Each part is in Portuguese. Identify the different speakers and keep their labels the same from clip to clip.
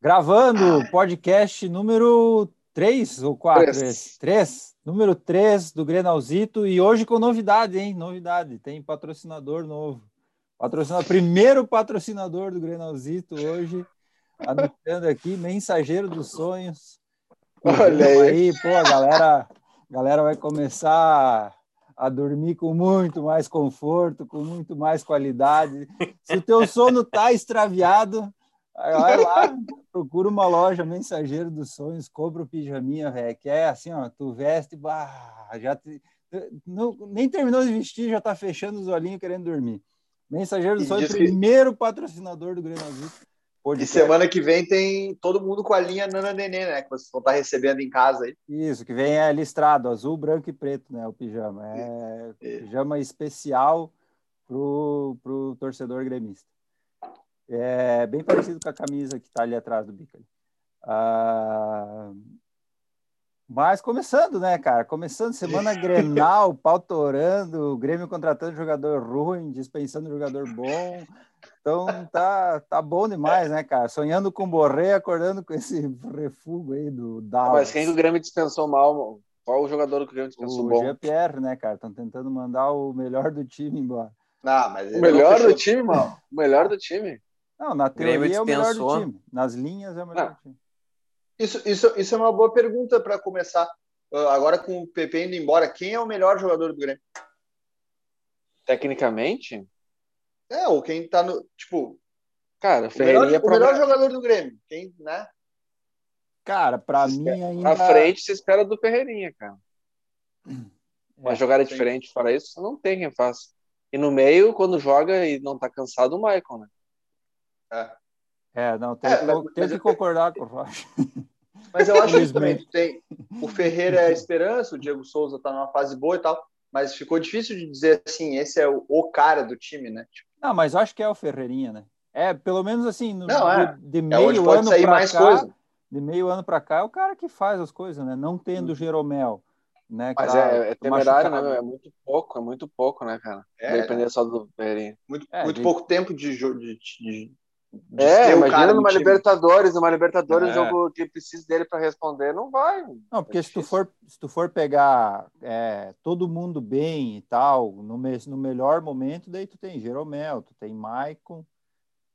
Speaker 1: Gravando podcast número 3 ou 4?
Speaker 2: Três.
Speaker 1: 3? Número 3 do Grenalzito e hoje com novidade, hein? Novidade, tem patrocinador novo. Patrocina... Primeiro patrocinador do Grenalzito hoje, anunciando aqui, Mensageiro dos Sonhos.
Speaker 2: Olha aí.
Speaker 1: pô, a galera, a galera vai começar a dormir com muito mais conforto, com muito mais qualidade. Se o teu sono tá extraviado, aí vai lá, procura uma loja Mensageiro dos Sonhos, compra o pijaminha, velho, que é assim, ó, tu veste, bah, já te- não- nem terminou de vestir, já tá fechando os olhinhos querendo dormir. Mensageiro dos
Speaker 2: E
Speaker 1: Sonhos,
Speaker 2: diz que-
Speaker 1: primeiro patrocinador do Grenalzito.
Speaker 2: E semana que vem tem todo mundo com a linha Nana Nenê, né? Que vocês vão estar recebendo em casa aí.
Speaker 1: Isso, que vem é listrado, azul, branco e preto, né? O pijama. É
Speaker 2: É.
Speaker 1: pijama especial pro, pro torcedor gremista. É bem parecido com a camisa que tá ali atrás do bico. ali. Ah, mas começando, né, cara? Começando semana Grenal, pautorando, o Grêmio contratando jogador ruim, dispensando jogador bom. Então tá, tá bom demais, né, cara? Sonhando com o Borré, acordando com esse refugo aí do
Speaker 2: Ah,
Speaker 1: Dallas.
Speaker 3: Ah, Mas quem que o Grêmio dispensou mal, mano? Qual o jogador que o Grêmio dispensou
Speaker 1: O
Speaker 3: bom?
Speaker 1: GPR, né, cara? Estão tentando mandar o melhor do time embora.
Speaker 2: Ah, mas
Speaker 3: O melhor do
Speaker 2: do
Speaker 3: time, mal. O melhor do time.
Speaker 1: Não, na
Speaker 4: Grêmio
Speaker 1: teoria é o melhor do
Speaker 4: dispensou.
Speaker 1: time. Nas linhas é o melhor
Speaker 3: Não.
Speaker 1: do time.
Speaker 2: Isso, isso, isso é uma boa pergunta para começar. Ah, Agora com o PP indo embora, quem é o melhor jogador do Grêmio?
Speaker 3: Tecnicamente,
Speaker 2: É, ou quem tá no. Tipo,
Speaker 3: cara, o
Speaker 2: o melhor,
Speaker 3: Ferreirinha
Speaker 2: o
Speaker 3: pra,
Speaker 2: melhor jogador do Grêmio. Quem, né?
Speaker 1: Cara, pra
Speaker 3: Se
Speaker 1: mim ainda.
Speaker 3: pra frente se espera do Ferreirinha, cara. Uma
Speaker 1: É,
Speaker 3: jogada
Speaker 2: sim.
Speaker 3: diferente, fora isso, não tem quem faça. E no meio, quando joga e não tá cansado, o Michael, né?
Speaker 1: É, não, tem
Speaker 2: É,
Speaker 1: que,
Speaker 2: mas-
Speaker 1: co-
Speaker 2: mas
Speaker 1: tenho que
Speaker 2: eu-
Speaker 1: concordar com o Rocha.
Speaker 2: Mas eu acho que também tu tem. O Ferreira é a esperança, o Diego Souza tá numa fase boa e tal. Mas ficou difícil de dizer assim, esse é o, o cara do time, né? Tipo,
Speaker 1: Não, mas eu acho que é o Ferreirinha, né? É, pelo menos assim, no-
Speaker 2: Não, é.
Speaker 1: de, de
Speaker 2: é onde
Speaker 1: meio
Speaker 2: pode
Speaker 1: ano
Speaker 2: sair
Speaker 1: pra
Speaker 2: mais
Speaker 1: cá,
Speaker 2: coisa.
Speaker 1: de meio ano pra cá, é o cara que faz as coisas, né? Não tendo o Jeromel, né?
Speaker 3: Mas
Speaker 1: cara,
Speaker 3: é, é temerário, né?
Speaker 1: machucado.
Speaker 3: meu? É muito pouco, é muito pouco, né, cara?
Speaker 2: É,
Speaker 3: Depender só do Ferreirinha.
Speaker 2: muito
Speaker 1: É,
Speaker 2: muito
Speaker 1: de-
Speaker 2: pouco tempo de, jo- de, de, de ser
Speaker 3: É,
Speaker 2: o cara
Speaker 3: imagina
Speaker 2: do
Speaker 3: numa
Speaker 2: time.
Speaker 3: Libertadores, numa Libertadores,
Speaker 2: É.
Speaker 3: jogo que precisa dele pra responder, não vai.
Speaker 1: Não, porque se tu
Speaker 3: difícil.
Speaker 1: for, se tu for pegar é, todo mundo bem e tal, no, me- no melhor momento, daí tu tem Jeromel, tu tem Maicon,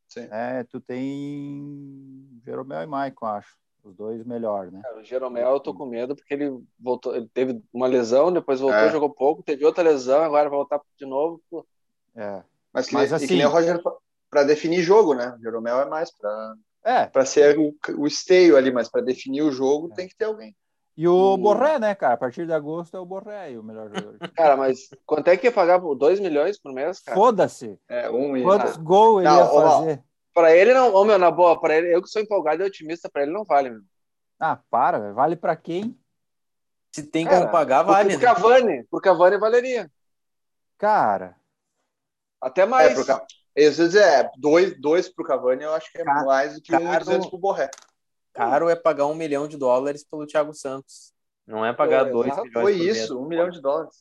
Speaker 2: Sim.
Speaker 1: né, tu tem Jeromel e Maicon, acho. Os dois melhor, né?
Speaker 3: Cara, o Jeromel, eu
Speaker 4: Uhum.
Speaker 3: tô com medo porque ele voltou, ele teve uma lesão, depois voltou,
Speaker 2: É.
Speaker 3: jogou pouco, teve outra lesão, agora vai voltar de novo. Pô,
Speaker 1: É,
Speaker 2: Mas, que,
Speaker 1: Mas
Speaker 2: nem- e que
Speaker 1: assim-
Speaker 2: nem o Roger para definir jogo, né? O Jeromel é mais para
Speaker 1: é
Speaker 2: para ser o, o esteio ali, mas para definir o jogo
Speaker 1: É.
Speaker 2: tem que ter alguém.
Speaker 1: e o
Speaker 3: O-
Speaker 1: Borré, né, cara? A partir de agosto é o Borré aí, o melhor jogador.
Speaker 3: Cara, mas quanto é que ia pagar? 2 milhões por mês, cara?
Speaker 1: Foda-se!
Speaker 2: É, um e
Speaker 1: Quantos gols ele
Speaker 2: Não,
Speaker 1: ia
Speaker 2: ô, Val.
Speaker 1: fazer?
Speaker 3: Pra ele não, ô meu, na boa, pra ele, eu que sou empolgado e otimista, pra ele não vale, meu.
Speaker 1: Ah, para, velho. Vale pra quem?
Speaker 4: Se tem
Speaker 3: Cara,
Speaker 4: como pagar, vale.
Speaker 3: Pro
Speaker 4: né?
Speaker 3: Cavani, pro Cavani valeria.
Speaker 1: Cara,
Speaker 3: Até
Speaker 2: é
Speaker 3: mais.
Speaker 2: pro Cavani. Às vezes é dois, dois pro Cavani, eu acho que é
Speaker 4: Caro-
Speaker 2: mais do que um e
Speaker 4: caro-
Speaker 2: 200 pro Borré.
Speaker 4: Caro é pagar um milhão de dólares pelo Thiago Santos. Não é pagar
Speaker 2: Pô,
Speaker 4: dois
Speaker 2: exato,
Speaker 4: milhões
Speaker 2: Foi
Speaker 4: por mês.
Speaker 2: isso, um milhão de dólares.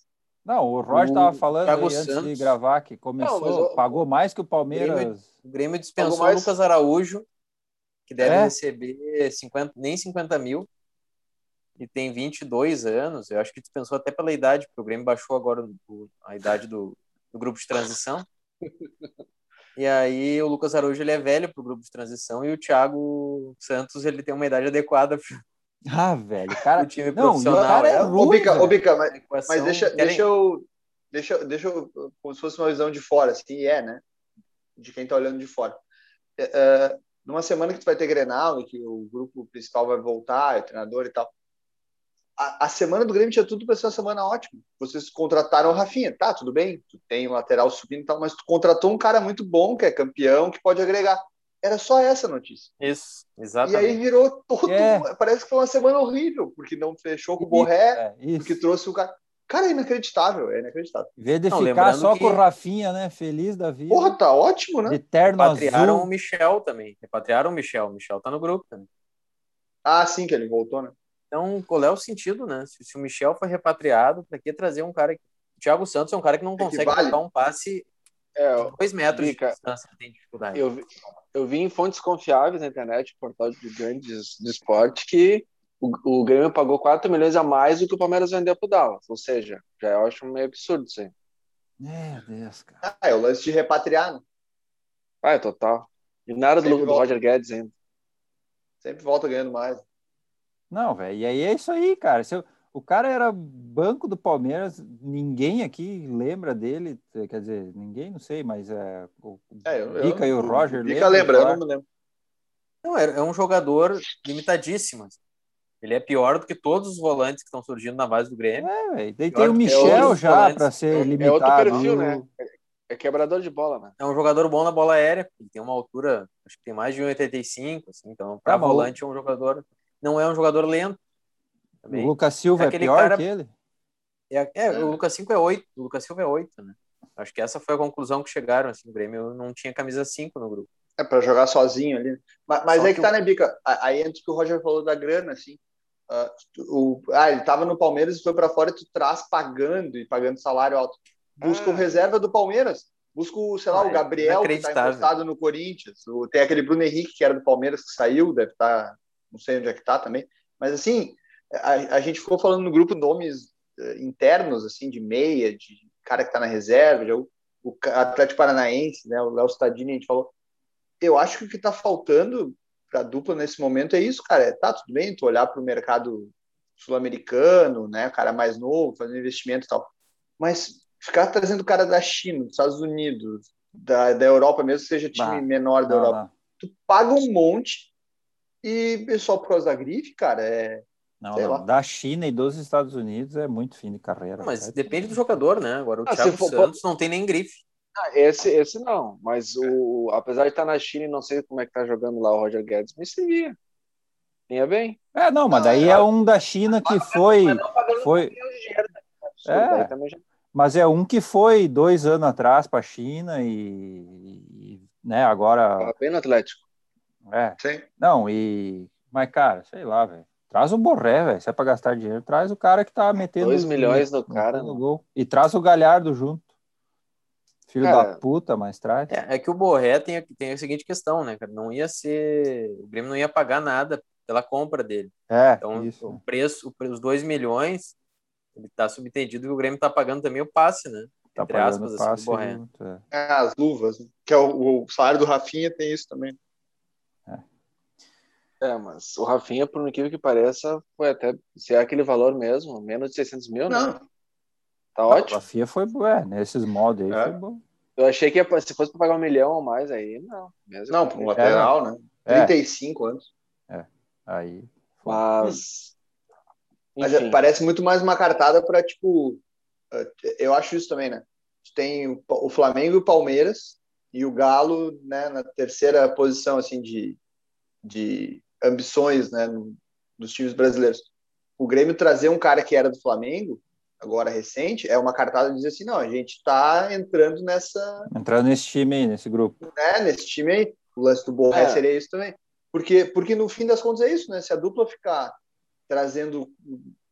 Speaker 1: não, o Roger
Speaker 3: O
Speaker 1: tava falando aí
Speaker 4: Thiago
Speaker 1: antes de
Speaker 4: Santos.
Speaker 1: gravar que começou,
Speaker 3: Não, mas, ô,
Speaker 1: pagou mais que o Palmeiras.
Speaker 4: O Grêmio dispensou
Speaker 3: Algo mais?
Speaker 4: o Lucas Araújo, que deve
Speaker 1: É?
Speaker 4: receber 50, nem 50 mil, e tem 22 anos. Eu acho que dispensou até pela idade, porque o Grêmio baixou agora o- a idade do, do grupo de transição. E aí o Lucas Araújo ele é velho para o grupo de transição e o Thiago Santos ele tem uma idade adequada
Speaker 1: Ah, velho, o
Speaker 4: para
Speaker 1: cara
Speaker 4: o
Speaker 1: Não,
Speaker 4: time
Speaker 1: e o
Speaker 4: profissional.
Speaker 1: cara é
Speaker 4: né?
Speaker 1: ruim,
Speaker 2: Ô, Bica,
Speaker 1: velho.
Speaker 2: ô, Bica, mas,
Speaker 4: A equação-
Speaker 2: mas deixa,
Speaker 4: querem-
Speaker 2: deixa eu. Deixa, eu- deixa eu. Como se fosse uma visão de fora, assim, e é, né? De quem tá olhando de fora. É, é, numa semana que tu vai ter Grenal e que o grupo principal vai voltar, o treinador e tal. A, a semana do Grêmio tinha tudo pra ser uma semana ótima. Vocês contrataram o Rafinha, tá? Tudo bem, tu tem o lateral subindo e tal, mas tu contratou um cara muito bom, que é campeão, que pode agregar. Era só essa a notícia.
Speaker 4: Isso,
Speaker 2: E aí
Speaker 4: exatamente.
Speaker 2: virou todo.
Speaker 1: É.
Speaker 2: Parece que foi uma semana horrível, porque não fechou com o
Speaker 1: E-
Speaker 2: Borré,
Speaker 1: É, isso.
Speaker 2: porque trouxe o cara. Cara, é inacreditável, é inacreditável.
Speaker 1: Em vez de
Speaker 4: Não,
Speaker 1: ficar
Speaker 4: lembrando
Speaker 1: só
Speaker 4: que-
Speaker 1: com o Rafinha, né? Feliz da vida.
Speaker 2: Porra, tá ótimo, né?
Speaker 1: de terno
Speaker 4: Repatriaram o
Speaker 1: azul.
Speaker 4: Michel também. Repatriaram o Michel. O Michel tá no grupo também.
Speaker 2: Ah, sim, que ele voltou, né?
Speaker 4: Então, qual é o sentido, né? Se, se o Michel foi repatriado, para que trazer um cara que. O Thiago Santos é um cara que não
Speaker 2: que
Speaker 4: consegue
Speaker 2: vale.
Speaker 4: dar um passe
Speaker 3: É, eu-
Speaker 4: Dois metros
Speaker 3: Bica,
Speaker 4: de distância tem dificuldade.
Speaker 3: eu, vi- eu vi em fontes confiáveis na internet, portal de grandes de esporte, que o, o Grêmio pagou 4 milhões a mais do que o Palmeiras vendeu pro Dallas. Ou seja, já é, eu acho meio absurdo isso aí.
Speaker 1: Meu Deus, cara.
Speaker 2: Ah, é o lance de repatriar, né?
Speaker 3: Ah, é total. E nada do,
Speaker 2: Sempre
Speaker 3: do
Speaker 2: volta.
Speaker 3: Roger Guedes ainda.
Speaker 2: Sempre volta ganhando mais.
Speaker 1: Não, velho. E aí é isso aí, cara. Se eu- o cara era banco do Palmeiras, ninguém aqui lembra dele. Quer dizer, ninguém, não sei, mas é, o o
Speaker 2: É, eu,
Speaker 1: Bica e o Roger
Speaker 2: Bica lembra, eu não me lembro.
Speaker 4: Não, é, é um jogador limitadíssimo. assim. Ele é pior do que todos os volantes que estão surgindo na base do Grêmio.
Speaker 1: É, velho. Daí
Speaker 4: Pior
Speaker 1: tem o
Speaker 4: que
Speaker 1: Michel
Speaker 4: outros
Speaker 1: já
Speaker 4: volantes.
Speaker 1: para
Speaker 3: É,
Speaker 1: ser limitado.
Speaker 3: é outro perfil,
Speaker 1: o-
Speaker 3: né? É quebrador de bola, né?
Speaker 4: É um jogador bom na bola aérea, porque ele tem uma altura, acho que tem mais de 1,85, assim, então para
Speaker 1: Ah, mas o-
Speaker 4: volante é um jogador, não é um jogador lento.
Speaker 1: O
Speaker 4: Também.
Speaker 1: Lucas Silva
Speaker 4: É
Speaker 1: é
Speaker 4: aquele
Speaker 1: pior
Speaker 4: cara-
Speaker 1: que ele?
Speaker 4: É, é, o Lucas 5 é 8, o Lucas Silva é 8, né? Acho que essa foi a conclusão que chegaram, assim, o Grêmio não tinha camisa 5 no grupo.
Speaker 2: É pra jogar sozinho ali. Mas, mas
Speaker 4: Só
Speaker 2: é que
Speaker 4: que
Speaker 2: tá, né, Bica? A- Aí entra o que o Roger falou da grana, assim. Ah, o, ah, ele tava no Palmeiras e foi pra fora e tu traz pagando e pagando salário alto. Busca o
Speaker 3: Ah.
Speaker 2: reserva do Palmeiras. Busca, o, sei lá,
Speaker 4: Ah,
Speaker 2: o
Speaker 4: é
Speaker 2: Gabriel, que tá
Speaker 4: inacreditável.
Speaker 2: encostado no Corinthians. O- tem aquele Bruno Henrique, que era do Palmeiras, que saiu, deve estar. não sei onde é que tá também. Mas assim, a, a gente ficou falando no grupo nomes eh, internos, assim, de meia, de cara que tá na reserva, de, algum- o ca- Atlético Paranaense, né? O Léo Stadini, a gente falou. Eu acho que o que tá faltando pra dupla nesse momento é isso, cara. É, tá tudo bem, tu olhar pro mercado sul-americano, né? O cara mais novo, fazendo investimento e tal. Mas ficar trazendo o cara da China, dos Estados Unidos, da, da Europa, mesmo que seja time
Speaker 1: Bah,
Speaker 2: menor da
Speaker 1: Não,
Speaker 2: Europa,
Speaker 1: não,
Speaker 2: paga um monte e só por causa da grife, cara, é.
Speaker 1: não,
Speaker 2: Sei
Speaker 1: não.
Speaker 2: lá.
Speaker 1: Da China e dos Estados Unidos é muito fim de carreira.
Speaker 4: Mas
Speaker 1: cara.
Speaker 4: depende do jogador, né? Agora o
Speaker 3: Ah, se
Speaker 4: Thiago
Speaker 3: for-
Speaker 4: Santos não tem nem grife.
Speaker 3: Ah, esse, esse não, mas o, apesar de estar na China e não sei como é que tá jogando lá o Roger Guedes, me servia. Vinha bem.
Speaker 1: É, não, mas daí é um da China que foi. Foi,
Speaker 3: Absurdo,
Speaker 1: É.
Speaker 3: aí também já-
Speaker 1: mas é um que foi dois anos atrás para a China e, e, né, agora.
Speaker 3: Tava bem no Atlético.
Speaker 1: É,
Speaker 2: Sim.
Speaker 1: não, e. Mas, cara, sei lá, velho. Traz o Borré, velho. Se é pra gastar dinheiro, traz o cara que tá metendo.
Speaker 3: 2 milhões no
Speaker 1: metendo
Speaker 3: cara. mano.
Speaker 1: gol. E traz o Galhardo junto. Filho
Speaker 3: Cara,
Speaker 1: da puta, mas traz.
Speaker 4: É, é que o Borré tem, a- tem a seguinte questão, né, cara? Não ia ser. O Grêmio não ia pagar nada pela compra dele.
Speaker 1: É,
Speaker 4: Então,
Speaker 1: isso.
Speaker 4: o preço, o pre- os 2 milhões, ele tá subentendido que o Grêmio tá pagando também o passe, né?
Speaker 1: Tá
Speaker 4: entre
Speaker 1: pagando
Speaker 4: aspas, assim,
Speaker 1: passe
Speaker 4: do Borré.
Speaker 1: junto, é.
Speaker 2: As luvas, né? que é o, o salário do Rafinha tem isso também.
Speaker 3: É, mas o Rafinha, por um incrível que pareça, foi até, se é aquele valor mesmo, menos de 600 mil, né?
Speaker 2: Não,
Speaker 3: Tá
Speaker 1: A
Speaker 3: ótimo.
Speaker 1: FIA foi boa, é, nesses moldes aí
Speaker 2: É.
Speaker 1: foi bom.
Speaker 3: Eu achei que ia- se fosse pra pagar um milhão ou mais, aí não. Mesmo.
Speaker 2: não, para um lateral, né?
Speaker 1: É,
Speaker 2: 35 anos.
Speaker 1: aí. Hum.
Speaker 3: Mas.
Speaker 2: Mas
Speaker 3: enfim,
Speaker 2: é- parece muito mais uma cartada para tipo. eh, Eu acho isso também, né? Tu Tem o Pa- o Flamengo e o Palmeiras e o Galo, né, na terceira posição assim de, de ambições, né, no- dos times brasileiros. O Grêmio trazer um cara que era do Flamengo, agora recente, é uma cartada de dizer assim, não, a gente tá entrando nessa,
Speaker 1: Entrando nesse time aí, nesse grupo.
Speaker 2: né, nesse time aí. O lance do Borré
Speaker 3: É.
Speaker 2: seria isso também. Porque, porque no fim das contas é isso, né? Se a dupla ficar trazendo,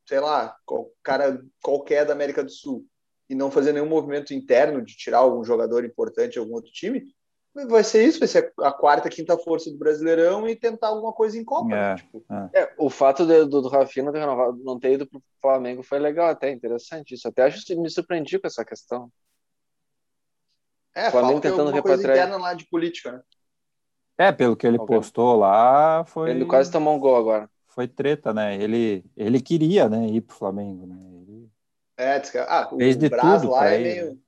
Speaker 2: sei lá, qual, cara qualquer da América do Sul e não fazer nenhum movimento interno de tirar algum jogador importante de algum outro time, vai ser isso, vai ser a quarta, quinta força do Brasileirão e tentar alguma coisa em Copa. né?
Speaker 1: É.
Speaker 2: Tipo,
Speaker 3: é, o fato de- do, do Rafinha não ter, renovado, não ter ido pro Flamengo foi legal, até interessante isso. Até acho que me surpreendi com essa questão.
Speaker 2: é,
Speaker 3: Flamengo
Speaker 2: falta
Speaker 3: tentando
Speaker 2: alguma coisa
Speaker 3: repatriar.
Speaker 2: interna lá de política, né?
Speaker 1: É, pelo que ele
Speaker 3: Ok.
Speaker 1: postou lá, foi.
Speaker 3: Ele quase tomou um gol agora.
Speaker 1: foi treta, né? Ele, ele queria, né, ir pro Flamengo, né? Ele...
Speaker 2: É, diz que- ah, o
Speaker 1: Fez de
Speaker 2: Braz
Speaker 1: tudo
Speaker 2: lá
Speaker 1: pra
Speaker 2: é
Speaker 1: ele.
Speaker 2: meio...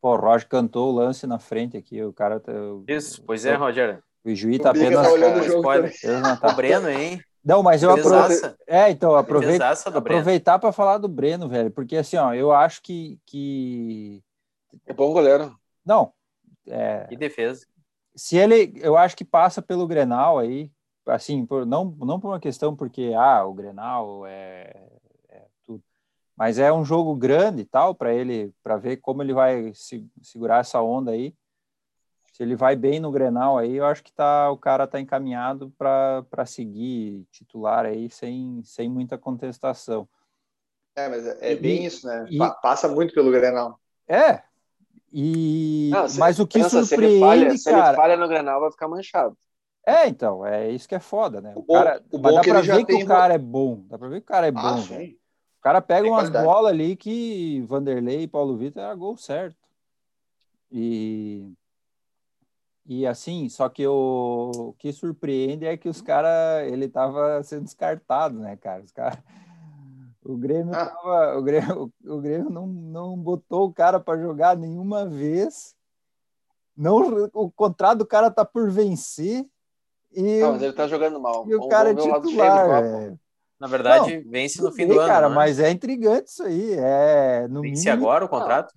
Speaker 1: Pô, o Roger cantou o lance na frente aqui, o cara tá...
Speaker 4: Isso, pois é, Rogério.
Speaker 1: O juiz tá
Speaker 2: o Bica
Speaker 1: apenas...
Speaker 2: tá olhando o jogo
Speaker 4: Spoiler.
Speaker 1: Deus não
Speaker 4: O
Speaker 1: tá-
Speaker 4: Breno, hein?
Speaker 1: Não, mas eu aproveito...
Speaker 4: Defesaça.
Speaker 1: É, então, aproveito...
Speaker 4: Defesaça do Breno.
Speaker 1: aproveitar para falar do Breno, velho, porque assim, ó, eu acho que... que...
Speaker 3: É bom goleiro.
Speaker 1: Não, é,
Speaker 4: Que defesa.
Speaker 1: se ele, eu acho que passa pelo Grenal aí, assim, por- não, não por uma questão porque, ah, o Grenal é, é tudo, mas é um jogo grande e tal, para ele, para ver como ele vai se- segurar essa onda aí. Se ele vai bem no Grenal aí, eu acho que tá, o cara tá encaminhado para seguir titular aí sem, sem muita contestação.
Speaker 2: É, mas é, é
Speaker 1: E-
Speaker 2: bem isso, né?
Speaker 1: e-
Speaker 2: Pa- passa muito pelo Grenal.
Speaker 1: É, E...
Speaker 3: Não, se-
Speaker 1: Mas o que
Speaker 3: Pensa, se ele
Speaker 1: surpreende,
Speaker 3: falha, se ele
Speaker 1: cara.
Speaker 3: falha no Granal, vai ficar manchado.
Speaker 1: É, então, é isso que é foda, né? O
Speaker 2: O bom-
Speaker 1: cara,
Speaker 2: o
Speaker 1: mas
Speaker 2: bom
Speaker 1: dá
Speaker 2: é que
Speaker 1: pra
Speaker 2: ele já
Speaker 1: ver que
Speaker 2: tem
Speaker 1: o
Speaker 2: uma-
Speaker 1: cara é bom. Dá pra ver que o cara é bom.
Speaker 2: Ah,
Speaker 1: velho.
Speaker 2: sim.
Speaker 1: O cara pega
Speaker 2: Tem
Speaker 1: umas
Speaker 2: qualidade.
Speaker 1: bolas ali que Vanderlei e Paulo Vitor era gol certo. E e assim, só que o, o que surpreende é que os caras, ele tava sendo descartado, né, cara? Os cara o Grêmio
Speaker 2: Ah.
Speaker 1: tava, o Grêmio, o Grêmio não, não botou o cara para jogar nenhuma vez. Não, o contrato do cara tá por vencer e,
Speaker 3: Não, mas ele tá jogando mal.
Speaker 1: e o
Speaker 3: Vamos-
Speaker 1: cara é
Speaker 3: vamos ver o lado cheio do
Speaker 1: titular.
Speaker 3: copo.
Speaker 1: velho.
Speaker 4: Na verdade, vence no
Speaker 1: Tudo
Speaker 4: fim
Speaker 1: bem,
Speaker 4: do ano.
Speaker 1: cara,
Speaker 4: né?
Speaker 1: mas é intrigante isso aí. É, no
Speaker 4: Vence
Speaker 1: mínimo,
Speaker 4: agora o contrato?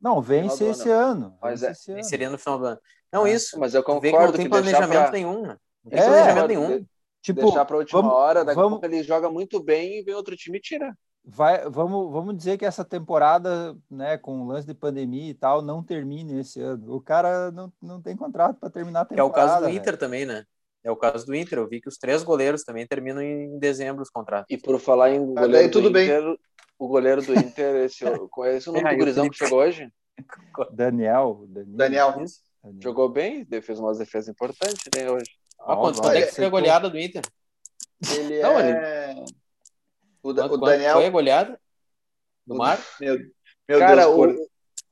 Speaker 1: Não, vence
Speaker 3: Final do
Speaker 1: esse
Speaker 3: ano.
Speaker 1: ano.
Speaker 3: Mas
Speaker 1: vence
Speaker 3: é,
Speaker 1: esse ano.
Speaker 4: Venceria no final do ano. Não,
Speaker 1: Ah,
Speaker 4: isso.
Speaker 3: Mas eu
Speaker 4: Tu vê que não
Speaker 3: concordo
Speaker 4: tem
Speaker 3: que deixar
Speaker 4: planejamento
Speaker 3: pra...
Speaker 4: nenhum, né? Não tem
Speaker 1: É.
Speaker 4: planejamento nenhum.
Speaker 1: Tipo,
Speaker 3: deixar pra última
Speaker 1: vamos-
Speaker 3: hora, daqui a
Speaker 1: vamos-
Speaker 3: pouco ele joga muito bem e vem outro time e tira.
Speaker 1: vai, vamos, vamos dizer que essa temporada, né, com o lance de pandemia e tal, não termine esse ano. O cara não, não tem contrato para terminar a
Speaker 4: Que é o
Speaker 1: temporada.
Speaker 4: caso do
Speaker 1: velho.
Speaker 4: Inter também, né? É o caso do Inter. Eu vi que os três goleiros também terminam em dezembro os contratos.
Speaker 3: E por falar em
Speaker 2: daí
Speaker 3: goleiro
Speaker 2: tudo
Speaker 3: do
Speaker 2: bem.
Speaker 3: Inter, o goleiro do Inter, esse, qual é esse o nome
Speaker 4: É, aí
Speaker 3: do
Speaker 4: o
Speaker 3: gurizão que
Speaker 4: Felipe-
Speaker 3: chegou hoje?
Speaker 1: Daniel, Daniel.
Speaker 2: Daniel.
Speaker 4: Isso.
Speaker 1: Daniel.
Speaker 3: Jogou bem, de- fez umas defesas importantes né, hoje.
Speaker 4: Ah,
Speaker 1: Ó,
Speaker 4: quanto,
Speaker 1: agora
Speaker 4: quanto é
Speaker 2: ele
Speaker 4: que foi a
Speaker 1: aceitou.
Speaker 4: goleada do Inter?
Speaker 2: Ele
Speaker 4: Não,
Speaker 2: é. O, da-
Speaker 4: Quanto,
Speaker 2: o
Speaker 4: quanto foi a
Speaker 2: Daniel.
Speaker 4: goleada? Do
Speaker 2: O-
Speaker 4: Mar?
Speaker 2: Meu, meu
Speaker 3: Cara,
Speaker 2: Deus,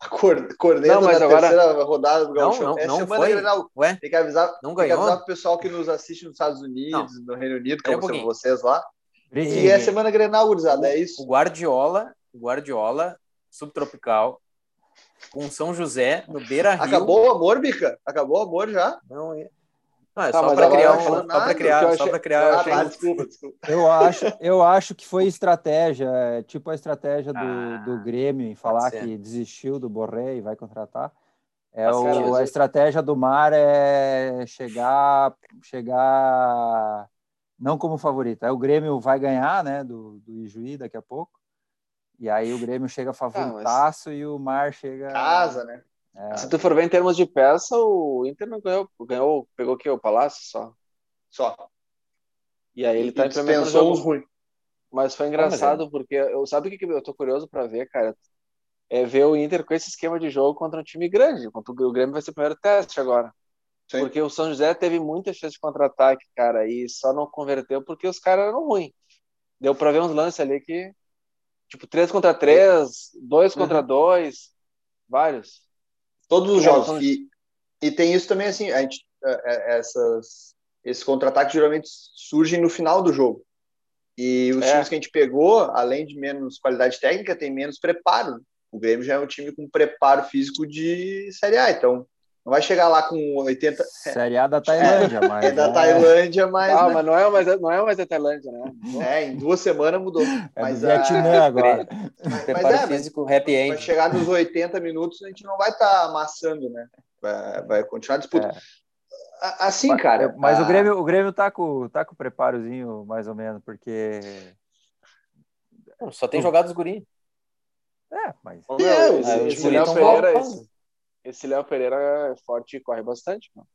Speaker 3: o-
Speaker 2: cor, corneta
Speaker 3: Não, mas
Speaker 2: da
Speaker 3: agora-
Speaker 2: terceira rodada do
Speaker 4: Não,
Speaker 2: Gauchão.
Speaker 4: não,
Speaker 2: é
Speaker 4: não
Speaker 2: semana
Speaker 4: foi.
Speaker 2: Grenal.
Speaker 4: Ué,
Speaker 2: Tem que avisar, tem
Speaker 4: não
Speaker 2: que
Speaker 4: ganhou?
Speaker 2: avisar pro pessoal que nos assiste nos Estados Unidos, no Reino Unido,
Speaker 4: Pera um
Speaker 2: como são
Speaker 4: pouquinho.
Speaker 2: vocês lá. Que
Speaker 1: Briga.
Speaker 2: é semana Grenal, gurizada, é
Speaker 4: O
Speaker 2: isso.
Speaker 4: Guardiola, o Guardiola, subtropical, com São José, no Beira Rio.
Speaker 2: Acabou o amor, Bica? Acabou o amor já?
Speaker 4: Não, é, não, é
Speaker 3: Tá,
Speaker 4: só
Speaker 3: mas
Speaker 4: para
Speaker 3: agora
Speaker 4: criar,
Speaker 3: eu
Speaker 4: um,
Speaker 3: acho-
Speaker 4: só pra
Speaker 2: nada,
Speaker 4: criar,
Speaker 3: porque eu
Speaker 4: só
Speaker 3: achei-
Speaker 4: pra
Speaker 3: eu
Speaker 4: criar. um
Speaker 2: Ah,
Speaker 3: achei-
Speaker 2: tá, desculpa, desculpa.
Speaker 1: Eu acho, eu acho que foi estratégia, é, tipo a estratégia do,
Speaker 4: Ah,
Speaker 1: do Grêmio em falar
Speaker 4: ser.
Speaker 1: que desistiu do Borré e vai contratar. É
Speaker 4: Faz
Speaker 1: o-
Speaker 4: sentido.
Speaker 1: a estratégia do Mar é chegar, chegar não como favorito. Aí o Grêmio vai ganhar, né, do, do Ijuí daqui a pouco. E aí o Grêmio chega favoritaço e o Mar chega
Speaker 2: Ah, Casa, né?
Speaker 1: é,
Speaker 3: Se tu for ver em termos de peça, o Inter não ganhou, ganhou pegou o quê? O Palácio só.
Speaker 2: Só.
Speaker 3: E aí ele tá
Speaker 2: E
Speaker 3: implementando o
Speaker 2: dispensou
Speaker 3: jogo
Speaker 2: uns ruins.
Speaker 3: Mas foi engraçado, porque eu sabe o que que eu tô curioso pra ver, cara? É ver o Inter com esse esquema de jogo contra um time grande. Contra o Grêmio vai ser o primeiro teste agora.
Speaker 2: Sim.
Speaker 3: Porque o São José teve muita chance de contra-ataque, cara, e só não converteu porque os caras eram ruins. Deu pra ver uns lances ali que, tipo, 3 contra 3, 2 contra 2, vários.
Speaker 2: Todos os
Speaker 3: Cara,
Speaker 2: jogos.
Speaker 3: são-
Speaker 2: E, e tem isso também, assim, a gente, é, é, essas, esse contra-ataque geralmente surge no final do jogo. E os
Speaker 3: É.
Speaker 2: times que a gente pegou, além de menos qualidade técnica, tem menos preparo. O Grêmio já é um time com preparo físico de Série A, então não vai chegar lá com 80.
Speaker 1: Série A da Tailândia, mas
Speaker 2: É da
Speaker 1: é-
Speaker 2: Tailândia, mas,
Speaker 3: Ah,
Speaker 2: né?
Speaker 3: mas não é mais, não é mais a Tailândia, né?
Speaker 2: É, em duas semanas mudou.
Speaker 1: é
Speaker 2: mas ah,
Speaker 1: do
Speaker 2: a-
Speaker 1: Vietnã agora.
Speaker 4: Preparo
Speaker 2: é, mas-
Speaker 4: físico, happy
Speaker 2: Vai
Speaker 4: end.
Speaker 2: chegar nos 80 minutos, a gente não vai estar amassando, né? Vai, vai continuar a disputa. A- Assim, cara.
Speaker 1: É. Mas
Speaker 2: a-
Speaker 1: o Grêmio, o Grêmio tá com, tá com o preparozinho mais ou menos, porque
Speaker 4: Não, Só tem Ah, jogado os guri.
Speaker 1: é, mas
Speaker 3: Ô,
Speaker 2: É,
Speaker 3: meu,
Speaker 2: os-
Speaker 3: esse,
Speaker 2: os
Speaker 3: esse
Speaker 4: guris
Speaker 3: Léo
Speaker 4: tão
Speaker 3: Pereira, é
Speaker 4: voltando.
Speaker 3: esse, esse Léo Pereira é forte e corre bastante, mano.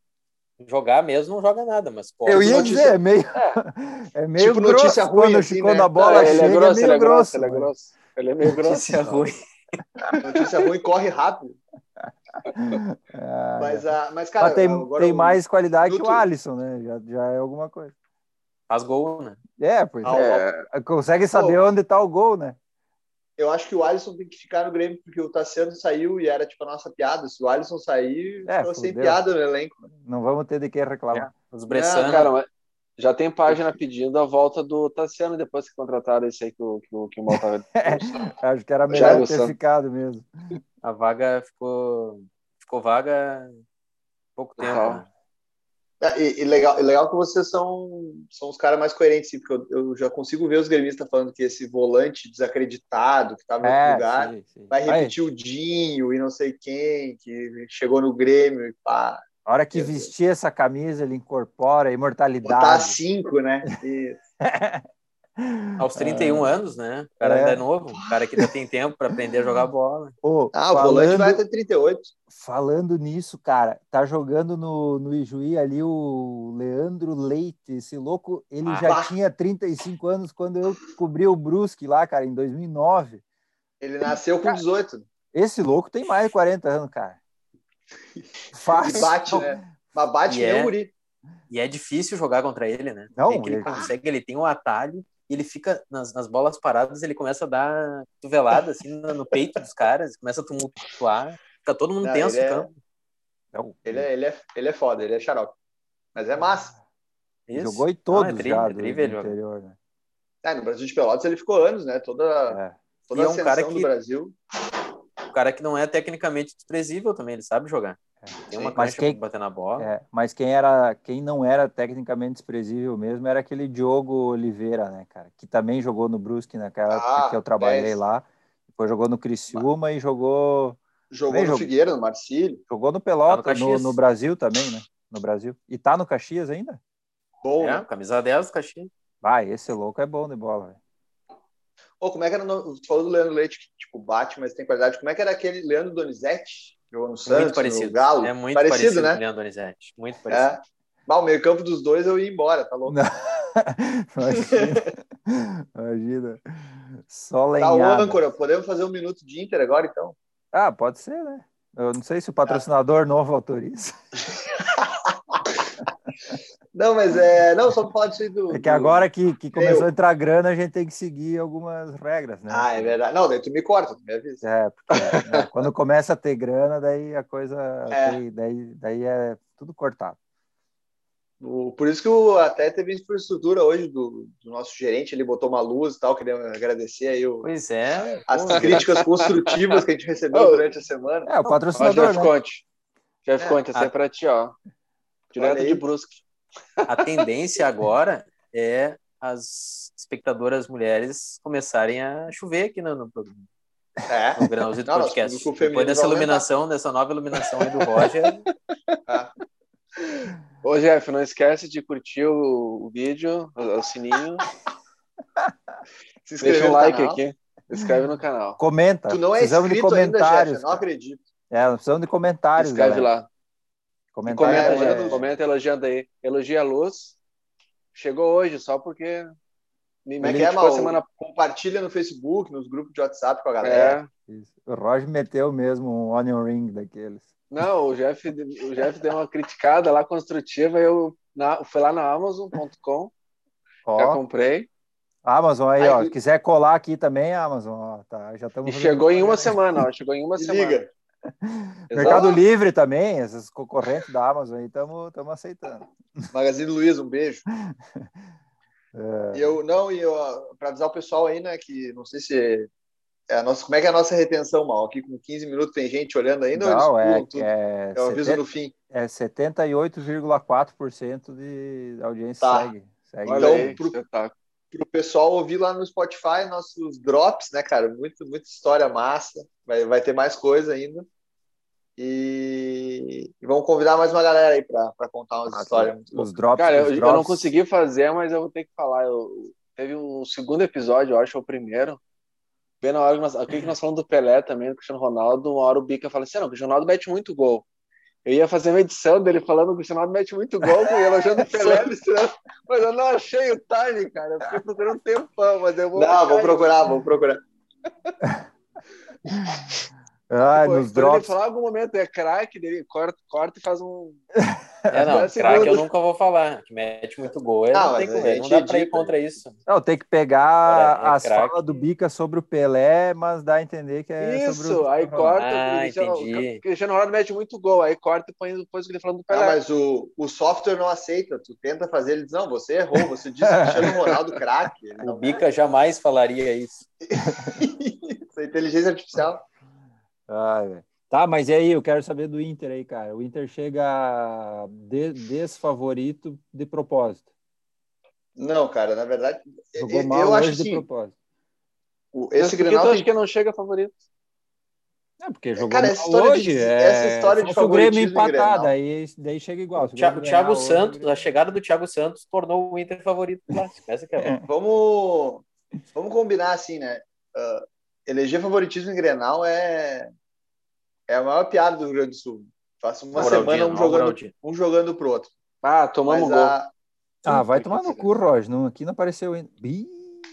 Speaker 4: Jogar mesmo não joga nada, mas pode.
Speaker 1: Eu
Speaker 2: Tipo
Speaker 1: ia
Speaker 2: notícia-
Speaker 1: dizer, é meio, é meio
Speaker 2: Tipo
Speaker 1: grosso
Speaker 2: notícia ruim,
Speaker 1: quando,
Speaker 2: assim,
Speaker 1: quando
Speaker 2: né?
Speaker 1: a bola
Speaker 3: Não,
Speaker 1: chega, é, meio grosso.
Speaker 3: ele é
Speaker 1: mas-
Speaker 3: grosso. Ele é meio grosso.
Speaker 4: Notícia ruim.
Speaker 2: Notícia ruim corre rápido.
Speaker 1: Ah,
Speaker 2: Mas, a, mas cara,
Speaker 1: mas tem,
Speaker 2: agora
Speaker 1: tem
Speaker 2: o-
Speaker 1: mais qualidade que o
Speaker 2: Nuto-
Speaker 1: Alisson, né? Já, já é alguma coisa.
Speaker 4: Faz gol, né?
Speaker 1: É, pois
Speaker 2: Ah,
Speaker 3: É,
Speaker 1: é. consegue saber onde tá o gol, né?
Speaker 2: Eu acho que o Alisson tem que ficar no Grêmio, porque o Tassiano saiu e era tipo a nossa piada. Se o Alisson sair,
Speaker 1: É,
Speaker 2: ficou sem
Speaker 1: fudeu.
Speaker 2: piada no elenco.
Speaker 1: Não vamos ter de quem reclamar.
Speaker 4: Os
Speaker 2: né?
Speaker 1: né?
Speaker 4: Bressan.
Speaker 3: cara, mas já tem página pedindo a volta do Tassiano depois que contrataram esse aí que o, que o, que o Mal tava.
Speaker 1: Acho que era
Speaker 3: Já
Speaker 1: melhor
Speaker 3: é o
Speaker 1: ter
Speaker 3: Santos.
Speaker 1: ficado mesmo.
Speaker 4: a vaga ficou, ficou vaga há pouco tempo.
Speaker 3: Ah.
Speaker 4: né?
Speaker 2: Ah, E, e legal, e legal que vocês são, são os caras mais coerentes, sim, porque eu, eu já consigo ver os gremistas falando que esse volante desacreditado, que estava em outro
Speaker 1: É,
Speaker 2: lugar,
Speaker 1: sim, sim.
Speaker 2: vai
Speaker 1: Aí,
Speaker 2: repetir o Dinho e não sei quem, que chegou no Grêmio e pá.
Speaker 1: a hora que
Speaker 2: Meu Deus.
Speaker 1: vestir essa camisa, ele incorpora a
Speaker 2: Botar
Speaker 1: imortalidade.
Speaker 2: cinco, né? E-
Speaker 4: Aos 31 anos, né? O cara
Speaker 1: É.
Speaker 4: ainda é novo. O cara que ainda tem tempo para aprender a jogar bola.
Speaker 1: Ô,
Speaker 2: Ah, o volante
Speaker 1: falando-
Speaker 2: vai até 38.
Speaker 1: Falando nisso, cara, tá jogando no, no Ijuí ali o Leandro Leite, esse louco, ele
Speaker 4: Ah.
Speaker 1: já
Speaker 2: Bah.
Speaker 1: tinha 35 anos quando eu cobri o Brusque lá, cara, em 2009.
Speaker 2: Ele nasceu com 18.
Speaker 1: Esse louco tem mais de 40 anos, cara. Fácil.
Speaker 2: Bate, né? Mas bate
Speaker 4: E é-
Speaker 2: nem o guri.
Speaker 4: E é difícil jogar contra ele, né?
Speaker 1: Não,
Speaker 4: É que ele,
Speaker 1: ele-
Speaker 4: consegue, ele tem um atalho e ele fica nas, nas bolas paradas, ele começa a dar cotovelada assim no, no peito dos caras, começa a tumultuar, fica todo mundo
Speaker 2: Não,
Speaker 4: tenso
Speaker 2: ele
Speaker 4: no
Speaker 2: é-
Speaker 4: campo.
Speaker 1: Não,
Speaker 2: Ele é, ele, é, ele é foda, ele é xarope. Mas
Speaker 4: Ah.
Speaker 2: é massa.
Speaker 1: ele
Speaker 4: Isso.
Speaker 1: jogou em
Speaker 4: Não,
Speaker 1: todos
Speaker 4: é tri-
Speaker 1: já
Speaker 4: é
Speaker 1: do,
Speaker 4: tri,
Speaker 1: do
Speaker 4: velho.
Speaker 1: interior. Né?
Speaker 2: É, no Brasil de Pelotas ele ficou anos, né? Toda,
Speaker 1: É.
Speaker 2: toda
Speaker 4: E
Speaker 2: a
Speaker 4: é um
Speaker 2: ascensão
Speaker 4: cara
Speaker 2: do
Speaker 4: que-
Speaker 2: Brasil.
Speaker 4: O cara que não é tecnicamente desprezível também, ele sabe jogar. Tem uma
Speaker 1: Mas
Speaker 4: cancha
Speaker 1: quem-
Speaker 4: pra bater na bola.
Speaker 1: É, mas quem era, quem não era tecnicamente desprezível mesmo era aquele Diogo Oliveira, né, cara? Que também jogou no Brusque naquela época
Speaker 2: Ah,
Speaker 1: que eu trabalhei
Speaker 2: dez.
Speaker 1: lá. Depois jogou no Criciúma e jogou,
Speaker 2: Jogou
Speaker 1: Bem,
Speaker 2: no
Speaker 1: jogou.
Speaker 2: Figueira, no Marcílio.
Speaker 1: jogou no Pelota,
Speaker 4: Tá no
Speaker 1: no,
Speaker 4: Caxias.
Speaker 1: no Brasil também, né? No Brasil. E tá no Caxias ainda?
Speaker 2: Bom,
Speaker 4: É,
Speaker 2: né?
Speaker 4: camisa 10 do Caxias.
Speaker 1: Vai, esse louco é bom de bola, velho.
Speaker 2: Ô, como é que era o nome? Tu falou do Leandro Leite, que tipo, bate, mas tem qualidade. Como é que era aquele Leandro Donizete? que Jogou no Santos,
Speaker 4: muito parecido.
Speaker 2: no Galo.
Speaker 4: É muito
Speaker 2: Parecido,
Speaker 4: parecido,
Speaker 2: né?
Speaker 4: com o Leandro Donizete. Muito parecido.
Speaker 2: É. Bah, o meio-campo dos dois eu ia embora, tá louco?
Speaker 1: Não. Imagina. Imagina. Só
Speaker 2: Tá, ô,
Speaker 1: lenhada.
Speaker 2: âncora, podemos fazer um minuto de Inter agora, então?
Speaker 1: ah, pode ser, né? Eu não sei se o patrocinador novo autoriza.
Speaker 2: Não, mas é. Não, só pra falar disso aí do.
Speaker 1: É que
Speaker 2: do-
Speaker 1: agora que, que começou a entrar grana, a gente tem que seguir algumas regras, né?
Speaker 2: Ah, é verdade. Não, daí tu me corta, tu me avisa.
Speaker 1: É, porque né, quando começa a ter grana, daí a coisa.
Speaker 2: É.
Speaker 1: tem- daí, daí é tudo cortado.
Speaker 2: O- Por isso que o, até teve infraestrutura hoje do, do nosso gerente, ele botou uma luz e tal, queria agradecer aí o-
Speaker 4: Pois é.
Speaker 2: as
Speaker 4: pô,
Speaker 2: críticas construtivas que a gente recebeu
Speaker 3: Ô.
Speaker 2: durante a semana.
Speaker 1: É, o
Speaker 3: Ó,
Speaker 1: patrocinador.
Speaker 3: Jeff
Speaker 1: Né?
Speaker 3: Conte. Jeff
Speaker 2: É,
Speaker 3: Conte, essa
Speaker 4: a-
Speaker 3: é pra ti, ó.
Speaker 2: Olha
Speaker 3: Direto
Speaker 2: aí.
Speaker 3: de Brusque.
Speaker 4: a tendência agora é as espectadoras mulheres começarem a chover aqui no, no, no
Speaker 2: É.
Speaker 4: Granalzito
Speaker 2: Não, nosso
Speaker 4: Podcast.
Speaker 2: público
Speaker 4: Depois
Speaker 2: feminino
Speaker 4: dessa
Speaker 2: vai aumentar.
Speaker 4: iluminação, dessa nova iluminação aí do Roger,
Speaker 3: Ô, Jeff, não esquece de curtir o, o vídeo, o, o sininho.
Speaker 2: Se inscrever
Speaker 3: Deixa um
Speaker 2: no
Speaker 3: like
Speaker 2: canal.
Speaker 3: aqui. Se inscreve no canal.
Speaker 1: Comenta.
Speaker 2: Tu não é
Speaker 1: precisamos de
Speaker 2: inscrito ainda, Jeff,
Speaker 1: comentários.
Speaker 2: eu não
Speaker 1: cara.
Speaker 2: acredito.
Speaker 1: é, precisamos de
Speaker 3: Se
Speaker 1: comentários.
Speaker 3: inscreve
Speaker 1: galera.
Speaker 3: lá. E
Speaker 1: Comentário
Speaker 3: comenta,
Speaker 2: é,
Speaker 3: Jeff.
Speaker 2: é.
Speaker 3: Comenta elogiando aí. Elogia a luz. Chegou hoje, só porque. Me,
Speaker 2: Como é
Speaker 3: me
Speaker 2: que é,
Speaker 3: criticou
Speaker 2: Mal?
Speaker 3: semana
Speaker 2: Compartilha no Facebook, nos grupos de WhatsApp com a galera.
Speaker 3: É.
Speaker 1: Isso. O Roger meteu mesmo um onion ring daqueles.
Speaker 3: Não, o Jeff, o Jeff deu uma criticada lá construtiva. Eu na, fui lá na Amazon.com, já
Speaker 1: Ó,
Speaker 3: comprei.
Speaker 1: Amazon aí, ó.
Speaker 2: Aí-
Speaker 1: Se quiser colar aqui também, Amazon, ó. Tá, já estamos
Speaker 3: E
Speaker 1: fazendo
Speaker 3: chegou em uma
Speaker 1: propaganda.
Speaker 3: semana, ó. Chegou em uma
Speaker 2: Se
Speaker 3: semana.
Speaker 2: liga.
Speaker 3: Exato.
Speaker 1: Mercado Livre também, essas concorrentes da Amazon aí, estamos aceitando.
Speaker 2: Magazine Luiz, um beijo.
Speaker 1: É.
Speaker 2: E eu, não, e eu, para avisar o pessoal aí, né, que não sei se. É a nossa, como é que é a nossa retenção, Mal? Aqui com 15 minutos tem gente olhando ainda
Speaker 1: Não,
Speaker 2: ou eles
Speaker 1: é,
Speaker 2: pulam tudo?
Speaker 1: é,
Speaker 2: Eu aviso
Speaker 1: 70
Speaker 2: no fim.
Speaker 1: É 78,4% de da audiência
Speaker 2: Tá.
Speaker 1: segue. segue.
Speaker 3: Olha
Speaker 2: Então,
Speaker 3: aí, tá
Speaker 2: pro-
Speaker 3: espetáculo.
Speaker 2: Pro pessoal ouvir lá no Spotify nossos drops, né, cara? Muito, muita história massa. Vai, vai ter mais coisa ainda. E, e vamos convidar mais uma galera aí para contar
Speaker 1: Ah, tá.
Speaker 2: umas histórias. é Muito
Speaker 1: os drops,
Speaker 3: Cara,
Speaker 1: os
Speaker 3: eu, eu
Speaker 1: drops-
Speaker 3: não consegui fazer, mas eu vou ter que falar. Eu- teve um segundo episódio, eu acho, ou o primeiro. Bem na hora que nós, aqui que nós falamos do Pelé também, do Cristiano Ronaldo, uma hora o Bica fala assim, não, o Cristiano Ronaldo mete muito gol. Eu ia fazer uma edição dele falando que o Cristiano Ronaldo mete muito gol, e elogiando o Pelé, misturando. mas eu não achei o time, cara. Eu fiquei procurando um tempão, mas eu vou...
Speaker 2: Não,
Speaker 3: achar
Speaker 2: vou
Speaker 3: isso.
Speaker 2: procurar, vou procurar.
Speaker 1: Ah,
Speaker 3: Pô,
Speaker 1: nos
Speaker 3: quando ele
Speaker 1: drops.
Speaker 3: falar em algum momento, é craque, dele corta, corta e faz um...
Speaker 4: é, não,
Speaker 3: Dez
Speaker 4: craque eu
Speaker 3: segundos.
Speaker 4: nunca vou falar, que mete muito gol, é,
Speaker 2: Ah,
Speaker 4: não, tem
Speaker 2: mas a
Speaker 4: como, é, não
Speaker 2: gente né?
Speaker 4: dá pra ir
Speaker 2: edita.
Speaker 4: contra isso.
Speaker 1: Não, tem que pegar
Speaker 4: Cara, é
Speaker 1: as
Speaker 4: craque.
Speaker 1: falas do Bica sobre o Pelé, mas dá a entender que é sobre o.
Speaker 3: Isso, aí
Speaker 1: Ronaldo.
Speaker 3: corta.
Speaker 4: Ah,
Speaker 3: o Cristiano,
Speaker 4: entendi.
Speaker 3: o Cristiano Ronaldo mete muito gol, aí corta e põe depois o que ele falando do
Speaker 2: Ah,
Speaker 3: Pelé.
Speaker 2: mas o, o software não aceita. Tu tenta fazer, ele diz: não, você errou. Você disse que Cristiano Ronaldo craque. Ele
Speaker 4: O
Speaker 2: não-
Speaker 4: Bica jamais falaria isso.
Speaker 2: Isso é inteligência artificial.
Speaker 1: Ai, velho. tá, mas e aí? Eu quero saber do Inter aí, cara. O Inter chega de- desfavorito de propósito.
Speaker 2: Não, cara, na verdade,
Speaker 1: Jogou
Speaker 2: eu,
Speaker 1: mal
Speaker 2: eu
Speaker 1: hoje
Speaker 2: acho
Speaker 1: de
Speaker 2: assim:
Speaker 1: propósito.
Speaker 2: o-
Speaker 3: Mas
Speaker 2: esse
Speaker 3: por que tu
Speaker 2: Grenal
Speaker 3: acha
Speaker 2: tem
Speaker 3: que não chega favorito?
Speaker 1: É porque jogou
Speaker 2: Cara,
Speaker 1: mal
Speaker 2: essa história de-
Speaker 1: hoje.
Speaker 2: essa história
Speaker 1: é...
Speaker 2: de
Speaker 1: só Se o Grêmio
Speaker 2: favoritismo em Grenal.
Speaker 1: empatada, aí daí chega igual.
Speaker 4: O
Speaker 1: Se o
Speaker 4: Thiago,
Speaker 1: Grêmio
Speaker 4: o Thiago
Speaker 1: ganhar hoje,
Speaker 4: Santos, né? a chegada do Thiago Santos tornou o Inter favorito do clássico. Essa que é a
Speaker 2: Vamos, vamos combinar assim, né? Ah, eleger favoritismo em Grenal é, é a maior piada do Rio Grande do Sul. Passa uma
Speaker 4: Moraldinho,
Speaker 2: semana um
Speaker 4: não,
Speaker 2: jogando,
Speaker 4: Moraldinho.
Speaker 2: um jogando pro outro.
Speaker 3: Ah, tomamos
Speaker 4: um
Speaker 2: Mas
Speaker 3: gol.
Speaker 2: a-
Speaker 1: Ah, vai
Speaker 3: Puta
Speaker 1: tomar
Speaker 3: que
Speaker 1: no
Speaker 3: pariu.
Speaker 1: cu, Roger. Não, aqui não apareceu ainda. Ih,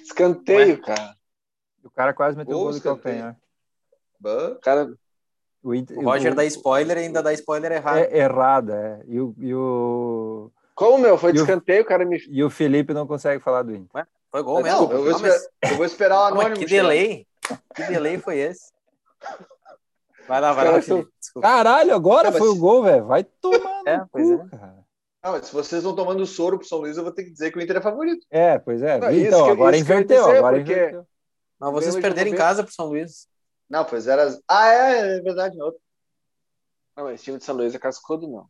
Speaker 3: Escanteio, cara.
Speaker 1: o cara quase meteu o
Speaker 2: Gol,
Speaker 1: gol do
Speaker 2: escanteio.
Speaker 1: calcanhar.
Speaker 2: Bah,
Speaker 3: Cara,
Speaker 1: O, Inter-
Speaker 4: O Roger
Speaker 1: o-
Speaker 4: dá spoiler e ainda dá spoiler errado.
Speaker 1: é, errada. é. E, o, e, o,
Speaker 3: como, meu? Foi
Speaker 1: E o-
Speaker 3: descanteio, o cara me.
Speaker 1: e o Felipe não consegue falar do Inter.
Speaker 4: Foi gol mesmo.
Speaker 2: Não, eu vou,
Speaker 4: Ah, mas-
Speaker 2: esperar, eu vou esperar o
Speaker 4: ah, mas
Speaker 2: anônimo.
Speaker 4: que
Speaker 2: chegar.
Speaker 4: delay. Que delay foi esse? Vai lá, vai
Speaker 3: Cara,
Speaker 4: lá,
Speaker 3: eu sou-
Speaker 4: Felipe. Desculpa.
Speaker 1: Caralho, agora
Speaker 2: Não, mas-
Speaker 1: foi o gol, velho. Vai tomar no
Speaker 4: É, pois
Speaker 1: cu,
Speaker 4: é.
Speaker 1: cara.
Speaker 2: Não, mas se vocês estão tomando soro pro São Luís, eu vou ter que dizer que o Inter é favorito.
Speaker 1: É, pois é.
Speaker 3: Não, isso
Speaker 1: então,
Speaker 3: que eu-
Speaker 1: agora
Speaker 3: isso que eu ia
Speaker 1: inverteu,
Speaker 3: dizer,
Speaker 1: agora
Speaker 3: porque-
Speaker 1: inverteu.
Speaker 4: Não, vocês
Speaker 3: Meu, eu
Speaker 4: perderam em
Speaker 3: vou ver.
Speaker 4: casa pro São Luís.
Speaker 2: Não, foi 0 a 0. Ah, é, é verdade. Não.
Speaker 3: Não, esse time de São Luís é cascudo, não.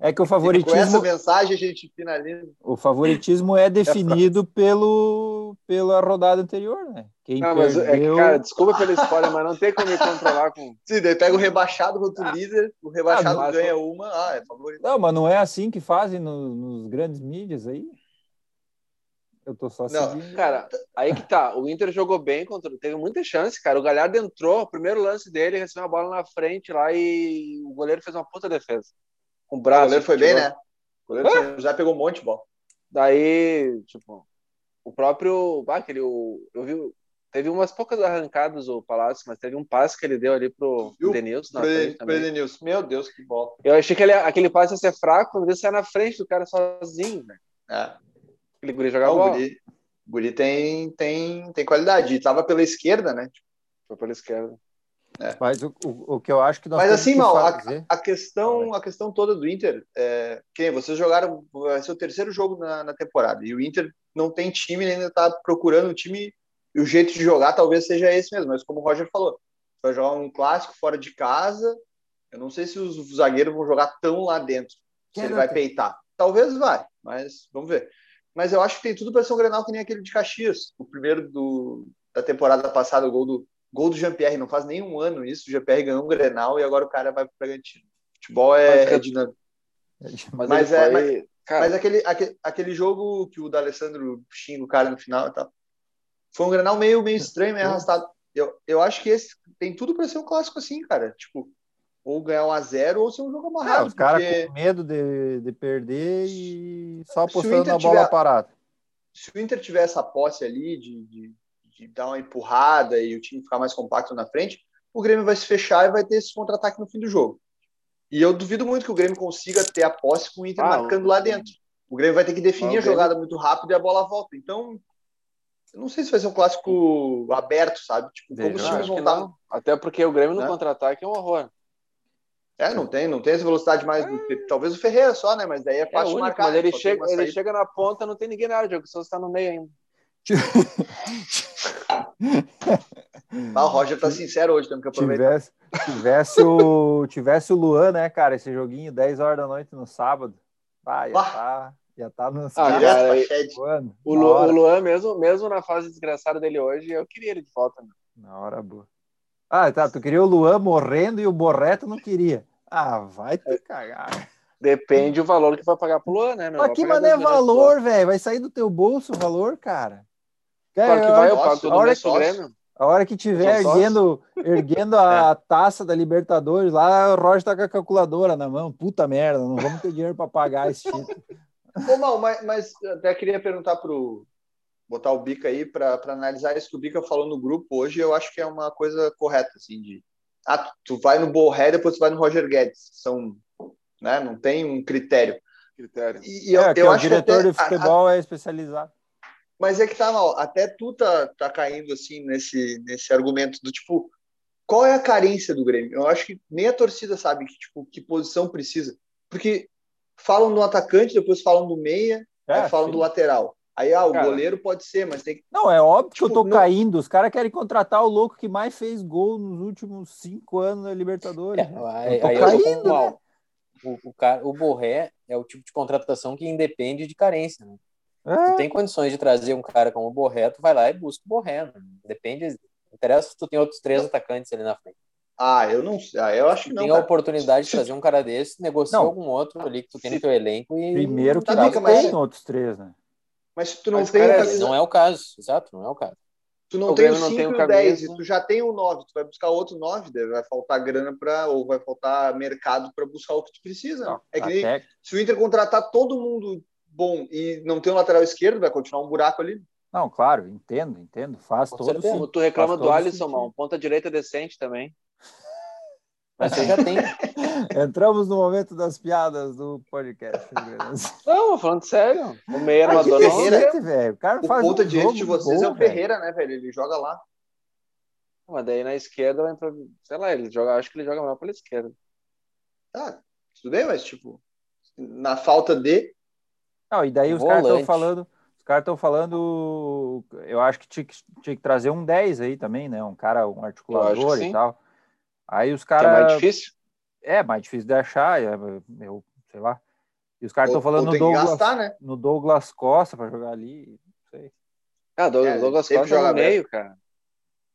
Speaker 1: É que o
Speaker 2: Com essa
Speaker 1: favoritismo,
Speaker 2: mensagem a gente finaliza.
Speaker 1: o favoritismo é definido pelo, pela rodada anterior, né? Quem
Speaker 3: Não, mas, é, que,
Speaker 1: perdeu...
Speaker 3: cara, desculpa pelo spoiler, mas não tem como me controlar com.
Speaker 2: Sim, daí pega o rebaixado contra o líder, o rebaixado
Speaker 3: Ah, mas-
Speaker 2: ganha uma. Ah, é favorito.
Speaker 1: Não, mas não é assim que fazem no- nos grandes mídias aí? Eu tô só
Speaker 2: Não,
Speaker 1: seguindo.
Speaker 3: Cara, aí que tá. O Inter jogou bem contra. Teve muita chance, cara. O Galhardo entrou, o primeiro lance dele, recebeu uma bola na frente lá e o goleiro fez uma puta defesa. Com o braço.
Speaker 2: o goleiro foi bem, né? O goleiro
Speaker 3: Ah!
Speaker 2: foi- já pegou um monte de bola.
Speaker 3: Daí, tipo, o próprio. Ah, aquele, o, eu vi. Teve umas poucas arrancadas o Palácio, mas teve um passe que ele deu ali pro
Speaker 2: Viu?
Speaker 3: Denilson na frente
Speaker 2: Pro
Speaker 3: também.
Speaker 2: Edenilson. Meu Deus, que bola.
Speaker 3: Eu achei que ele- aquele passe ia ser fraco, quando ele saiu na frente do cara sozinho, velho.
Speaker 2: É.
Speaker 3: Aquele guri jogava
Speaker 2: Não, Ah, o
Speaker 3: bola.
Speaker 2: Guri, o Guri tem, tem, tem qualidade. E tava pela esquerda, né?
Speaker 3: Foi pela esquerda.
Speaker 1: Mas o, o, o que eu acho que nós
Speaker 2: Mas
Speaker 1: temos
Speaker 2: assim,
Speaker 1: que
Speaker 2: Mal,
Speaker 1: fazer...
Speaker 2: A questão, a questão toda do Inter, é, que nem vocês jogaram, vai ser o terceiro jogo na, na temporada, e o Inter não tem time, ele ainda está procurando o time, e o jeito de jogar talvez seja esse mesmo, mas como o Roger falou, vai jogar um clássico fora de casa, eu não sei se os zagueiros vão jogar tão lá dentro,
Speaker 1: é
Speaker 2: se ele vai peitar. Talvez vai, mas vamos ver. Mas eu acho que tem tudo para ser um Grenal que nem aquele de Caxias, o primeiro do, da temporada passada, o gol do, gol do Jean-Pierre, não faz nenhum ano isso, o Jean-Pierre ganhou um Grenal e agora o cara vai para o Bragantino. Futebol é,
Speaker 3: Mas- Ah.
Speaker 2: é dinâmico.
Speaker 3: Mas,
Speaker 2: Mas
Speaker 3: ele
Speaker 2: é-
Speaker 3: foi. Cara,
Speaker 2: Mas aquele, aquele, aquele jogo que o D'Alessandro xinga o cara no final e tal, foi um Grenal meio, meio estranho, meio arrastado. Eu, eu acho que esse tem tudo para ser um clássico assim, cara. Tipo, ou ganhar um a zero ou ser um jogo
Speaker 1: Ah,
Speaker 2: amarrado.
Speaker 1: os caras
Speaker 2: porque-
Speaker 1: com medo de, de perder e só
Speaker 2: Se o
Speaker 1: apostando
Speaker 2: Inter
Speaker 1: na bola
Speaker 2: tiver-
Speaker 1: parada.
Speaker 2: se o Inter tiver essa posse ali de, de- de dar uma empurrada e o time ficar mais compacto na frente, o Grêmio vai se fechar e vai ter esse contra-ataque no fim do jogo. E eu duvido muito que o Grêmio consiga ter a posse com o Inter
Speaker 3: Ah,
Speaker 2: marcando lá dentro. O Grêmio vai ter que
Speaker 3: Ah, o
Speaker 2: definir a
Speaker 3: Grêmio-
Speaker 2: jogada muito rápido e a bola volta. Então, eu não sei se vai ser um clássico aberto, sabe? Tipo, como
Speaker 1: Vejo,
Speaker 2: os
Speaker 3: não,
Speaker 2: times
Speaker 3: acho
Speaker 2: vão
Speaker 3: que
Speaker 2: estar.
Speaker 3: não. Até porque o Grêmio no
Speaker 2: Né?
Speaker 3: contra-ataque é um horror.
Speaker 2: É, não tem, não tem essa velocidade mais. do- Talvez o Ferreira só, né? Mas daí é
Speaker 3: É o
Speaker 2: fácil
Speaker 3: único,
Speaker 2: marcar.
Speaker 3: mas
Speaker 2: né?
Speaker 3: ele
Speaker 2: Só tem
Speaker 3: chega,
Speaker 2: uma
Speaker 3: ele
Speaker 2: saída.
Speaker 3: chega na ponta, não tem ninguém na área, Diogo. Só está no meio ainda.
Speaker 2: Ah, o Roger tá sincero hoje, temos que aproveitar.
Speaker 1: Tivesse, tivesse, o, tivesse o Luan, né, cara? Esse joguinho, 10 horas da noite no sábado. Ah, ia
Speaker 2: Bah.
Speaker 1: tá, ia tá no
Speaker 3: Ah,
Speaker 1: sábado.
Speaker 2: Direto
Speaker 3: cara,
Speaker 2: pra
Speaker 3: e-
Speaker 2: Shed.
Speaker 1: voando.
Speaker 3: O,
Speaker 1: na,
Speaker 3: Lu- o
Speaker 1: hora,
Speaker 3: Luan, mesmo, mesmo na fase desgraçada dele hoje, eu queria ele de volta. né?
Speaker 1: na hora boa. Ah, tá. Tu queria o Luan morrendo e o Borreto não queria. Ah, vai te cagar.
Speaker 3: Depende o valor que vai pagar pro Luan, né? Meu?
Speaker 1: Mas que
Speaker 3: Vai pagar
Speaker 1: mané
Speaker 3: dois milhões pro Luan.
Speaker 1: valor, velho. Vai sair do teu bolso o valor, cara. Cara,
Speaker 3: Claro que vai, eu
Speaker 2: Nossa,
Speaker 3: pago
Speaker 2: a
Speaker 3: todo
Speaker 1: hora
Speaker 3: mês
Speaker 1: que-
Speaker 3: pro Grêmio.
Speaker 1: A hora que tiver
Speaker 3: São sócios?
Speaker 1: erguendo, erguendo
Speaker 2: É.
Speaker 1: a taça da Libertadores, lá o Roger tá com a calculadora na mão. Puta merda, não vamos ter dinheiro pra pagar esse título.
Speaker 2: Ô, Mal, mas, mas eu até queria perguntar pro. Botar o Bica aí para analisar isso que o Bica falou no grupo hoje, eu acho que é uma coisa correta, assim, de. Ah, tu tu vai no Borré, depois tu vai no Roger Guedes. São. Né, não tem um critério.
Speaker 3: Critério.
Speaker 2: E, e eu,
Speaker 1: é, que
Speaker 2: eu
Speaker 1: o
Speaker 2: acho
Speaker 1: diretor
Speaker 2: que até,
Speaker 1: de futebol é especializado.
Speaker 2: Mas é que tá mal, até tu tá, tá caindo assim nesse, nesse argumento do tipo, qual é a carência do Grêmio? Eu acho que nem a torcida sabe que, tipo, que posição precisa. Porque falam do atacante, depois falam do meia,
Speaker 1: É,
Speaker 2: aí falam
Speaker 1: sim.
Speaker 2: do lateral. Aí, ah, o
Speaker 3: Cara.
Speaker 2: goleiro pode ser, mas tem que.
Speaker 1: Não, é óbvio que eu tô
Speaker 2: Tipo, não-
Speaker 1: caindo. Os caras querem contratar o louco que mais fez gol nos últimos cinco anos na Libertadores. né?
Speaker 4: Aí,
Speaker 1: tô
Speaker 4: aí eu tô
Speaker 1: caindo,
Speaker 4: com o mal. O, o, cara, o Borré é o tipo de contratação que independe de carência. Né? Tu
Speaker 1: É,
Speaker 4: tem condições de trazer um cara como o Borré, tu vai lá e busca o Borré. Né? Depende. Não interessa se tu tem outros três atacantes ali na frente.
Speaker 2: Ah, eu não sei. Ah, eu acho que
Speaker 4: Tu
Speaker 2: não.
Speaker 4: tem a
Speaker 2: cara.
Speaker 4: oportunidade de
Speaker 2: Se-
Speaker 4: trazer um cara desse, negocia
Speaker 1: Não.
Speaker 4: algum outro ali que tu tem no
Speaker 2: Se-
Speaker 4: teu elenco e.
Speaker 1: primeiro que
Speaker 2: Tá,
Speaker 1: não
Speaker 2: Bica, mas-
Speaker 1: tem outros três, né?
Speaker 2: Mas se tu não
Speaker 3: Mas,
Speaker 2: tem
Speaker 3: cara,
Speaker 2: o
Speaker 4: Mas
Speaker 2: camisa,
Speaker 4: Não é o caso, exato, não é o caso.
Speaker 2: tu
Speaker 3: o
Speaker 2: não tem o
Speaker 3: Grêmio não
Speaker 2: 5
Speaker 3: tem
Speaker 2: e
Speaker 3: o
Speaker 2: o
Speaker 3: camisa.
Speaker 2: 10, e tu já tem o 9, tu vai buscar outro 9, daí vai faltar grana para ou vai faltar mercado para buscar o que tu precisa.
Speaker 1: Não,
Speaker 2: é que nem
Speaker 1: até-
Speaker 2: Se o Inter contratar todo mundo bom e não ter um lateral esquerdo, vai continuar um buraco ali.
Speaker 1: Não, claro, entendo, entendo. Faz
Speaker 3: Com
Speaker 1: todo
Speaker 3: certeza.
Speaker 1: sentido.
Speaker 3: Tu reclama
Speaker 1: Faz
Speaker 3: do
Speaker 1: todo
Speaker 3: Alisson,
Speaker 1: sentido.
Speaker 3: mão. Ponta direita é decente também.
Speaker 4: Mas você já tem.
Speaker 1: Entramos no momento das piadas do podcast.
Speaker 3: Não, falando sério. O meio
Speaker 1: Ah,
Speaker 2: Mas que
Speaker 3: armador não.
Speaker 2: Ferreira-
Speaker 1: Cacete, velho. O cara
Speaker 2: O
Speaker 1: faz
Speaker 2: ponta
Speaker 1: um
Speaker 2: direita
Speaker 1: jogo
Speaker 2: de vocês é
Speaker 1: bom,
Speaker 2: o
Speaker 1: velho.
Speaker 2: Ferreira, né, velho? Ele joga lá.
Speaker 3: Mas daí na esquerda vai pra... Sei lá, ele joga, acho que é ele joga melhor pela esquerda.
Speaker 2: Tá, tudo bem, mas tipo, na falta de.
Speaker 1: Não, e daí os caras estão
Speaker 4: Volante.
Speaker 1: falando. Os caras estão falando. Eu acho que tinha, que tinha que trazer um 10 aí também, né? Um cara, um
Speaker 3: Eu acho
Speaker 1: articulador
Speaker 3: que sim.
Speaker 1: e tal. Aí os
Speaker 3: Que é mais
Speaker 1: caras.
Speaker 3: difícil.
Speaker 1: É, mais difícil de achar. é, Eu sei lá. E os caras
Speaker 2: Ou,
Speaker 1: estão falando
Speaker 2: ou
Speaker 1: no
Speaker 2: tem que
Speaker 1: Douglas,
Speaker 2: gastar, né?
Speaker 1: no Douglas Costa para jogar ali. Não sei.
Speaker 3: Ah, Douglas,
Speaker 2: É,
Speaker 3: Douglas
Speaker 2: sempre
Speaker 3: Costa é
Speaker 2: joga
Speaker 3: no meio, cara.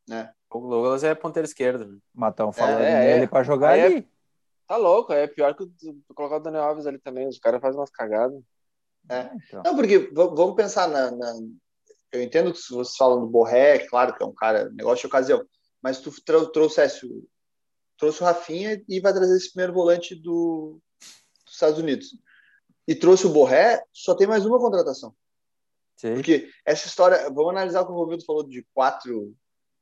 Speaker 4: O Douglas é ponteiro esquerdo. Né?
Speaker 1: Matão falando
Speaker 3: é,
Speaker 1: nele
Speaker 3: é.
Speaker 1: para jogar
Speaker 3: Aí é-
Speaker 1: ali.
Speaker 3: Tá louco, é pior que tu tu colocar o Daniel Alves ali também. Os caras fazem umas cagadas.
Speaker 2: É.
Speaker 1: Então,
Speaker 2: Não, porque v- vamos pensar na, na- Eu entendo que vocês falam do Borré, claro que é um cara, negócio de ocasião, mas tu trou trouxesse o, trouxe o Rafinha e vai trazer esse primeiro volante do, dos Estados Unidos. E trouxe o Borré, só tem mais uma contratação.
Speaker 1: sei.
Speaker 2: Porque essa história, vamos analisar o que o Romildo falou de quatro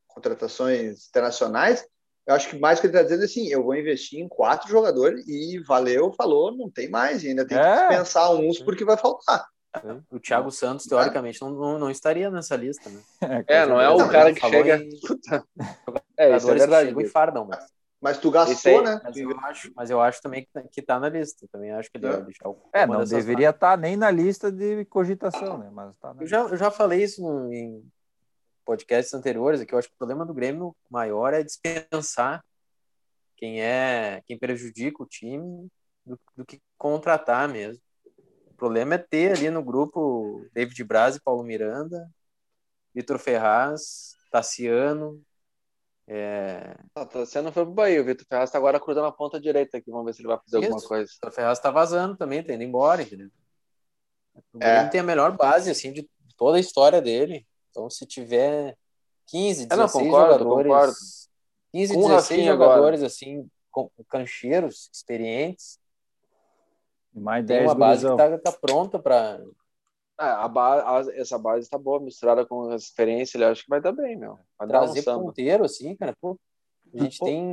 Speaker 2: contratações internacionais. Eu acho que mais que ele está dizendo é assim, eu vou investir em quatro jogadores e valeu, falou, não tem mais, e ainda tem
Speaker 1: É.
Speaker 2: que dispensar uns porque vai faltar.
Speaker 4: né? O Thiago Santos, teoricamente, não, não, não estaria nessa lista. Né?
Speaker 3: É, não é
Speaker 1: com
Speaker 3: o
Speaker 1: certeza.
Speaker 3: cara que
Speaker 4: Falou
Speaker 3: chega.
Speaker 4: em
Speaker 3: Puta. É, isso é
Speaker 4: jogadores que
Speaker 3: verdade.
Speaker 4: chegam e fardam, mas,
Speaker 2: Mas tu
Speaker 3: Isso aí,
Speaker 2: gastou, né?
Speaker 4: mas, eu acho, mas eu acho também que, que tá na lista. Também acho que ele
Speaker 2: É.
Speaker 4: vai deixar o-
Speaker 1: É,
Speaker 4: uma
Speaker 1: não
Speaker 4: dessas
Speaker 1: deveria estar nem na lista de cogitação, né? Mas tá na
Speaker 4: Eu já, eu já falei isso no- em podcasts anteriores, é que eu acho que o problema do Grêmio maior é dispensar quem é quem prejudica o time do, do que contratar mesmo. O problema é ter ali no grupo David Braz e Paulo Miranda, Vitor Ferraz, Tassiano. é,
Speaker 3: Não, tá- Você não foi pro Bahia, o Vitor Ferraz tá agora cruzando a ponta direita aqui. Vamos ver se ele vai fazer alguma
Speaker 4: Isso.
Speaker 3: coisa.
Speaker 4: Vitor Ferraz tá vazando também, tá indo embora, entendeu? O
Speaker 2: É.
Speaker 4: Grêmio tem a melhor base assim de toda a história dele. Então se tiver 15, 16
Speaker 3: Eu não concordo,
Speaker 4: jogadores,
Speaker 3: concordo.
Speaker 4: 15,
Speaker 3: Com o
Speaker 4: 16
Speaker 3: Rafinha
Speaker 4: jogadores assim, com- cancheiros, experientes,
Speaker 1: Mais
Speaker 4: tem
Speaker 1: 10
Speaker 4: uma base que
Speaker 1: gurizão.
Speaker 4: tá, tá pronta para
Speaker 3: Ah, a ba- a- essa base tá boa, misturada com a experiência, ele acho que vai dar bem, meu. Vai dar um
Speaker 4: trazer
Speaker 3: samba.
Speaker 4: ponteiro assim, cara. Pô, a gente
Speaker 1: Pô.
Speaker 4: tem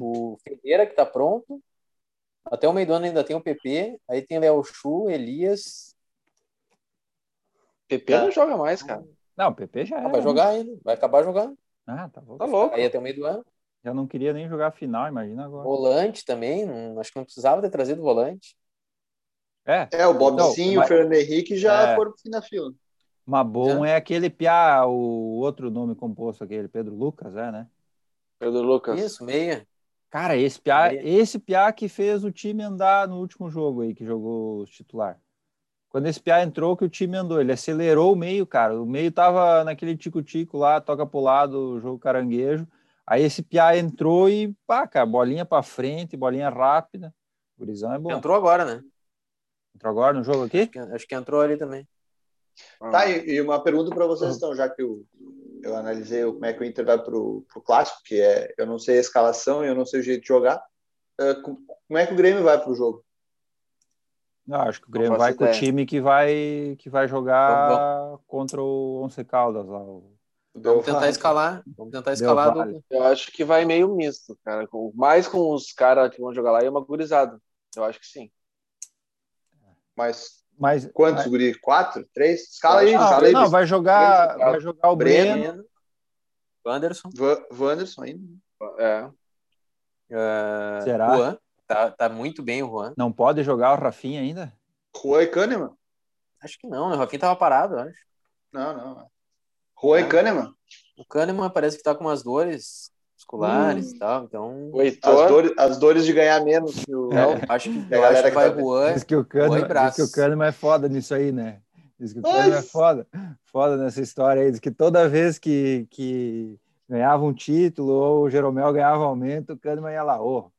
Speaker 4: o Ferreira que tá pronto. Até o meio do ano ainda tem o PP, aí tem Léo Chu, Elias,
Speaker 3: PP
Speaker 2: Tá.
Speaker 3: não joga mais, cara.
Speaker 1: Não, o PP já
Speaker 4: Ah,
Speaker 1: era.
Speaker 4: vai jogar ainda, vai acabar jogando.
Speaker 1: né? Ah, tá bom.
Speaker 3: Tá louco.
Speaker 4: Aí é até o meio do ano.
Speaker 1: Já não queria nem jogar a final, imagina agora.
Speaker 4: Volante também, não- acho que não precisava ter trazido volante.
Speaker 1: É,
Speaker 2: É, o
Speaker 1: Não,
Speaker 2: Bobzinho,
Speaker 1: mas-
Speaker 2: o Fernando Henrique já
Speaker 1: É.
Speaker 2: foram pro fim da fila.
Speaker 1: mas bom é aquele piá, o outro nome composto aquele, Pedro Lucas, é, né?
Speaker 3: Pedro Lucas.
Speaker 4: Isso, meia.
Speaker 1: Cara, esse piá,
Speaker 4: Ele-
Speaker 1: esse piá que fez o time andar no último jogo aí, que jogou os titular. Quando esse piá entrou, que o time andou. Ele acelerou o meio, cara. O meio tava naquele tico-tico lá, toca pro lado, jogo caranguejo. Aí esse piá entrou e, pá, cara, bolinha pra frente, bolinha rápida. O gurizão é bom. Entrou.
Speaker 4: Entrou agora, né?
Speaker 1: agora no jogo aqui?
Speaker 4: Acho que, acho que entrou ali também.
Speaker 3: Ah,
Speaker 2: Tá, e, e uma pergunta para
Speaker 1: Uhum.
Speaker 2: vocês então, já que eu, eu analisei o- como é que o Inter vai pro, pro clássico, que é eu não sei a escalação e eu não sei o jeito de jogar. É, com- como é que o Grêmio vai pro jogo?
Speaker 1: Não, acho que o Grêmio
Speaker 3: faço
Speaker 1: vai com o
Speaker 3: ideia.
Speaker 1: time que vai, que vai jogar contra o Once Caldas lá. o-
Speaker 4: Vamos tentar escalar. Vamos tentar escalar.
Speaker 1: vale.
Speaker 4: do-
Speaker 3: Eu acho que vai meio misto, cara. Com, mais com os caras que vão jogar lá e uma gurizada. Eu acho que sim.
Speaker 2: Mas
Speaker 1: Mas,
Speaker 2: quantos,
Speaker 1: mas-
Speaker 2: Guri? Quatro? Três? Escala aí,
Speaker 1: não,
Speaker 2: escala aí.
Speaker 1: não, vai jogar,
Speaker 3: Breno,
Speaker 1: vai jogar o
Speaker 2: Breno.
Speaker 1: Breno.
Speaker 4: Wanderson.
Speaker 2: Van- Wanderson ainda.
Speaker 3: É.
Speaker 4: eh,
Speaker 1: Será?
Speaker 4: Juan. Tá, tá muito bem o Juan.
Speaker 1: Não pode jogar o Rafinha ainda?
Speaker 2: Juan e Kahneman?
Speaker 4: Acho que não, né? O Rafinha tava parado, eu acho.
Speaker 2: Não, não. Juan e Kahneman?
Speaker 4: O Kahneman parece que tá com umas dores musculares
Speaker 3: Hum.
Speaker 4: e tal, então...
Speaker 3: O
Speaker 2: As
Speaker 3: Heitor.
Speaker 2: dores, as dores de ganhar menos que o...
Speaker 3: É.
Speaker 4: Não, eu acho que, eu
Speaker 2: galera
Speaker 4: acho que
Speaker 2: que
Speaker 4: vai
Speaker 2: tá-
Speaker 4: Juan...
Speaker 1: Diz que o
Speaker 4: Oi,
Speaker 1: Cano, diz
Speaker 4: Brás.
Speaker 1: que o Cano é foda nisso aí, né? Diz que o
Speaker 2: Ai.
Speaker 1: Cano é foda, foda nessa história aí. Diz que toda vez que, que ganhava um título ou o Jeromel ganhava aumento, o Cano ia lá, ô.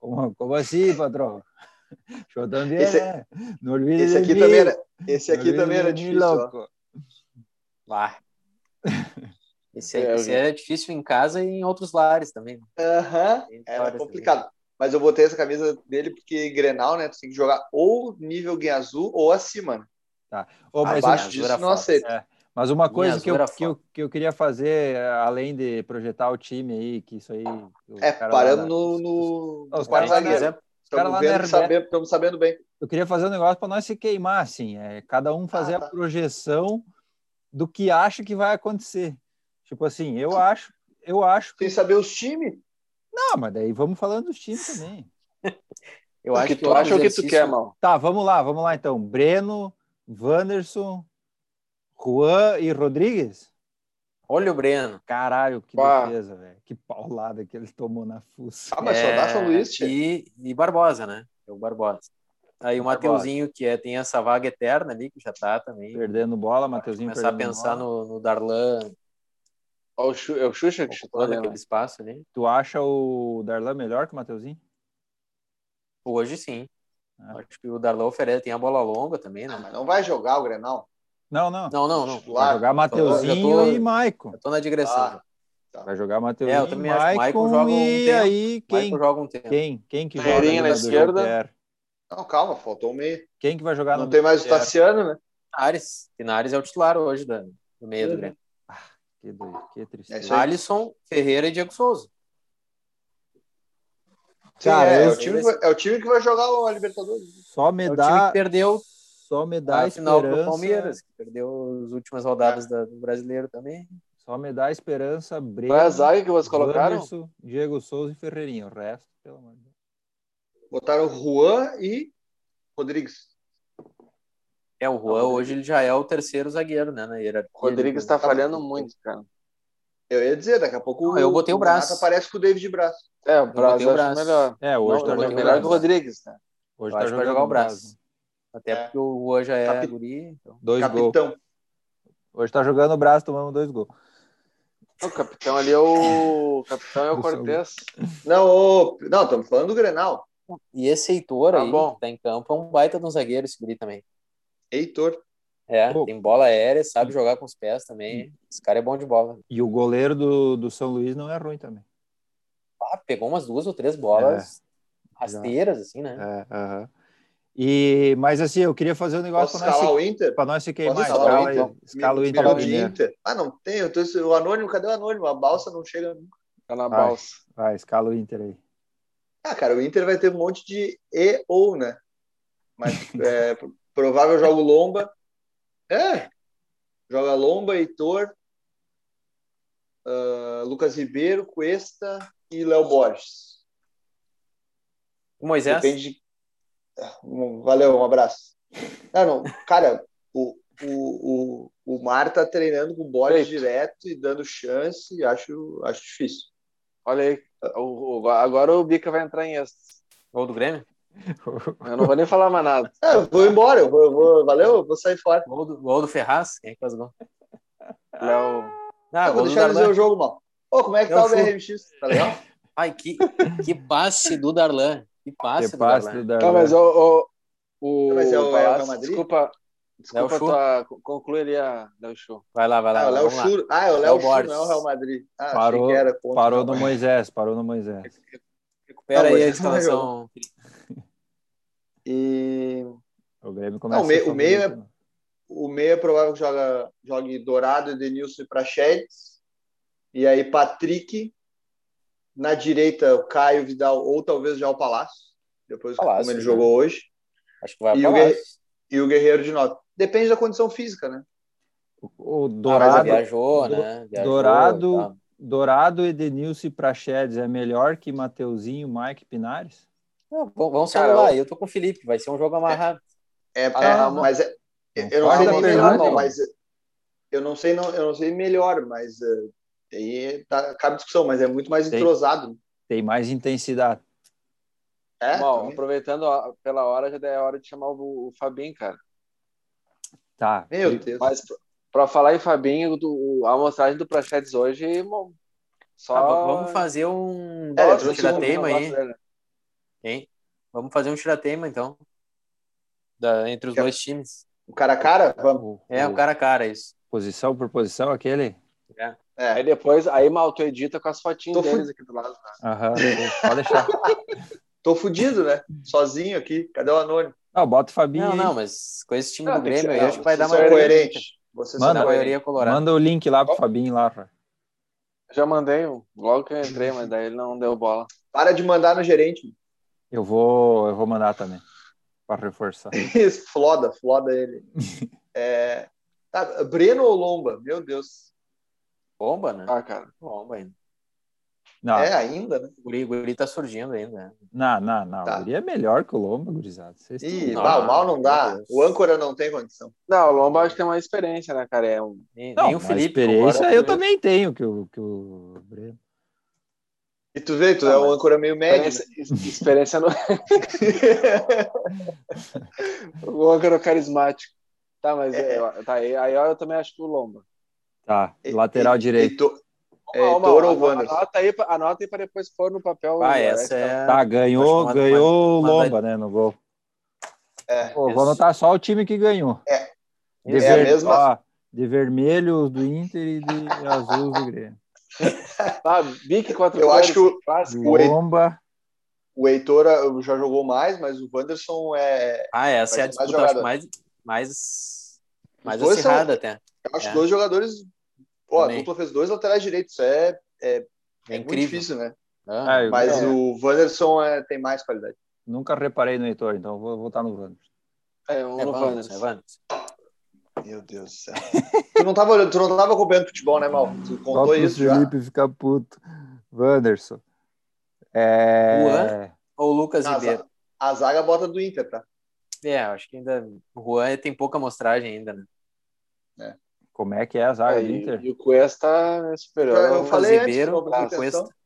Speaker 1: como, como assim, patrão? Show também,
Speaker 2: Esse-
Speaker 1: né? No olvido
Speaker 2: Esse
Speaker 1: de
Speaker 2: aqui
Speaker 1: mim,
Speaker 2: também era, esse
Speaker 1: no
Speaker 2: aqui
Speaker 1: olvido
Speaker 2: também
Speaker 1: de
Speaker 2: era
Speaker 1: mim,
Speaker 2: difícil. ó.
Speaker 1: louco.
Speaker 4: Lá. Esse,
Speaker 3: É,
Speaker 4: é,
Speaker 3: eu
Speaker 4: esse
Speaker 3: vi.
Speaker 4: é difícil em casa e em outros lares também. né?
Speaker 2: Aham,
Speaker 4: Tem
Speaker 3: É,
Speaker 2: era
Speaker 4: várias
Speaker 2: É complicado. Mas eu botei essa camisa dele porque Grenal, né? Tu tem que jogar ou nível guia azul ou acima. né?
Speaker 1: Ô, mas, é
Speaker 2: Abaixo
Speaker 4: uma
Speaker 2: disso
Speaker 4: zoeira
Speaker 2: não
Speaker 4: foda.
Speaker 2: aceito. é
Speaker 1: mas uma coisa
Speaker 4: Minha
Speaker 1: que eu,
Speaker 4: zoeira
Speaker 1: que, eu, que eu queria fazer, é, além de projetar o time aí, que isso aí. o
Speaker 2: É,
Speaker 1: cara lá
Speaker 2: paramos
Speaker 1: na-
Speaker 2: no. no...
Speaker 1: Ah, os
Speaker 2: no
Speaker 1: caras lá na-
Speaker 4: é,
Speaker 1: caras
Speaker 2: zagueiro.
Speaker 1: lá
Speaker 2: Estamos
Speaker 1: na
Speaker 2: vendo,
Speaker 1: RBS.
Speaker 2: sabemos, estamos sabendo bem.
Speaker 1: Eu queria fazer um negócio para nós se queimar, assim. É, cada um fazer
Speaker 2: Ah,
Speaker 1: a
Speaker 2: tá.
Speaker 1: projeção do que acha que vai acontecer. Tipo assim, eu acho, eu acho que.
Speaker 2: Sem saber os times.
Speaker 1: Não, mas daí vamos falando dos times também.
Speaker 4: Eu
Speaker 3: o
Speaker 4: acho
Speaker 3: que
Speaker 4: que, um
Speaker 3: tu acha é o que tu
Speaker 4: exercício-
Speaker 3: quer, mal.
Speaker 1: Tá, vamos lá, vamos lá então. Breno, Wanderson, Juan e Rodrigues?
Speaker 4: Olha o Breno.
Speaker 1: Caralho, que
Speaker 3: Pá.
Speaker 1: defesa, velho. Que paulada que ele tomou na fuça.
Speaker 2: Ah, mas só dá São Luís, tia.
Speaker 4: É, e, e Barbosa, né? É o Barbosa. Aí o
Speaker 1: Barbosa.
Speaker 4: Mateuzinho, que é, tem essa vaga eterna ali, que já tá também.
Speaker 1: Perdendo bola, Mateuzinho
Speaker 4: Começar a
Speaker 1: perdendo
Speaker 4: pensar
Speaker 1: bola.
Speaker 4: no, no Darlan
Speaker 2: Um
Speaker 3: Ó, o Xu- É o Xuxa que chutou,
Speaker 4: ocupando
Speaker 3: né?
Speaker 4: aquele espaço ali.
Speaker 1: Tu acha o Darlan melhor que o Mateuzinho?
Speaker 4: Hoje sim.
Speaker 1: Ah.
Speaker 4: Acho que o Darlan oferece, tem a bola longa também,
Speaker 2: Ah,
Speaker 4: né?
Speaker 2: mas não vai jogar o Grenal.
Speaker 1: Não, não.
Speaker 4: Não, não, não.
Speaker 2: Titular.
Speaker 1: Vai jogar
Speaker 4: já
Speaker 1: Mateuzinho
Speaker 4: tô-
Speaker 1: e Maico.
Speaker 4: Eu tô na digressão.
Speaker 2: Ah,
Speaker 4: já.
Speaker 1: Vai jogar
Speaker 4: É,
Speaker 1: Mateuzinho
Speaker 4: eu
Speaker 1: e
Speaker 4: também acho que o
Speaker 1: Maicon.
Speaker 4: Maicon joga um
Speaker 1: E
Speaker 4: tempo.
Speaker 1: aí,
Speaker 4: Michael
Speaker 1: quem,
Speaker 4: joga um tempo.
Speaker 1: quem, quem que joga
Speaker 3: Pereirinha
Speaker 1: ali
Speaker 3: na
Speaker 1: do
Speaker 3: esquerda.
Speaker 1: Jeter?
Speaker 2: Não, calma, faltou um meio.
Speaker 1: Quem que vai jogar
Speaker 2: Não
Speaker 1: no
Speaker 2: tem mais o
Speaker 1: Jeter?
Speaker 2: Tassiano, né?
Speaker 4: Ares. Pinares é o titular hoje da, do meio do
Speaker 3: Uhum.
Speaker 4: Grêmio.
Speaker 1: Que, doido, que
Speaker 2: É
Speaker 1: tristeza.
Speaker 2: isso aí.
Speaker 4: Alisson, Ferreira e Diego Souza.
Speaker 2: Sim,
Speaker 1: Cara,
Speaker 2: é, é
Speaker 1: eu-
Speaker 2: o time, que vai- é o time que vai jogar o Libertadores.
Speaker 1: Só me
Speaker 4: É o time
Speaker 1: dá.
Speaker 4: que perdeu
Speaker 1: Só me dá
Speaker 4: a final pro
Speaker 1: esperança.
Speaker 4: Palmeiras, que perdeu as últimas
Speaker 2: É.
Speaker 4: rodadas da- do brasileiro também.
Speaker 1: Só me dá esperança. Breno,
Speaker 3: Qual é a zaga que vocês colocaram?
Speaker 1: Wanderson, Diego Souza e Ferreirinha. O resto, pelo amor de Deus.
Speaker 2: Botaram Juan e Rodrigues.
Speaker 4: É, o Juan
Speaker 3: Rodrigues.
Speaker 4: hoje ele já é o terceiro zagueiro, né? Na hierarquia.
Speaker 3: O Rodrigues
Speaker 4: do-
Speaker 3: está falhando muito, cara.
Speaker 2: Eu ia dizer, daqui a pouco
Speaker 4: Ah, eu botei o braço.
Speaker 2: Renato aparece com o David Braço.
Speaker 3: É, o Braz
Speaker 4: botei o
Speaker 3: eu acho
Speaker 4: Braz.
Speaker 3: melhor.
Speaker 1: É, hoje
Speaker 3: Não,
Speaker 1: tá
Speaker 4: eu
Speaker 3: melhor
Speaker 1: jogando.
Speaker 4: botei o
Speaker 3: que o
Speaker 4: Braz.
Speaker 3: Rodrigues, né?
Speaker 1: Hoje tá
Speaker 4: Eu acho que vai
Speaker 1: jogando
Speaker 4: jogar o
Speaker 1: Braz,
Speaker 4: braço.
Speaker 1: né?
Speaker 4: Até
Speaker 2: É.
Speaker 4: porque o Juan já é
Speaker 2: Capi-
Speaker 4: guri. Então...
Speaker 1: Dois gols.
Speaker 2: Capitão.
Speaker 1: Hoje tá jogando o Braz, tomamos dois gols.
Speaker 3: O capitão ali é o. O capitão é o
Speaker 1: Do São
Speaker 3: Cortez.
Speaker 2: Não, ô, não, estamos falando do Grenal.
Speaker 4: E esse Heitor
Speaker 3: Tá
Speaker 4: aí,
Speaker 3: bom.
Speaker 4: que tá em campo, é um baita de um zagueiro esse guri também.
Speaker 2: Heitor.
Speaker 4: É,
Speaker 1: Pô.
Speaker 4: tem bola aérea, sabe jogar com os pés também. Esse cara é bom de bola.
Speaker 1: E o goleiro do, do São Luís não é ruim também.
Speaker 4: Ah, pegou umas duas ou três bolas rasteiras, assim, né?
Speaker 1: É, aham. E, mas assim, eu queria fazer um
Speaker 2: Posso
Speaker 1: negócio pra nós, se,
Speaker 2: escalar o Inter?
Speaker 1: pra nós se queimar.
Speaker 2: Posso escalar
Speaker 1: Escala,
Speaker 2: o
Speaker 1: aí,
Speaker 2: Inter?
Speaker 1: escala o
Speaker 2: Me-
Speaker 1: Inter né?
Speaker 2: me- de
Speaker 1: primeiro.
Speaker 2: Inter. Ah, não tem. Eu tô, o Anônimo, cadê o Anônimo? A balsa não chega nunca.
Speaker 3: Tá na
Speaker 1: Vai.
Speaker 3: balsa.
Speaker 1: Vai, escala o Inter aí.
Speaker 2: Ah, cara, o Inter vai ter um monte de e ou, né? Mas é, pro- provável joga o Lomba. É. Joga Lomba, Heitor, ah, Lucas Ribeiro, Cuesta e Léo Borges.
Speaker 4: O Moisés,
Speaker 2: Depende de... Ah, um- Valeu, um abraço. Não, não, cara, o, o, o, o Mar tá treinando com o Borges
Speaker 3: Feito.
Speaker 2: direto e dando chance, acho, acho difícil.
Speaker 3: Olha aí. O- o- agora o Bica vai entrar em êxtase.
Speaker 4: gol do Grêmio.
Speaker 3: Eu não vou nem falar mais nada.
Speaker 2: Ah, eu vou embora, eu vou, eu vou- valeu, eu vou sair fora.
Speaker 4: Gol do, gol do Ferraz, quem é que faz gol?
Speaker 3: Léo.
Speaker 4: Ah,
Speaker 2: Ah, vou
Speaker 4: gol do
Speaker 2: deixar eles ver
Speaker 4: Darlan.
Speaker 2: o jogo, mal. Ô, como é que
Speaker 4: Eu
Speaker 2: tá o
Speaker 4: chuto.
Speaker 2: BRMX? Tá legal?
Speaker 4: Ai, que, que passe do Darlan. Que passe
Speaker 1: Que
Speaker 4: do
Speaker 1: passe
Speaker 4: Darlan.
Speaker 1: do
Speaker 3: Tá,
Speaker 1: Darlan.
Speaker 3: mas o. o,
Speaker 2: Mas é o- é o Real
Speaker 3: Palácio,
Speaker 2: Madrid?
Speaker 3: Desculpa. Desculpa,
Speaker 4: Léo Chu?
Speaker 3: tua, conclui ali a Léo Show.
Speaker 4: Vai lá, vai lá.
Speaker 2: Ah, o Léo
Speaker 4: vamos lá.
Speaker 2: Chur. Ah, é o
Speaker 4: Léo
Speaker 2: Léo Chur,
Speaker 4: Borges.
Speaker 2: não é o Real Madrid. Ah,
Speaker 1: Parou-
Speaker 2: achei que era contra.
Speaker 1: Parou no Moisés, parou no Moisés.
Speaker 4: Recupera
Speaker 2: Não,
Speaker 4: aí a
Speaker 2: mas-
Speaker 4: escalação.
Speaker 2: E
Speaker 1: O Grêmio começa
Speaker 2: Não, o meio-
Speaker 1: a ser
Speaker 2: o meio é-
Speaker 1: favorito, né?
Speaker 2: o meio é provável que joga, jogue Dourado, Edenilson e Prachedes. E aí Patrick. Na direita, o Caio Vidal, ou talvez já o Palácio. Depois
Speaker 4: Palácio,
Speaker 2: como ele
Speaker 4: né?
Speaker 2: jogou hoje.
Speaker 4: Acho que vai Ah,
Speaker 2: E o
Speaker 4: Palácio.
Speaker 2: E o Guerreiro de nove. Depende da condição física, né?
Speaker 1: O o
Speaker 2: é
Speaker 4: Ah,
Speaker 1: Dourado,
Speaker 4: viajou,
Speaker 1: Do-
Speaker 4: né? Viajou tá.
Speaker 1: Dourado.
Speaker 4: e tal.
Speaker 1: Dourado, Edenilson e Praxedes é melhor que Mateuzinho, Mike e Pinares?
Speaker 4: Não, vamos- vamos
Speaker 3: Cara,
Speaker 4: falar. Eu tô com o Felipe, vai ser um jogo amarrado.
Speaker 2: É,
Speaker 3: Ah,
Speaker 2: é,
Speaker 3: não, não.
Speaker 2: mas é-
Speaker 1: Não
Speaker 2: eu não
Speaker 1: faz
Speaker 2: sei
Speaker 1: a
Speaker 2: nem melhor,
Speaker 1: pergunta.
Speaker 2: não, mas eh, eu não sei, não, eu não sei melhor, mas eh, aí tá, cabe discussão, mas é muito mais
Speaker 1: Tem.
Speaker 2: entrosado. né?
Speaker 1: Tem mais intensidade.
Speaker 2: É,
Speaker 3: Mal,
Speaker 2: também.
Speaker 3: aproveitando a- pela hora, já é hora de chamar o, o Fabinho, cara.
Speaker 1: Tá.
Speaker 2: meu
Speaker 1: e-
Speaker 2: Deus.
Speaker 3: Mas pra- pra falar em Fabinho, do- o- a amostragem do Prachedes hoje, mo- só.
Speaker 4: Ah, v- vamos fazer um
Speaker 2: É,
Speaker 4: Nossa,
Speaker 2: trouxe um
Speaker 4: tirateima
Speaker 3: negócio
Speaker 4: aí,
Speaker 3: dele.
Speaker 4: hein? Vamos fazer um tirateima, então. Da- entre os
Speaker 2: Quer-
Speaker 4: dois times.
Speaker 2: O cara a cara, vamos.
Speaker 1: o-
Speaker 4: É,
Speaker 1: o-
Speaker 4: o cara a cara, isso.
Speaker 1: Posição por posição, aquele?
Speaker 3: Aí
Speaker 2: É.
Speaker 3: depois, aí mal, tu edita com as fotinhas
Speaker 2: Tô
Speaker 3: deles aqui do lado.
Speaker 1: Aham, pode deixar.
Speaker 4: Uhum.
Speaker 2: Tô fudido, né? Sozinho aqui. Cadê o anônimo?
Speaker 1: Não, bota o Fabinho.
Speaker 4: Não,
Speaker 1: aí.
Speaker 4: não, mas com esse time
Speaker 3: Não,
Speaker 4: do
Speaker 3: tem que
Speaker 4: Grêmio,
Speaker 3: ser-
Speaker 4: eu acho que vai dar
Speaker 2: Vocês são
Speaker 4: maioria.
Speaker 2: coerentes. Vocês
Speaker 4: Vai
Speaker 1: Manda.
Speaker 4: dar
Speaker 2: são coerentes.
Speaker 4: maioria colorada.
Speaker 1: Manda o link lá pro Fabinho lá, Rafa.
Speaker 3: Já mandei um, logo que eu entrei, mas daí ele não deu bola.
Speaker 2: Para de mandar no gerente.
Speaker 1: Eu vou, eu vou mandar também. Para reforçar.
Speaker 2: Isso, floda, floda ele. É, tá, Breno ou Lomba? Meu Deus.
Speaker 4: Bomba, né?
Speaker 3: Ah, cara.
Speaker 4: Bomba ainda.
Speaker 1: Não,
Speaker 4: Ah.
Speaker 2: É ainda, né?
Speaker 4: O guri, o guri tá surgindo ainda. né?
Speaker 1: não, não. não.
Speaker 2: Tá.
Speaker 1: O Guri é melhor que o Lomba, gurizada. Vocês
Speaker 2: Ih,
Speaker 1: estão-
Speaker 4: Não,
Speaker 2: bah, o mal não dá.
Speaker 4: Ah, meu Deus.
Speaker 2: O âncora não tem condição.
Speaker 3: Não, o Lomba acho que tem mais experiência, né, cara? É um...
Speaker 4: Nem,
Speaker 1: Não,
Speaker 4: nem o
Speaker 1: mas
Speaker 4: Felipe.
Speaker 1: experiência
Speaker 4: concorda
Speaker 1: eu
Speaker 4: com ele.
Speaker 1: também tenho que o, que o Breno.
Speaker 2: E tu vê, tu
Speaker 3: Ah,
Speaker 2: é um
Speaker 3: mas-
Speaker 2: âncora meio médio.
Speaker 3: Experiência, experiência no. o Ogro carismático. Tá, mas é, tá, aí, aí eu também acho que o Lomba.
Speaker 1: Tá,
Speaker 2: E-
Speaker 1: lateral
Speaker 2: e-
Speaker 1: direito.
Speaker 2: e to- É,
Speaker 3: Ó, ó,
Speaker 2: Heitor
Speaker 3: ó,
Speaker 2: ou
Speaker 3: ó,
Speaker 2: Wanderson?
Speaker 3: Anota aí, pra- anota aí pra depois pôr no papel.
Speaker 4: Ah,
Speaker 3: né,
Speaker 4: essa
Speaker 3: que tá-
Speaker 4: é.
Speaker 1: Tá,
Speaker 4: acho
Speaker 1: ganhou,
Speaker 4: que uma-
Speaker 1: ganhou o
Speaker 4: uma-
Speaker 1: Lomba, né, no gol.
Speaker 2: É,
Speaker 1: Pô,
Speaker 4: isso.
Speaker 1: vou anotar só o time que ganhou.
Speaker 2: É.
Speaker 1: De,
Speaker 2: É a
Speaker 1: ver-
Speaker 2: mesma-
Speaker 1: ó, de vermelho os do Inter e de azul os do Grêmio.
Speaker 3: Ah, Bic quatro
Speaker 2: Eu
Speaker 3: cores,
Speaker 2: acho que o-
Speaker 3: clássico.
Speaker 2: O Heitor-
Speaker 1: Lomba.
Speaker 2: O Heitor ah, já jogou mais, mas o Wanderson é.
Speaker 4: Ah, essa é a
Speaker 2: Mais
Speaker 4: disputa, eu acho,
Speaker 2: jogador.
Speaker 4: mais, mais, mais
Speaker 2: dois são-
Speaker 4: acirrada até.
Speaker 2: Eu acho
Speaker 4: É.
Speaker 2: dois jogadores. Pô, a
Speaker 4: Também.
Speaker 2: dupla fez dois laterais direitos. Isso é,
Speaker 4: É
Speaker 2: é muito
Speaker 4: incrível.
Speaker 2: difícil, né?
Speaker 4: Ah,
Speaker 1: Ah, eu-
Speaker 2: Mas
Speaker 3: É.
Speaker 2: o Wanderson é, tem mais qualidade.
Speaker 1: Nunca reparei no Heitor, então vou voltar no Wanderson.
Speaker 3: É, um
Speaker 4: é
Speaker 3: no
Speaker 4: Wanderson, é
Speaker 3: Wanderson.
Speaker 4: Wanderson.
Speaker 2: Meu Deus do céu. tu, não tava, olhando- tu não tava acompanhando futebol, né, Mal? Tu
Speaker 1: Só
Speaker 2: contou
Speaker 1: pro
Speaker 2: isso já.
Speaker 1: Felipe ficar puto. Wanderson. É...
Speaker 4: Ou o Lucas
Speaker 2: Ah, a,
Speaker 4: Ribeiro.
Speaker 2: zaga, a zaga bota do Inter, tá?
Speaker 4: É, eu acho que ainda. O Juan tem pouca amostragem ainda, né?
Speaker 1: Como é que é a zaga do Inter?
Speaker 3: E, e o Cuesta é superior.
Speaker 2: Eu
Speaker 3: ao-
Speaker 2: falei antes
Speaker 4: Ribeiro,
Speaker 2: sobre
Speaker 4: tá,
Speaker 2: a questão.
Speaker 4: Cuesta.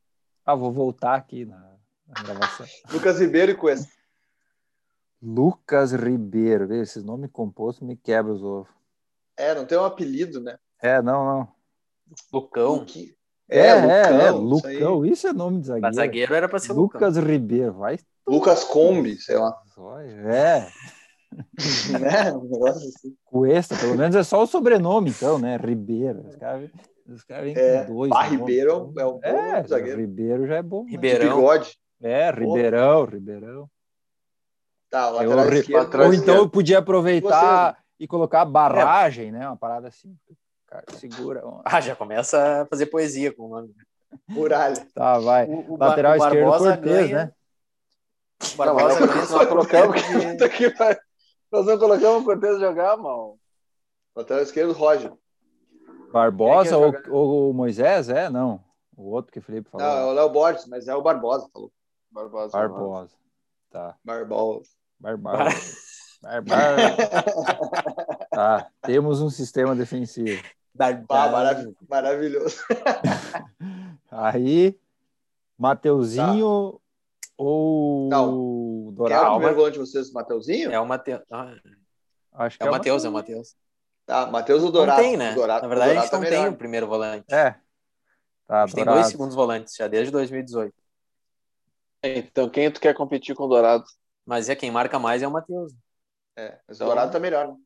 Speaker 1: Ah, vou voltar aqui na, na gravação.
Speaker 2: Lucas Ribeiro e Cuesta.
Speaker 1: Lucas Ribeiro. Vê, Esses nomes compostos me quebram os ovos.
Speaker 2: É, não tem um apelido, né?
Speaker 1: É, não, não.
Speaker 4: Lucão.
Speaker 2: Luqui-
Speaker 1: É, é, é.
Speaker 2: isso aí.
Speaker 1: Lucão. Isso, é nome de
Speaker 4: Pra
Speaker 1: zagueiro.
Speaker 4: zagueiro era pra ser Lucão.
Speaker 1: Lucas Ribeiro. Vai.
Speaker 2: Lucas Combi, sei lá.
Speaker 1: Zóio, É.
Speaker 2: né? Um negócio assim.
Speaker 1: Cuesta, pelo menos é só o sobrenome, então, né? Ribeiro. Os caras os cara vêm
Speaker 2: É,
Speaker 1: com dois.
Speaker 2: pá,
Speaker 1: nomes,
Speaker 2: Ribeiro é
Speaker 1: então.
Speaker 2: um- é um bom
Speaker 1: É,
Speaker 2: zagueiro.
Speaker 1: Ribeiro já é bom. né?
Speaker 4: Ribeirão.
Speaker 2: Bigode.
Speaker 1: É, Ribeirão, Ribeirão.
Speaker 2: Tá, o
Speaker 1: É
Speaker 2: lateral
Speaker 1: horrível.
Speaker 2: esquerdo. é
Speaker 3: Atrás
Speaker 1: Ou
Speaker 3: dele.
Speaker 1: então eu podia aproveitar e colocar barragem, né? Uma parada assim. Cara, segura. ó.
Speaker 4: Ah, já começa a fazer poesia com o nome.
Speaker 2: Muralha.
Speaker 1: Tá, vai.
Speaker 4: O, o Bar-
Speaker 1: Lateral
Speaker 4: o
Speaker 1: esquerdo,
Speaker 4: Barbosa
Speaker 1: Cortez,
Speaker 4: ganha-
Speaker 1: né?
Speaker 4: O Barbosa
Speaker 3: Não,
Speaker 4: ganha
Speaker 3: mas
Speaker 4: só
Speaker 3: nós colocamos
Speaker 4: porque-
Speaker 3: Puta que pariu. Nós não colocamos o Cortez jogar, mal.
Speaker 2: Lateral esquerdo, Roger.
Speaker 1: Barbosa
Speaker 3: Quem é que ia
Speaker 1: ou, ou o Moisés? É, não. O outro que o Felipe falou.
Speaker 2: Não, é o Léo Borges, mas é o Barbosa, falou.
Speaker 3: Barbosa.
Speaker 1: Barbosa. né? Tá.
Speaker 2: Barbosa.
Speaker 1: Barbar. Barbar. tá. Temos um sistema defensivo.
Speaker 4: Dar-
Speaker 2: Bah,
Speaker 4: dar-
Speaker 2: marav- maravilhoso.
Speaker 1: Aí, Mateuzinho ou
Speaker 2: Quem é o
Speaker 1: Doral?
Speaker 2: primeiro volante de vocês? Mateuzinho?
Speaker 4: É o Matheus. Ah,
Speaker 1: Acho que
Speaker 4: É o Matheus, é o Matheus.
Speaker 2: Tá, Matheus ou
Speaker 4: Não
Speaker 2: Dourado?
Speaker 4: tem, né?
Speaker 2: O Dourado,
Speaker 4: Na verdade,
Speaker 2: o
Speaker 4: a
Speaker 2: Dourado
Speaker 4: gente não
Speaker 2: tá
Speaker 4: tem
Speaker 2: melhor.
Speaker 4: o primeiro volante.
Speaker 1: É. Tá,
Speaker 4: A gente tem
Speaker 1: Dourado.
Speaker 4: dois segundos volantes já desde 2018.
Speaker 3: Então, quem tu quer competir com o Dourado?
Speaker 4: Mas é quem marca mais é o Matheus.
Speaker 2: É, mas o Dourado tá melhor. né?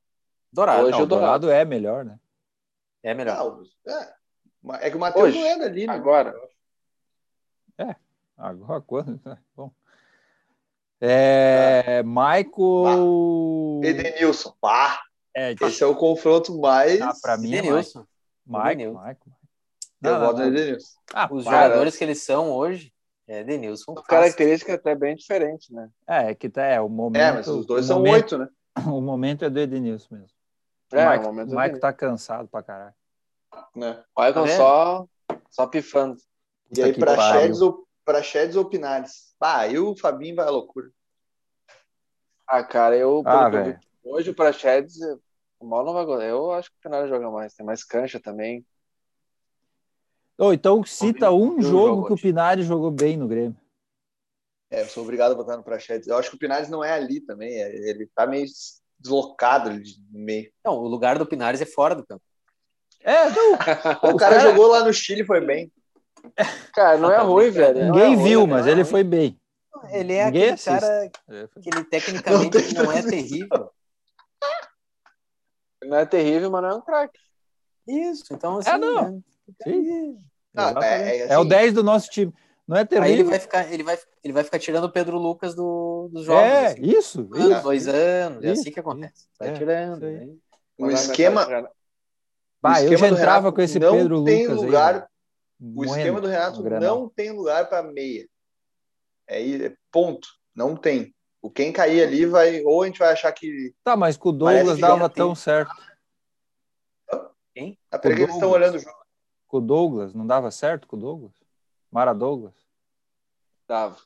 Speaker 4: Dourado.
Speaker 3: Hoje
Speaker 1: Não,
Speaker 3: o
Speaker 1: o Dourado é melhor, né?
Speaker 4: É melhor.
Speaker 2: Não, é. Ma- É que o Matheus
Speaker 3: Hoje.
Speaker 2: não é dali, né?
Speaker 3: Agora.
Speaker 1: Agora quando? tá, Bom. É, Michael.
Speaker 2: Edenilson. Pá,
Speaker 1: É,
Speaker 2: esse é o confronto mais.
Speaker 1: ah, pra mim é Michael.
Speaker 4: Denilson.
Speaker 1: Michael,
Speaker 4: Denilson.
Speaker 1: Michael.
Speaker 2: Eu
Speaker 1: Não, não,
Speaker 2: voto no
Speaker 1: não.
Speaker 2: Edenilson.
Speaker 1: Ah,
Speaker 4: Os
Speaker 1: para.
Speaker 4: jogadores que eles são hoje é Denilson.
Speaker 3: Uma
Speaker 4: Fácil.
Speaker 3: característica até bem diferente, né?
Speaker 1: É, é que tá, é o momento.
Speaker 2: É, mas os dois
Speaker 1: o
Speaker 2: são
Speaker 1: momento,
Speaker 2: oito, né?
Speaker 1: O momento é do Edenilson mesmo. O
Speaker 3: É,
Speaker 1: Michael,
Speaker 3: o momento
Speaker 1: o Michael tá cansado pra caralho.
Speaker 2: Né?
Speaker 3: O Michael
Speaker 4: Tá vendo?
Speaker 3: só, só pifando.
Speaker 2: E
Speaker 1: Puta
Speaker 2: aí,
Speaker 1: que
Speaker 2: pra
Speaker 1: pariu.
Speaker 2: Sheds ou, pra Sheds ou Pinares? Pá, aí o Fabinho vai à loucura.
Speaker 3: Ah, cara, eu.
Speaker 1: Ah,
Speaker 3: pelo que eu vi
Speaker 1: velho.
Speaker 3: hoje o Prachedes, o mal não vai gostar. Eu acho que o Pinar joga mais. Tem mais cancha também.
Speaker 1: Ô, então cita um jogo
Speaker 3: Eu jogo
Speaker 1: que o
Speaker 3: hoje.
Speaker 1: Pinari jogou bem no Grêmio.
Speaker 2: É, eu sou obrigado a botar no Prachedes. Eu acho que o Pinares não é ali também. é- Ele tá meio deslocado ali de meio.
Speaker 4: Não, o lugar do Pinares é fora do campo.
Speaker 1: É, não.
Speaker 2: O
Speaker 1: Os
Speaker 2: cara
Speaker 1: cara-
Speaker 2: jogou lá no Chile, foi bem.
Speaker 3: Cara, não é
Speaker 4: tá
Speaker 3: ruim,
Speaker 4: brincando,
Speaker 3: velho.
Speaker 4: né?
Speaker 3: não é
Speaker 1: Ninguém
Speaker 3: ruim,
Speaker 1: viu,
Speaker 3: velho,
Speaker 1: mas
Speaker 3: não é
Speaker 1: ele
Speaker 3: ruim.
Speaker 1: foi bem.
Speaker 4: Ele é
Speaker 1: Ninguém
Speaker 4: aquele
Speaker 1: assiste.
Speaker 4: cara
Speaker 1: Ele foi-
Speaker 4: que ele
Speaker 2: Não tem
Speaker 4: tecnicamente não, é terrível.
Speaker 3: Ele Não é terrível, mas não é um craque.
Speaker 4: Isso, então assim.
Speaker 1: É, não.
Speaker 4: né?
Speaker 1: Sim.
Speaker 2: Não,
Speaker 1: Exatamente.
Speaker 2: é- é
Speaker 1: é o
Speaker 2: assim.
Speaker 1: 10 do nosso time. Não é terrível?
Speaker 4: Aí ele vai ficar, ele vai, ele vai ficar tirando o Pedro Lucas do, dos jogos.
Speaker 1: é,
Speaker 4: assim.
Speaker 1: isso.
Speaker 4: Um ano,
Speaker 1: isso.
Speaker 4: dois anos, é
Speaker 1: Isso,
Speaker 4: assim que acontece. Vai
Speaker 1: é,
Speaker 4: tirando.
Speaker 1: isso aí.
Speaker 4: né?
Speaker 2: O
Speaker 3: é
Speaker 2: esquema,
Speaker 1: Bah, eu
Speaker 2: esquema
Speaker 1: já
Speaker 2: do
Speaker 1: entrava
Speaker 2: Renato
Speaker 1: com esse
Speaker 2: não
Speaker 1: Pedro
Speaker 2: tem
Speaker 1: Lucas
Speaker 2: lugar-
Speaker 1: aí. né?
Speaker 2: o
Speaker 1: Moendo
Speaker 2: esquema do Renato
Speaker 1: no Grenal.
Speaker 2: não tem lugar para meia. É i- é ponto. Não tem. O quem cair ali vai. Ou a gente vai achar que.
Speaker 1: Tá, mas com o
Speaker 2: Parece
Speaker 1: Douglas
Speaker 2: que
Speaker 1: dava
Speaker 4: já tem.
Speaker 1: tão certo.
Speaker 2: Ah, peraí que eles estão olhando o jogo.
Speaker 1: Com o Douglas, não dava certo com o Douglas? Mara Douglas?
Speaker 3: Dava.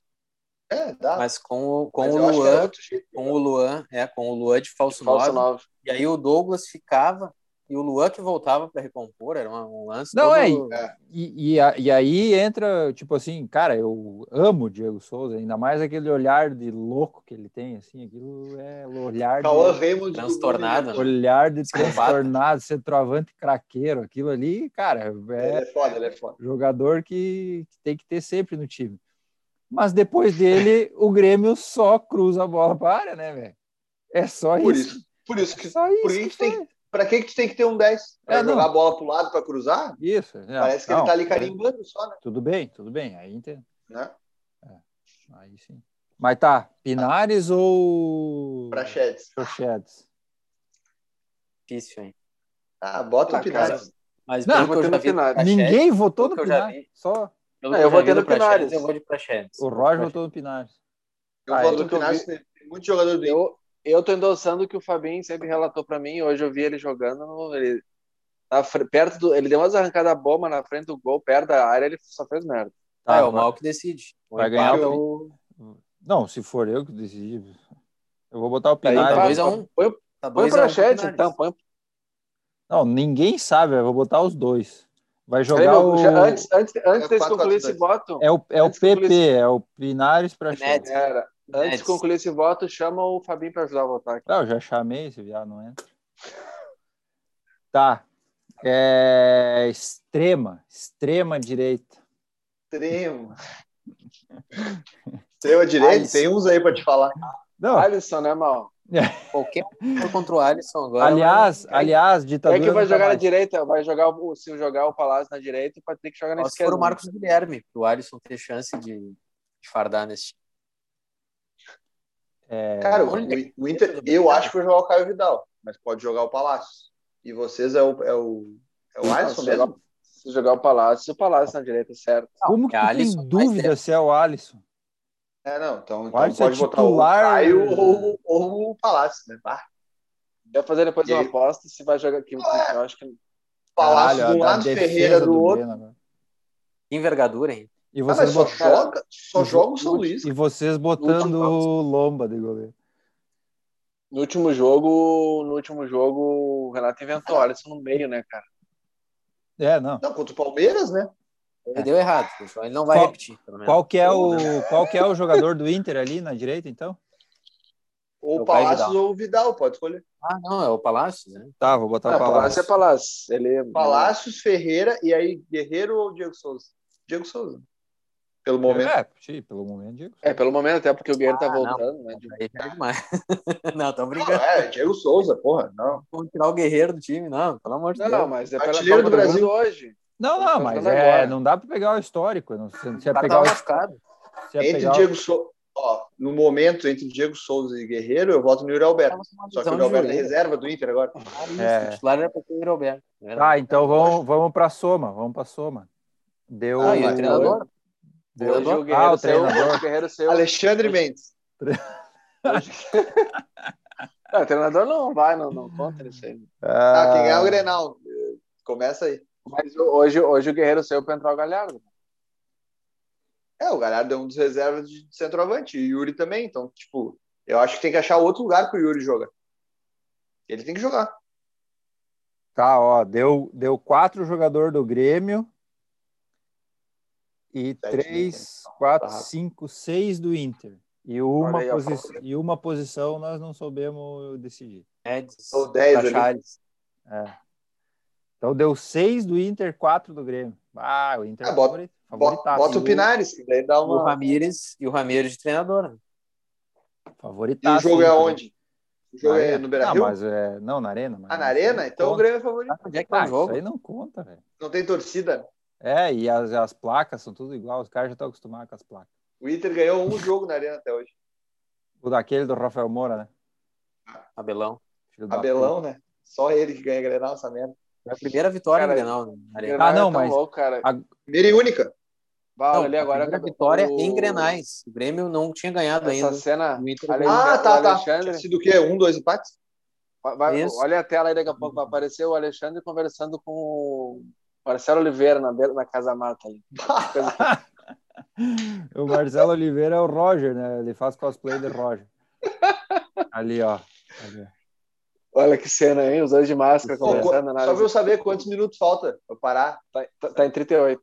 Speaker 2: É, dá.
Speaker 4: Mas com o, com
Speaker 2: Mas
Speaker 4: o
Speaker 2: eu acho que era
Speaker 4: Luan,
Speaker 2: outro jeito.
Speaker 4: com o Luan, é, com o Luan de falso,
Speaker 3: Falso 9.
Speaker 4: nove, E aí o Douglas ficava e o Luan que voltava para recompor, era uma- um lance.
Speaker 1: Não,
Speaker 4: todo-
Speaker 1: é,
Speaker 2: É.
Speaker 1: E, e, a- e aí entra, tipo assim, cara, eu amo o Diego Souza, ainda mais aquele olhar de louco que ele tem, assim, aquilo é o olhar
Speaker 2: Cauã
Speaker 1: de,
Speaker 2: Raymond.
Speaker 4: Transtornado, né?
Speaker 1: olhar de
Speaker 4: Psicopata.
Speaker 1: transtornado, centroavante craqueiro, aquilo ali, cara, é
Speaker 2: Ele é foda, ele é foda.
Speaker 1: jogador que, que tem que ter sempre no time. Mas depois dele, o Grêmio só cruza a bola para a área, né, velho? É só
Speaker 2: Por
Speaker 1: isso.
Speaker 2: isso. Por isso
Speaker 1: É
Speaker 2: que.
Speaker 1: só isso.
Speaker 2: por que que tem
Speaker 1: faz.
Speaker 2: Pra que, que tu tem que ter um 10? Pra
Speaker 1: É, não.
Speaker 2: jogar a bola pro lado pra cruzar?
Speaker 1: Isso. é, não,
Speaker 2: Parece que
Speaker 1: não, é,
Speaker 2: ele tá ali carimbando só, né?
Speaker 1: Tudo bem, tudo bem. Aí entendo.
Speaker 2: né?
Speaker 1: Aí sim. Mas tá, Pinares ou
Speaker 2: Pra Sheds.
Speaker 1: Chochedes?
Speaker 4: difícil, hein?
Speaker 2: Ah, bota
Speaker 3: Ah,
Speaker 2: o Pinares.
Speaker 4: Mas
Speaker 1: Não,
Speaker 4: pelo
Speaker 3: eu
Speaker 4: que
Speaker 3: botei
Speaker 4: eu já
Speaker 3: no
Speaker 4: vi do
Speaker 3: Pinares.
Speaker 4: Praxedes,
Speaker 1: Ninguém votou no
Speaker 4: Pelo que eu já
Speaker 1: Pinares. Só
Speaker 4: pelo
Speaker 3: Não,
Speaker 4: que
Speaker 3: eu
Speaker 4: eu já
Speaker 3: vou
Speaker 4: vi
Speaker 3: ter
Speaker 4: do
Speaker 3: no
Speaker 4: Praxedes,
Speaker 3: Pinares.
Speaker 4: eu vou de Praxedes.
Speaker 1: o Roger votou no Pinares.
Speaker 2: Eu
Speaker 1: Ah,
Speaker 2: voto
Speaker 3: é
Speaker 2: no
Speaker 3: que eu
Speaker 2: Pinares.
Speaker 3: vi.
Speaker 2: Tem muito jogador do Inter.
Speaker 3: Eu, eu tô endossando o que o Fabinho sempre relatou pra mim. Hoje eu vi ele jogando. no- Ele, na fre- perto do, ele deu umas arrancadas boas, mas na frente do gol, perto da área, ele só fez merda.
Speaker 4: Ah, é o
Speaker 1: vai-
Speaker 4: mal que decide. O
Speaker 1: Tá, vai ganhar
Speaker 4: empate
Speaker 2: o-
Speaker 4: é o-
Speaker 1: Não, se for eu que decidi. Eu vou botar o
Speaker 3: Tá aí,
Speaker 4: Tá
Speaker 1: Pinares.
Speaker 3: empate.
Speaker 4: 2 a 1
Speaker 3: Põe, põe
Speaker 4: Tá
Speaker 3: o
Speaker 4: 2 a 1
Speaker 3: Praxedes, então. Põe,
Speaker 1: Não, ninguém sabe, eu vou botar os dois. Vai jogar
Speaker 3: Aí, meu,
Speaker 1: o...
Speaker 3: já- antes, antes, antes
Speaker 2: É
Speaker 3: desse
Speaker 2: 4-4-2.
Speaker 3: concluir esse voto,
Speaker 1: É o, é o
Speaker 3: antes que eu
Speaker 1: PP, é o Pinares pra Chochedes.
Speaker 3: Era. Antes
Speaker 4: Nets.
Speaker 3: de concluir esse voto, chama o Fabinho para ajudar a votar.
Speaker 1: Não, Ah, eu já chamei esse viado, não entra. Tá. É, Extrema, extrema direita.
Speaker 2: Extremo. Extrema direita,
Speaker 4: Alisson.
Speaker 2: tem uns aí pra te falar.
Speaker 1: Não,
Speaker 3: Alisson, né, mal?
Speaker 4: Qualquer um contra o Alisson agora.
Speaker 1: aliás,
Speaker 4: vai-
Speaker 1: aliás, ditadura
Speaker 3: é que vai
Speaker 1: nunca
Speaker 3: jogar na
Speaker 1: tá mais.
Speaker 3: direita, vai jogar o, se jogar o Palácio na direita, vai ter que jogar na
Speaker 1: é
Speaker 4: Só se
Speaker 3: esquerda.
Speaker 4: for o Marcos Guilherme, pro Alisson ter chance de, de fardar nesse time.
Speaker 1: É,
Speaker 2: Cara, o,
Speaker 4: Olha.
Speaker 2: o Inter, eu acho que vai jogar o Caio Vidal, mas pode jogar o Palácio. E vocês é o, é o, é o Alisson
Speaker 3: se jogar,
Speaker 2: mesmo?
Speaker 3: se jogar o Palácio, o Palácio na direita, certo.
Speaker 1: como
Speaker 4: é
Speaker 1: que tu
Speaker 4: Alisson,
Speaker 1: tem
Speaker 4: mas
Speaker 1: dúvida se é o Alisson?
Speaker 2: É, não. Então,
Speaker 1: O
Speaker 2: então
Speaker 1: Alisson é
Speaker 2: pode botar o
Speaker 1: titular.
Speaker 2: Caio ou, ou o Palácio, né? Ah,
Speaker 3: Deve fazer depois
Speaker 2: E
Speaker 3: uma
Speaker 2: aí?
Speaker 3: aposta se vai jogar. Que, que eu acho que
Speaker 2: Palácio
Speaker 1: Caralho,
Speaker 2: de um
Speaker 1: a
Speaker 2: lado,
Speaker 1: defesa
Speaker 2: Ferreira do, outro.
Speaker 1: Grêmio agora.
Speaker 4: Que envergadura, hein?
Speaker 1: E
Speaker 2: Ah,
Speaker 1: vocês,
Speaker 2: mas só
Speaker 1: bot-
Speaker 3: botaram-
Speaker 2: joga, só joga o São Luís.
Speaker 1: e vocês botando o Lomba de goleiro.
Speaker 3: no último jogo, no último jogo, o Renato inventou o Alisson no meio, né, cara?
Speaker 1: É, não.
Speaker 2: Não, contra o Palmeiras, né?
Speaker 4: Ele deu errado, pessoal. Ele não vai
Speaker 1: É. Qual-
Speaker 4: repetir, pelo menos.
Speaker 1: Qual que é o,
Speaker 2: né?
Speaker 1: qual que é o jogador do Inter ali na direita, então?
Speaker 2: Ou
Speaker 4: É
Speaker 2: o
Speaker 4: o Caio
Speaker 2: Palácio
Speaker 4: Vidal.
Speaker 2: ou o Vidal, pode escolher.
Speaker 4: Ah, não, é o Palácio, né?
Speaker 1: Tá, vou botar
Speaker 3: Ah,
Speaker 1: o
Speaker 3: Palácio
Speaker 1: Palácio.
Speaker 3: é Palácio. Ele, é-
Speaker 2: Palácios, Ferreira e aí Guerreiro ou Diego Souza? Diego Souza. Pelo momento.
Speaker 1: É, sim, pelo momento, Diego.
Speaker 3: É, pelo momento, até porque o Guerreiro tá
Speaker 4: Ah, não.
Speaker 3: voltando, né? de-
Speaker 4: Aí já é demais. Não, tô
Speaker 2: Não,
Speaker 4: brincando.
Speaker 2: é, Diego Souza, porra, não.
Speaker 4: Vamos tirar o guerreiro do time, não, pelo amor de
Speaker 3: Não,
Speaker 4: Deus.
Speaker 3: não, mas é pela
Speaker 2: Artilheiro
Speaker 3: Copa
Speaker 2: do
Speaker 3: do
Speaker 2: Brasil.
Speaker 3: Mundo hoje.
Speaker 1: Não,
Speaker 3: Ele
Speaker 1: não,
Speaker 3: tá
Speaker 1: mas
Speaker 3: jogando
Speaker 1: é,
Speaker 3: agora.
Speaker 1: não dá para pegar o histórico. Não, se, se é
Speaker 4: O cara
Speaker 1: pegar
Speaker 4: tava
Speaker 2: um
Speaker 1: o,
Speaker 4: machucado.
Speaker 1: se é
Speaker 2: Entre
Speaker 1: pegar o-
Speaker 2: Diego Souza. Ó, no momento, entre Diego Souza e Guerreiro, eu voto no Yuri Alberto.
Speaker 4: Tava com uma
Speaker 2: Só que o
Speaker 4: lesão
Speaker 2: Yuri Alberto é
Speaker 4: de joelho.
Speaker 2: reserva do Inter agora.
Speaker 4: Ah, isso,
Speaker 1: É.
Speaker 4: O titular era pra ter o Roberto.
Speaker 1: Tá, então vamos, vamos para soma, vamos para soma. Deu
Speaker 3: Ah,
Speaker 4: e
Speaker 3: mas
Speaker 4: o treinador?
Speaker 1: deu-
Speaker 3: Hoje o
Speaker 1: ah,
Speaker 3: Guerreiro
Speaker 1: o
Speaker 3: saiu.
Speaker 1: treinador.
Speaker 3: O Guerreiro saiu.
Speaker 2: Alexandre Mendes.
Speaker 3: Não, Ah, o treinador não vai, não, não conta isso aí.
Speaker 2: Ah, quem ganhar é o
Speaker 1: Ah,
Speaker 2: Grenal. Começa aí.
Speaker 3: Mas hoje, hoje o Guerreiro saiu pra entrar o Galhardo.
Speaker 2: É, o Galhardo é um dos reservas de centroavante. E o Yuri também. Então, tipo, eu acho que tem que achar outro lugar pro Yuri jogar. Ele tem que jogar.
Speaker 1: Tá, ó, deu, deu quatro jogador do Grêmio e
Speaker 2: Sete do
Speaker 1: três,
Speaker 2: Inter.
Speaker 1: quatro,
Speaker 2: Tá.
Speaker 1: cinco, seis do Inter. E uma,
Speaker 3: aí, ó,
Speaker 1: posi-
Speaker 3: falou.
Speaker 1: e uma posição nós não soubemos decidir.
Speaker 4: Médios,
Speaker 2: Ou 10 ali.
Speaker 4: Praxedes.
Speaker 1: Então deu seis do Inter, quatro do Grêmio. Ah, o Inter
Speaker 2: Ah, bota-
Speaker 1: favori-
Speaker 2: Bo-
Speaker 1: favoritaço.
Speaker 2: Bota o Pinares, que daí dá
Speaker 4: E o
Speaker 2: uma.
Speaker 4: Ramírez e o Ramírez de treinador. né?
Speaker 2: E o
Speaker 1: Favoritaço.
Speaker 2: jogo é
Speaker 1: Inter.
Speaker 2: onde? O jogo
Speaker 1: né? Na
Speaker 2: é
Speaker 1: arena?
Speaker 2: no Beira
Speaker 1: Não,
Speaker 2: Rio?
Speaker 1: mas né? é... não, na Arena. Mas
Speaker 2: Ah,
Speaker 1: isso
Speaker 2: na
Speaker 1: aí
Speaker 2: Arena?
Speaker 1: não
Speaker 2: Então o
Speaker 1: conta.
Speaker 2: Grêmio é favorito.
Speaker 4: Onde é que tá
Speaker 1: Ah,
Speaker 4: o
Speaker 1: isso
Speaker 4: jogo?
Speaker 1: aí não conta, velho.
Speaker 2: Não tem torcida.
Speaker 1: É, e as, as placas são tudo igual, os caras já estão acostumados com as placas.
Speaker 2: O Inter ganhou um jogo na Arena até hoje.
Speaker 1: O daquele do Rafael Moura, né?
Speaker 4: Abelão.
Speaker 1: Filho da
Speaker 2: Abelão, né? Só ele que ganha Grenal, essa merda.
Speaker 4: É a primeira vitória
Speaker 3: Cara,
Speaker 4: do Grenal, né? na Arena.
Speaker 3: Grenal
Speaker 1: não,
Speaker 3: é tão
Speaker 1: mas-
Speaker 3: Louco, cara.
Speaker 2: Primeira e única.
Speaker 3: Bah,
Speaker 4: Não,
Speaker 3: olha ali
Speaker 4: a
Speaker 3: agora.
Speaker 4: primeira
Speaker 3: cara,
Speaker 4: vitória
Speaker 3: o-
Speaker 4: em Grenais. O Grêmio não tinha ganhado
Speaker 3: Essa
Speaker 4: ainda.
Speaker 3: cena.
Speaker 4: O Inter
Speaker 3: Olha,
Speaker 4: ganhou.
Speaker 2: Ah,
Speaker 3: o
Speaker 2: tá, tá.
Speaker 3: Alexandre-
Speaker 2: Tinha sido o quê? Um, dois empates?
Speaker 3: Vai- vai-
Speaker 4: Isso.
Speaker 3: olha a tela aí, daqui a pouco vai aparecer o Alexandre conversando com o Marcelo Oliveira na, beira- na Casa Mata. ali. Coisa que-
Speaker 1: O Marcelo Oliveira é o Roger, né? Ele faz cosplay de Roger. Ali, ó. Ali, ó.
Speaker 3: Olha que cena, hein? Os dois de máscara
Speaker 1: Pô,
Speaker 3: conversando.
Speaker 2: Só pra
Speaker 3: análise.
Speaker 2: eu saber quantos minutos falta pra parar.
Speaker 3: Tá, tá- tá em 38.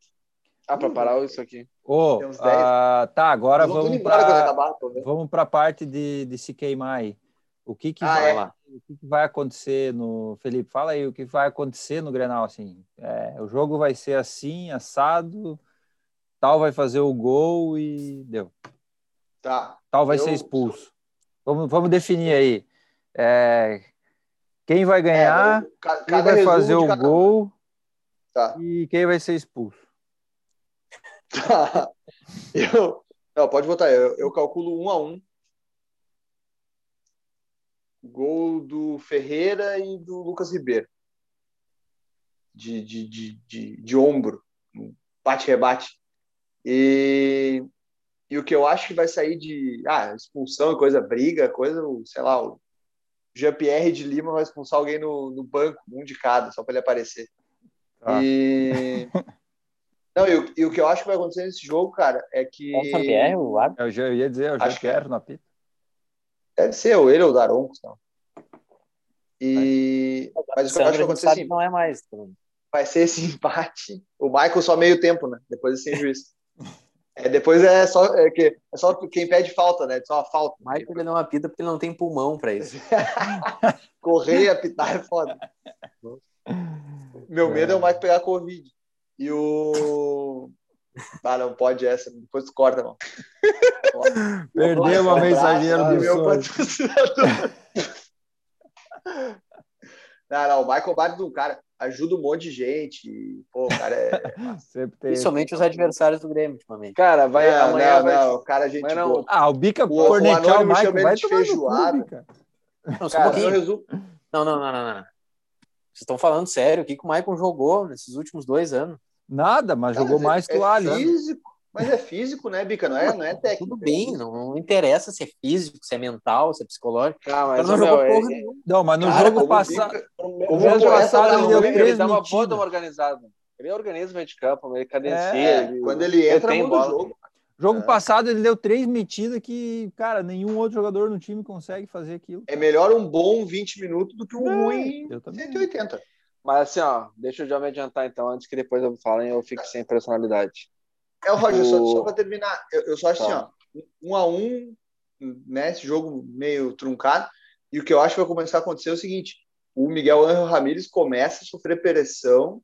Speaker 3: Ah, pra parar isso aqui.
Speaker 1: Ô,
Speaker 2: Tem uns dez.
Speaker 1: ah, tá, agora
Speaker 2: Os outros
Speaker 1: vamos
Speaker 2: indo embora quando
Speaker 1: para
Speaker 2: acabar, tô vendo.
Speaker 1: vamos para a parte de, de se queimar aí. O que que
Speaker 2: Ah,
Speaker 1: vai,
Speaker 2: é.
Speaker 1: lá? O que que vai acontecer no Felipe? Fala aí o que vai acontecer no Grenal assim. É, o jogo vai ser assim, assado. Tal vai fazer o gol e deu.
Speaker 2: Tá.
Speaker 1: Tal vai
Speaker 2: Eu-
Speaker 1: ser expulso. Vamos, vamos definir aí. É, quem vai ganhar?
Speaker 2: É, ca-
Speaker 1: Quem
Speaker 2: cada
Speaker 1: vai
Speaker 2: resumo
Speaker 1: fazer
Speaker 2: de
Speaker 1: o
Speaker 2: cada-
Speaker 1: gol
Speaker 2: Tá.
Speaker 1: e quem vai ser expulso.
Speaker 2: Tá. Eu... Não, pode botar. Eu, eu calculo um a um. Gol do Ferreira e do Lucas Ribeiro. De, de, de, de, de ombro. Um Bate-rebate. E, e o que eu acho que vai sair de ah, expulsão e coisa, briga, coisa, o- sei lá, o Jean-Pierre de Lima vai expulsar alguém no, no banco, um de cada, só para ele aparecer.
Speaker 1: Tá.
Speaker 2: E... Não, e, o- e o que eu acho que vai acontecer nesse jogo, cara, é que.
Speaker 4: É o Saint-Pierre, o árbitro.
Speaker 1: Eu, já, eu ia dizer, eu já
Speaker 2: Acho que é.
Speaker 1: quero na pita.
Speaker 2: Deve ser ou ele ou o Daronco, não. E... Mas o que eu acho que
Speaker 4: Sandro,
Speaker 2: vai
Speaker 4: a gente
Speaker 2: acontecer
Speaker 4: sabe
Speaker 2: assim,
Speaker 4: que não é mais. pelo menos.
Speaker 2: vai ser esse empate. O Michael só meio tempo, né? Depois é sem juiz. É, depois é só, é, que, é só quem pede falta, né? Só a falta.
Speaker 4: O Michael ele não apita porque ele não tem pulmão pra isso.
Speaker 2: Correr e apitar é foda. Meu medo é o Michael pegar Covid. E o. Ah, não pode essa. Depois tu corta, mano.
Speaker 1: Perdeu
Speaker 2: Nossa,
Speaker 1: a
Speaker 2: um
Speaker 1: mensageira
Speaker 2: abraço
Speaker 1: do
Speaker 2: ao meu
Speaker 1: sonho.
Speaker 2: patrocinador. Não, não, o Michael bate de um cara, ajuda um monte de gente. e, pô, o cara é.
Speaker 1: Sempre tem.
Speaker 4: Principalmente os adversários do Grêmio, ultimamente.
Speaker 3: Cara, vai
Speaker 2: não,
Speaker 3: amanhã.
Speaker 2: não,
Speaker 3: vai...
Speaker 2: não, o cara, é gente.
Speaker 3: Mas não, um
Speaker 2: boa.
Speaker 1: Ah, o Bica
Speaker 2: O- o
Speaker 1: cornetear o
Speaker 2: anônimo
Speaker 1: Michael
Speaker 2: chama ele
Speaker 1: vai
Speaker 2: de
Speaker 1: tomar no
Speaker 2: feijoada.
Speaker 1: cu, Bica.
Speaker 4: Não, só um
Speaker 2: Cara,
Speaker 4: pouquinho.
Speaker 2: eu resumo.
Speaker 4: Não, não, não, não, não. Vocês estão falando sério, o que, que o Maicon jogou nesses últimos dois anos?
Speaker 1: Nada, mas jogou
Speaker 2: Cara,
Speaker 1: mais que o
Speaker 2: é
Speaker 1: Alisson.
Speaker 2: físico, mas é físico, né, Bica? Não é, não é técnico.
Speaker 4: Tudo bem, não, não interessa se é físico, se é mental, se é psicológico.
Speaker 3: Não, mas
Speaker 4: Ele
Speaker 3: é-
Speaker 4: não
Speaker 3: ô,
Speaker 4: jogou
Speaker 3: meu,
Speaker 4: porra
Speaker 3: ele-
Speaker 4: nenhuma.
Speaker 1: Não, mas no
Speaker 2: Cara,
Speaker 1: jogo
Speaker 2: como
Speaker 1: passado.
Speaker 2: Bica- como-
Speaker 1: o
Speaker 2: como
Speaker 1: jogo
Speaker 2: essa
Speaker 1: passado
Speaker 2: tá
Speaker 1: ele
Speaker 2: no
Speaker 1: deu
Speaker 2: meio.
Speaker 1: três
Speaker 3: ele dá uma boa
Speaker 1: metidas.
Speaker 3: de uma organizada. Ele é organiza o meio de campo, ele cadencia.
Speaker 2: É,
Speaker 3: ele-
Speaker 2: quando ele entra,
Speaker 3: tem
Speaker 2: muda o
Speaker 3: bola.
Speaker 2: jogo.
Speaker 1: Jogo
Speaker 2: É.
Speaker 1: passado ele deu três metidas que, cara, nenhum outro jogador no time consegue fazer aquilo.
Speaker 2: É melhor um bom 20 minutos do que um
Speaker 1: Não,
Speaker 2: ruim
Speaker 1: eu também.
Speaker 2: 180.
Speaker 3: Mas assim, ó, deixa eu já me adiantar então, antes que depois eu fale e eu fique sem personalidade.
Speaker 2: É, o Roger, só,
Speaker 3: O-
Speaker 2: só pra terminar, eu, eu só acho
Speaker 3: Tá.
Speaker 2: assim, ó, um a um, né, esse jogo meio truncado, e o que eu acho que vai começar a acontecer é o seguinte, o Miguel Angel Ramírez começa a sofrer pressão,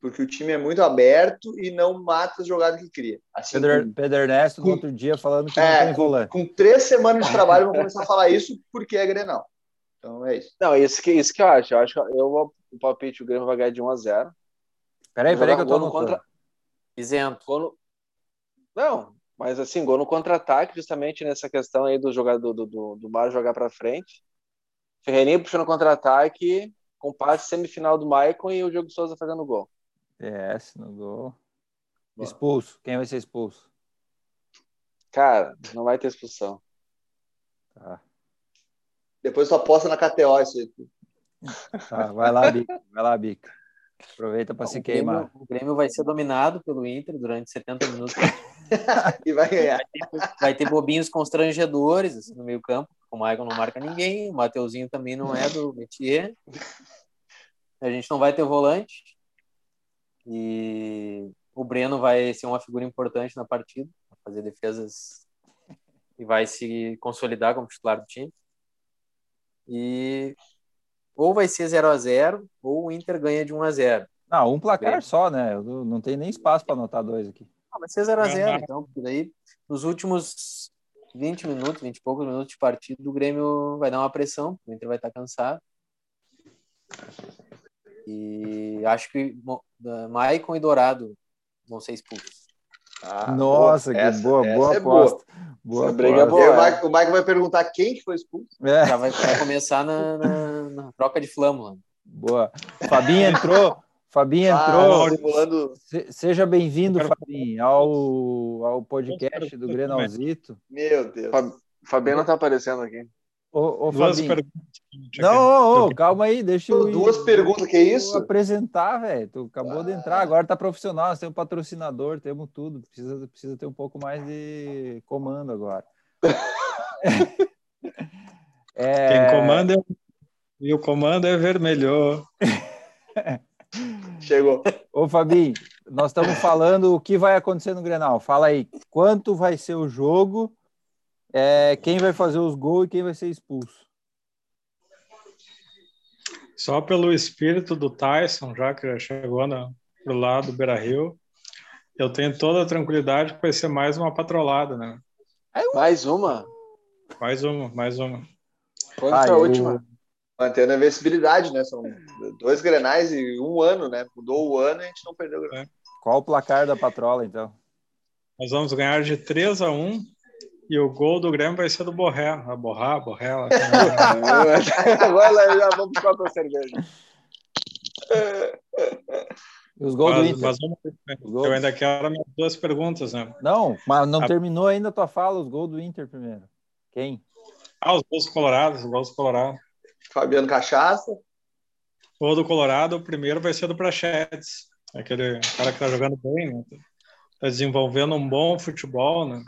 Speaker 2: porque o time é muito aberto e não mata as jogadas que cria. Assim,
Speaker 1: Pedro, Pedro Ernesto, no
Speaker 2: Com-
Speaker 1: outro dia, falando que não
Speaker 2: É,
Speaker 1: tem volante.
Speaker 2: com, com três semanas de trabalho, vão começar a falar isso porque é Grenal. Então é isso.
Speaker 3: Não, isso que, isso que eu acho. Eu acho que eu vou o palpite, o Grêmio vai ganhar de 1 a 0
Speaker 1: Peraí, peraí, que eu tô
Speaker 3: Gol
Speaker 1: no
Speaker 3: no
Speaker 1: contra.
Speaker 3: contra-
Speaker 4: Isento.
Speaker 3: Gol no- Não, mas assim, gol no contra-ataque, justamente nessa questão aí do jogador do, do, do Mário jogar pra frente. Ferreirinha puxando contra-ataque, com passe semifinal do Maicon e o Diogo Souza fazendo gol.
Speaker 1: PS É, no gol.
Speaker 2: Boa.
Speaker 1: Expulso. Quem vai ser expulso?
Speaker 3: Cara, não vai ter expulsão.
Speaker 1: Tá.
Speaker 2: Depois tu aposta na KTO isso aí.
Speaker 1: Tá, vai lá, Bica. Vai lá, Bica. Aproveita pra se
Speaker 4: Ah, o, Grêmio, é
Speaker 1: queimar.
Speaker 4: o Grêmio vai ser dominado pelo Inter durante 70 minutos.
Speaker 2: e vai ganhar.
Speaker 4: Vai ter bobinhos constrangedores assim, no meio campo. O Maicon não marca ninguém, o Mateuzinho também não é do métier. A gente não vai ter volante. E o Breno vai ser uma figura importante na partida, vai fazer defesas e vai se consolidar como titular do time. E ou vai ser 0 a 0 ou o Inter ganha de 1 a 0.
Speaker 1: Não, um placar só, né? Eu não não tem nem espaço pra anotar dois aqui.
Speaker 4: Ah, vai ser 0x0, então, porque daí nos últimos 20 minutos, 20 e poucos minutos de partida, o Grêmio vai dar uma pressão, o Inter vai estar cansado. E acho que bom, da- Maicon e Dourado vão ser expulsos.
Speaker 2: Ah,
Speaker 1: Nossa, que
Speaker 2: Essa-
Speaker 1: boa,
Speaker 2: essa
Speaker 1: boa
Speaker 2: é
Speaker 1: aposta. Boa
Speaker 3: Essa briga é
Speaker 1: aposta.
Speaker 3: boa.
Speaker 2: E o, Mike, o Mike vai perguntar quem que foi expulso.
Speaker 1: É.
Speaker 4: Já vai, vai começar na, na- na troca de flâmula.
Speaker 1: Boa. Fabinho entrou. Fabinho
Speaker 2: Ah,
Speaker 1: entrou.
Speaker 2: simulando.
Speaker 1: Se- Seja bem-vindo,
Speaker 5: Eu quero-
Speaker 1: Fabinho, ao, ao podcast do Grenalzito.
Speaker 2: Meu Deus.
Speaker 3: Fab- Fabiano tá aparecendo aqui.
Speaker 1: Ô, ô
Speaker 5: Duas
Speaker 1: Fabinho.
Speaker 5: perguntas. né?
Speaker 1: Não, ô, ô, calma aí, deixa eu. ir-
Speaker 2: Duas perguntas, que é
Speaker 1: deixa eu
Speaker 2: isso?
Speaker 1: apresentar, velho. Tu acabou de
Speaker 2: Ah.
Speaker 1: entrar, agora tá profissional, nós temos patrocinador, temos tudo. Precisa, precisa ter um pouco mais de comando agora. É,
Speaker 5: Quem comanda é... E o comando é vermelho.
Speaker 2: Chegou.
Speaker 1: Ô, Fabinho, nós estamos falando o que vai acontecer no Grenal. Fala aí, quanto vai ser o jogo, é, quem vai fazer os gols e quem vai ser expulso.
Speaker 5: Só pelo espírito do Tyson, já que já chegou na, pro lado do Beira Rio, eu tenho toda a tranquilidade que vai ser mais uma patrolada, né?
Speaker 3: tá- Mais uma?
Speaker 5: Mais uma, mais um. uma.
Speaker 3: Quando
Speaker 1: Ah,
Speaker 3: foi a
Speaker 1: eu-
Speaker 3: última?
Speaker 2: Mantendo a invencibilidade, né? São dois grenais e um ano, né? Mudou o ano e a gente não perdeu o grenal.
Speaker 1: Qual o placar da patrola, então?
Speaker 5: Nós vamos ganhar de 3 a 1 e o gol do Grêmio vai ser do Borré. A Borrá, Borrela.
Speaker 3: Agora lá, já vamos buscar outra cerveja.
Speaker 1: E Os gols do
Speaker 5: mas,
Speaker 1: Inter? né?
Speaker 5: mas vamos-
Speaker 1: Gol.
Speaker 5: eu ainda quero minhas duas perguntas, né?
Speaker 1: Não, mas não
Speaker 5: Ah.
Speaker 1: terminou ainda a tua fala, os gols do Inter primeiro. Quem?
Speaker 5: Ah, os gols colorados, os gols colorados.
Speaker 2: Fabiano Cachaça.
Speaker 5: O gol do Colorado, o primeiro vai ser do Prachedes. Aquele cara que tá jogando bem, né? Tá desenvolvendo um bom futebol, né?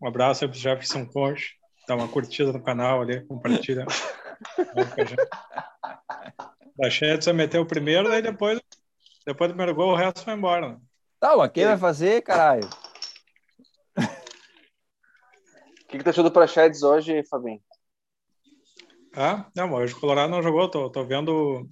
Speaker 5: Um abraço aí pro Jefferson Coach. Dá uma curtida no canal ali, compartilha. Prachedes vai meter o primeiro, daí depois, depois do primeiro gol, o resto vai embora, né?
Speaker 1: Tá, mas quem vai fazer, caralho?
Speaker 3: O que, que tu achou do Prachedes hoje, Fabinho?
Speaker 5: Ah, não, mas hoje o Colorado não jogou, tô, tô vendo.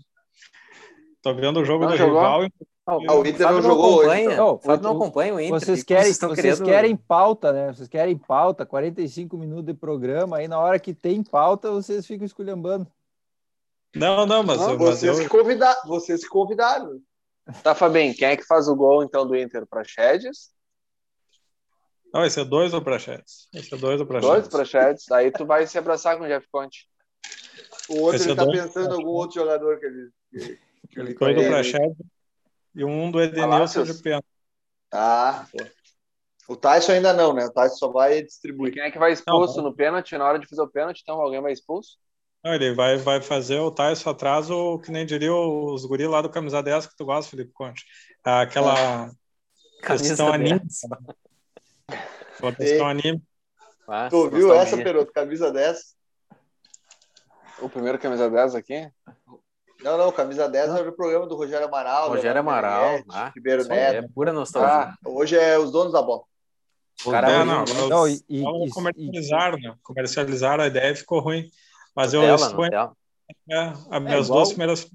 Speaker 5: Tô vendo o jogo
Speaker 3: Não
Speaker 5: do
Speaker 3: jogou?
Speaker 5: rival. e-
Speaker 2: Ah, o Inter não
Speaker 4: Fábio
Speaker 2: jogou hoje.
Speaker 4: acompanha,
Speaker 2: então.
Speaker 1: então.
Speaker 4: o Fábio não
Speaker 1: Ô,
Speaker 4: acompanha o Inter. O
Speaker 1: Vocês
Speaker 4: que
Speaker 1: querem,
Speaker 4: estão
Speaker 1: vocês
Speaker 4: querendo?
Speaker 1: querem pauta, né? Vocês querem pauta, 45 minutos de programa, aí na hora que tem pauta, vocês ficam esculhambando.
Speaker 5: Não, não, mas,
Speaker 3: Ah,
Speaker 5: mas
Speaker 2: então. Vocês
Speaker 5: eu,
Speaker 2: que convidaram. Vocês que convidaram.
Speaker 3: Tá, Fabinho, quem é que faz o gol então do Inter? Prachedes?
Speaker 5: Não, vai ser dois do Prachedes. Vai ser dois do
Speaker 3: Dois
Speaker 5: Prachedes.
Speaker 3: Prachedes. Aí tu vai se abraçar com o Jeff Conte.
Speaker 2: O outro
Speaker 5: Esse
Speaker 2: ele
Speaker 5: é
Speaker 2: tá
Speaker 5: bom.
Speaker 2: pensando em algum outro jogador que ele. que- que ele
Speaker 5: Dois do
Speaker 2: conhece.
Speaker 5: Prachedes é e um do Edenilson
Speaker 3: Palácios?
Speaker 5: de pênalti.
Speaker 2: Ah, pô. O Tyson ainda não, né? O Tyson só vai
Speaker 3: E
Speaker 2: distribuir.
Speaker 3: quem é que vai expulso no pênalti? Na hora de fazer o pênalti, então alguém vai expulso?
Speaker 5: Não, ele vai, vai fazer o Tyson atrás, o que nem diria os guri lá do Camisa 10 que tu gosta, Felipe Conte. Aquela
Speaker 4: Camisa
Speaker 5: questão
Speaker 4: 10.
Speaker 5: anímica. aquela questão anímica.
Speaker 4: Ah,
Speaker 2: Tu viu
Speaker 4: nostalgia.
Speaker 2: essa, Peroto? Camisa 10?
Speaker 3: O primeiro camisa 10 aqui?
Speaker 2: Não, não, camisa 10 era o programa do Rogério Amaral.
Speaker 4: Rogério
Speaker 2: Leonardo
Speaker 4: Amaral,
Speaker 2: Meneghetti,
Speaker 4: ah,
Speaker 2: Ribeiro
Speaker 4: Isso
Speaker 2: né? Neto.
Speaker 4: É pura nostalgia.
Speaker 3: Ah,
Speaker 2: Hoje é os donos da bola.
Speaker 4: O cara
Speaker 5: É,
Speaker 4: hoje-
Speaker 5: não,
Speaker 4: Nutella,
Speaker 1: Não, e- e-
Speaker 5: Então,
Speaker 1: e-
Speaker 5: comercializaram, né? Comercializaram a ideia e ficou ruim. Mas eu estou entre
Speaker 4: Nutella.
Speaker 5: a- as minhas
Speaker 1: né? É, igual-
Speaker 5: duas primeiras.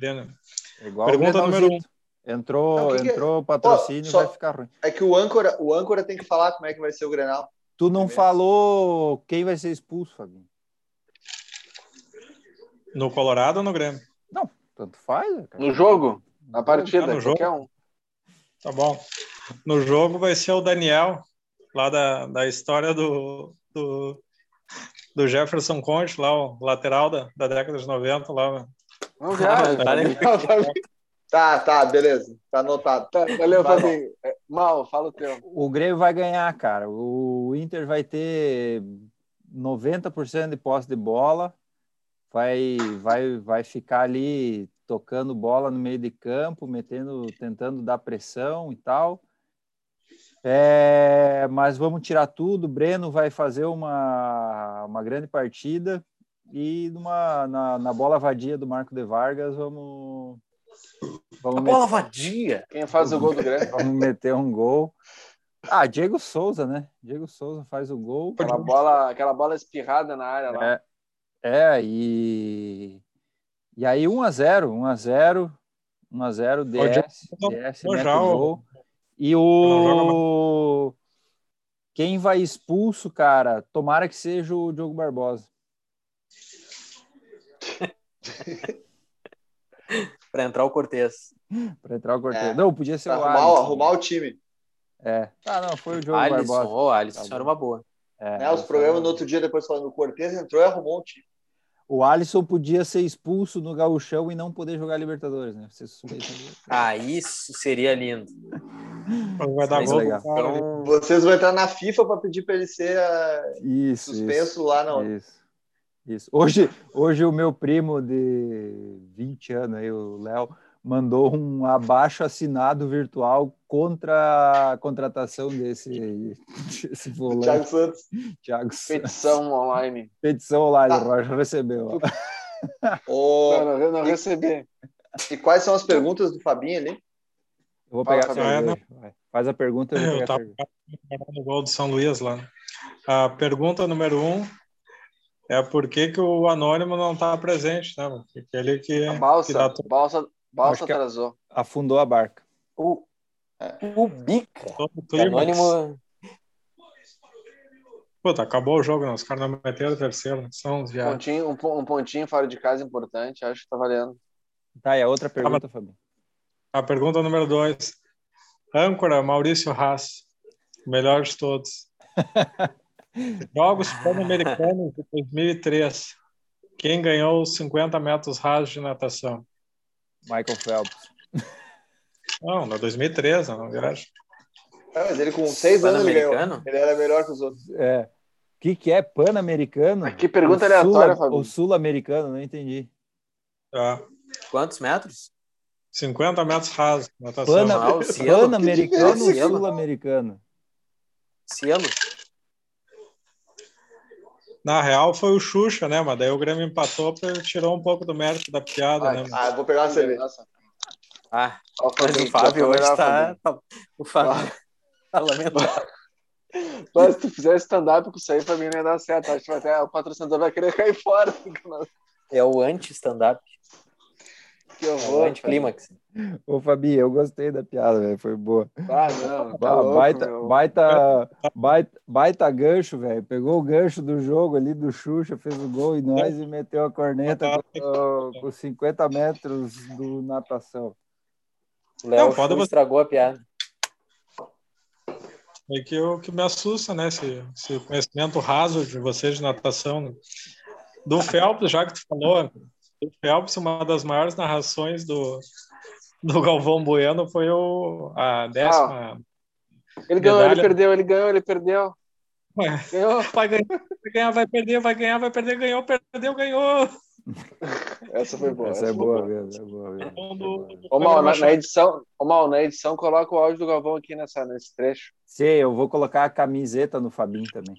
Speaker 5: né?
Speaker 1: É igual
Speaker 5: Pergunta
Speaker 1: o
Speaker 5: número um.
Speaker 1: Grenalzito. Entrou,
Speaker 2: Não, o que que é?
Speaker 1: entrou o patrocínio,
Speaker 2: Ó, só-
Speaker 1: vai ficar ruim.
Speaker 2: É que o âncora, o âncora tem que falar como é que vai ser o Grenal.
Speaker 1: Tu não
Speaker 2: Primeiro.
Speaker 1: falou quem vai ser expulso, Fabinho.
Speaker 5: No Colorado ou no Grêmio?
Speaker 1: Tanto faz, né, cara.
Speaker 3: no jogo? Na
Speaker 5: Ah,
Speaker 3: partida,
Speaker 5: no jogo?
Speaker 3: qualquer um.
Speaker 5: Tá bom. No jogo vai ser o Daniel, lá da, da história do, do, do Jefferson Conte, lá, o lateral da, da década de 90, lá,
Speaker 3: Não, já. tá
Speaker 4: Ah, vale.
Speaker 3: Não, Fabinho,
Speaker 2: Tá, tá, beleza. Tá anotado.
Speaker 3: tá, valeu,
Speaker 2: Vai,
Speaker 3: Fabinho. É, Mal, fala o teu.
Speaker 1: O Grêmio vai ganhar, cara. O Inter vai ter 90% de posse de bola, vai, vai, vai ficar ali tocando bola no meio de campo, metendo, tentando dar pressão e tal. É, mas vamos tirar tudo. O Breno vai fazer uma, uma grande partida e numa, na, na bola vadia do Marco de Vargas vamos,
Speaker 4: A
Speaker 1: vamos
Speaker 4: bola vadia.
Speaker 3: Quem faz o gol do Grêmio?
Speaker 1: Vamos meter um gol. Ah, Diego Souza, né? Diego Souza faz o gol.
Speaker 3: Aquela bola, aquela bola espirrada na área lá.
Speaker 1: É, é e... E aí 1x0, 1x0, 1x0, DS,
Speaker 5: não-
Speaker 1: DS
Speaker 5: não
Speaker 1: mete o
Speaker 5: joga.
Speaker 1: gol. E
Speaker 5: não
Speaker 1: o... Quem vai expulso, cara, tomara que seja o Diogo Barbosa.
Speaker 4: para entrar o Cortez.
Speaker 1: para entrar o Cortez.
Speaker 2: É.
Speaker 1: Não, podia ser
Speaker 2: Pra
Speaker 1: o
Speaker 2: arrumar, o-
Speaker 1: Alisson.
Speaker 2: arrumar o time.
Speaker 1: É. Ah, não, foi o Diogo
Speaker 4: Alisson,
Speaker 1: Barbosa.
Speaker 4: ô, Alisson,
Speaker 1: Tá bom.
Speaker 4: era uma boa.
Speaker 1: É,
Speaker 2: né? Os programas no outro dia depois falando, o Cortez entrou e arrumou o time.
Speaker 1: O Alisson podia ser expulso no gauchão e não poder jogar Libertadores, né? Você suspeita.
Speaker 4: Ah, isso seria lindo.
Speaker 5: Vai dar
Speaker 1: Mas
Speaker 5: gol.
Speaker 1: legal.
Speaker 5: pro cara.
Speaker 4: Então,
Speaker 2: Vocês vão entrar na FIFA para pedir para ele ser ah,
Speaker 1: Isso, isso,
Speaker 2: suspenso lá na
Speaker 1: isso, isso. Hoje, hoje o meu primo de 20 anos, aí, o Léo, mandou um abaixo assinado virtual contra a contratação desse, desse
Speaker 2: do
Speaker 1: volante,
Speaker 2: Thiago Santos.
Speaker 1: Thiago Santos.
Speaker 3: Petição online.
Speaker 1: Petição online,
Speaker 2: Tá.
Speaker 1: o Roger recebeu. ó.
Speaker 2: Ô,
Speaker 3: Não, não, não recebi.
Speaker 2: e quais são as perguntas do Fabinho ali?
Speaker 1: Eu vou
Speaker 2: Fala,
Speaker 1: pegar a
Speaker 5: Fabiano.
Speaker 1: cerveja. vai. Faz a pergunta, eu vou
Speaker 5: Eu
Speaker 1: pegar a
Speaker 5: tava
Speaker 1: cerveja.
Speaker 5: no gol do São Luís lá. né? A pergunta número um é por que, que o Anônimo não está presente, né? mano? Porque ele que,
Speaker 1: É,
Speaker 3: A
Speaker 5: que
Speaker 3: balsa,
Speaker 5: dá to-
Speaker 3: balsa,
Speaker 1: Acho
Speaker 3: balsa
Speaker 1: que é-
Speaker 3: atrasou.
Speaker 1: Afundou a barca.
Speaker 4: o, o Bica,
Speaker 5: todo o clima.
Speaker 4: anônimo,
Speaker 5: Puta, acabou o jogo, né? os caras não meteram o terceiro, né? são uns
Speaker 3: Um
Speaker 5: viados.
Speaker 3: pontinho, um, po- um pontinho fora de casa importante, acho que tá valendo.
Speaker 1: Tá, e a outra pergunta, Fabinho?
Speaker 5: A pergunta número dois. Âncora, Maurício Haas, melhor de todos. Jogos Pan-Americanos de 2003. Quem ganhou os 50 metros rasos de natação?
Speaker 1: Michael Phelps.
Speaker 5: Não, na 2003, na verdade.
Speaker 2: Ah, mas ele com seis anos ele ganhou.
Speaker 4: Pan-Americano?
Speaker 2: Ele era melhor que os outros.
Speaker 1: É. O que, que é pan-americano?
Speaker 3: Que pergunta
Speaker 1: O sul-
Speaker 3: aleatória, Fabinho.
Speaker 1: O sul-americano, não entendi.
Speaker 5: Tá.
Speaker 4: quantos metros?
Speaker 5: 50 metros rasos de natação.
Speaker 1: Pana-
Speaker 4: Ah, o Cielo.
Speaker 1: Pan-americano
Speaker 4: Que diferença,
Speaker 1: ou sul-americano?
Speaker 4: Cielo?
Speaker 5: Na real foi o Xuxa, né? Mas daí o Grêmio empatou, pra- tirou um pouco do mérito da piada,
Speaker 3: Ai,
Speaker 5: né? mano?
Speaker 2: Ah, eu vou pegar uma cerveja.
Speaker 3: Nossa.
Speaker 4: Ah,
Speaker 3: Ó,
Speaker 4: mas
Speaker 3: Fabinho,
Speaker 4: o Fábio
Speaker 3: já foi
Speaker 4: hoje
Speaker 3: melhor,
Speaker 4: tá,
Speaker 3: Fabinho.
Speaker 4: tá- O Fábio tá lamentável.
Speaker 3: Mas se tu fizer stand-up com isso aí, Fabinho, não ia dar certo. Acho que vai até o patrocinador vai querer cair fora.
Speaker 4: É o anti-stand-up,
Speaker 3: Que
Speaker 4: é o
Speaker 3: horror. Fabinho.
Speaker 4: anti-clímax.
Speaker 1: Ô, Fabi, eu gostei da piada, velho. Foi boa.
Speaker 3: Ah, não. Tá
Speaker 1: Ah,
Speaker 3: louco,
Speaker 1: baita,
Speaker 3: meu.
Speaker 1: baita, baita, baita gancho, velho. Pegou o gancho do jogo ali do Xuxa, fez o gol e nós e meteu a corneta com, ó, com 50 metros do natação.
Speaker 4: O Léo
Speaker 5: Não, pode
Speaker 4: Chu
Speaker 5: você-
Speaker 4: estragou a piada.
Speaker 5: É que o que me assusta, né? Esse, esse conhecimento raso de vocês de natação. né? Do Phelps, já que tu falou, do Phelps, uma das maiores narrações do, do Galvão Bueno foi o, a décima.
Speaker 3: Ele ganhou,
Speaker 5: Medalha.
Speaker 3: ele perdeu, ele ganhou, ele perdeu.
Speaker 5: Ué,
Speaker 3: Ganhou.
Speaker 5: Vai ganhar, vai ganhar, vai perder, vai ganhar, vai perder, ganhou, perdeu, ganhou.
Speaker 3: Essa foi boa.
Speaker 1: Essa é
Speaker 3: foi
Speaker 1: boa mesmo, é boa mesmo.
Speaker 5: Então,
Speaker 1: é
Speaker 5: do-
Speaker 1: boa mesmo.
Speaker 3: Ô, Mal, na,
Speaker 5: Mas-
Speaker 3: na edição, ô, Mal, na edição, coloca o áudio do Galvão aqui nessa, nesse trecho.
Speaker 1: Sim, eu vou colocar a camiseta no Fabinho também.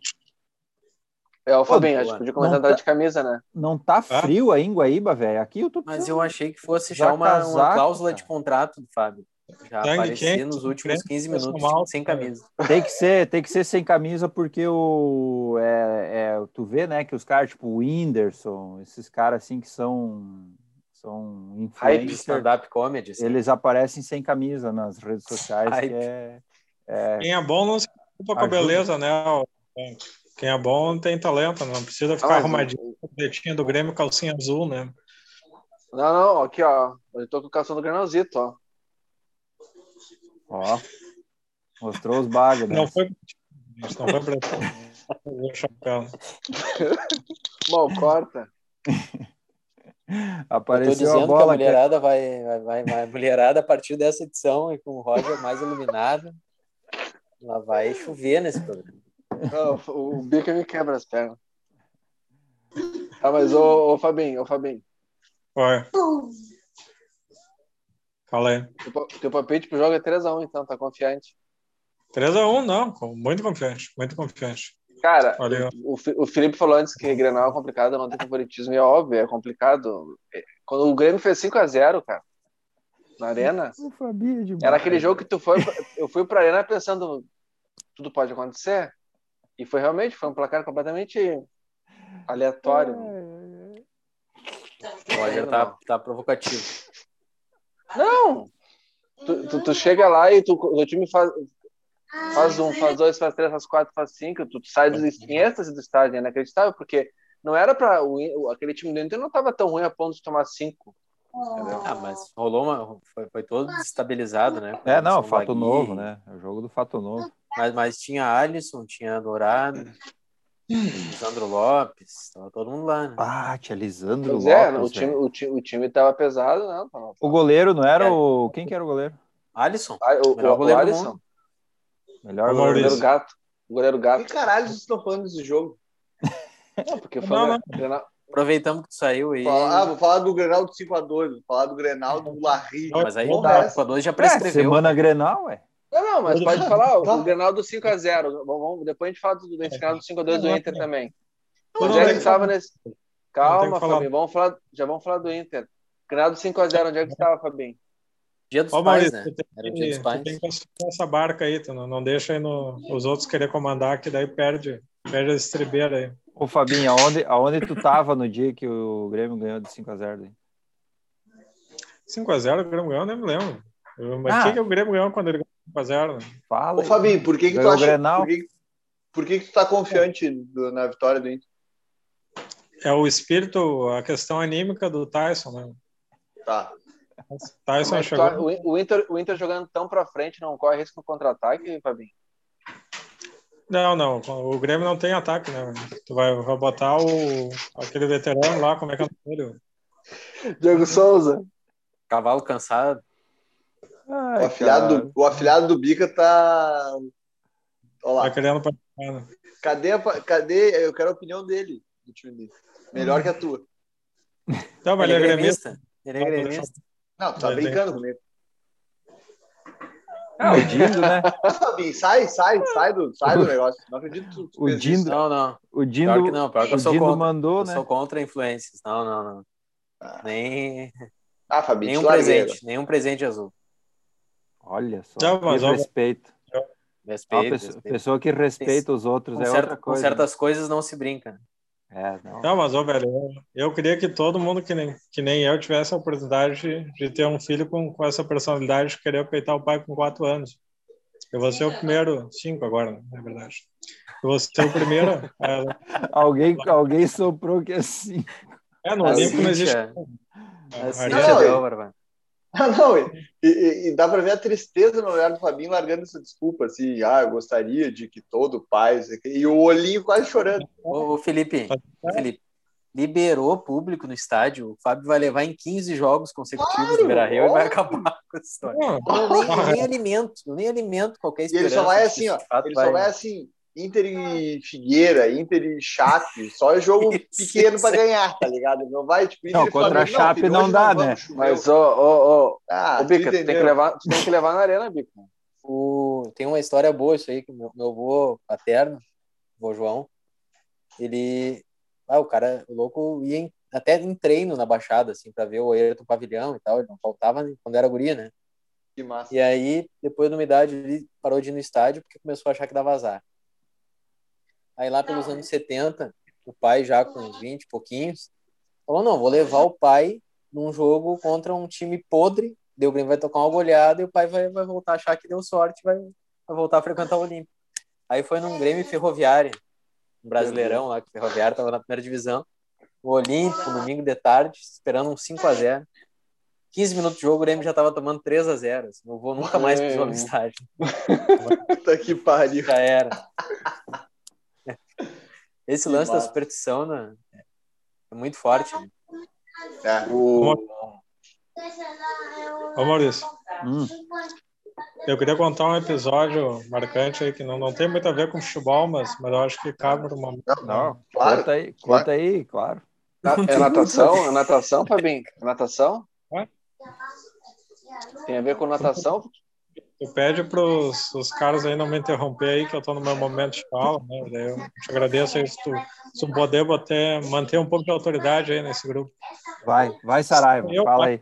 Speaker 3: É, o Fabinho, acho que
Speaker 4: boa.
Speaker 3: podia começar
Speaker 1: Não
Speaker 3: a andar
Speaker 1: tá-
Speaker 3: de camisa, né?
Speaker 1: Não tá
Speaker 5: Tá?
Speaker 1: frio aí em Guaíba, velho? Aqui eu tô
Speaker 4: Mas eu achei que fosse
Speaker 1: Já
Speaker 4: já uma, uma
Speaker 1: casaco,
Speaker 4: cláusula de
Speaker 1: cara.
Speaker 4: contrato do Fábio. Já
Speaker 5: Sangue
Speaker 4: aparecia
Speaker 5: quente,
Speaker 4: nos
Speaker 5: sangue
Speaker 4: últimos
Speaker 5: quente,
Speaker 4: 15
Speaker 5: faz
Speaker 4: minutos
Speaker 5: mal,
Speaker 4: sem
Speaker 5: cara.
Speaker 4: camisa.
Speaker 1: Tem que ser, tem que ser sem camisa porque o é, é, tu vê, né, que os caras tipo o Whindersson, esses caras assim que são são
Speaker 4: Hype
Speaker 1: influencer,
Speaker 4: stand-up comedy. assim.
Speaker 1: eles aparecem sem camisa nas redes sociais,
Speaker 4: Hype.
Speaker 1: que é
Speaker 5: Quem é bom não se preocupa com a
Speaker 1: Ajuda.
Speaker 5: beleza, né? Quem é bom tem talento, não precisa
Speaker 3: Não,
Speaker 5: ficar
Speaker 3: mas-
Speaker 5: arrumadinho com o boletinho do Grêmio, calcinha azul, né?
Speaker 3: Não, não, aqui, ó. Eu tô com o calção do Granalzito, ó.
Speaker 1: ó, mostrou os bagos, né?
Speaker 5: Não foi. Isso não foi pra- o chapéu.
Speaker 3: Mal, corta.
Speaker 4: Eu tô
Speaker 1: Apareceu
Speaker 4: dizendo
Speaker 1: a
Speaker 4: que a
Speaker 1: bola aqui.
Speaker 4: mulherada vai, vai, vai, vai- A mulherada, a partir dessa edição e com o Roger mais iluminado, ela vai chover nesse programa.
Speaker 3: Não, o o bico me quebra as pernas. Ah, mas ô, ô Fabinho, ô Fabinho,
Speaker 5: Olha. Fala aí.
Speaker 3: teu, pa- teu palpite pro jogo é 3x1, então, tá confiante.
Speaker 5: 3x1, não. com- Muito confiante, muito confiante.
Speaker 3: Cara,
Speaker 5: Olha,
Speaker 3: o, Fi- o Felipe falou antes que Grenal é complicado, não tem favoritismo, e é óbvio, é complicado. É, Quando o Grêmio fez 5x0, cara, na Arena,
Speaker 1: O Fabinho é demais.
Speaker 3: era aquele jogo que tu foi, eu fui pra Arena pensando, tudo pode acontecer, e foi realmente, foi um placar completamente aleatório.
Speaker 4: O Roger tá, tá provocativo.
Speaker 3: Não! Tu, tu, tu chega lá e tu, o time faz, faz um, faz dois, faz três, faz quatro, faz cinco, tu sai do, em êxtase do estádio, é inacreditável, porque não era pra. o In- o- aquele time do Inter não tava tão ruim a ponto de tomar cinco.
Speaker 2: entendeu?
Speaker 4: Ah, mas rolou uma. Foi, foi todo desestabilizado, né?
Speaker 1: É, não,
Speaker 4: São
Speaker 1: fato
Speaker 4: Bagui,
Speaker 1: novo, né? É o jogo do fato novo.
Speaker 4: Mas, mas tinha Alisson, tinha Dourado, Lisandro Lopes, tava todo mundo lá, né?
Speaker 1: Ah, tinha Lisandro
Speaker 3: Pois
Speaker 1: Lopes.
Speaker 3: é, o time,
Speaker 1: velho.
Speaker 3: o, time, o time tava pesado, né? Tava-
Speaker 1: O goleiro não era
Speaker 4: É.
Speaker 1: o. Quem que era o goleiro?
Speaker 4: Alisson?
Speaker 3: Ah, O,
Speaker 4: Melhor
Speaker 3: o, o
Speaker 4: goleiro do
Speaker 3: Alisson,
Speaker 4: mundo.
Speaker 1: Melhor
Speaker 5: O
Speaker 3: o
Speaker 1: goleiro.
Speaker 5: Maurício.
Speaker 3: goleiro gato. O goleiro
Speaker 2: Que
Speaker 3: gato.
Speaker 2: caralho vocês estão falando desse jogo?
Speaker 3: Não, porque é foi
Speaker 5: Não,
Speaker 3: não,
Speaker 5: não.
Speaker 4: Aproveitamos que tu saiu aí.
Speaker 2: Falar- ah, vou falar do Grenal do 5x2, vou falar do Grenal do Larry.
Speaker 5: Não,
Speaker 4: mas aí
Speaker 5: não
Speaker 4: não
Speaker 2: dá.
Speaker 4: dá, a dois já
Speaker 1: É,
Speaker 4: prescreveu.
Speaker 1: semana Grenal, ué.
Speaker 3: Não, não, mas pode falar. O,
Speaker 2: Tá.
Speaker 3: o Grenal do 5x0. Vamos- vamos- Depois a gente fala do, do Grenal do 5x2 do
Speaker 5: Não,
Speaker 3: Inter
Speaker 5: não.
Speaker 3: também.
Speaker 5: Não,
Speaker 3: Onde
Speaker 5: não,
Speaker 3: é
Speaker 5: tem
Speaker 3: que
Speaker 5: que
Speaker 3: tava nesse.
Speaker 5: Não, tem
Speaker 3: Calma,
Speaker 5: que falar.
Speaker 3: Fabinho. Vamos falar, já vamos falar do Inter. Grenal do 5x0, onde é que tava, Fabinho?
Speaker 4: Dia dos
Speaker 5: Ó,
Speaker 4: pais,
Speaker 5: Maurício,
Speaker 4: né?
Speaker 5: tu tem,
Speaker 4: Era o dia dos
Speaker 5: que-
Speaker 4: pais.
Speaker 5: tu tem que assumir essa barca aí, tu não, não deixa aí no- os outros querer comandar, que daí perde, perde a estrebeira aí.
Speaker 1: Ô, Fabinho, aonde, aonde tu tava no dia que o Grêmio ganhou de 5x0? daí?
Speaker 5: 5x0 o Grêmio ganhou, eu nem me lembro. Eu- Mas o
Speaker 1: Ah.
Speaker 5: que, que o Grêmio ganhou quando ele ganhou 5x0? né?
Speaker 1: Fala.
Speaker 2: Ô,
Speaker 1: aí.
Speaker 2: Fabinho, por que que tu
Speaker 1: Ganhou o
Speaker 2: acha...
Speaker 1: Grenal.
Speaker 2: Por que, por que que tu tá confiante do- na vitória do Inter?
Speaker 5: É o espírito, a questão anímica do Tyson, né?
Speaker 2: Tá.
Speaker 5: Tyson
Speaker 3: Mas
Speaker 5: chegou.
Speaker 3: tu- é o, o Inter, o Inter jogando tão pra frente, não corre risco no contra-ataque, Fabinho?
Speaker 5: Não, não. O Grêmio não tem ataque, né? Tu vai, vai botar o, aquele veterano lá, como é que é o nome dele?
Speaker 3: Diego Souza.
Speaker 4: Cavalo cansado.
Speaker 1: Ai,
Speaker 2: O afilhado,
Speaker 1: caralho.
Speaker 2: do, o afilhado do Bica tá... Olha lá.
Speaker 5: Tá querendo participar, né?
Speaker 2: Cadê, a- cadê? Eu quero a opinião dele, do time dele. Melhor que a tua.
Speaker 5: Não, mas
Speaker 4: Ele é
Speaker 5: ele é gremista.
Speaker 4: gremista. Ele é gremista.
Speaker 2: Não, tu tá
Speaker 5: É, bem.
Speaker 2: brincando comigo.
Speaker 1: Ah, o Dindo, né?
Speaker 2: Ah, Fabinho, sai, sai, sai do, sai do negócio. Não acredito que tu, tu
Speaker 1: O
Speaker 2: fez
Speaker 1: Dindo-
Speaker 2: isso.
Speaker 4: Não, não.
Speaker 1: O
Speaker 4: Pior que
Speaker 1: Dindo,
Speaker 4: não, pior que eu
Speaker 1: o
Speaker 4: sou
Speaker 1: Dindo
Speaker 4: contra.
Speaker 1: mandou,
Speaker 4: Eu
Speaker 1: né?
Speaker 4: sou contra influências. Não, não, não. Nem,
Speaker 2: Ah, Fabinho,
Speaker 4: nenhum
Speaker 2: te larguei agora.
Speaker 4: presente. Nenhum presente azul.
Speaker 1: Olha só,
Speaker 5: Não, mas
Speaker 1: que
Speaker 5: olha-
Speaker 1: respeito. Uma
Speaker 4: Respeito,
Speaker 1: pessoa,
Speaker 4: respeito.
Speaker 1: pessoa que respeita os outros
Speaker 4: Com,
Speaker 1: é
Speaker 4: certa-
Speaker 1: outra
Speaker 4: com
Speaker 1: coisa.
Speaker 4: certas coisas não se brinca.
Speaker 1: né? É, não.
Speaker 5: Não, mas, ô, velho, eu, eu queria que todo mundo que nem, que nem eu tivesse a oportunidade de, de ter um filho com, com essa personalidade de querer peitar o pai com quatro anos. Eu vou ser o primeiro, cinco agora, né, na verdade. Eu vou ser o primeiro. é, a-
Speaker 1: Alguém, alguém soprou que é assim.
Speaker 5: É, no
Speaker 4: A
Speaker 5: Olímpico não existe.
Speaker 4: Cíntia, a
Speaker 5: a-
Speaker 4: Cíntia
Speaker 2: Não,
Speaker 4: é da
Speaker 2: eu-
Speaker 4: Álvaro,
Speaker 2: Ah, não, e, e- e dá pra ver a tristeza no olhar do Fabinho largando essa desculpa, assim, ah, eu gostaria de que todo pai... E o olhinho quase chorando.
Speaker 4: Ô, ô, Felipe, ô, Felipe, liberou público no estádio. O Fábio vai levar em 15 jogos consecutivos
Speaker 2: Claro,
Speaker 4: do Beira Rio e vai
Speaker 2: óbvio.
Speaker 4: acabar com essa história.
Speaker 5: Não,
Speaker 4: Eu nem, eu nem alimento, eu nem alimento qualquer
Speaker 2: E ele
Speaker 4: esperança.
Speaker 2: só vai
Speaker 4: de
Speaker 2: assim,
Speaker 4: que
Speaker 2: ó,
Speaker 4: isso de fato
Speaker 2: ele só vai assim, Inter e Figueira, Inter e Chape, só é jogo
Speaker 4: Isso,
Speaker 2: pequeno pra
Speaker 4: isso.
Speaker 2: ganhar, tá ligado? Não vai, tipo, Inter
Speaker 1: Não,
Speaker 2: e
Speaker 1: contra a
Speaker 2: Flamengo,
Speaker 1: Chape
Speaker 2: filho,
Speaker 1: não
Speaker 2: hoje
Speaker 1: dá,
Speaker 2: vamos,
Speaker 1: né?
Speaker 2: choveu.
Speaker 3: Mas, ô, ô, ô,
Speaker 2: Ah,
Speaker 3: ô,
Speaker 2: tu
Speaker 3: Bica, tu tem que
Speaker 2: entendeu.
Speaker 3: levar, tu tem que levar na arena, Bica.
Speaker 4: O- Tem uma história boa isso aí, que o meu, meu avô paterno, vô João, ele... Ah, o cara, o louco ia em- até em treino na Baixada, assim, pra ver o Ayrton Pavilhão e tal. Ele não faltava nem quando era guria, né?
Speaker 2: Que massa.
Speaker 4: E aí, depois de uma idade, ele parou de ir no estádio porque começou a achar que dava azar. Aí lá pelos anos 70, o pai já com uns 20 e pouquinhos, falou, não, vou levar o pai num jogo contra um time podre, daí o Grêmio vai tocar uma goleada e o pai vai, vai voltar a achar que deu sorte, vai, vai voltar a frequentar o Olímpico. Aí foi num Grêmio Ferroviária, um brasileirão lá, que o Ferroviária estava na primeira divisão, o Olímpico, domingo de tarde, esperando um 5x0. 15 minutos de jogo, o Grêmio já estava tomando 3x0. Assim, o voo nunca mais pisou no estádio.
Speaker 2: Puta que pariu.
Speaker 4: Já era. Esse
Speaker 2: Que
Speaker 4: lance da
Speaker 2: massa.
Speaker 4: superstição né, é muito forte. né?
Speaker 2: É.
Speaker 3: Ah, O...
Speaker 5: Ô, Maurício,
Speaker 1: Hum.
Speaker 5: eu queria contar um episódio marcante aí que não, não tem muito a ver com futebol, mas, mas eu acho que cabe um numa.
Speaker 1: Não,
Speaker 2: Claro,
Speaker 1: conta aí, conta aí, claro.
Speaker 4: Não
Speaker 3: É
Speaker 4: tem
Speaker 3: natação? É natação, Fabinho? É natação?
Speaker 5: É.
Speaker 3: Tem a ver com natação?
Speaker 5: Tu pede para os caras aí não me interromper aí, que eu estou no meu momento de fala, né? Daí Eu te agradeço aí se tu, se tu puder botar, manter um pouco de autoridade aí nesse grupo.
Speaker 1: Vai, vai, Saraiva,
Speaker 5: Eu-
Speaker 1: fala aí.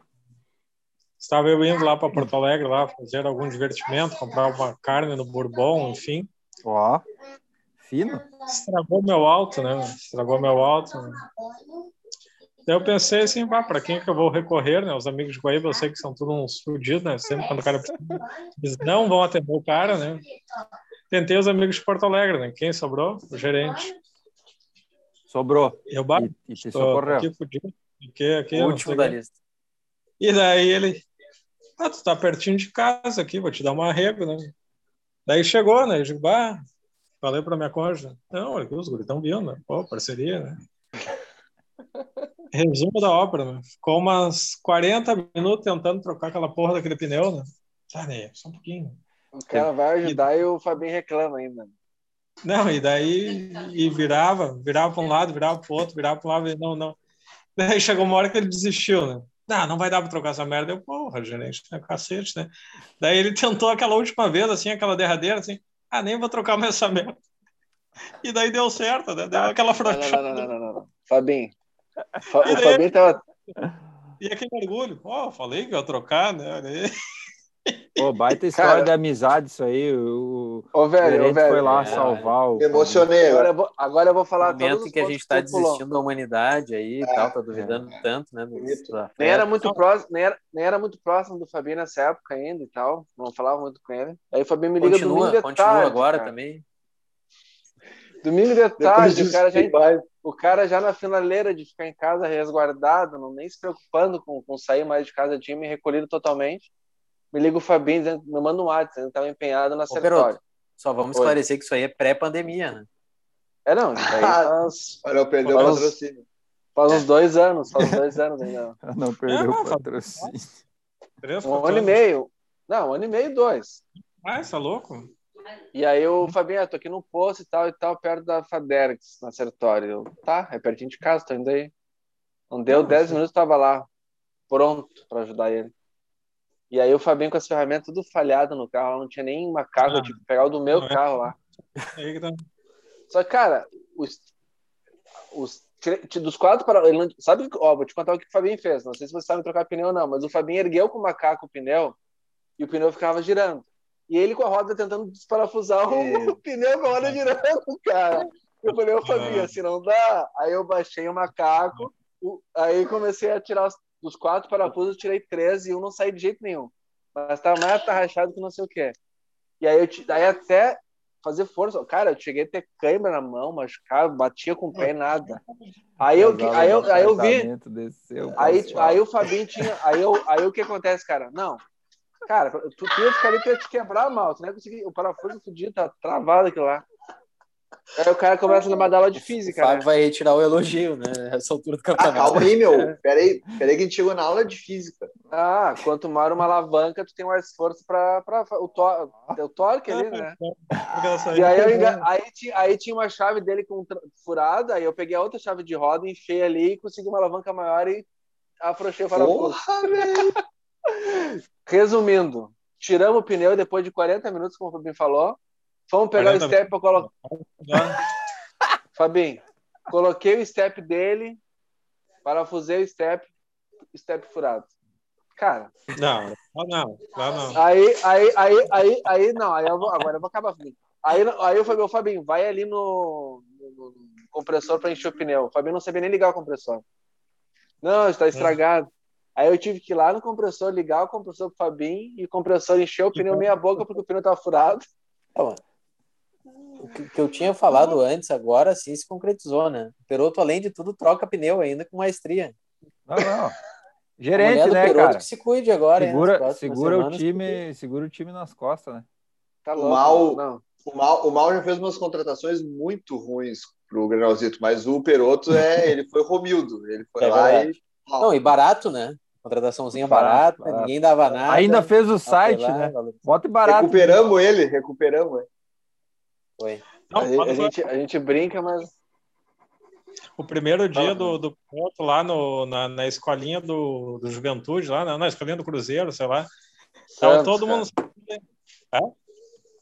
Speaker 5: Estava eu indo lá para Porto Alegre, lá fazer algum divertimento, comprar uma carne no Bourbon, enfim.
Speaker 1: Ó, fino.
Speaker 5: Estragou meu alto, né? Estragou meu alto. né? Daí eu pensei assim, vá, para quem que eu vou recorrer, né? Os amigos de Guaíba, eu sei que são todos uns fudidos, né? Sempre quando o cara precisa, eles não vão atender o cara, né? Tentei os amigos de Porto Alegre, né? Quem sobrou? O gerente.
Speaker 1: Sobrou.
Speaker 5: Eu, bah,
Speaker 1: E, e te
Speaker 5: Tô, tô
Speaker 1: socorreu.
Speaker 5: aqui fudido. Aqui, aqui,
Speaker 4: O
Speaker 5: não
Speaker 4: último
Speaker 5: sei
Speaker 4: da
Speaker 5: quem.
Speaker 4: lista.
Speaker 5: E daí ele, ah, tu tá pertinho de casa aqui, vou te dar uma rega, né? Daí chegou, né? Eu digo, bah, falei pra minha cônjuge, não, olha aqui os guritão vindo, né? Pô, parceria, né? Resumo da ópera, né? Ficou umas 40 minutos tentando trocar aquela porra daquele pneu, né? Tá, né? Só um pouquinho.
Speaker 3: O cara vai ajudar e o Fabinho reclama ainda.
Speaker 5: Não, e daí e virava, virava para um lado, virava para o outro, virava para um lado, e não, não. Daí chegou uma hora que ele desistiu, né? Não, não vai dar para trocar essa merda. Eu, porra, gerente, né? cacete, né? Daí ele tentou aquela última vez, assim, aquela derradeira, assim, ah, nem vou trocar mais essa merda. E daí deu certo, né? Deu aquela
Speaker 3: Não, não, não,
Speaker 5: fratura.
Speaker 3: não, não, não, não. Fabinho. Fa- o Fabinho tava.
Speaker 5: E aquele orgulho, pô, falei que ia trocar, né? Olha aí.
Speaker 1: Pô, baita história
Speaker 3: Cara.
Speaker 1: de amizade isso aí. O,
Speaker 3: Ô,
Speaker 1: o
Speaker 3: velho, ô,
Speaker 1: gerente foi
Speaker 3: velho.
Speaker 1: lá
Speaker 4: É,
Speaker 1: salvar o...
Speaker 2: Me emocionei agora.
Speaker 3: Agora eu vou, agora eu vou falar todos
Speaker 4: momento
Speaker 3: os
Speaker 4: em que a
Speaker 3: pontos
Speaker 4: gente tá está
Speaker 3: tu pulou.
Speaker 4: desistindo da humanidade aí e tal, tá duvidando tanto, né? Dos,
Speaker 2: Bonito.
Speaker 4: dos afetos.
Speaker 3: Nem era, muito próximo, nem, era, nem era muito próximo do Fabinho nessa época ainda e tal. Não falava muito com ele. Aí o Fabinho me liga
Speaker 4: continua,
Speaker 3: domingo de
Speaker 4: continua
Speaker 3: tarde,
Speaker 4: agora
Speaker 3: cara.
Speaker 4: também.
Speaker 3: Domingo de
Speaker 2: Depois
Speaker 3: é tarde,
Speaker 2: disso,
Speaker 3: o cara, já,
Speaker 2: tem mais.
Speaker 3: o cara já na finaleira de ficar em casa resguardado, não nem se preocupando com, com sair mais de casa, tinha me recolhido totalmente. Me liga o Fabinho, dizendo, me manda um WhatsApp, dizendo que estava empenhado na
Speaker 4: Peroto.
Speaker 3: sertório.
Speaker 4: Só vamos
Speaker 3: Oi.
Speaker 4: esclarecer que isso aí é pré-pandemia, né?
Speaker 3: É, não, isso aí faz,
Speaker 2: Olha, eu perdi o
Speaker 3: Fala uns-
Speaker 2: patrocínio.
Speaker 3: faz uns dois anos, faz uns dois anos ainda.
Speaker 1: Não perdeu
Speaker 5: Ah,
Speaker 1: o patrocínio.
Speaker 5: Três,
Speaker 3: Um
Speaker 5: quatro
Speaker 3: ano e
Speaker 5: anos.
Speaker 3: meio. Não, um ano e meio, dois.
Speaker 5: Ah, tá louco?
Speaker 3: E aí o
Speaker 5: Uhum.
Speaker 3: Fabinho, ah, tô aqui no posto e tal e tal, perto da Fadergs, na Sertório. Eu, tá, é pertinho de casa, tô indo aí. Não deu 10 minutos, tava lá, pronto pra ajudar ele. E aí o Fabinho com as ferramentas tudo falhado no carro, não tinha nem macaco, eu tive que pegar o do meu
Speaker 5: não é.
Speaker 3: carro lá.
Speaker 5: Aí que tá-
Speaker 3: Só que, cara, os, os tre- dos quatro para ele não, sabe, ó, vou te contar o que o Fabinho fez, não sei se você sabe trocar pneu ou não, mas o Fabinho ergueu com o macaco o pneu e o pneu ficava girando. E ele com a roda tentando desparafusar o
Speaker 2: É.
Speaker 3: o pneu com a roda girando, cara. Eu falei, ô Fabinho, assim não dá. Aí eu baixei o macaco, o- aí comecei a tirar os- dos quatro parafusos, eu tirei três e um não saí de jeito nenhum. Mas tava mais atarrachado que não sei o que. E aí eu ti- aí até fazer força. Cara, eu cheguei a ter câimbra na mão, machucado, batia com o pé e nada. Aí eu,
Speaker 1: Casal
Speaker 3: aí eu,
Speaker 1: do
Speaker 3: aí eu vi,
Speaker 1: apartamento desceu,
Speaker 3: aí,
Speaker 1: passou.
Speaker 3: aí o Fabinho tinha. Aí, eu, aí o que acontece, cara? Não. Cara, tu, tu ia ficar ali, tu ia te quebrar mal. Tu não ia conseguir. O parafuso fudido, tá travado aquilo lá. Aí o cara começa a mandar aula de
Speaker 4: O
Speaker 3: física,
Speaker 4: Fábio
Speaker 3: né?
Speaker 4: vai retirar o elogio, né? Essa altura do
Speaker 2: Ah,
Speaker 4: campeonato.
Speaker 2: calma aí, meu. Peraí, peraí que a gente chegou na aula de física.
Speaker 3: Ah, quanto maior uma alavanca, tu tem mais força pra, pra o, to, o torque ali, né?
Speaker 5: Aquela saída.
Speaker 3: E aí, eu enga... aí, tinha, aí tinha uma chave dele com um tra- furada, aí eu peguei a outra chave de roda, enfiei ali e consegui uma alavanca maior e afrouxei o parafuso.
Speaker 2: Porra, velho.
Speaker 3: Resumindo, tiramos o pneu depois de 40 minutos, como o Fabinho falou. Fomos pegar
Speaker 5: 40
Speaker 3: o step para colocar.
Speaker 5: Já-
Speaker 3: Fabinho, coloquei o step dele, parafusei o step, step furado. Cara,
Speaker 5: Não, lá não, lá não.
Speaker 3: aí, aí, aí, aí, aí, não, aí eu vou, agora eu vou acabar, Fabinho. Aí, aí eu falei, ô Fabinho, vai ali no, no- no compressor para encher o pneu. O Fabinho não sabia nem ligar o compressor. Não,
Speaker 5: É.
Speaker 3: está estragado. Aí eu tive que ir lá no compressor, ligar o compressor pro Fabinho e o compressor encheu o pneu meia boca porque o pneu tava furado.
Speaker 4: O que, que eu tinha
Speaker 1: Uhum.
Speaker 4: falado antes, agora sim se concretizou, né? O Peroto, além de tudo, troca pneu ainda com maestria.
Speaker 1: Não, não.
Speaker 4: A mulher
Speaker 1: Gerente,
Speaker 4: do
Speaker 1: né,
Speaker 4: Peroto
Speaker 1: cara?
Speaker 4: que se cuide
Speaker 3: né?
Speaker 4: agora. hein, nas
Speaker 1: Segura,
Speaker 4: próximas
Speaker 1: segura o
Speaker 4: semanas, porque
Speaker 1: time, segura o time nas costas, né?
Speaker 3: Tá
Speaker 2: O
Speaker 3: louco.
Speaker 2: mal-
Speaker 3: Não.
Speaker 2: O Mal, o Mal já fez umas contratações muito ruins pro Granalzito, mas o Peroto é, ele foi Romildo. Ele foi
Speaker 4: É
Speaker 2: lá
Speaker 4: verdade.
Speaker 2: e. Ó,
Speaker 4: Não, e barato, né? Contrataçãozinha
Speaker 1: Barato,
Speaker 4: barata,
Speaker 1: barato.
Speaker 4: ninguém dava
Speaker 3: Ah,
Speaker 4: nada.
Speaker 1: Ainda
Speaker 3: tá.
Speaker 1: fez o
Speaker 4: Apelar,
Speaker 1: site, né?
Speaker 4: valor-
Speaker 1: Bota e barato.
Speaker 2: recuperamos ele, recuperamos ele.
Speaker 4: Foi.
Speaker 5: Não,
Speaker 3: a, gente-
Speaker 5: fala
Speaker 3: a gente, a gente brinca, mas.
Speaker 5: O primeiro dia do, do piloto lá no, na, na escolinha do, do Juventude, lá na, na escolinha do Cruzeiro, sei lá. Tava
Speaker 3: Santos,
Speaker 5: todo
Speaker 3: cara.
Speaker 5: mundo.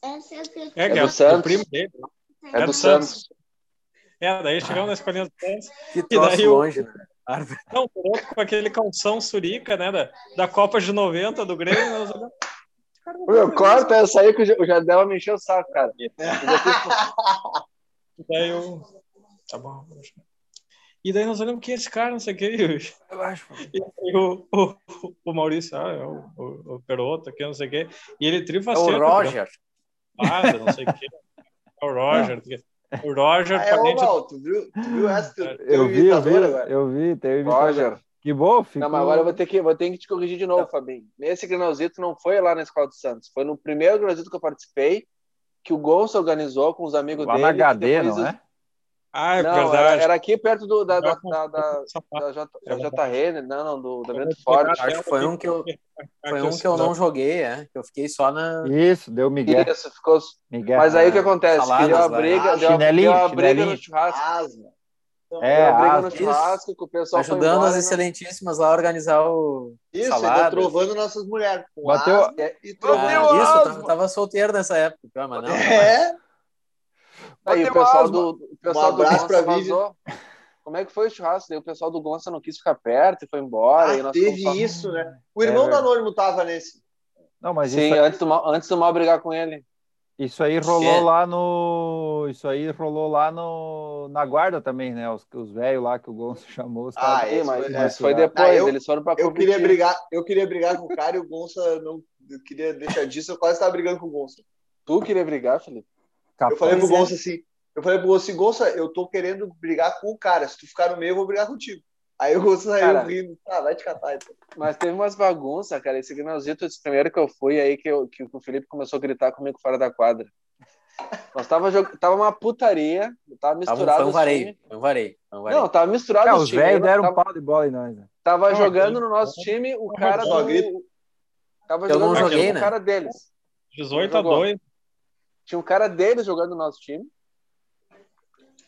Speaker 5: É,
Speaker 3: É
Speaker 5: que
Speaker 3: do
Speaker 5: era o
Speaker 3: Santos.
Speaker 5: primo dele.
Speaker 3: É do
Speaker 5: do
Speaker 3: Santos.
Speaker 5: É, daí chegamos na escolinha do Santos.
Speaker 4: Que
Speaker 5: daí
Speaker 4: troço
Speaker 5: o-
Speaker 4: longe, né?
Speaker 5: Não, o piloto com aquele calção surica, né? Da, da Copa de 90 do Grêmio. nós olhamos,
Speaker 3: Meu, corta essa aí que o Ja- o Jardel me encheu o saco, cara.
Speaker 5: Tá Daí eu. Tá bom. vamos lá. E daí nós olhamos quem é esse cara, não sei o que. E
Speaker 1: Eu acho.
Speaker 5: o, o, o Maurício, ah, é o, o, o Peroto aqui, não sei o que. E ele
Speaker 4: É o
Speaker 5: trifaceiro.
Speaker 4: Roger.
Speaker 5: nada, não sei o quê. É o Roger. O Roger,
Speaker 2: Ah, é,
Speaker 5: pra
Speaker 2: ô
Speaker 5: gente,
Speaker 2: Mal, tu viu, tu viu essa? Teu,
Speaker 1: Eu
Speaker 2: teu
Speaker 3: um
Speaker 1: vi, né? eu vi,
Speaker 2: imitador agora.
Speaker 4: é
Speaker 1: eu vi, teu imitador.
Speaker 3: Roger.
Speaker 1: Que bom, fico...
Speaker 3: Não, mas agora eu vou ter que, vou ter que te corrigir de novo,
Speaker 5: Tá.
Speaker 3: Fabinho. Nesse Granalzito não foi lá na Escola do Santos. Foi no primeiro Granalzito que eu participei, que o Gonçalo organizou com os amigos
Speaker 1: Lá
Speaker 3: dele.
Speaker 1: na
Speaker 3: que
Speaker 1: HD,
Speaker 3: depois
Speaker 1: não
Speaker 3: os-
Speaker 1: é?
Speaker 5: Ah, é
Speaker 3: Não,
Speaker 5: verdade.
Speaker 3: era, era aqui perto do, da, da, da, da,
Speaker 5: Sapato.
Speaker 3: da J, da JRN, não, não, do, da Vento
Speaker 5: Acho
Speaker 3: Forte.
Speaker 4: Acho que foi um que eu, foi um que eu não joguei, é. Que eu fiquei só na.
Speaker 1: Isso, deu Miguel.
Speaker 3: Isso, ficou.
Speaker 1: Miguel. Ah.
Speaker 3: Mas aí o que acontece?
Speaker 4: Saladas
Speaker 3: que deu uma
Speaker 4: lá, né?
Speaker 3: briga,
Speaker 2: Ah,
Speaker 3: deu, uma-
Speaker 1: É, chinelinho,
Speaker 3: deu uma briga
Speaker 1: chinelinho.
Speaker 3: no churrasco.
Speaker 2: Asma. Então,
Speaker 3: deu
Speaker 1: é, Tá
Speaker 3: uma briga no
Speaker 1: asma.
Speaker 3: churrasco, que o pessoal foi
Speaker 4: ajudando
Speaker 3: embora.
Speaker 4: as excelentíssimas lá a organizar o.
Speaker 2: Isso, ainda
Speaker 4: Salada.
Speaker 2: trovando nossas mulheres. Com
Speaker 1: né? Bateu-
Speaker 2: asma e
Speaker 4: Ah,
Speaker 1: Bateu
Speaker 2: trovando. tá?
Speaker 1: a-
Speaker 4: isso, eu
Speaker 1: asma.
Speaker 4: tava, tava solteiro nessa época, ah, mas não.
Speaker 2: É,
Speaker 3: Aí
Speaker 1: Bateu
Speaker 3: o pessoal
Speaker 1: asma.
Speaker 3: do, o pessoal do
Speaker 2: Um abraço
Speaker 3: Gonça
Speaker 2: pra Vivi.
Speaker 3: vazou. Como é que foi o churrasco? Daí o pessoal do Gonça não quis ficar perto e foi embora. e
Speaker 2: ah,
Speaker 3: nós
Speaker 2: teve
Speaker 3: ficamos só-
Speaker 2: isso, né? O
Speaker 1: É
Speaker 2: irmão do
Speaker 1: verdade.
Speaker 2: Anônimo tava nesse.
Speaker 1: Não, mas
Speaker 3: Sim, é.
Speaker 1: isso,
Speaker 3: antes do, mal, antes do mal brigar com ele.
Speaker 1: isso aí rolou
Speaker 4: É.
Speaker 1: lá no. Isso aí rolou lá no, na guarda também, né? Os, os velhos lá que o Gonçalo chamou. Os
Speaker 2: Ah,
Speaker 1: caras-
Speaker 2: esse
Speaker 3: Sim, mas,
Speaker 2: foi-
Speaker 3: mas
Speaker 1: é.
Speaker 3: foi depois,
Speaker 2: Ah, eu-
Speaker 3: eles foram pra
Speaker 2: Eu queria
Speaker 3: Curitiba.
Speaker 2: brigar, eu queria brigar com o cara e o Gonça não eu queria deixar disso, eu quase tava brigando com o Gonça.
Speaker 3: Tu queria brigar, Felipe?
Speaker 1: Capaz.
Speaker 2: Eu falei pro
Speaker 4: Pois é.
Speaker 2: Gonça assim, eu falei pro Gonça assim, Gonça, eu tô querendo brigar com o cara, se tu ficar no meio eu vou brigar contigo. Aí o Gonça saiu
Speaker 3: Cara.
Speaker 2: rindo, tá, vai te catar então.
Speaker 3: Mas teve umas bagunças, cara. Esse granalzito, esse primeiro que eu fui, aí que, eu- que o Felipe começou a gritar comigo fora da quadra. Nós tava, jog... tava uma putaria, tava
Speaker 4: Tava
Speaker 3: misturado.
Speaker 4: um, foi um
Speaker 3: os
Speaker 4: vareio.
Speaker 3: times.
Speaker 4: Foi um vareio. Foi um vareio.
Speaker 3: Não, tava misturado.
Speaker 1: É,
Speaker 3: os
Speaker 1: os
Speaker 3: times.
Speaker 1: velhos deram um
Speaker 3: tava,
Speaker 1: pau de bola em nós, né?
Speaker 3: tava
Speaker 5: Não,
Speaker 3: jogando
Speaker 5: aquele-
Speaker 3: no nosso time o
Speaker 5: Não,
Speaker 3: cara
Speaker 2: só
Speaker 3: do.
Speaker 2: grito.
Speaker 3: Tava
Speaker 4: Eu não
Speaker 3: jogando no nosso
Speaker 5: joguei,
Speaker 3: time
Speaker 4: né?
Speaker 3: o cara deles.
Speaker 5: 18 a
Speaker 3: Jogou.
Speaker 5: 2.
Speaker 3: Tinha um cara deles jogando no nosso time.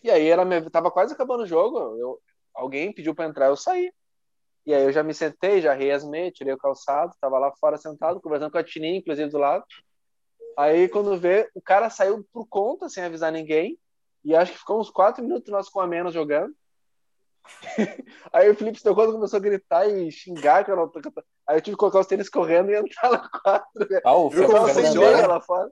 Speaker 3: E aí ela me... tava quase acabando o jogo. Eu... Alguém pediu pra entrar, eu saí. E aí eu já me sentei, já reasmei, tirei o calçado, tava lá fora sentado, conversando com a Tininha, inclusive, do lado. Aí quando vê, o cara saiu por conta, sem avisar ninguém. E acho que ficou uns quatro minutos nós com a menos jogando. aí o Felipe se tocou, começou a gritar e xingar. Que eu não... tô- Aí eu tive que colocar os tênis correndo e entrar na quadra. velho.
Speaker 4: Ah, o
Speaker 2: Eu
Speaker 3: Eu
Speaker 4: Fer-
Speaker 2: tava
Speaker 4: o
Speaker 1: assim,
Speaker 2: sem
Speaker 4: Fernandão,
Speaker 2: hora.
Speaker 3: senhora lá fora.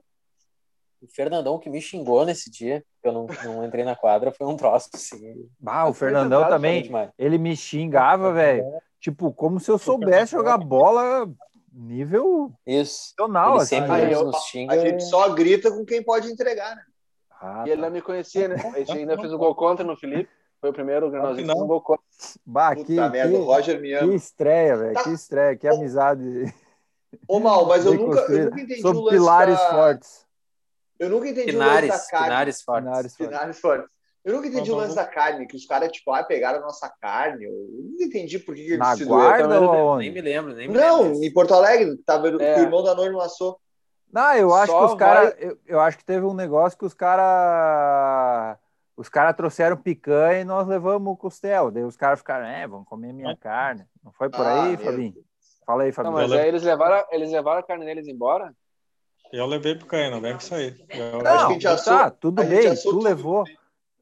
Speaker 4: o Fernandão que me xingou nesse dia, que eu não, não entrei na quadra, foi um troço, assim.
Speaker 1: Ah, o
Speaker 3: Mas foi
Speaker 1: Fernandão
Speaker 3: tentado
Speaker 1: também.
Speaker 4: demais.
Speaker 1: Ele me xingava, velho. Tipo, como se eu soubesse jogar bola nível
Speaker 4: Isso.
Speaker 1: nacional,
Speaker 4: Ele
Speaker 1: assim.
Speaker 4: sempre
Speaker 2: aí
Speaker 4: nos,
Speaker 2: eu-
Speaker 4: nos
Speaker 2: A
Speaker 4: xinga.
Speaker 2: gente só grita com quem pode entregar, né?
Speaker 1: Ah,
Speaker 3: E ele
Speaker 1: tá.
Speaker 3: não me conhecia, né? Aí eu ainda fiz um gol contra no Felipe. Foi o primeiro granalzinho que
Speaker 5: Não.
Speaker 3: fez um gol contra.
Speaker 1: Bah,
Speaker 2: Puta
Speaker 1: que,
Speaker 2: merda, o
Speaker 1: que,
Speaker 2: Roger me
Speaker 1: que
Speaker 2: ama.
Speaker 1: estreia, velho.
Speaker 2: Tá
Speaker 1: Que estreia, que amizade
Speaker 2: Ô, Mal, mas eu
Speaker 1: bem
Speaker 2: nunca, eu
Speaker 1: construída.
Speaker 2: nunca entendi o
Speaker 1: Sob
Speaker 2: lance
Speaker 1: pilares
Speaker 2: da...
Speaker 1: fortes.
Speaker 2: Eu nunca entendi o
Speaker 4: Pinares,
Speaker 2: lance da carne.
Speaker 4: Pinares fortes.
Speaker 1: Pilares fortes.
Speaker 2: Pinares fortes. Eu nunca entendi
Speaker 5: Tá
Speaker 2: o
Speaker 5: bom.
Speaker 2: lance da carne, que os caras, tipo, ah, pegaram a nossa carne. Eu nunca entendi por que, que eles
Speaker 1: Na
Speaker 2: se
Speaker 1: guarda?
Speaker 2: doeram.
Speaker 4: Também não-
Speaker 1: Aonde?
Speaker 4: nem me lembro, nem me
Speaker 2: Não,
Speaker 4: lembro.
Speaker 2: em Porto Alegre, que tava, que
Speaker 3: É.
Speaker 2: o irmão da Norma assou.
Speaker 1: Não, eu acho
Speaker 3: Só
Speaker 1: que os caras. Eu, eu acho que teve um negócio que os caras. Os caras trouxeram picanha e nós levamos o costela. Daí os caras ficaram, é, vamos comer minha carne. Não foi por
Speaker 2: Ah,
Speaker 1: aí,
Speaker 2: meu
Speaker 1: Fabinho? Fala aí,
Speaker 3: Não,
Speaker 1: Fabinho.
Speaker 3: mas aí eles levaram, eles levaram a carne deles embora?
Speaker 5: Eu levei picanha, não vem com isso aí. Eu-
Speaker 2: Acho que a
Speaker 1: Não,
Speaker 2: gente assou-
Speaker 1: tá, tudo
Speaker 2: a gente
Speaker 1: bem,
Speaker 2: assou
Speaker 1: tu
Speaker 2: tudo.
Speaker 1: levou.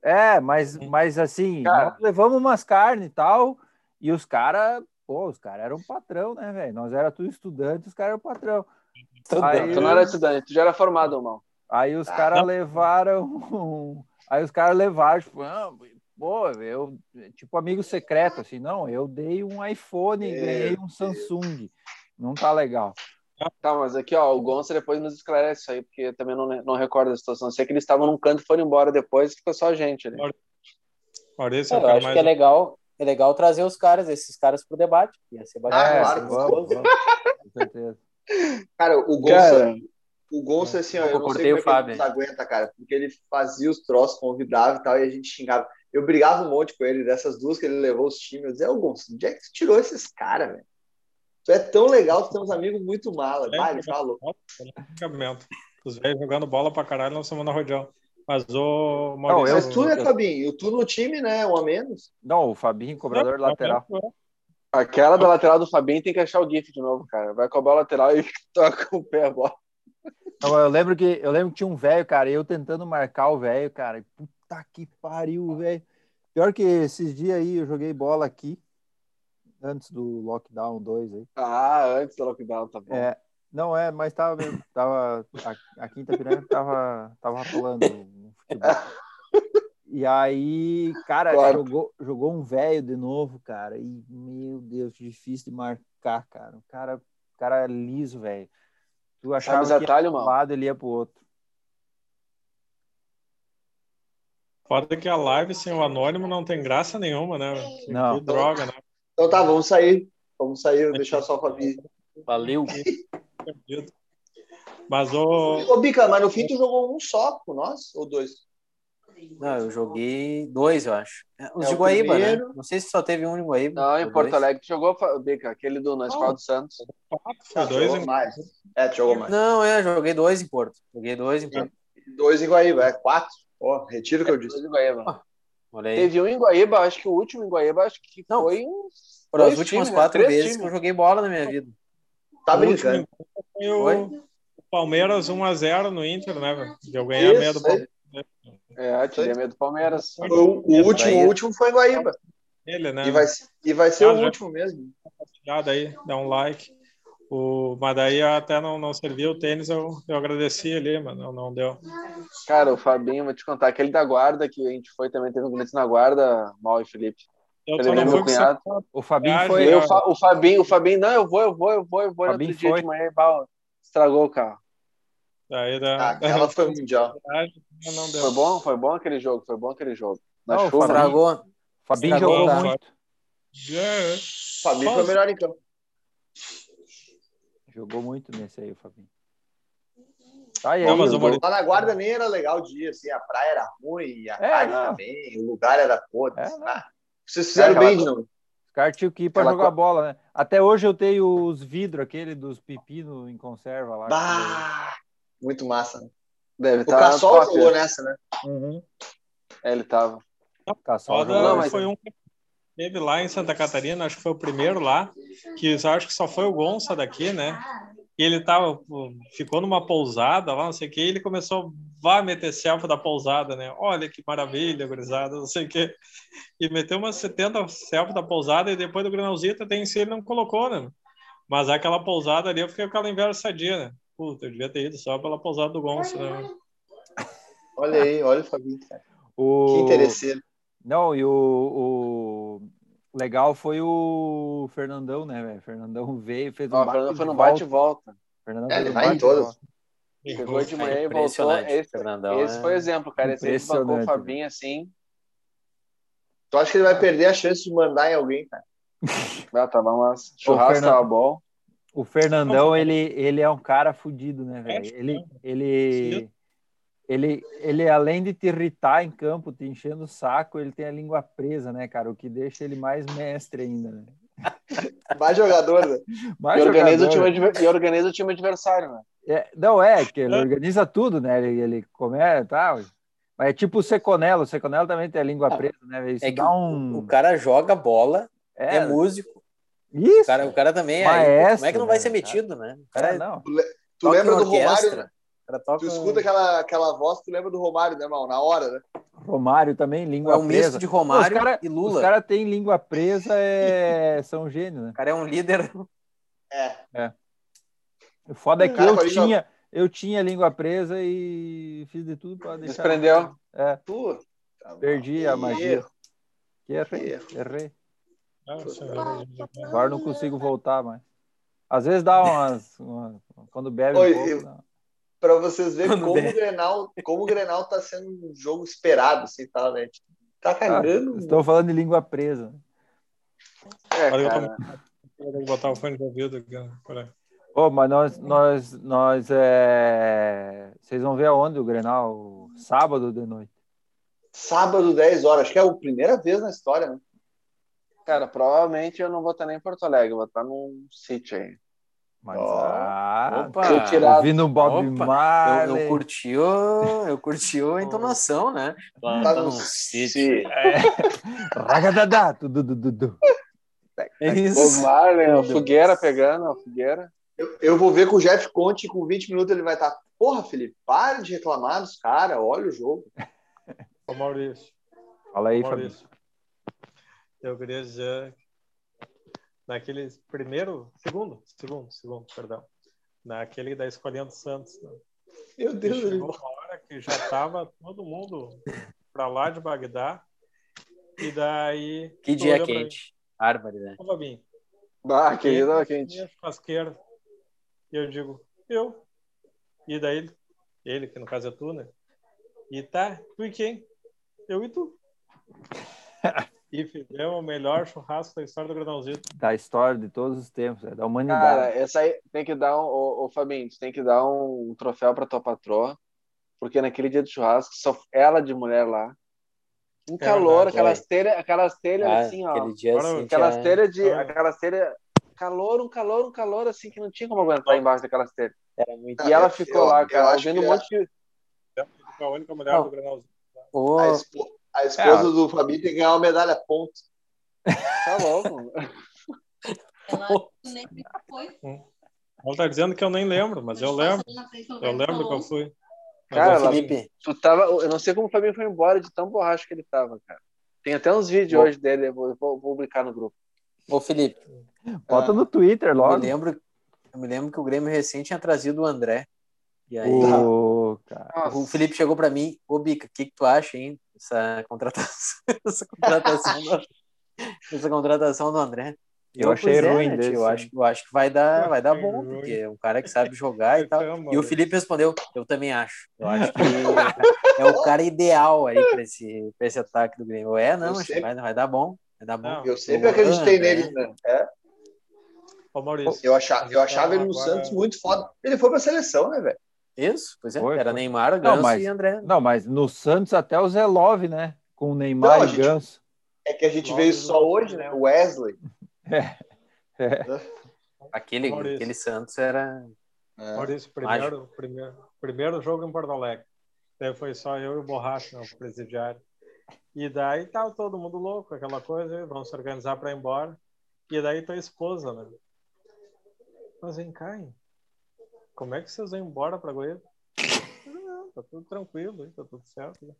Speaker 1: É, mas, mas assim,
Speaker 3: Cara.
Speaker 1: nós levamos umas carnes e tal, e os caras, pô, os caras eram patrão, né, velho? Nós era tudo estudante, os caras eram patrão.
Speaker 4: Tudo
Speaker 1: Aí
Speaker 4: bem.
Speaker 3: Tu não era estudante, tu já era formado, irmão.
Speaker 1: Aí os caras levaram. um, Aí os caras levaram, tipo, ah, pô, eu. Tipo, amigo secreto, assim, não, eu dei um iPhone e
Speaker 2: Meu
Speaker 1: ganhei um Samsung. Não tá legal.
Speaker 3: Tá, mas aqui, ó, o Gonça depois nos esclarece isso aí, porque eu também não, não recordo a situação. Sei que eles estavam num canto, foram embora depois, ficou só a gente né? ali.
Speaker 5: Maurício,
Speaker 4: É,
Speaker 5: eu
Speaker 4: eu
Speaker 5: quero
Speaker 4: acho
Speaker 5: mais. um.
Speaker 4: que é legal, é legal trazer os caras, esses caras pro debate. Ia ser bacana.
Speaker 2: Ah,
Speaker 1: é,
Speaker 2: claro.
Speaker 4: assim,
Speaker 1: vamos, vamos, com certeza.
Speaker 2: Cara, o Gonça,
Speaker 3: Cara,
Speaker 2: o Gonça assim, ó,
Speaker 4: Desculpa,
Speaker 2: eu não sei
Speaker 4: cortei
Speaker 2: como
Speaker 4: o
Speaker 2: é que ele
Speaker 4: Fábio.
Speaker 2: nos aguenta, cara, porque ele fazia os troços, convidava e tal, e a gente xingava. Eu brigava um monte com ele, dessas duas que ele levou os times. Eu dizia, ô Gonça, onde é que tu tirou esses caras, velho? Tu é tão legal, tu tem uns amigos muito mala.
Speaker 5: É,
Speaker 2: Vai, ele falou.
Speaker 4: é
Speaker 5: Cabimento. Os velhos jogando bola pra caralho na semana rodeão. Mas o
Speaker 1: eu-
Speaker 5: Maurício.
Speaker 2: Mas tu, né, Fabinho? Tu no time, né? Um a menos.
Speaker 1: Não, o Fabinho, cobrador lateral.
Speaker 3: aquela da lateral do Fabinho tem que achar o GIF de novo, cara. Vai com a bola lateral e toca o pé a bola.
Speaker 1: Não, eu lembro que eu lembro que tinha um velho, cara, e eu tentando marcar o velho, cara. e Puta que pariu,
Speaker 2: Ah.
Speaker 1: velho. Pior que esses dias aí eu joguei bola aqui, antes do lockdown 2 aí.
Speaker 3: Ah, antes do lockdown, tá bom.
Speaker 1: É, não é, mas tava mesmo, tava a, a quinta pirâmide tava tava rolando no futebol. E aí, cara,
Speaker 3: Claro.
Speaker 1: jogou, jogou um velho de novo, cara. E meu Deus, difícil de marcar, cara. O cara, o cara é liso, velho. Tu achava
Speaker 3: os
Speaker 1: que ia
Speaker 3: atalhos,
Speaker 1: pro
Speaker 3: tá mal?
Speaker 1: lado, ele ia pro outro.
Speaker 5: é Foda que a live sem o anônimo não tem graça nenhuma, né? velho? Que
Speaker 1: Não.
Speaker 5: droga, né?
Speaker 2: Então tá, vamos sair. Vamos sair, deixar só a Fabi.
Speaker 4: Valeu.
Speaker 5: Perdido. Mas o.
Speaker 2: Ô, Bica, mas no fim tu jogou um só com nós? Ou dois?
Speaker 4: Não, eu joguei dois, eu acho. É, Os
Speaker 2: É,
Speaker 4: de
Speaker 2: o
Speaker 4: Guaíba, né?
Speaker 2: primeiro.
Speaker 4: Não sei se só teve um de Guaíba.
Speaker 3: Não,
Speaker 4: ou
Speaker 3: em Porto
Speaker 4: dois.
Speaker 3: Alegre tu jogou, Fa- Bica, aquele do na escola do Santos.
Speaker 5: Foi
Speaker 2: Ah,
Speaker 5: Tá, dois,
Speaker 2: jogou
Speaker 5: hein?
Speaker 2: mais. É, tu jogou mais.
Speaker 4: Não, é, joguei dois em Porto. Joguei dois em Porto.
Speaker 2: Dois em Guaíba, é quatro. Ó, retiro o que eu disse.
Speaker 3: Dois em Guaíba.
Speaker 2: Ah,
Speaker 4: Olha aí.
Speaker 3: Teve um em Guaíba, acho que o último em Guaíba, acho que
Speaker 4: Não,
Speaker 3: foi um.
Speaker 4: Foram as
Speaker 3: dois times,
Speaker 4: últimas
Speaker 3: né?
Speaker 4: quatro
Speaker 3: Três
Speaker 4: vezes
Speaker 3: times.
Speaker 4: que eu joguei bola na minha vida.
Speaker 2: Tá
Speaker 5: O último
Speaker 2: brincando.
Speaker 5: Foi o Palmeiras 1x0 no Inter, né, velho? Eu ganhei a
Speaker 2: Isso,
Speaker 5: meia do
Speaker 2: é.
Speaker 5: Palmeiras
Speaker 3: É, tirei medo do Palmeiras.
Speaker 2: Foi O, o último, o último foi em Guaíba.
Speaker 5: dele, né?
Speaker 2: E vai, e vai ser
Speaker 5: Ah,
Speaker 2: o
Speaker 5: já-
Speaker 2: último mesmo.
Speaker 5: compartilhada aí, dá um like. O, mas daí até não, não serviu o tênis, eu, eu agradeci ali, mas não, não deu.
Speaker 3: Cara, o Fabinho, vou te contar, aquele da guarda que a gente foi também, teve um grito na guarda, mal e Felipe.
Speaker 5: Eu
Speaker 3: Eu
Speaker 5: só
Speaker 3: levei meu
Speaker 5: não fui com São
Speaker 3: cunhado.
Speaker 1: O Fabinho
Speaker 5: Viagem,
Speaker 1: foi.
Speaker 5: né?
Speaker 3: Eu, fa- o Fabinho, o Fabinho, não, eu vou, eu vou, eu vou, eu vou. E
Speaker 1: Fabinho
Speaker 3: outro dia
Speaker 1: foi.
Speaker 3: de manhã, e bala, estragou o carro.
Speaker 5: daí da,
Speaker 2: Ah, aquela foi mundial.
Speaker 5: viagem, mas não deu.
Speaker 3: Foi bom, foi bom aquele jogo, foi bom aquele jogo. Na
Speaker 1: Não, o
Speaker 3: chuva,
Speaker 1: Fabinho-
Speaker 4: Estragou.
Speaker 1: O Fabinho
Speaker 4: Estragou,
Speaker 1: jogou
Speaker 5: tá?
Speaker 1: muito.
Speaker 5: Já-
Speaker 2: Fabi foi o melhor em campo.
Speaker 1: Jogou muito nesse aí, o Fabinho. Tá aí.
Speaker 5: Não, mas o
Speaker 1: o-
Speaker 5: Maurício,
Speaker 2: Lá na guarda nem era legal o dia, assim, a praia era ruim, a
Speaker 1: É,
Speaker 2: tarde
Speaker 1: não.
Speaker 2: também, o lugar era podre.
Speaker 1: É,
Speaker 2: Ah, vocês fizeram
Speaker 3: É,
Speaker 2: bem de
Speaker 3: aquela-
Speaker 2: novo.
Speaker 1: Os caras tinham que ir pra
Speaker 3: Aquela
Speaker 1: jogar
Speaker 3: co-
Speaker 1: bola, né? Até hoje eu tenho os vidros, aquele dos pepino em conserva lá.
Speaker 2: Bah, muito massa. né?
Speaker 3: deve
Speaker 2: O
Speaker 3: estar
Speaker 2: Cassol
Speaker 3: top.
Speaker 2: jogou nessa, né?
Speaker 1: Uhum.
Speaker 3: É, ele tava.
Speaker 1: Caçal
Speaker 5: Foda,
Speaker 1: jogou.
Speaker 3: Não, mas-
Speaker 5: foi um que teve lá em Santa Catarina, acho que foi o primeiro lá, que só- acho que só foi o Gonça daqui, né? E ele tava, pô, ficou numa pousada lá, não sei o que, e ele começou a meter selfie da pousada, né? Olha que maravilha, gurizada, não sei o que. E meteu umas 70 selfie da pousada e depois do Granalzita tem se ele não colocou, né? Mas aquela pousada ali eu fiquei com aquela inversa sadia, né? Puta, eu devia ter ido só pela pousada do Gonça, né?
Speaker 2: Olha aí, olha o Fabinho. cara.
Speaker 1: O...
Speaker 2: Que interesseiro.
Speaker 1: Não, e o, o legal foi o Fernandão, né, velho? Fernandão veio, fez um
Speaker 3: Ó, o
Speaker 1: bate
Speaker 3: Fernando foi
Speaker 1: e
Speaker 3: num
Speaker 1: volta.
Speaker 3: bate tá e volta.
Speaker 1: Fernandão
Speaker 2: É,
Speaker 1: fez
Speaker 2: ele
Speaker 1: um
Speaker 2: vai em
Speaker 1: bate e
Speaker 2: todas.
Speaker 1: volta.
Speaker 3: Chegou de manhã e voltou.
Speaker 4: Impressionante,
Speaker 3: Esse,
Speaker 4: Fernandão,
Speaker 3: esse
Speaker 4: é-
Speaker 3: foi o exemplo, cara. Esse aí que bancou o
Speaker 1: Impressionante,
Speaker 3: Fabinho assim.
Speaker 2: Tu acha que ele vai perder a chance de mandar em alguém, cara?
Speaker 3: Ah, tava massa. Churrasco
Speaker 1: Fernando.
Speaker 3: tava bom.
Speaker 1: O Fernandão, ele, ele é um cara fudido, né, velho?
Speaker 5: Acho,
Speaker 1: Ele,
Speaker 5: né?
Speaker 1: ele, ele, ele, além de te irritar em campo, te enchendo o saco, ele tem a língua presa, né, cara? O que deixa ele mais mestre ainda, né?
Speaker 2: Mais jogador, né?
Speaker 1: Mais
Speaker 3: E organiza, o
Speaker 1: jogador.
Speaker 3: time, adver- e organiza o time adversário, né?
Speaker 1: É, não é, que ele organiza tudo, né? Ele, ele come e tal. Mas é tipo o Seconello. O Seconello também tem a língua presa, né? Isso
Speaker 4: É que
Speaker 1: dá um.
Speaker 3: assim.
Speaker 4: o, o cara joga bola, é,
Speaker 1: é,
Speaker 4: músico.
Speaker 1: isso.
Speaker 4: O cara, o cara também é.
Speaker 1: Maestro,
Speaker 4: como é que não vai
Speaker 1: né,
Speaker 4: ser
Speaker 1: cara?
Speaker 4: metido, né? O cara
Speaker 1: É, não.
Speaker 2: Tu
Speaker 4: toca em
Speaker 2: lembra do
Speaker 4: orquestra,
Speaker 2: Romário? né?
Speaker 4: O cara toca um-
Speaker 2: Tu escuta aquela, aquela voz, tu lembra do Romário, né, mal? Na hora, né?
Speaker 1: Romário também, língua
Speaker 4: É um misto
Speaker 1: presa.
Speaker 4: de Romário
Speaker 1: Os cara-
Speaker 4: e
Speaker 1: Os
Speaker 4: Lula.
Speaker 1: caras têm língua presa, é... são gênio, né?
Speaker 4: O cara é um líder.
Speaker 2: É.
Speaker 1: O foda é que
Speaker 2: Cara,
Speaker 1: eu
Speaker 2: com a língua-
Speaker 1: tinha, eu tinha língua presa e fiz de tudo para deixar.
Speaker 3: Desprendeu.
Speaker 1: É,
Speaker 2: Tu.
Speaker 1: perdi a magia.
Speaker 2: erro,
Speaker 1: Que errei,
Speaker 2: erro.
Speaker 1: errei.
Speaker 5: Ah, isso é-
Speaker 1: Agora não consigo voltar mais. Às vezes dá umas. uma- quando bebe
Speaker 2: Oi,
Speaker 1: um pouco.
Speaker 2: eu-
Speaker 1: dá-
Speaker 2: Pra vocês verem
Speaker 4: Quando
Speaker 2: como
Speaker 4: der.
Speaker 2: o, Grenal, como o Grenal tá sendo um jogo esperado, assim, tá, né? Tipo, Tá
Speaker 1: Ah,
Speaker 2: cagando.
Speaker 1: estou falando de língua presa. né?
Speaker 3: É,
Speaker 5: Olha, eu tô-
Speaker 3: cara.
Speaker 5: Eu tenho que botar o fone de ouvido aqui. né? Peraí.
Speaker 1: Ô, mas nós, nós, nós, é... vocês vão ver aonde o Grenal sábado de noite.
Speaker 2: Sábado, 10 horas. Acho que é a primeira vez na história, né?
Speaker 3: Cara, provavelmente eu não vou estar nem em Porto Alegre, eu vou estar num sítio aí.
Speaker 1: Mas
Speaker 2: Ó,
Speaker 1: ah,
Speaker 4: Opa!
Speaker 3: eu tirar-
Speaker 1: ouvindo um Bob
Speaker 4: Opa,
Speaker 1: Marley.
Speaker 4: Eu, eu curti, o- eu curti a entonação, né?
Speaker 2: Tá
Speaker 4: Planta
Speaker 2: no
Speaker 4: num sítio.
Speaker 1: Ragadadá, tu, du, du, du, du.
Speaker 4: É
Speaker 3: Bob
Speaker 4: isso.
Speaker 3: Marley, a fogueira pegando, a fogueira.
Speaker 2: Eu, eu vou ver com o Jeff Conte com 20 minutos ele vai estar. Porra, Felipe, para de reclamar dos caras, olha o jogo.
Speaker 5: Ô, Maurício.
Speaker 1: Fala aí, Fabinho.
Speaker 5: Maurício. Eu queria dizer naquele primeiro, segundo, segundo, segundo, perdão, naquele da escolinha do Santos. né?
Speaker 2: Meu
Speaker 5: Que
Speaker 2: Deus,
Speaker 5: chegou
Speaker 2: Felipe.
Speaker 5: uma hora que já estava todo mundo para lá de Bagdá e daí
Speaker 4: Que
Speaker 5: tu
Speaker 4: dia
Speaker 5: olhou pra mim,
Speaker 4: quente. Árvore, né?
Speaker 5: "Ô, Fabinho,
Speaker 3: Ah, querido, ó,
Speaker 5: quem
Speaker 3: quente.
Speaker 5: é churrasqueiro? E eu digo, eu. E daí ele, ele, que no caso é tu, né? E tá, tu e quem? Eu e tu. E fizemos o melhor churrasco da história do Granalzito.
Speaker 1: Da história de todos os tempos, é, da
Speaker 3: Cara,
Speaker 1: humanidade.
Speaker 3: essa aí tem que dar um. Ô, ô Fabinho, tu tem que dar um troféu pra tua patroa. Porque naquele dia do churrasco, só ela de mulher lá. Um
Speaker 5: É
Speaker 3: calor,
Speaker 5: verdade,
Speaker 3: aquelas telhas, aquelas telhas
Speaker 4: Ah,
Speaker 3: assim, ó.
Speaker 4: aquele dia
Speaker 5: Agora,
Speaker 4: assim.
Speaker 3: Aquelas
Speaker 4: tinha-
Speaker 3: telhas de.
Speaker 5: Ah.
Speaker 3: Aquelas telhas. Calor, um calor, um calor, assim, que não tinha como aguentar embaixo daquelas telhas.
Speaker 4: Era muito.
Speaker 2: Não,
Speaker 3: E ela
Speaker 2: eu-
Speaker 3: ficou
Speaker 2: eu-
Speaker 3: lá,
Speaker 2: eu
Speaker 3: cara,
Speaker 2: acho
Speaker 3: vendo um
Speaker 2: que
Speaker 3: monte de.
Speaker 5: Foi a única mulher
Speaker 4: Não.
Speaker 5: do Granalzito.
Speaker 4: Ô,
Speaker 2: A, espo- a esposa
Speaker 1: É.
Speaker 2: do Fabi tem que ganhar uma medalha, ponto.
Speaker 3: Tá louco.
Speaker 6: Ela nem foi.
Speaker 5: Ela tá dizendo que eu nem lembro, mas eu lembro. Eu lembro que eu fui. Mas
Speaker 3: Cara,
Speaker 5: eu fui.
Speaker 4: Felipe,
Speaker 3: Tu tava, eu não sei como o Fabinho foi embora de tão borracho que ele tava, cara. Tem até uns vídeos
Speaker 4: Bom.
Speaker 3: hoje dele, eu vou, eu vou publicar no grupo.
Speaker 4: ô Felipe,
Speaker 1: Bota no Twitter
Speaker 4: eu
Speaker 1: logo.
Speaker 4: me lembro, eu me lembro que o Grêmio recente tinha trazido o André. E aí
Speaker 1: Ô, cara.
Speaker 4: o Felipe chegou pra mim, ô Bica, o que, que tu acha, hein? Essa contratação, essa contratação, do, essa contratação do André.
Speaker 1: Eu achei
Speaker 4: pois é,
Speaker 1: ruim
Speaker 4: né, tio,
Speaker 1: desse.
Speaker 4: Eu acho, eu acho que vai dar, vai dar
Speaker 5: Achei
Speaker 4: bom,
Speaker 5: ruim.
Speaker 4: porque é um cara que sabe jogar e tal.
Speaker 5: Então,
Speaker 4: E o
Speaker 5: mano.
Speaker 4: Felipe respondeu, eu também acho. Eu acho que é o cara ideal aí pra esse, pra esse ataque do Grêmio. É, não,
Speaker 2: Eu
Speaker 4: acho que
Speaker 2: sempre-
Speaker 4: vai, vai dar bom. Vai dar bom.
Speaker 5: Não,
Speaker 2: Eu sempre
Speaker 4: Eu-
Speaker 2: acreditei
Speaker 4: Ah,
Speaker 2: nele, né? É,
Speaker 5: Ô, Maurício.
Speaker 2: eu achava, eu
Speaker 5: Eles
Speaker 2: achava ele no
Speaker 5: falam agora- é.
Speaker 2: Santos muito foda. Ele foi pra seleção, né, velho?
Speaker 4: Isso, pois é.
Speaker 1: Foi,
Speaker 4: Era
Speaker 1: foi.
Speaker 4: Neymar, Ganso
Speaker 1: mas-
Speaker 4: e André.
Speaker 1: Não, mas no Santos até o Zé Love, né? Com o Neymar
Speaker 2: Não, a
Speaker 1: e
Speaker 2: gente-
Speaker 1: Ganso.
Speaker 2: É que a gente
Speaker 5: Lopes
Speaker 2: veio
Speaker 5: não-
Speaker 2: só hoje, né? Wesley.
Speaker 4: Aquele,
Speaker 5: Maurício.
Speaker 4: aquele Santos era. É.
Speaker 5: Maurício, primeiro, primeiro, primeiro jogo em Porto Alegre. Daí foi só eu e o Borracha, né, o presidiário. E daí tava todo mundo louco, aquela coisa, e vamos se organizar para ir embora. E daí tua esposa, né? Mas vem cá, hein? Como é que vocês vão embora pra Goiânia? Não, tá tudo tranquilo, hein? tá tudo certo. né?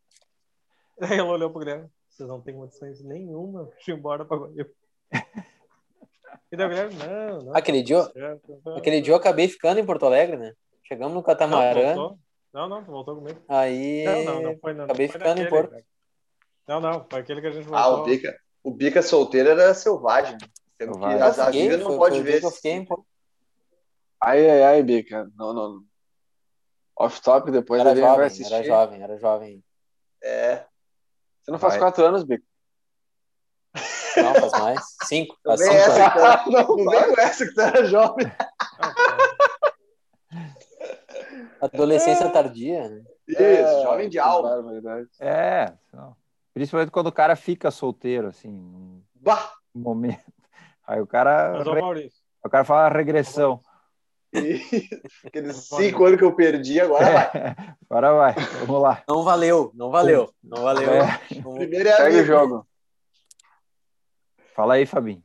Speaker 5: Daí ela olhou pro Guilherme, vocês não têm condições nenhuma de ir embora pra Goiânia. E daí o Guilherme, não, não. tá
Speaker 4: Aquele dia, eu-
Speaker 5: certo, não,
Speaker 4: aquele dia eu acabei ficando em Porto Alegre, né? Chegamos no
Speaker 5: não, tu
Speaker 4: catamarã,
Speaker 5: voltou. não, não, tu voltou comigo.
Speaker 4: aí.
Speaker 2: É,
Speaker 5: Não, não, não foi não.
Speaker 4: Acabei
Speaker 5: Foi
Speaker 4: ficando em
Speaker 5: naquele,
Speaker 4: Porto.
Speaker 5: cara. Não, não, foi aquele que a gente
Speaker 2: Ah, o
Speaker 5: voltou.
Speaker 2: Bica. O Bica solteiro era selvagem. Sendo que
Speaker 1: Selvagem.
Speaker 2: a
Speaker 4: eu fiquei,
Speaker 2: Zaviga
Speaker 4: foi,
Speaker 2: não
Speaker 4: foi
Speaker 2: pode
Speaker 4: o dia
Speaker 2: ver.
Speaker 4: que eu fiquei em Porto.
Speaker 3: Ai, ai, ai, Bica. Não, não. Off topic depois
Speaker 4: Era
Speaker 3: ele vai
Speaker 4: jovem,
Speaker 3: assistir.
Speaker 4: era jovem, era jovem.
Speaker 2: É.
Speaker 3: Você não faz
Speaker 1: Vai.
Speaker 3: quatro anos, Bica.
Speaker 4: Não, faz mais. Cinco, faz
Speaker 2: Também
Speaker 4: cinco anos.
Speaker 2: essa que tá, não vem com essa que tu era jovem.
Speaker 5: Ah, tá.
Speaker 4: Adolescência tardia, né?
Speaker 2: Isso, É, jovem de alma.
Speaker 3: Barbaridade.
Speaker 1: É, não. principalmente quando o cara fica solteiro, assim, num
Speaker 2: Bah!
Speaker 1: momento. Aí o cara,
Speaker 5: Mas, ô, Maurício,
Speaker 1: o cara fala regressão.
Speaker 2: Aqueles cinco anos que eu perdi, agora vai.
Speaker 4: É.
Speaker 1: Agora vai, vamos lá.
Speaker 4: Não valeu, não valeu, não valeu.
Speaker 1: É,
Speaker 4: Vamos-
Speaker 2: Primeiro é a
Speaker 3: Segue o
Speaker 2: minha.
Speaker 3: jogo.
Speaker 1: fala aí, Fabinho.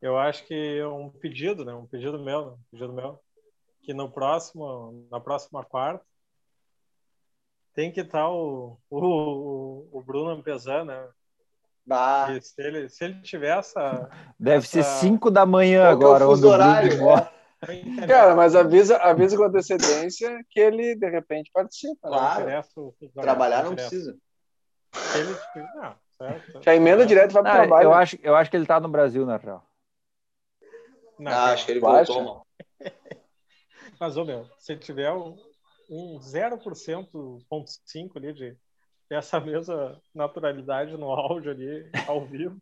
Speaker 5: eu acho que é um pedido, né? Um pedido meu, né? um pedido meu, que no próximo, na próxima quarta, tem que estar o, o, o Bruno Ampesan, né?
Speaker 2: Bah.
Speaker 5: E se ele, se ele tiver essa.
Speaker 1: Deve ser
Speaker 5: Essa-
Speaker 1: 5 da manhã
Speaker 2: Ah, Qual que é o
Speaker 1: agora, um
Speaker 2: fuso
Speaker 1: onde o
Speaker 2: horário,
Speaker 1: Bruno
Speaker 2: né?
Speaker 1: mora.
Speaker 3: Cara, mas avisa, avisa com antecedência que ele, de repente, participa. né?
Speaker 2: Claro. Trabalhar não precisa.
Speaker 5: Ele, tipo, não, certo. né?
Speaker 3: Já emenda direto
Speaker 2: Tá
Speaker 3: e vai pro
Speaker 1: Ah,
Speaker 3: trabalho. né?
Speaker 1: eu, acho, eu acho que ele tá no Brasil, na real.
Speaker 5: Não,
Speaker 2: Ah,
Speaker 5: cara,
Speaker 2: acho que ele
Speaker 3: Tu acha?
Speaker 2: voltou, mano.
Speaker 5: Mas, ô, meu, se tiver um, um 0,5% ponto cinco ali de dessa mesma naturalidade no áudio ali, ao vivo.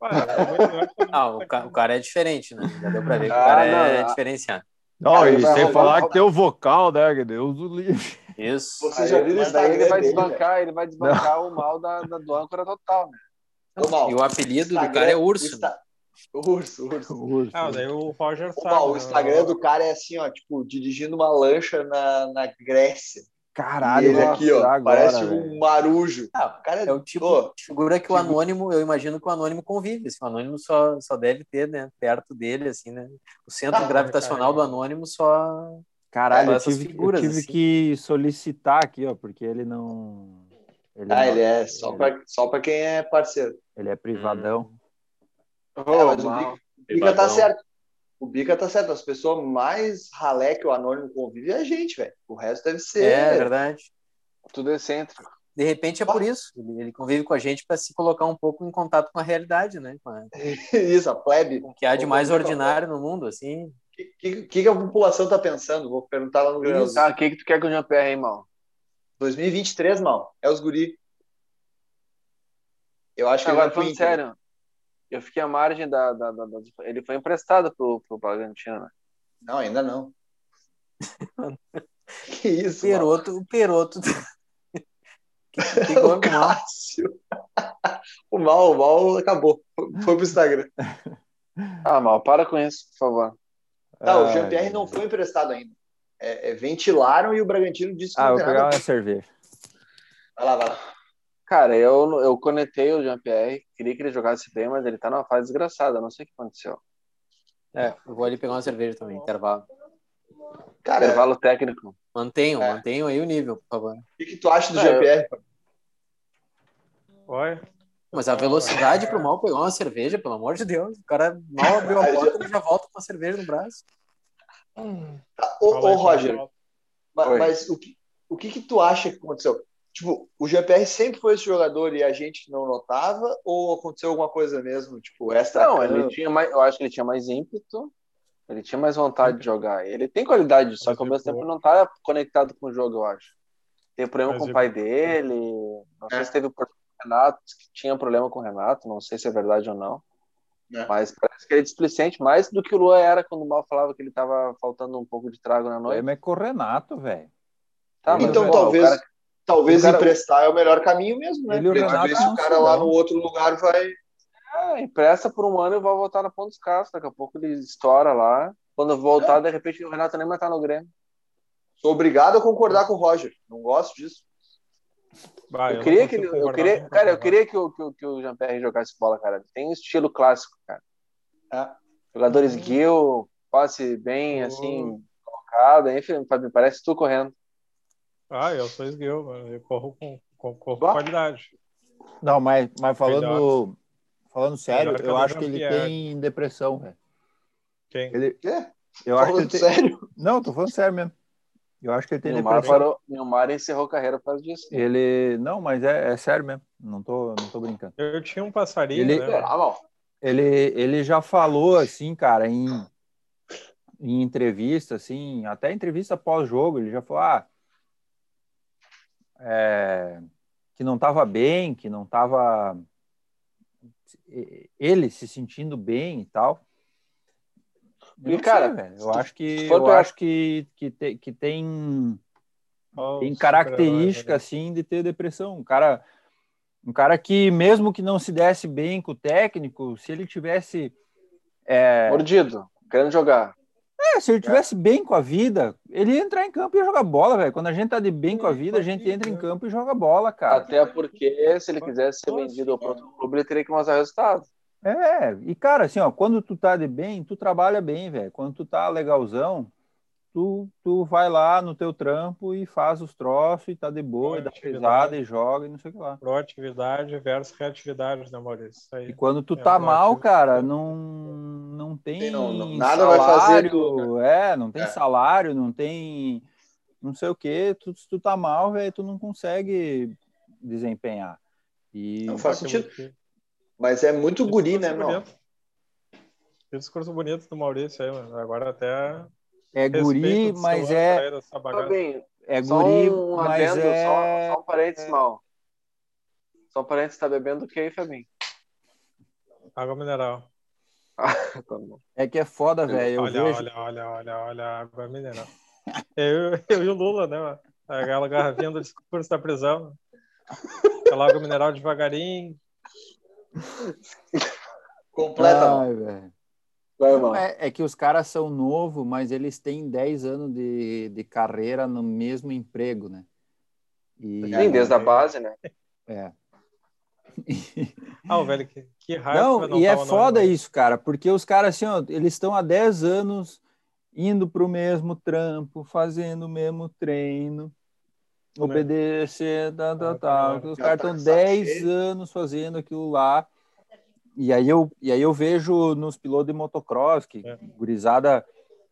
Speaker 5: Cara, é muito melhor que todo mundo
Speaker 4: Ah, o,
Speaker 5: tá
Speaker 4: ca- o cara é diferente, né? Já deu pra ver que o
Speaker 3: Ah,
Speaker 4: cara
Speaker 3: não,
Speaker 4: é
Speaker 3: não.
Speaker 4: diferenciado.
Speaker 1: Não,
Speaker 3: e sem falar
Speaker 2: um
Speaker 3: que
Speaker 1: tem o vocal, né? Deus do livre.
Speaker 4: Isso.
Speaker 2: Vocês já
Speaker 3: Aí,
Speaker 2: viram o
Speaker 3: mas daí
Speaker 2: Instagram
Speaker 3: ele vai
Speaker 2: dele, velho?
Speaker 3: desbancar, ele vai desbancar o mal da, da- do âncora total, né?
Speaker 2: Ô, Mal,
Speaker 4: E o apelido do
Speaker 2: Instagram-
Speaker 4: cara é Urso.
Speaker 2: o Insta- Urso, urso.
Speaker 5: Ah, daí o Roger
Speaker 2: Ô,
Speaker 5: sabe.
Speaker 2: Mal, o
Speaker 5: né?
Speaker 2: Instagram do cara é assim, ó, tipo, dirigindo uma lancha na, na Grécia.
Speaker 1: Caralho,
Speaker 2: e ele
Speaker 1: nossa,
Speaker 2: aqui, ó,
Speaker 1: agora,
Speaker 2: parece
Speaker 1: velho.
Speaker 2: um marujo.
Speaker 4: Ah,
Speaker 2: O cara
Speaker 4: É o tipo
Speaker 2: Ô,
Speaker 4: de figura que
Speaker 2: tipo-
Speaker 4: o anônimo, eu imagino que o anônimo convive. Assim, o anônimo só, só deve ter, né? Perto dele, assim, né? O centro
Speaker 2: Ah,
Speaker 4: gravitacional do
Speaker 5: cara.
Speaker 4: anônimo só.
Speaker 1: Caralho, eu
Speaker 4: Essas
Speaker 1: tive, eu
Speaker 4: figuras,
Speaker 1: tive
Speaker 4: assim.
Speaker 1: que solicitar aqui, ó, porque ele não. Ele,
Speaker 2: Ah,
Speaker 1: não-
Speaker 2: ele é só pra, só pra quem é parceiro.
Speaker 1: ele é privadão.
Speaker 2: É,
Speaker 3: Ô,
Speaker 2: mas o
Speaker 3: mal.
Speaker 2: Bica, o Bica tá certo. O Bica tá certo. As pessoas mais ralé que o anônimo convive é a gente, velho. O resto deve ser.
Speaker 4: É, verdade.
Speaker 3: Tudo excêntrico.
Speaker 4: De repente é por isso. Ele ele convive com a gente para se colocar um pouco em contato com a realidade, né? Com, a-
Speaker 2: Isso, a plebe.
Speaker 4: com o que há de
Speaker 2: Ou
Speaker 4: mais
Speaker 2: como que
Speaker 4: ordinário no mundo, assim.
Speaker 2: O que, que- que a população tá pensando? Vou perguntar lá no Grêmio.
Speaker 3: Tá, o que, que tu quer com o Jean Pierre, hein, mal?
Speaker 2: 2023, mal. É os guri. Eu acho que
Speaker 3: Agora,
Speaker 2: ele vai pro
Speaker 3: falando
Speaker 2: Inter.
Speaker 3: sério, eu fiquei à margem da. da- da- da- da- ele foi emprestado pro, pro Bragantino, né?
Speaker 2: Não, ainda não. que isso, mano.
Speaker 4: Peroto, o Peroto. Igual o mal.
Speaker 2: Cássio. o mal, o mal acabou. Foi pro Instagram.
Speaker 3: Ah, mal, para com isso, por favor.
Speaker 2: Tá, o
Speaker 1: Ai,
Speaker 2: Jean-Pierre não foi emprestado ainda. É, é, ventilaram e o Bragantino disse que
Speaker 1: Ah,
Speaker 2: não
Speaker 1: vou
Speaker 2: tem nada.
Speaker 1: pegar uma cerveja.
Speaker 2: Vai lá, vai lá.
Speaker 3: Cara, eu, eu conectei o Jean-Pierre, queria que ele jogasse bem, mas ele tá numa fase desgraçada, não sei o que aconteceu.
Speaker 4: É, eu vou ali pegar uma cerveja também, intervalo.
Speaker 2: Cara, o
Speaker 3: Intervalo técnico.
Speaker 4: Mantenham,
Speaker 2: É.
Speaker 4: mantenham aí o nível, por favor.
Speaker 2: que, que tu acha do
Speaker 3: É,
Speaker 2: Jean-Pierre?
Speaker 5: Olha,
Speaker 4: Mas a velocidade pro mal pegar uma cerveja, pelo amor de Deus. O cara mal abriu a porta, ele já volta com a cerveja no braço.
Speaker 2: Tá, Ô,
Speaker 5: fala aí,
Speaker 2: ô Roger,
Speaker 5: fala.
Speaker 2: ma-
Speaker 3: Oi.
Speaker 2: mas, o, que, o que que tu acha que aconteceu? Tipo, o Jean-Pierre sempre foi esse jogador e a gente não notava? Ou aconteceu alguma coisa mesmo? Tipo, essa.
Speaker 3: Não, ele tinha mais, eu acho que ele tinha mais ímpeto, ele tinha mais vontade de jogar. Ele tem qualidade, só que ao
Speaker 5: Mas
Speaker 3: mesmo
Speaker 5: ele
Speaker 3: tempo não tá conectado com o jogo, eu acho. Teve problema
Speaker 5: Mas
Speaker 3: com o
Speaker 5: ele-
Speaker 3: pai dele, não sei
Speaker 2: É.
Speaker 3: se teve problema com o Renato, disse que tinha problema com o Renato, não sei se é verdade ou não.
Speaker 2: É.
Speaker 3: Mas parece que ele é displicente mais do que o Luan era quando o Mal falava que ele tava faltando um pouco de trago na
Speaker 1: O
Speaker 3: noite.
Speaker 1: problema é com o Renato, velho.
Speaker 3: Tá, mas,
Speaker 2: Então
Speaker 3: pô,
Speaker 2: talvez,
Speaker 3: o cara-
Speaker 2: talvez
Speaker 3: o cara-
Speaker 2: emprestar é o melhor caminho mesmo, né?
Speaker 1: Ele e o
Speaker 2: Porque vai ver
Speaker 1: Renato
Speaker 2: se
Speaker 1: não
Speaker 2: o cara
Speaker 1: se
Speaker 2: lá
Speaker 1: dão.
Speaker 2: no outro lugar vai.
Speaker 3: Ah, empresta por um ano e vai voltar na ponta dos carros. Daqui a pouco ele estoura lá. Quando voltar, de repente o Renato nem vai estar no Grêmio.
Speaker 2: Sou obrigado a concordar com o Roger. Não gosto disso.
Speaker 3: Ah,
Speaker 5: Vai,
Speaker 3: eu
Speaker 5: não
Speaker 3: queria que
Speaker 5: consigo
Speaker 3: ele, eu
Speaker 5: concordar
Speaker 3: queria,
Speaker 5: com o
Speaker 3: cara, eu
Speaker 5: Renato.
Speaker 3: queria que o, que, o- que o Jean-Pierre jogasse bola, cara. Ele Tem um estilo clássico, cara.
Speaker 1: Ah.
Speaker 2: É.
Speaker 1: Hum.
Speaker 3: Jogadores guil, passe bem, assim, colocado. Enfim, Fabinho, parece tu correndo.
Speaker 5: Ah, eu sou esguio, mano. eu corro com, com, corro com
Speaker 3: Bah.
Speaker 5: qualidade.
Speaker 1: Não, mas, mas falando, falando sério,
Speaker 5: Melhor que
Speaker 1: eu
Speaker 5: o
Speaker 1: acho que é. ele
Speaker 5: Jean-Pierre.
Speaker 1: tem depressão, velho.
Speaker 5: Quem?
Speaker 1: Ele,
Speaker 2: Quê?
Speaker 1: eu acho que ele
Speaker 2: Falando
Speaker 1: tem...
Speaker 2: sério.
Speaker 1: Não, tô falando sério mesmo. Eu acho que ele tem
Speaker 3: Neymar,
Speaker 1: depressão.
Speaker 3: parou, Neymar encerrou carreira por causa disso.
Speaker 1: Ele. Não, mas é, é sério mesmo. Não tô, não tô brincando.
Speaker 5: Eu tinha um passarinho,
Speaker 1: Ele-
Speaker 5: né?
Speaker 3: Ah, mal.
Speaker 1: Ele, ele já falou, assim, cara, em, em entrevista, assim, até entrevista pós-jogo, ele já falou ah, é, que não tava bem, que não tava. Ele se sentindo bem e tal. Eu
Speaker 3: E,
Speaker 1: não
Speaker 3: cara,
Speaker 1: sei, velho, eu
Speaker 3: se
Speaker 1: acho que,
Speaker 3: for
Speaker 1: eu
Speaker 3: pegar-
Speaker 1: acho que, que, te- que tem
Speaker 5: Ó,
Speaker 1: tem
Speaker 5: os é,
Speaker 1: característica assim de ter depressão. Um cara, um cara que mesmo que não se desse bem com o técnico, se ele tivesse,
Speaker 3: É. Mordido, querendo jogar.
Speaker 1: é, se ele tivesse bem com a vida, ele ia entrar em campo e ia jogar bola, velho. Quando a gente tá de bem com a vida, a gente entra em campo e joga bola, cara.
Speaker 3: Até porque, se ele quisesse ser vendido para outro clube, ele teria que mostrar resultado.
Speaker 1: É, e cara, assim, ó, quando tu tá de bem, tu trabalha bem, velho. Quando tu tá legalzão, tu, tu vai lá no teu trampo e faz os troços e tá de boa, e dá pesada e joga e não sei o que lá.
Speaker 5: Proatividade versus reatividade, né, Maurício? Isso aí.
Speaker 1: E quando tu
Speaker 5: É,
Speaker 1: tá
Speaker 5: eu
Speaker 1: mal,
Speaker 5: acho-
Speaker 1: cara, não, não tem
Speaker 2: Não, não- nada vai fazer
Speaker 1: salário,
Speaker 2: tu,
Speaker 1: é, não tem
Speaker 2: É.
Speaker 1: salário, não tem não sei o quê, tu, se tu tá mal, velho, tu não consegue desempenhar. E
Speaker 2: Não faz sentido.
Speaker 5: Que
Speaker 2: Mas é muito guri, né,
Speaker 5: discurso
Speaker 2: meu?
Speaker 5: bonito. Que discurso bonito do Maurício aí, mano. Agora até.
Speaker 1: é guri,
Speaker 5: respeito do
Speaker 1: mas
Speaker 5: seu ano pra
Speaker 1: é,
Speaker 5: ele, essa
Speaker 3: Tá
Speaker 5: bagaça.
Speaker 3: bem,
Speaker 1: é
Speaker 3: Só
Speaker 1: guri,
Speaker 3: um
Speaker 1: mas
Speaker 3: adendo,
Speaker 1: é
Speaker 3: só, só um parênteses, mal. Só um parênteses, tá bebendo o que aí, Fabinho?
Speaker 5: Água mineral.
Speaker 3: Tá bom.
Speaker 1: é que é foda, velho. Eu
Speaker 5: olha,
Speaker 1: vejo,
Speaker 5: olha, olha, olha, olha, água mineral. Eu, eu e o Lula, né, mano? Aquela garrafinha do discurso da prisão. Aquela água mineral devagarinho.
Speaker 2: Completa, mano.
Speaker 1: Ai, velho.
Speaker 3: Vai,
Speaker 1: Não,
Speaker 3: mal.
Speaker 1: é, é que os caras são novos, mas eles têm 10 anos de, de carreira no mesmo emprego, né? E,
Speaker 3: Sim, desde a base, né?
Speaker 1: é.
Speaker 5: Ah, o velho, que, que raiva.
Speaker 1: Não, e
Speaker 5: tá
Speaker 1: é
Speaker 5: o nome,
Speaker 1: foda
Speaker 5: mano.
Speaker 1: isso, cara, porque os caras, assim, ó, eles estão há 10 anos indo pro mesmo trampo, fazendo o mesmo treino, obedecer, tá, tá,
Speaker 5: Né? Ah,
Speaker 1: tá.
Speaker 5: claro.
Speaker 1: Os
Speaker 2: Já
Speaker 1: caras
Speaker 2: tá
Speaker 1: estão
Speaker 2: saco
Speaker 1: 10
Speaker 2: cheio.
Speaker 1: anos fazendo aquilo lá. E aí eu, e aí eu vejo nos pilotos de motocross, que
Speaker 5: É.
Speaker 1: gurizada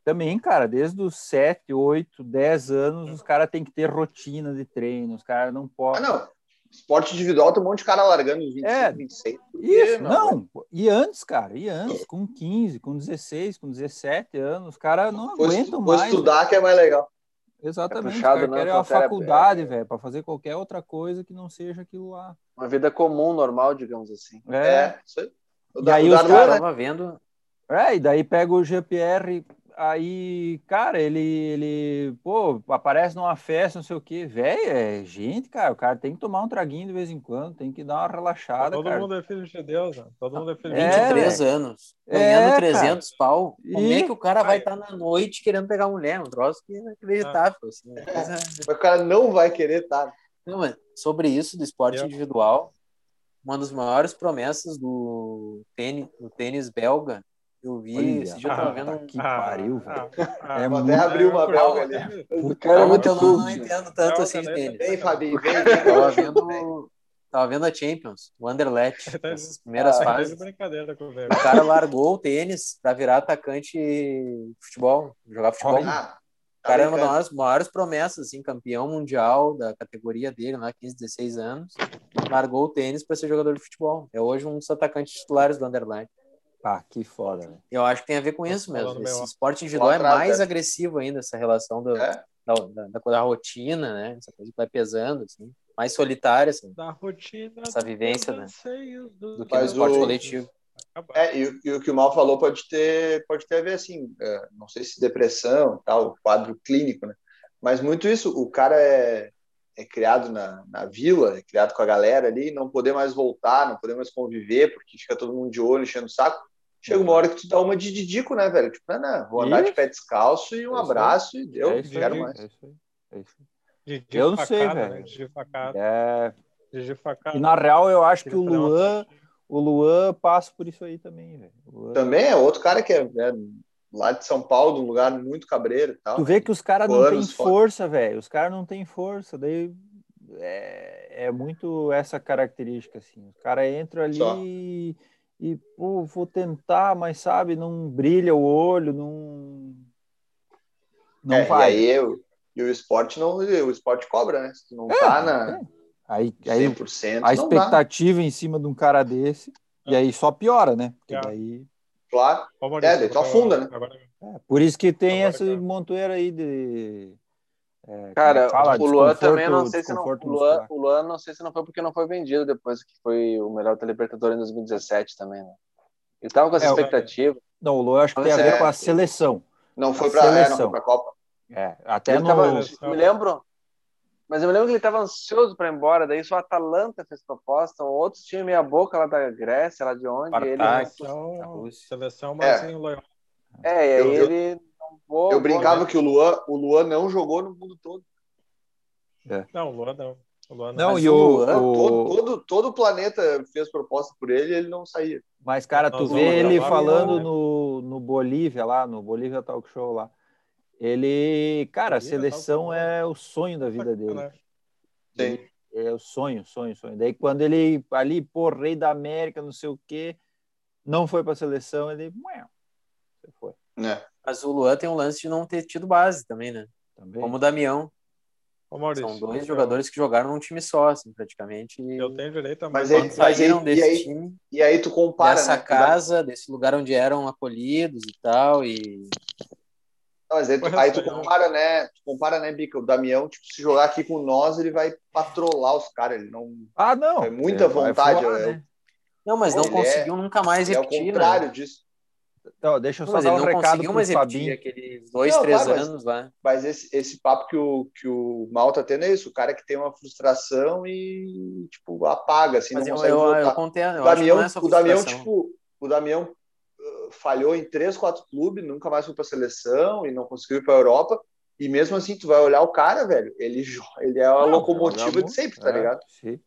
Speaker 1: também, cara, desde os 7, 8, 10 anos,
Speaker 5: É.
Speaker 1: os caras têm que ter rotina de treino, os caras não
Speaker 2: Ah,
Speaker 1: podem.
Speaker 2: não. Esporte individual tem um monte de cara largando os 25,
Speaker 1: É.
Speaker 2: 26.
Speaker 1: Isso,
Speaker 2: Porque,
Speaker 3: né?
Speaker 1: não. pô, E antes, cara, e antes, com 15, com 16, com 17 anos, os caras não
Speaker 2: Vou, estu-
Speaker 1: aguentam
Speaker 2: vou
Speaker 1: mais.
Speaker 2: estudar que é mais legal.
Speaker 1: velho. Exatamente,
Speaker 3: É né? Tá puxado,
Speaker 1: os caras
Speaker 3: né,
Speaker 1: querem uma
Speaker 3: Frontera?
Speaker 1: faculdade, velho, para fazer qualquer outra coisa que não seja aquilo lá.
Speaker 3: Uma vida comum, normal, digamos assim.
Speaker 1: É.
Speaker 2: É, isso aí. O
Speaker 1: E
Speaker 2: da-
Speaker 1: aí
Speaker 2: o
Speaker 1: os
Speaker 2: Darlan,
Speaker 1: caras-
Speaker 2: né?
Speaker 4: Tava vendo.
Speaker 1: É, e daí pega o GPR, aí, cara, ele, ele, pô, aparece numa festa, não sei o quê, velho, é gente, cara, o cara tem que tomar um traguinho de vez em quando, tem que dar uma relaxada,
Speaker 5: Todo
Speaker 1: cara.
Speaker 5: mundo é filho de Deus, né? todo mundo é filho de Deus.
Speaker 4: 23 anos,
Speaker 1: É,
Speaker 4: ganhando
Speaker 1: cara.
Speaker 4: 300 pau. Como é
Speaker 1: E-
Speaker 4: que o cara vai estar na noite querendo pegar mulher? Um troço que é inacreditável. assim, uma coisa-
Speaker 2: Mas o cara não vai querer tá?
Speaker 4: Não, mas sobre isso do esporte
Speaker 5: Eu-
Speaker 4: individual, uma das maiores promessas do tênis, do tênis belga, eu vi
Speaker 1: Olha, tá
Speaker 4: esse dia, eu tava
Speaker 5: ah,
Speaker 4: vendo um
Speaker 1: Que pariu, velho.
Speaker 5: ah,
Speaker 1: É
Speaker 2: Vou até
Speaker 1: muito-
Speaker 2: abrir uma
Speaker 5: cultural,
Speaker 2: belga ali.
Speaker 5: né?
Speaker 3: O
Speaker 4: Eu
Speaker 3: cara é
Speaker 1: Calma,
Speaker 3: muito
Speaker 1: que
Speaker 4: não,
Speaker 1: eu
Speaker 3: louco.
Speaker 4: não
Speaker 3: gente.
Speaker 4: entendo tanto
Speaker 5: Belga,
Speaker 4: assim de
Speaker 5: né?
Speaker 4: tênis.
Speaker 2: Vem, Fabi, vem.
Speaker 4: Tava
Speaker 2: vem.
Speaker 4: vendo, tava vendo a Champions, o Anderlecht,
Speaker 5: Tá-
Speaker 4: nas primeiras
Speaker 5: Ah, tá de
Speaker 4: fases.
Speaker 5: brincadeira com o velho.
Speaker 4: O cara largou o tênis pra virar atacante de futebol, jogar futebol.
Speaker 1: Olha.
Speaker 2: Ah,
Speaker 4: O cara é uma
Speaker 2: brincando.
Speaker 4: das maiores, maiores promessas, assim, campeão mundial da categoria dele, lá, 15, 16 anos. Largou o tênis para ser jogador de futebol. É hoje um dos atacantes titulares do Underline.
Speaker 1: Ah, que foda, velho.
Speaker 4: Eu acho que tem a ver com isso
Speaker 5: Falando
Speaker 4: mesmo.
Speaker 5: bem
Speaker 4: Esse
Speaker 5: lá.
Speaker 4: esporte individual é
Speaker 2: atrás,
Speaker 4: mais
Speaker 2: é.
Speaker 4: agressivo ainda, essa relação do,
Speaker 2: É.
Speaker 4: da, da, da- da rotina, né? Essa coisa que vai pesando, assim. Mais solitária, assim,
Speaker 5: Da rotina.
Speaker 4: Essa vivência,
Speaker 5: dos
Speaker 4: né?
Speaker 5: anseios
Speaker 4: do que no
Speaker 2: Mas
Speaker 4: esporte
Speaker 2: o-
Speaker 4: coletivo.
Speaker 5: Acabar.
Speaker 2: É, e, o- e o que o Mal falou pode ter, pode ter a ver, assim, é, não sei se depressão, tal, quadro clínico, né? Mas muito isso, o cara é, é criado na, na vila, é criado com a galera ali, não poder mais voltar, não poder mais conviver, porque fica todo mundo de olho, enchendo o saco. Chega uma hora que tu dá uma de didico, né, velho? Tipo, não, não, vou andar de pé descalço e
Speaker 1: É
Speaker 2: um
Speaker 1: isso aí.
Speaker 2: abraço e deu,
Speaker 1: é
Speaker 2: não
Speaker 1: isso
Speaker 2: quero
Speaker 1: aí,
Speaker 2: mais.
Speaker 1: é isso aí, é isso aí.
Speaker 5: De,
Speaker 1: Eu não sei,
Speaker 5: facada,
Speaker 1: velho.
Speaker 5: né? De facada.
Speaker 1: É,
Speaker 5: De, de facada.
Speaker 1: e na real, eu acho que
Speaker 5: Queria
Speaker 1: o
Speaker 5: fazer uma
Speaker 1: Luan, o Luan passa por isso aí também, velho. O Luan-
Speaker 2: Também é outro cara que é, é lá de São Paulo, de um lugar muito cabreiro e tal.
Speaker 1: Tu vê que os caras não
Speaker 2: Anos
Speaker 1: têm
Speaker 2: fora.
Speaker 1: força, velho. Os caras não têm força. Daí é, é muito essa característica, assim. Os caras entram ali
Speaker 2: Só.
Speaker 1: e, e, pô, vou tentar, mas sabe, não brilha o olho, não. Não
Speaker 2: É,
Speaker 1: vai.
Speaker 2: E aí eu, e o esporte não, o esporte cobra, né? Se tu não tá na
Speaker 1: É, Aí, aí
Speaker 2: 100%,
Speaker 1: a
Speaker 2: não dá.
Speaker 1: expectativa em cima de um cara desse, e aí só piora, né? Porque
Speaker 5: É.
Speaker 1: daí.
Speaker 2: Claro.
Speaker 5: Ó,
Speaker 2: É, daí tu afunda, né?
Speaker 5: Agora,
Speaker 1: é, por isso que tem
Speaker 5: Agora,
Speaker 1: essa
Speaker 5: cara.
Speaker 1: montoeira aí de. é, como
Speaker 3: Cara,
Speaker 1: fala?
Speaker 3: o Luan
Speaker 1: Desconforto-
Speaker 3: também não sei se não.
Speaker 1: desconforto
Speaker 3: O Luan,
Speaker 1: muscular.
Speaker 3: o Luan não sei se não foi porque não foi vendido depois que foi o melhor telepercador em 2017 também, né? Ele tava com essa
Speaker 1: É, o-
Speaker 3: expectativa.
Speaker 1: Não, o Luan acho que tem a ver
Speaker 2: É.
Speaker 1: com a seleção.
Speaker 2: Não foi
Speaker 1: A
Speaker 2: pra, é, não
Speaker 1: seleção.
Speaker 2: foi pra Copa.
Speaker 1: É, até
Speaker 3: ele
Speaker 1: no.
Speaker 3: tava,
Speaker 5: Seleção.
Speaker 3: me lembro. Mas eu me lembro que ele estava ansioso para ir embora, daí só a Atalanta fez proposta, um outro time meia boca lá da Grécia, lá de onde, e
Speaker 1: Ah,
Speaker 3: ele
Speaker 1: tá
Speaker 4: Spartak. Da
Speaker 5: Seleção,
Speaker 4: Rússia.
Speaker 5: seleção mais em loyal.
Speaker 3: É, e aí
Speaker 2: Eu- eu-
Speaker 3: ele não vou,
Speaker 2: Eu
Speaker 3: vou,
Speaker 2: brincava
Speaker 3: né?
Speaker 2: que o Luan, o Luan não jogou no mundo todo.
Speaker 5: Não, o Luan não. O Luan
Speaker 1: Não,
Speaker 4: Mas
Speaker 1: e
Speaker 4: o
Speaker 1: o.
Speaker 4: Luan,
Speaker 1: É. o-
Speaker 2: Todo, todo, todo o planeta fez proposta por ele e ele não saía.
Speaker 1: Mas, cara,
Speaker 5: Nós
Speaker 1: tu
Speaker 5: vamos
Speaker 1: vê ele
Speaker 5: gravar,
Speaker 1: falando
Speaker 5: né?
Speaker 1: no, no Bolívia lá, no Bolívia Talk Show lá. Ele. Cara, a
Speaker 5: Bolívia Talk
Speaker 1: seleção
Speaker 5: Show.
Speaker 1: é o sonho da vida dele.
Speaker 5: Né?
Speaker 2: Sim.
Speaker 1: É o sonho, sonho, sonho. Daí quando ele ali, pô, rei da América, não sei o quê, não foi pra seleção, ele. ué, Você foi
Speaker 2: Né?
Speaker 4: Mas o Luan tem um lance de não ter tido base também, né?
Speaker 1: também.
Speaker 4: Como o Damião.
Speaker 5: Ô, Maurício,
Speaker 4: São dois
Speaker 5: eu-
Speaker 4: jogadores que jogaram num time só, assim, praticamente. E
Speaker 5: Eu tenho direito a um
Speaker 2: Mas
Speaker 5: mais.
Speaker 2: ele-
Speaker 4: quando saíram
Speaker 2: e
Speaker 4: desse
Speaker 2: aí-
Speaker 4: time,
Speaker 2: E aí tu compara,
Speaker 4: dessa
Speaker 2: né? Tu dá-
Speaker 4: casa, desse lugar onde eram acolhidos e tal, e
Speaker 2: Não, mas aí, tu, aí tu compara, né? Tu compara, né, Bica? O Damião, tipo, se jogar aqui com nós, ele vai patrolar os caras. Ele não.
Speaker 1: Ah, não.
Speaker 2: É muita
Speaker 1: vai
Speaker 2: vontade,
Speaker 1: voar,
Speaker 2: é o-
Speaker 1: né?
Speaker 4: não, mas não
Speaker 2: Ele
Speaker 4: conseguiu nunca mais
Speaker 2: É o
Speaker 4: repetir,
Speaker 2: contrário
Speaker 4: né?
Speaker 2: disso.
Speaker 1: Então, deixa eu
Speaker 4: Não,
Speaker 1: só
Speaker 4: mas
Speaker 1: dar
Speaker 4: ele
Speaker 1: um
Speaker 4: não
Speaker 1: recado
Speaker 4: conseguiu
Speaker 1: pro
Speaker 4: mais repetir
Speaker 1: Fabinho. né?
Speaker 4: aqueles dois,
Speaker 2: Não,
Speaker 4: três
Speaker 2: claro, mas-
Speaker 4: anos lá.
Speaker 2: Mas esse, esse papo que o, que o Mal tá tendo é isso, o cara que tem uma frustração e, tipo, apaga, assim,
Speaker 4: Mas
Speaker 2: não
Speaker 4: eu,
Speaker 2: consegue
Speaker 4: eu,
Speaker 2: voltar.
Speaker 4: eu contendo, eu
Speaker 2: o Damião,
Speaker 4: acho que não é só
Speaker 2: o Damião
Speaker 4: frustração.
Speaker 2: tipo, o Damião uh, falhou em três, quatro clubes, nunca mais foi pra seleção e não conseguiu ir pra Europa. E mesmo assim, tu vai olhar o cara, velho, ele, jo- ele é a
Speaker 1: Não, joga
Speaker 2: locomotiva
Speaker 1: muito,
Speaker 2: de sempre, tá
Speaker 1: é,
Speaker 2: ligado?
Speaker 1: sim.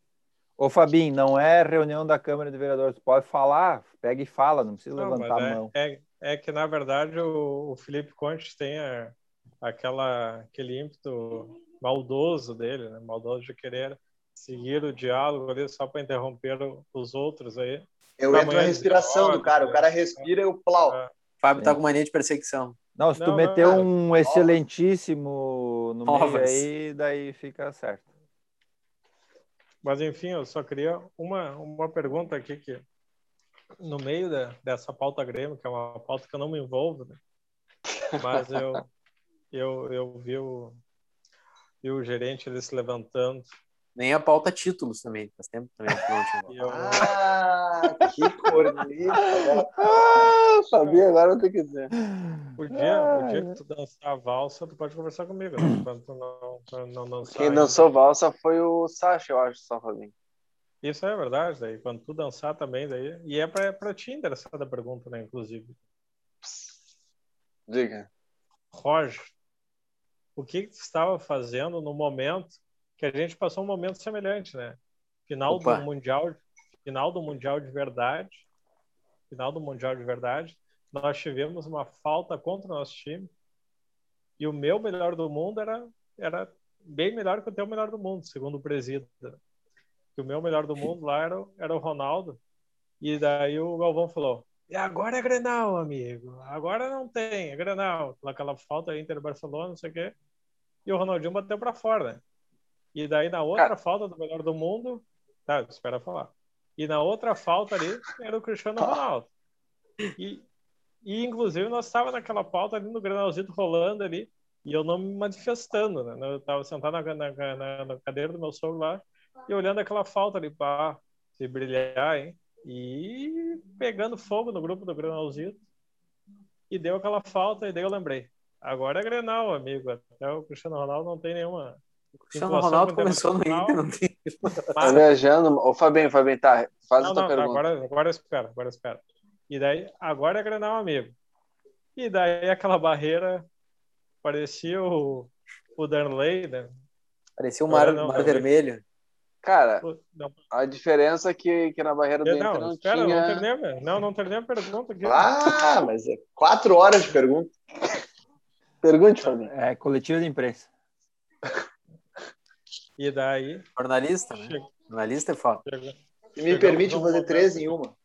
Speaker 1: Ô, Fabinho, não é reunião da Câmara de Vereadores. Pode falar, pega e fala, não precisa
Speaker 5: Não,
Speaker 1: levantar
Speaker 5: mas
Speaker 1: a
Speaker 5: é-
Speaker 1: mão.
Speaker 5: É, é que, na verdade, o, o Felipe Conte tem a- aquela, aquele ímpeto maldoso dele, né? maldoso de querer seguir o diálogo ali só para interromper o- os outros aí.
Speaker 2: Eu
Speaker 5: Tá,
Speaker 2: entro
Speaker 5: mas
Speaker 2: na
Speaker 5: é
Speaker 2: respiração do
Speaker 5: óbvio,
Speaker 2: cara,
Speaker 5: né? É.
Speaker 2: o cara respira e eu plau.
Speaker 4: O Fábio tá
Speaker 2: É.
Speaker 1: Sim.
Speaker 4: com mania de perseguição.
Speaker 1: Não, se tu
Speaker 5: Não,
Speaker 1: meter
Speaker 5: não, é-
Speaker 1: um excelentíssimo no meio
Speaker 4: Novas.
Speaker 1: aí, daí fica certo.
Speaker 5: Mas, enfim, eu só queria uma, uma pergunta aqui que, no meio da- dessa pauta Grêmio, que é uma pauta que eu não me envolvo, né? mas eu, eu, eu vi o, vi o gerente ele se levantando
Speaker 4: Nem a pauta títulos também. Faz tempo também que não tinha pauta.
Speaker 5: Eu-
Speaker 2: Ah, que corneta.
Speaker 3: Ah, sabia, agora eu tenho que dizer.
Speaker 5: O dia, o dia que tu dançar a valsa, tu pode conversar comigo, né? Quando tu não, quando não dançar.
Speaker 3: Quem
Speaker 5: ainda.
Speaker 3: dançou valsa foi o Sasha, eu acho, só pra mim.
Speaker 5: Isso é verdade, daí. Quando tu dançar também, daí. E é pra, pra ti interessada a pergunta, né? Inclusive.
Speaker 3: Diga.
Speaker 5: Roger, o que, que tu estava fazendo no momento que a gente passou um momento semelhante, né? Final
Speaker 4: Opa.
Speaker 5: do mundial, final do mundial de verdade, final do mundial de verdade, nós tivemos uma falta contra o nosso time e o meu melhor do mundo era era bem melhor que o teu melhor do mundo, segundo o presida. Que o meu melhor do mundo lá era, o- era o Ronaldo e daí o Galvão falou: e agora é Grenal, amigo. Agora não tem, é Grenal. Aquela falta Inter Barcelona, não sei o quê. E o Ronaldinho bateu pra fora, né? E daí na outra falta do melhor do mundo, tá, espera falar. E na outra falta ali era o Cristiano Ronaldo. E, e inclusive nós estávamos naquela pauta ali no Grenalzito rolando ali e eu não me manifestando, né? Eu estava sentado na, na, na- na cadeira do meu sogro lá e olhando aquela falta ali, pá, se brilhar, hein? e pegando fogo no grupo do Grenalzito. E deu aquela falta, e daí eu lembrei. Agora é Grenal, amigo. Até o Cristiano Ronaldo não tem nenhuma.
Speaker 4: O Cristiano
Speaker 5: Vinculação
Speaker 4: Ronaldo
Speaker 5: com o
Speaker 4: começou no Inter,
Speaker 5: Internacional.
Speaker 4: não tem.
Speaker 3: Tá viajando. Ô, Fabinho, Fabinho, tá. Faz
Speaker 5: Não,
Speaker 3: a tua
Speaker 5: não, tá,
Speaker 3: pergunta.
Speaker 5: agora, agora espera, agora espera. E daí, agora é Grenal, amigo. E daí aquela barreira parecia o, o Darley, né?
Speaker 3: É,
Speaker 4: Parecia o Mar,
Speaker 5: Não, não,
Speaker 4: Mar
Speaker 5: não.
Speaker 4: Vermelho.
Speaker 3: Cara,
Speaker 5: O- Não,
Speaker 3: a diferença é que, que na barreira do Inter
Speaker 5: não,
Speaker 3: não
Speaker 5: espera, não
Speaker 3: tinha.
Speaker 5: terminei, velho. Não, não terminei a pergunta aqui.
Speaker 2: Ah, mas é quatro horas de pergunta.
Speaker 3: Pergunte, Fabinho.
Speaker 1: É, coletiva de imprensa.
Speaker 5: E daí,
Speaker 4: Jornalista, né?
Speaker 5: che-
Speaker 4: Jornalista é foda.
Speaker 5: chegou.
Speaker 2: E me permite fazer três em uma.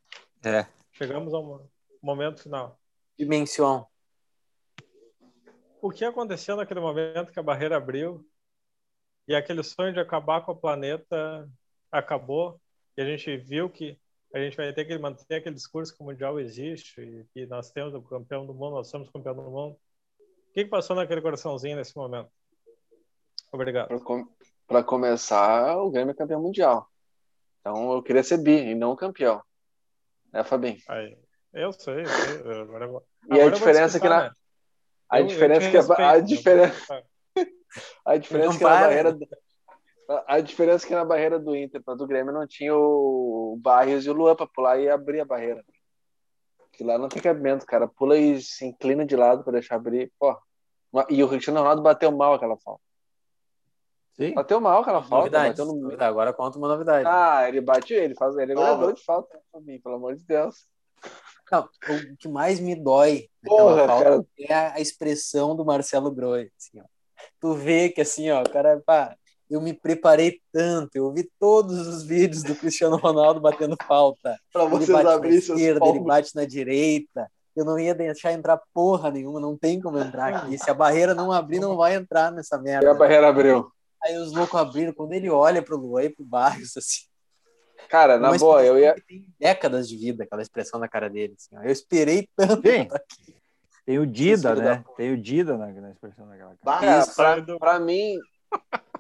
Speaker 1: É.
Speaker 5: Chegamos ao mo- momento final.
Speaker 4: Dimensão.
Speaker 5: O que aconteceu naquele momento que a barreira abriu e aquele sonho de acabar com o planeta acabou e a gente viu que a gente vai ter que manter aquele discurso que o mundial existe e que nós temos o campeão do mundo, nós somos o campeão do mundo. O que, que passou naquele coraçãozinho nesse momento? Obrigado.
Speaker 3: Pra, com- pra começar, o Grêmio é campeão mundial. Então eu queria ser bi e não campeão. Né, Fabinho?
Speaker 5: Aí, eu sei. eu sei, agora eu vou-
Speaker 3: E
Speaker 5: agora
Speaker 3: a
Speaker 5: eu vou
Speaker 3: diferença é que
Speaker 5: discutir,
Speaker 3: na-
Speaker 5: né?
Speaker 3: a
Speaker 5: Eu- eu
Speaker 3: diferença é
Speaker 5: te
Speaker 3: que a ba- a
Speaker 5: respeito, eu-
Speaker 3: diferença- A diferença
Speaker 4: Não
Speaker 3: é que na
Speaker 4: para.
Speaker 3: barreira. a- A diferença é que na barreira do Inter pra do Grêmio não tinha o Barrios e o Luan pra pular e abrir a barreira. Que lá não tem cabimento, cara. Pula e se inclina de lado pra deixar abrir. Pô. ma- E o Cristiano Ronaldo bateu mal aquela falta.
Speaker 1: Sim.
Speaker 3: Bateu mal aquela falta.
Speaker 4: Novidades.
Speaker 3: Bateu no...
Speaker 4: Novidades. Agora conta uma novidade.
Speaker 3: Ah, ele bate, ele faz, ele é
Speaker 2: Toma.
Speaker 3: goleador de falta, Fabinho, pelo amor de Deus.
Speaker 4: Não, o que mais me dói naquela
Speaker 3: Porra,
Speaker 4: falta
Speaker 3: cara.
Speaker 4: é a expressão do Marcelo Broi. assim, ó. Tu vê que assim, ó, o cara, pá, eu me preparei tanto, eu vi todos os vídeos do Cristiano Ronaldo batendo falta.
Speaker 2: Pra
Speaker 4: Ele
Speaker 2: vocês
Speaker 4: bate na
Speaker 2: abrirem seus
Speaker 4: esquerda, ele
Speaker 2: palmos.
Speaker 4: bate na direita. Eu não ia deixar entrar porra nenhuma, não tem como entrar aqui. Se a barreira não abrir, não vai entrar nessa
Speaker 3: E a
Speaker 4: merda.
Speaker 3: barreira abriu.
Speaker 4: Aí os loucos abriram, quando ele olha pro Luan e pro Barrios, assim,
Speaker 3: Cara, na
Speaker 4: uma
Speaker 3: boa, eu
Speaker 4: expressão
Speaker 3: ia.
Speaker 4: que Tem décadas de vida, aquela expressão na cara dele. assim, ó. Eu esperei tanto.
Speaker 1: Sim. Tem o Dida,
Speaker 4: filho da
Speaker 1: né? Tem o Dida na, na expressão daquela cara.
Speaker 2: Bah,
Speaker 3: Cara,
Speaker 4: Isso.
Speaker 5: né?
Speaker 3: pra, pra mim,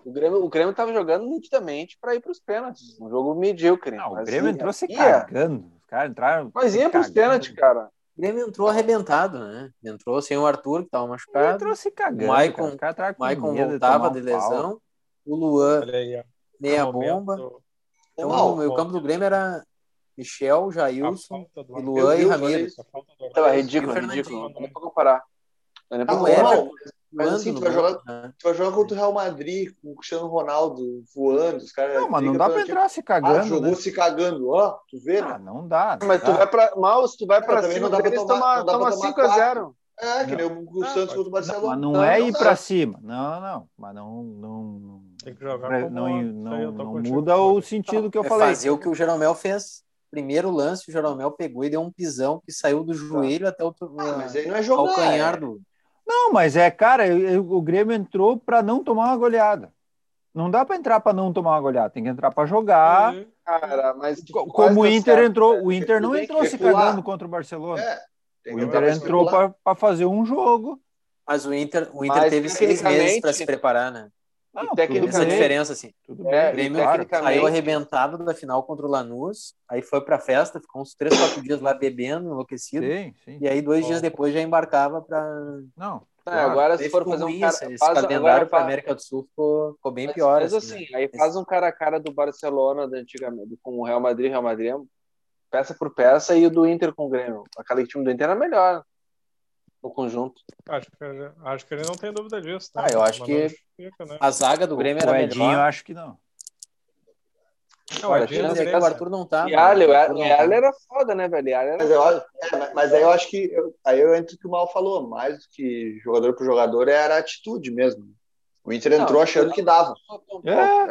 Speaker 3: o Grêmio, o Grêmio tava jogando nitidamente pra ir pros pênaltis. Um jogo medíocre.
Speaker 1: Não, o
Speaker 3: mas
Speaker 1: Grêmio
Speaker 3: ia-
Speaker 1: entrou se
Speaker 3: ia.
Speaker 1: cagando. Os caras entraram.
Speaker 3: Mas
Speaker 1: se
Speaker 3: ia pros
Speaker 1: cagando.
Speaker 3: pênaltis, cara.
Speaker 4: O Grêmio entrou arrebentado, né? Entrou sem o Arthur, que tava
Speaker 1: Ele
Speaker 4: machucado.
Speaker 1: entrou se cagando.
Speaker 4: O Maicon-
Speaker 1: cara. Os caras entraram
Speaker 4: O
Speaker 1: com
Speaker 4: Maicon
Speaker 1: medo de
Speaker 4: voltava
Speaker 1: tomar
Speaker 4: de
Speaker 1: um pau. um
Speaker 4: lesão. O Luan,
Speaker 5: Olha aí, ó, É
Speaker 4: meia
Speaker 5: momento-
Speaker 4: bomba.
Speaker 1: é
Speaker 4: Então,
Speaker 2: Mal,
Speaker 4: o meio campo do Grêmio era Michel,
Speaker 5: a
Speaker 4: Jailson,
Speaker 5: falta do
Speaker 4: e Luan e
Speaker 2: Deus, olha
Speaker 4: Ramiro.
Speaker 2: isso.
Speaker 5: a falta do
Speaker 3: Tava
Speaker 5: Ortega.
Speaker 3: é ridículo,
Speaker 4: E o Fernandinho?
Speaker 3: ridículo. Não dá nem pra comparar.
Speaker 1: é
Speaker 3: Não dá
Speaker 1: um
Speaker 3: nem pra
Speaker 2: Tá
Speaker 4: Não era.
Speaker 3: comparar.
Speaker 2: mal, mas, mas assim,
Speaker 4: né?
Speaker 2: tu vai, jogar, tu
Speaker 4: É
Speaker 2: vai jogar contra o Real Madrid, com o Cristiano Ronaldo voando, os caras.
Speaker 1: Não, mas não
Speaker 2: brigam
Speaker 1: dá
Speaker 2: pela
Speaker 1: pra entrar se
Speaker 2: Ah,
Speaker 1: cagando.
Speaker 2: jogou
Speaker 1: né?
Speaker 2: se cagando, ó, tu vê,
Speaker 1: Ah,
Speaker 2: né?
Speaker 1: não dá. não
Speaker 3: Mas tu
Speaker 1: dá.
Speaker 3: vai pra. Mal, se tu vai pra
Speaker 2: também
Speaker 3: cima
Speaker 2: não dá pra
Speaker 3: deles,
Speaker 2: tomar-
Speaker 3: toma,
Speaker 2: não dá pra
Speaker 3: toma
Speaker 2: tomar
Speaker 3: 5x0.
Speaker 2: É, que nem o
Speaker 5: Ah,
Speaker 2: Santos
Speaker 5: pode-
Speaker 2: contra o
Speaker 1: Não, mas
Speaker 2: Barcelona.
Speaker 1: não é
Speaker 2: não
Speaker 1: ir
Speaker 2: dá.
Speaker 1: pra cima. Não, não. Mas não. não...
Speaker 5: Tem que jogar
Speaker 1: Não,
Speaker 5: como
Speaker 1: não,
Speaker 5: homem. Isso aí
Speaker 1: não,
Speaker 5: eu tô
Speaker 1: não
Speaker 5: contigo.
Speaker 1: muda o sentido que eu
Speaker 4: é
Speaker 1: falei.
Speaker 4: fazer o que o Jeromel fez. Primeiro lance, o Jeromel pegou e deu um pisão que saiu
Speaker 1: Tá.
Speaker 4: do joelho até o
Speaker 2: Ah, mas aí não é
Speaker 4: o
Speaker 2: jogar.
Speaker 4: calcanhar
Speaker 2: é.
Speaker 4: do.
Speaker 1: Não, mas é, cara, eu- eu- o Grêmio entrou pra não tomar uma goleada. Não dá pra entrar pra não tomar uma goleada, tem que entrar pra jogar.
Speaker 5: E-
Speaker 3: Cara, mas.
Speaker 1: Co-
Speaker 3: quase
Speaker 1: Como o
Speaker 5: tá
Speaker 3: deu
Speaker 1: Inter
Speaker 3: certo.
Speaker 1: entrou, o Inter não
Speaker 2: Tem que
Speaker 1: entrou se
Speaker 2: especular.
Speaker 1: cagando contra o Barcelona.
Speaker 2: É, tem
Speaker 1: O Inter
Speaker 2: que entrar pra
Speaker 1: entrou
Speaker 2: especular.
Speaker 1: pra pra fazer um jogo.
Speaker 4: Mas o Inter, o Inter
Speaker 3: Mas,
Speaker 4: teve seis meses para se
Speaker 3: tecnicamente-
Speaker 4: preparar, né?
Speaker 1: Não,
Speaker 3: técnico-
Speaker 1: tudo
Speaker 2: é
Speaker 4: Essa
Speaker 1: bem,
Speaker 4: diferença, assim.
Speaker 1: tudo
Speaker 3: É,
Speaker 1: bem.
Speaker 3: e
Speaker 4: O Grêmio
Speaker 1: claro.
Speaker 3: tecnicamente-
Speaker 4: saiu arrebentado da final contra o Lanús, aí foi pra festa, ficou uns 3, 4 dias lá bebendo, enlouquecido,
Speaker 1: Sim, sim.
Speaker 4: e aí dois dias depois já embarcava pra...
Speaker 1: Não,
Speaker 3: Tá,
Speaker 1: claro.
Speaker 3: agora se
Speaker 4: Aí
Speaker 3: for
Speaker 4: ficou
Speaker 3: fazer um
Speaker 4: ruim
Speaker 3: cara,
Speaker 4: esse, esse
Speaker 3: faz- agora
Speaker 4: calendário pra
Speaker 3: faz-
Speaker 4: América do Sul, ficou, ficou bem
Speaker 3: mas-
Speaker 4: pior.
Speaker 3: mas
Speaker 4: assim,
Speaker 3: assim,
Speaker 4: né?
Speaker 3: aí faz um cara a cara do Barcelona do antigamente, com o Real Madrid, Real Madrid, é peça por peça, e o do Inter com o Grêmio. Aquele time do Inter era melhor no conjunto.
Speaker 5: Acho que, ele- acho que ele não tem dúvida disso. né?
Speaker 4: Ah, eu acho
Speaker 5: Mas
Speaker 4: que-
Speaker 5: não justifica, né?
Speaker 4: A zaga do Grêmio era
Speaker 1: o Edinho, eu
Speaker 3: é
Speaker 4: melhor.
Speaker 1: acho que não.
Speaker 5: Não, a
Speaker 4: A
Speaker 5: Dina
Speaker 4: chance é
Speaker 5: também
Speaker 4: que o
Speaker 5: tá-
Speaker 4: Arthur não tá.
Speaker 3: E
Speaker 4: mano.
Speaker 3: Arley, o
Speaker 4: O
Speaker 3: Ar-
Speaker 4: Arthur
Speaker 3: o
Speaker 4: não tá.
Speaker 3: Arley era foda, né, velho? Arley
Speaker 2: Mas,
Speaker 3: era
Speaker 2: eu, acho- é, mas- mas aí eu acho que eu- aí eu entro que o Mal falou, mais do que jogador por jogador era a atitude mesmo. O Inter entrou
Speaker 3: Não,
Speaker 2: achando que dava.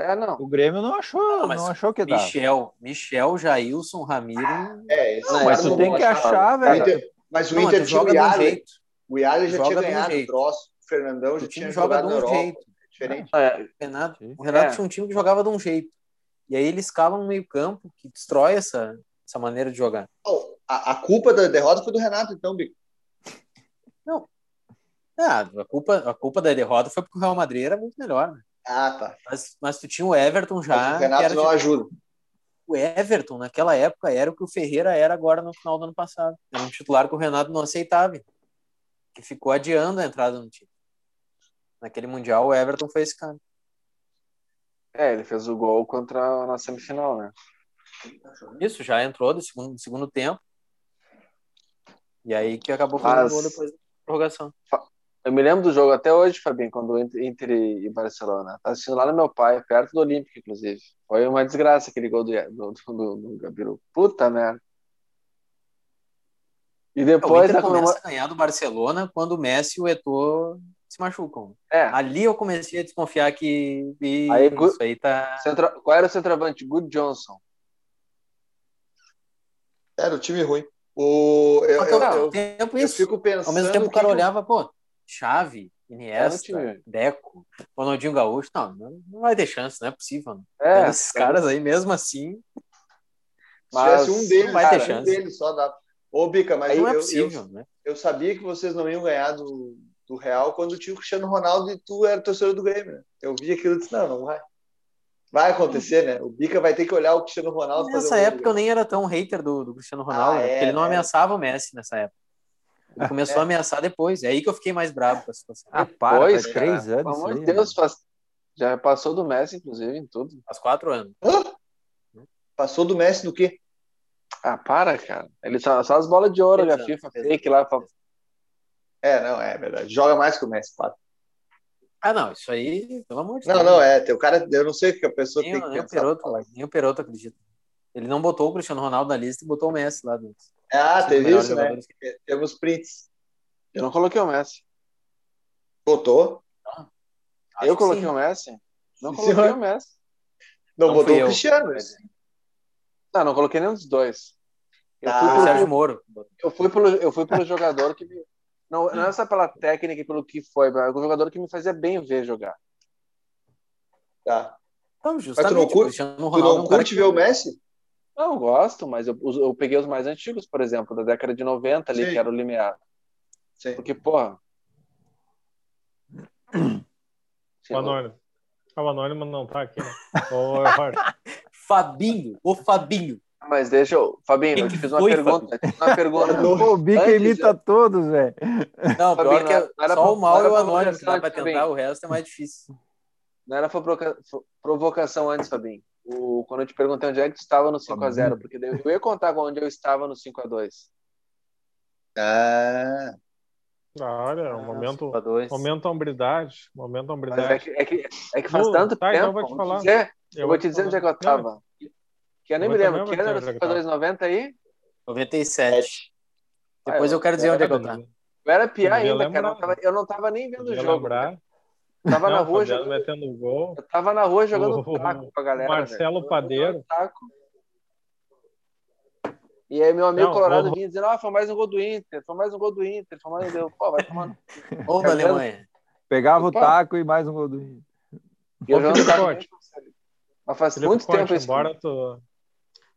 Speaker 3: É, não.
Speaker 1: O Grêmio não achou,
Speaker 4: Não,
Speaker 1: não,
Speaker 4: mas
Speaker 1: achou que dava.
Speaker 4: Michel, Michel, Jailson, Ramiro.
Speaker 2: É, esse
Speaker 3: Não,
Speaker 1: Mas
Speaker 2: cara
Speaker 1: tu
Speaker 3: não
Speaker 1: tem
Speaker 3: vou
Speaker 1: que
Speaker 3: achar,
Speaker 1: achar,
Speaker 2: O
Speaker 1: velho.
Speaker 2: Inter, mas o
Speaker 4: Não,
Speaker 2: Inter
Speaker 4: tu
Speaker 2: tinha o
Speaker 4: joga de um
Speaker 2: Yale,
Speaker 4: jeito.
Speaker 2: o Yale já
Speaker 4: Joga
Speaker 2: tinha
Speaker 4: de um
Speaker 2: ganhado o
Speaker 4: jeito.
Speaker 2: troço, o Fernandão
Speaker 4: O
Speaker 2: já
Speaker 4: time
Speaker 2: tinha
Speaker 4: joga
Speaker 2: jogado na
Speaker 4: de um
Speaker 2: Europa.
Speaker 4: jeito.
Speaker 2: É diferente.
Speaker 3: É,
Speaker 4: O Renato,
Speaker 1: Sim.
Speaker 4: o Renato
Speaker 3: É.
Speaker 4: tinha um time que jogava de um jeito. E aí ele escala um meio-campo que destrói essa, essa maneira de jogar.
Speaker 2: Ó, A, a culpa da derrota foi do Renato, então, Bico.
Speaker 4: Ah, a culpa, a culpa da derrota foi porque o Real Madrid era muito melhor. né?
Speaker 2: Ah, tá.
Speaker 4: Mas, mas tu tinha o Everton já.
Speaker 2: o
Speaker 4: que
Speaker 2: Renato
Speaker 4: era
Speaker 2: não
Speaker 4: de-
Speaker 2: ajuda.
Speaker 4: O Everton, naquela época, era o que o Ferreira era agora no final do ano passado. Era um titular que o Renato não aceitava. Que ficou adiando a entrada no time. Naquele Mundial, o Everton foi esse cara.
Speaker 3: é, ele fez o gol contra na semifinal, né?
Speaker 4: Isso, já entrou do segundo, do segundo tempo. E aí que acabou fazendo
Speaker 3: Mas-
Speaker 4: gol depois da prorrogação.
Speaker 3: Eu me lembro do jogo até hoje, Fabinho, quando Inter, Inter e Barcelona. Tá assistindo lá no meu pai, perto do Olímpico, inclusive. Foi uma desgraça aquele gol do, do, do, do Gabiru. Puta merda. E
Speaker 4: É, O
Speaker 3: depois da
Speaker 4: Inter começa
Speaker 3: comemoração.
Speaker 4: a ganhar do Barcelona quando o Messi e o Eto'o se machucam.
Speaker 3: É,
Speaker 4: Ali eu comecei a desconfiar que e
Speaker 3: Aí, gu-
Speaker 4: isso aí tá...
Speaker 3: centro- qual era o centroavante? Good Johnson.
Speaker 2: Era o time ruim. O, eu,
Speaker 4: Só que
Speaker 2: eu,
Speaker 4: ao
Speaker 2: eu,
Speaker 4: mesmo tempo
Speaker 2: eu
Speaker 4: isso.
Speaker 2: fico pensando.
Speaker 4: Ao mesmo tempo o
Speaker 2: que
Speaker 4: cara
Speaker 2: que-
Speaker 4: olhava, pô, Xavi,
Speaker 3: Era um
Speaker 4: Iniesta,
Speaker 3: time.
Speaker 4: Deco, Ronaldinho Gaúcho. Não, não não vai ter chance, não é possível. né?
Speaker 3: É,
Speaker 4: Vendo esses caras aí, mesmo assim,
Speaker 2: Se tivesse
Speaker 3: Mas
Speaker 2: um deles,
Speaker 4: não vai ter
Speaker 2: cara, um
Speaker 4: chance.
Speaker 2: deles só dá. Ô, Bica, mas eu,
Speaker 4: não é
Speaker 2: eu-
Speaker 4: possível,
Speaker 2: eu,
Speaker 4: né?
Speaker 2: eu sabia que vocês não iam ganhar do, do Real quando tinha o Cristiano Ronaldo e tu era torcedor do Grêmio, né? Eu vi aquilo e disse, não, não vai. Vai acontecer, né? O Bica vai ter que olhar o Cristiano Ronaldo fazer
Speaker 4: Nessa
Speaker 2: um gol do
Speaker 4: época eu nem era tão hater do, do Cristiano Ronaldo,
Speaker 2: Ah,
Speaker 4: né?
Speaker 2: é,
Speaker 4: porque ele não
Speaker 2: né?
Speaker 4: ameaçava o Messi nessa época. Ele começou
Speaker 2: É.
Speaker 4: a ameaçar depois. É aí que eu fiquei mais bravo com a situação.
Speaker 1: Ah, para,
Speaker 3: Depois,
Speaker 1: faz
Speaker 2: cara,
Speaker 1: três
Speaker 3: pelo
Speaker 1: anos isso
Speaker 3: amor
Speaker 1: aí. né?
Speaker 3: de Deus, faz- já passou do Messi, inclusive, em tudo.
Speaker 4: Faz quatro anos.
Speaker 2: Grêmio. Passou do Messi no quê?
Speaker 3: Ah, para, cara. Ele só, só as bolas de ouro,
Speaker 4: Três
Speaker 3: a
Speaker 4: anos,
Speaker 3: FIFA,
Speaker 4: três
Speaker 3: fake lá. pra-
Speaker 2: É, não, é verdade. Joga mais que o Messi, claro.
Speaker 4: Ah, não, isso aí, pelo amor de
Speaker 2: Não,
Speaker 4: Deus.
Speaker 2: não, é. O cara, eu não sei o que a pessoa
Speaker 4: Nem,
Speaker 2: tem
Speaker 4: o-
Speaker 2: que
Speaker 4: nem o
Speaker 2: pensar. pra falar.
Speaker 4: Peroto, nem o Peroto acredita. Ele não botou o Cristiano Ronaldo na lista e botou o Messi lá dentro.
Speaker 2: Ah,
Speaker 4: Cinco
Speaker 2: teve
Speaker 4: melhores
Speaker 2: isso, né?
Speaker 4: jogadores que-
Speaker 2: Temos prints.
Speaker 3: Eu não coloquei o Messi.
Speaker 2: Botou.
Speaker 4: Acho
Speaker 3: Eu
Speaker 4: que
Speaker 3: coloquei
Speaker 4: sim.
Speaker 3: o Messi? Não
Speaker 2: Sim,
Speaker 3: coloquei
Speaker 2: senhor.
Speaker 3: o Messi.
Speaker 2: Não,
Speaker 4: Não
Speaker 2: botou
Speaker 4: fui
Speaker 2: o
Speaker 4: eu.
Speaker 2: Cristiano.
Speaker 3: Não, não coloquei nenhum dos dois. Eu
Speaker 2: Tá.
Speaker 3: fui
Speaker 4: O
Speaker 3: pelo-
Speaker 4: Sérgio Moro.
Speaker 3: Eu fui pelo, eu fui pelo jogador que me, não, não é só pela técnica e pelo que foi, mas é o jogador que me fazia bem ver jogar.
Speaker 2: Tá.
Speaker 4: Então,
Speaker 2: não
Speaker 4: justamente,
Speaker 2: cur-
Speaker 4: o Cristiano
Speaker 2: Tu
Speaker 4: Ronaldo é
Speaker 2: não
Speaker 4: um cara
Speaker 2: curte
Speaker 4: que...
Speaker 2: ver o Messi?
Speaker 3: Não, eu gosto, mas eu, os- eu peguei os mais antigos, por exemplo, da década de 90 ali,
Speaker 2: Sim.
Speaker 3: que era o Limear.
Speaker 2: Sim.
Speaker 3: Porque, porra.
Speaker 5: O anônimo. Ah, o anônimo não tá aqui. Né? Ô, Jorge,
Speaker 4: Fabinho, o Fabinho.
Speaker 3: Mas deixa eu. Fabinho,
Speaker 4: Quem
Speaker 3: eu te
Speaker 4: que
Speaker 3: fiz uma
Speaker 4: foi,
Speaker 3: pergunta. eu te fiz uma pergunta.
Speaker 1: Pô, o Bica
Speaker 3: Antes,
Speaker 1: imita todos, velho.
Speaker 4: Não,
Speaker 3: Fabinho,
Speaker 4: pior que é
Speaker 3: não era
Speaker 4: só
Speaker 3: pra-
Speaker 4: o
Speaker 3: não
Speaker 4: mal e
Speaker 3: era pra
Speaker 4: o anônimo, que dá
Speaker 3: conversar,
Speaker 4: pra tentar,
Speaker 3: Fabinho.
Speaker 4: o resto é mais difícil.
Speaker 3: Não era provoca- provocação antes, Fabinho. O, quando eu te perguntei onde é que tu estava no 5x0, porque daí eu ia contar onde eu estava no 5x2.
Speaker 2: Ah,
Speaker 5: olha, é um momento, momento hombridade. Momento
Speaker 3: Ah, Mas é
Speaker 5: hombridade.
Speaker 3: que, é que, é que faz
Speaker 5: Lu,
Speaker 3: tanto
Speaker 5: tá,
Speaker 3: tempo.
Speaker 5: então eu vou te falar.
Speaker 3: dizer, eu vou te
Speaker 5: te
Speaker 3: dizer onde é que eu
Speaker 5: falar.
Speaker 3: tava. Que eu nem
Speaker 5: eu
Speaker 3: me
Speaker 5: também
Speaker 3: lembro.
Speaker 5: vou
Speaker 3: Que
Speaker 5: dizer
Speaker 3: ano era
Speaker 5: onde é que eu
Speaker 3: 290 aí?
Speaker 4: 97. Depois
Speaker 3: Ah,
Speaker 4: eu quero dizer
Speaker 5: Não,
Speaker 4: onde é que eu
Speaker 5: devia-
Speaker 4: tava.
Speaker 3: Eu era piá
Speaker 5: Podia
Speaker 3: ainda, cara. Eu não,
Speaker 5: lembrar.
Speaker 3: tava, eu não tava nem vendo o
Speaker 5: Podia
Speaker 3: jogo.
Speaker 5: lembrar.
Speaker 3: Eu tava na
Speaker 5: Não,
Speaker 3: rua
Speaker 5: Fabiano
Speaker 3: jogando.
Speaker 5: metendo um gol.
Speaker 3: Eu tava na rua jogando
Speaker 5: O-
Speaker 3: taco com a galera. né?
Speaker 5: Marcelo
Speaker 3: velho.
Speaker 5: Padeiro.
Speaker 3: Taco. E aí meu amigo
Speaker 5: Não,
Speaker 3: colorado
Speaker 5: o-
Speaker 3: vinha dizendo, ah, foi mais um gol do Inter, foi mais um gol do Inter, foi mais um gol. Pô, vai tomando.
Speaker 4: Ou da Alemanha.
Speaker 1: Pegava
Speaker 3: Opa.
Speaker 1: o taco e mais um gol do Rio.
Speaker 3: E eu jogando
Speaker 5: Felipe
Speaker 3: taco.
Speaker 5: Conte.
Speaker 3: Mas faz
Speaker 5: Felipe
Speaker 3: muito
Speaker 5: Conte,
Speaker 3: tempo isso.
Speaker 5: embora tu...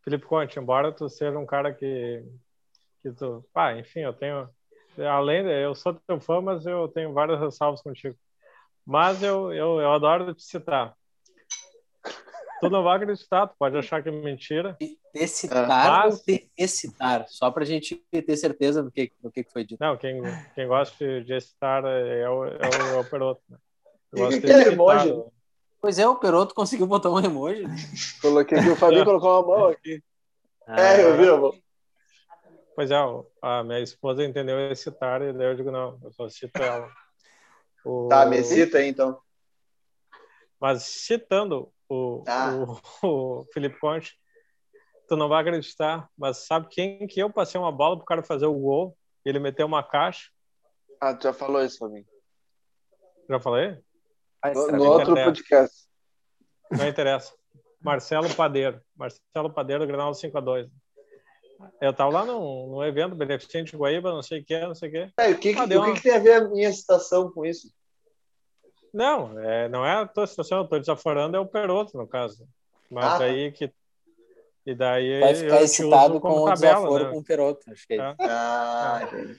Speaker 5: Felipe Conte, embora tu seja um cara que... que tu... Ah, enfim, eu tenho... Além, de- eu sou teu fã, mas eu tenho várias ressalvas contigo. Mas eu, eu, eu adoro te citar. Tu não vai acreditar, tu pode achar que é mentira.
Speaker 4: Te citar
Speaker 5: Mas-
Speaker 4: ou te excitar? Só pra gente ter certeza do que, do que foi dito.
Speaker 5: Não, quem, quem gosta de- de citar é o, é o, é o Peroto. né? Eu
Speaker 2: E
Speaker 5: gosto de
Speaker 2: aquele
Speaker 5: citar,
Speaker 2: emoji?
Speaker 5: né?
Speaker 4: Pois é, o Peroto conseguiu botar um emoji. né?
Speaker 3: Coloquei aqui, o Fabinho colocou uma mão aqui.
Speaker 2: É, eu vi, eu vou.
Speaker 5: Pois é, o- a minha esposa entendeu esse tar e daí eu digo, não, eu só cito ela. O-
Speaker 2: Tá, me excita aí, então.
Speaker 5: Mas citando o,
Speaker 2: Tá.
Speaker 5: o, o Felipe Conte, tu não vai acreditar, mas sabe quem que eu passei uma bola pro cara fazer o gol? Ele meteu uma caixa,
Speaker 3: Ah, tu já falou isso, Fabinho.
Speaker 5: já falei?
Speaker 3: No,
Speaker 5: será
Speaker 3: no
Speaker 5: que
Speaker 3: outro
Speaker 5: interessa?
Speaker 3: podcast.
Speaker 5: Não interessa. Marcelo Padeiro. Marcelo Padeiro, Granal 5x2. Eu tava lá num, num evento beneficente de Guaíba, não sei o que, não sei o que.
Speaker 2: É, o que, que-
Speaker 5: Ah, deu
Speaker 2: o que
Speaker 4: um
Speaker 5: uma-
Speaker 2: que tem a ver a minha excitação com isso?
Speaker 5: Não, é, não é a tua situação, eu tô desaforando, é o Peroto, no caso.
Speaker 2: Ah,
Speaker 5: Mas
Speaker 2: tá.
Speaker 5: aí que. E daí
Speaker 4: Vai ficar
Speaker 5: eu te
Speaker 4: excitado
Speaker 5: uso
Speaker 4: com
Speaker 5: como
Speaker 4: o
Speaker 5: tabela,
Speaker 4: desaforo
Speaker 5: né?
Speaker 4: com o Peroto. Acho que é.
Speaker 5: Tá.
Speaker 2: Ah, entendi.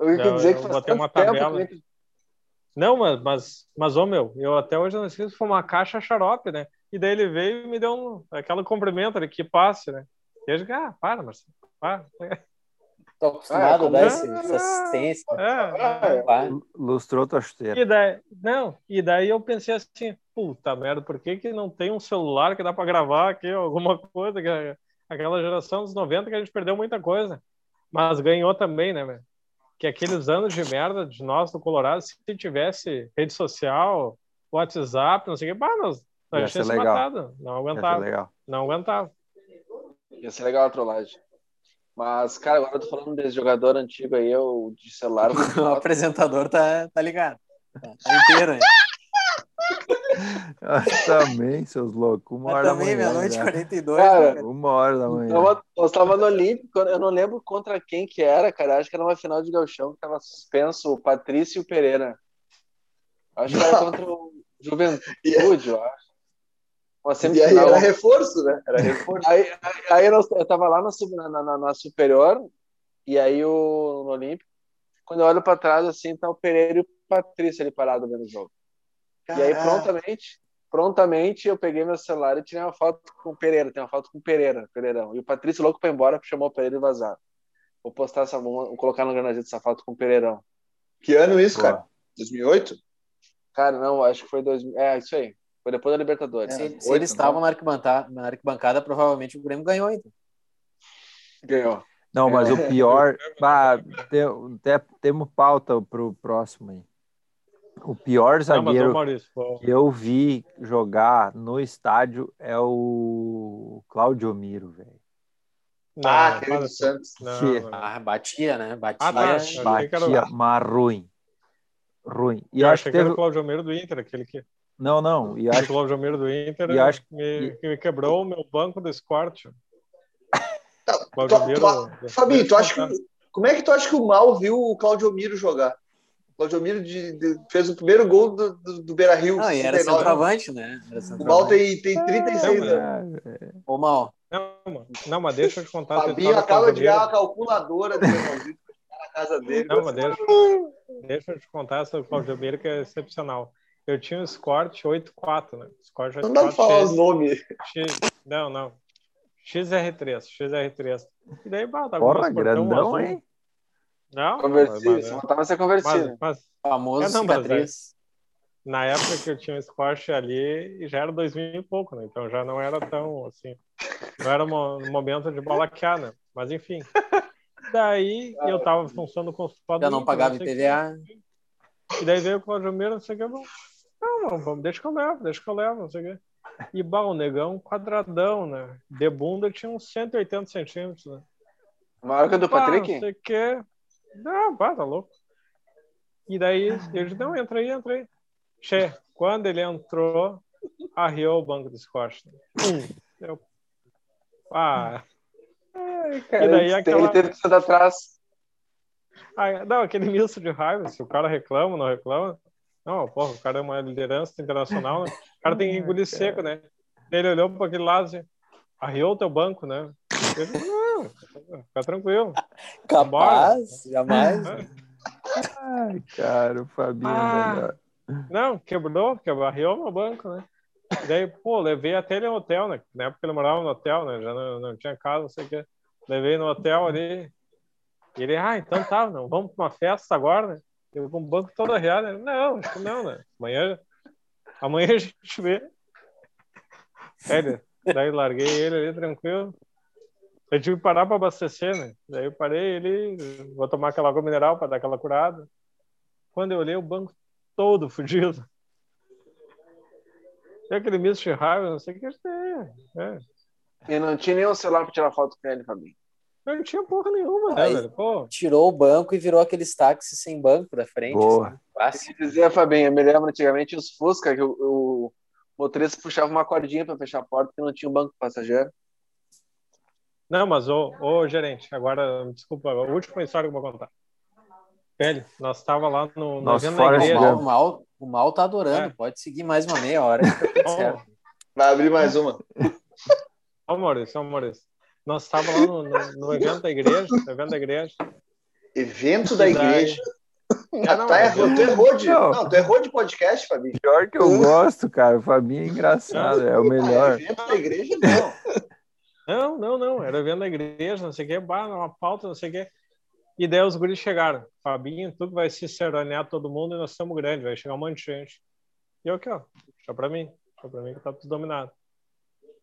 Speaker 3: Eu ia
Speaker 5: Não,
Speaker 3: dizer
Speaker 5: eu
Speaker 3: que faz
Speaker 5: botei
Speaker 3: tanto
Speaker 5: uma
Speaker 3: tempo
Speaker 5: tabela.
Speaker 3: que nem-
Speaker 5: Não, mas, mas, mas, ô meu, eu até hoje não esqueço, foi uma caixa xarope, né? E daí ele veio e me deu um, aquela cumprimento ali, que passe, né? E eu digo, ah, para, Marcelo, para.
Speaker 4: Tô tá acostumado
Speaker 3: Ah,
Speaker 4: a dar
Speaker 5: como-
Speaker 4: esse- essa assistência.
Speaker 5: É,
Speaker 3: Ah, é.
Speaker 4: pá.
Speaker 1: Lustrou tua chuteira.
Speaker 5: E daí, não, e daí eu pensei assim, puta merda, por que que não tem um celular que dá pra gravar aqui alguma coisa? Que a- aquela geração dos 90 que a gente perdeu muita coisa, mas ganhou também, né, velho? Que aqueles anos de merda de nós do Colorado, se tivesse rede social, WhatsApp, não sei o que, pá, nós,
Speaker 1: Ia
Speaker 5: nós já
Speaker 1: ser
Speaker 5: tínhamos se
Speaker 1: legal.
Speaker 5: matado, não
Speaker 1: Essa é
Speaker 5: aguentava,
Speaker 1: legal.
Speaker 5: não aguentava.
Speaker 3: Ia ser legal a trollagem. Mas, cara, agora eu tô falando desse jogador antigo aí, eu de celular. eu
Speaker 4: O
Speaker 3: vou-
Speaker 4: apresentador tá, tá ligado. Tá, tá inteiro, né?
Speaker 1: Eu Ah, também, seus loucos. Uma
Speaker 4: Mas
Speaker 1: hora
Speaker 4: também,
Speaker 1: da manhã.
Speaker 4: meia-noite e
Speaker 1: já.
Speaker 4: 42.
Speaker 3: Cara,
Speaker 4: né?
Speaker 1: Uma hora da manhã.
Speaker 3: Tava, nós tava no Olímpico, eu não lembro contra quem que era, cara. Acho que era uma final de Galchão que tava suspenso o Patrício e o Pereira. Acho que era contra o Juventude, eu acho.
Speaker 2: E
Speaker 3: Uma
Speaker 2: aí
Speaker 3: semifinal.
Speaker 2: era reforço, né? Era reforço.
Speaker 3: Aí, aí, aí nós- eu tava lá na, sub- na, na, na superior, e aí o, no Olímpico, quando eu olho pra trás, assim, tá o Pereira e o Patrício ali parado vendo o jogo. E aí prontamente, prontamente eu peguei meu celular e tirei uma foto com o Pereira, tem uma foto com o Pereira, Pereirão. E o Patrício louco pra ir embora, chamou o Pereira e vazaram. Vou postar essa, vou colocar no granadito essa foto com o Pereirão.
Speaker 2: Que ano isso,
Speaker 1: Boa.
Speaker 2: cara? 2008?
Speaker 3: Cara, não, acho que foi 2000, é isso aí. Foi depois da Libertadores.
Speaker 4: Se,
Speaker 2: É,
Speaker 4: se
Speaker 2: oito,
Speaker 4: eles estavam na arquibancada, na arquibancada, provavelmente o Grêmio ganhou ainda.
Speaker 3: Ganhou.
Speaker 1: Não, mas
Speaker 2: É.
Speaker 1: o pior. Bah, tem- tem- temos pauta pro próximo aí. O pior
Speaker 5: Não, mas ô
Speaker 1: zagueiro
Speaker 5: Maurício, ô,
Speaker 1: que eu vi jogar no estádio é o Claudio Miro, velho.
Speaker 5: não,
Speaker 2: Ah, aquele
Speaker 4: assim.
Speaker 5: para,
Speaker 2: do Santos.
Speaker 5: não,
Speaker 1: Que-
Speaker 5: não.
Speaker 4: Ah, batia, né? Batia.
Speaker 5: Ah, tá. Eu achei que era o-
Speaker 1: Batia, mas ruim. Ruim. E
Speaker 5: eu
Speaker 1: acho
Speaker 5: achei
Speaker 1: que
Speaker 5: que era
Speaker 1: teve.
Speaker 5: o Cláudio Almeida do Inter, aquele que
Speaker 1: Não, não. E
Speaker 5: O
Speaker 1: acho
Speaker 5: Cláudio Almeida do Inter
Speaker 1: e acho-
Speaker 5: me,
Speaker 1: e-
Speaker 5: que me quebrou o meu banco do Scorch.
Speaker 2: Tá,
Speaker 5: Cláudio
Speaker 2: tu-
Speaker 5: Almeida-
Speaker 2: tu- Fabinho, tu
Speaker 5: Deixa eu
Speaker 2: acha
Speaker 5: contar.
Speaker 4: assim.
Speaker 2: que. Como é que tu acha que o Mal viu o Claudio Miro jogar? O Claudio Miro de- de- fez o primeiro gol do, do, do Beira Rio.
Speaker 4: Não, e era
Speaker 2: 69.
Speaker 4: centroavante, né? Era
Speaker 2: O Mal
Speaker 4: centroavante.
Speaker 2: tem, tem 36
Speaker 5: Não,
Speaker 2: anos.
Speaker 1: que.
Speaker 4: Ou mal.
Speaker 5: Não, mano. não, mas deixa eu te
Speaker 1: tá
Speaker 5: contar. essa
Speaker 2: Fabinho
Speaker 5: história do
Speaker 2: acaba de
Speaker 5: Cláudio
Speaker 2: ganhar
Speaker 5: Almeida.
Speaker 2: uma calculadora do Renaldinho na casa dele.
Speaker 5: Não, mas deixa, deixa eu te contar essa do Cláudio Almeida que é excepcional. Eu tinha um Scorch 8.4, né? Scorch 8.4.
Speaker 2: Não dá pra falar os nomes.
Speaker 5: X, X- não, não. XR3, XR3. E daí, bah, tá com
Speaker 1: Porra,
Speaker 5: meus portão
Speaker 1: grandão,
Speaker 5: azul.
Speaker 1: hein?
Speaker 5: Não,
Speaker 3: Conversível,
Speaker 5: mas-
Speaker 2: é
Speaker 3: só
Speaker 5: mas-
Speaker 3: faltava né? ser conversível.
Speaker 5: mas- mas
Speaker 4: Famoso
Speaker 5: É, não, mas
Speaker 4: cicatriz.
Speaker 5: na época que eu tinha um Scorch ali, já era 2000 e pouco, né? Então já não era tão assim. Não era mo- um momento de balaquear, né? Mas enfim. Daí eu tava funcionando com os
Speaker 4: Já não pagava
Speaker 5: é
Speaker 4: IPVA.
Speaker 5: E daí veio o Claudio Meira, não sei o que. eu não- Não, mano, vamos, deixa que eu levo, deixa que eu levo, não sei o que. E bah, o negão quadradão, né? De bunda tinha uns 180 centímetros, né?
Speaker 3: Maior que o do
Speaker 5: Pá,
Speaker 3: Patrick?
Speaker 5: Ah, Não sei o quê. Não, pá, tá louco. E daí eu disse, não, entra aí, entra aí. Che, quando ele entrou, arriou o banco do Scott. Pum. Eu... Ah,
Speaker 3: Cara,
Speaker 5: E daí é
Speaker 3: ele,
Speaker 5: aquela-
Speaker 3: ele teve que sair atrás.
Speaker 5: ah, não, aquele misto de raiva, se o cara reclama, não reclama. Não, porra, o cara é uma liderança internacional, né? O cara tem que engolir seco, né? Ele olhou para aquele lado e disse, arriou o teu banco, né? Eu disse, não, fica tranquilo.
Speaker 4: Capaz, jamais.
Speaker 1: Ai, cara, o Fabinho é o melhor.
Speaker 5: Não, quebrou, quebrou, arriou meu banco, né? Daí, pô, levei até ele no hotel, né? Na época ele morava no hotel, né? Já não, não tinha casa, não sei o quê. Levei no hotel ali. E ele, ah, então tá, não, vamos pra uma festa agora, né? Eu com o banco todo arreado. Ele, não, acho que não, né? Amanhã, amanhã a gente vê. É, né? daí larguei ele ali, tranquilo. Eu tive que parar pra abastecer, né? Daí eu parei ele, vou tomar aquela água mineral pra dar aquela curada. Quando eu olhei, o banco todo fudido. Tem aquele misto de raiva, não sei o que. É, é.
Speaker 3: E não tinha nenhum celular pra tirar foto com ele pra mim.
Speaker 5: Eu não tinha porra nenhuma, né,
Speaker 4: Aí-
Speaker 5: velho? Pô,
Speaker 4: Tirou o banco e virou aqueles táxis sem banco da frente.
Speaker 1: Boa.
Speaker 4: assim, clássico.
Speaker 3: Dizia, Fabinho, eu me lembro antigamente os Fusca, que o, o motorista puxava uma cordinha pra fechar a porta porque não tinha um banco passageiro.
Speaker 5: Não, mas ô, ô gerente, agora, desculpa, a última história que eu vou contar. Velho, nós tava lá no.
Speaker 1: Nós
Speaker 5: nós íamos
Speaker 1: fora de
Speaker 5: na
Speaker 4: O
Speaker 5: igreja.
Speaker 1: mão.
Speaker 4: mal, o, mal, o mal tá adorando.
Speaker 5: Tá É.
Speaker 4: Pode seguir mais uma meia hora. que tá tudo certo.
Speaker 2: Vai abrir mais uma.
Speaker 5: Ó, Maurício, ó, Maurício. Nós estava lá no, no- no evento da igreja, no evento da igreja.
Speaker 2: Evento da
Speaker 5: E daí-
Speaker 2: igreja. Ah,
Speaker 5: não,
Speaker 2: tá
Speaker 5: é
Speaker 2: errou, tu errou de.
Speaker 1: Não.
Speaker 2: Não, tu errou de podcast, Fabinho.
Speaker 1: Pior que
Speaker 5: Uhum.
Speaker 1: eu gosto, cara. Pra mim é engraçado, é o
Speaker 2: Ah,
Speaker 1: melhor.
Speaker 2: evento da igreja, não.
Speaker 5: Não, não, não, era evento da igreja, não sei o quê, bah, uma pauta, não sei o quê. E daí os guris chegaram. Fabinho, tu que vai se serenear todo mundo e nós estamos grande, vai chegar um monte de gente. E eu aqui, ó, deixa pra mim, deixa pra mim que tá tudo dominado.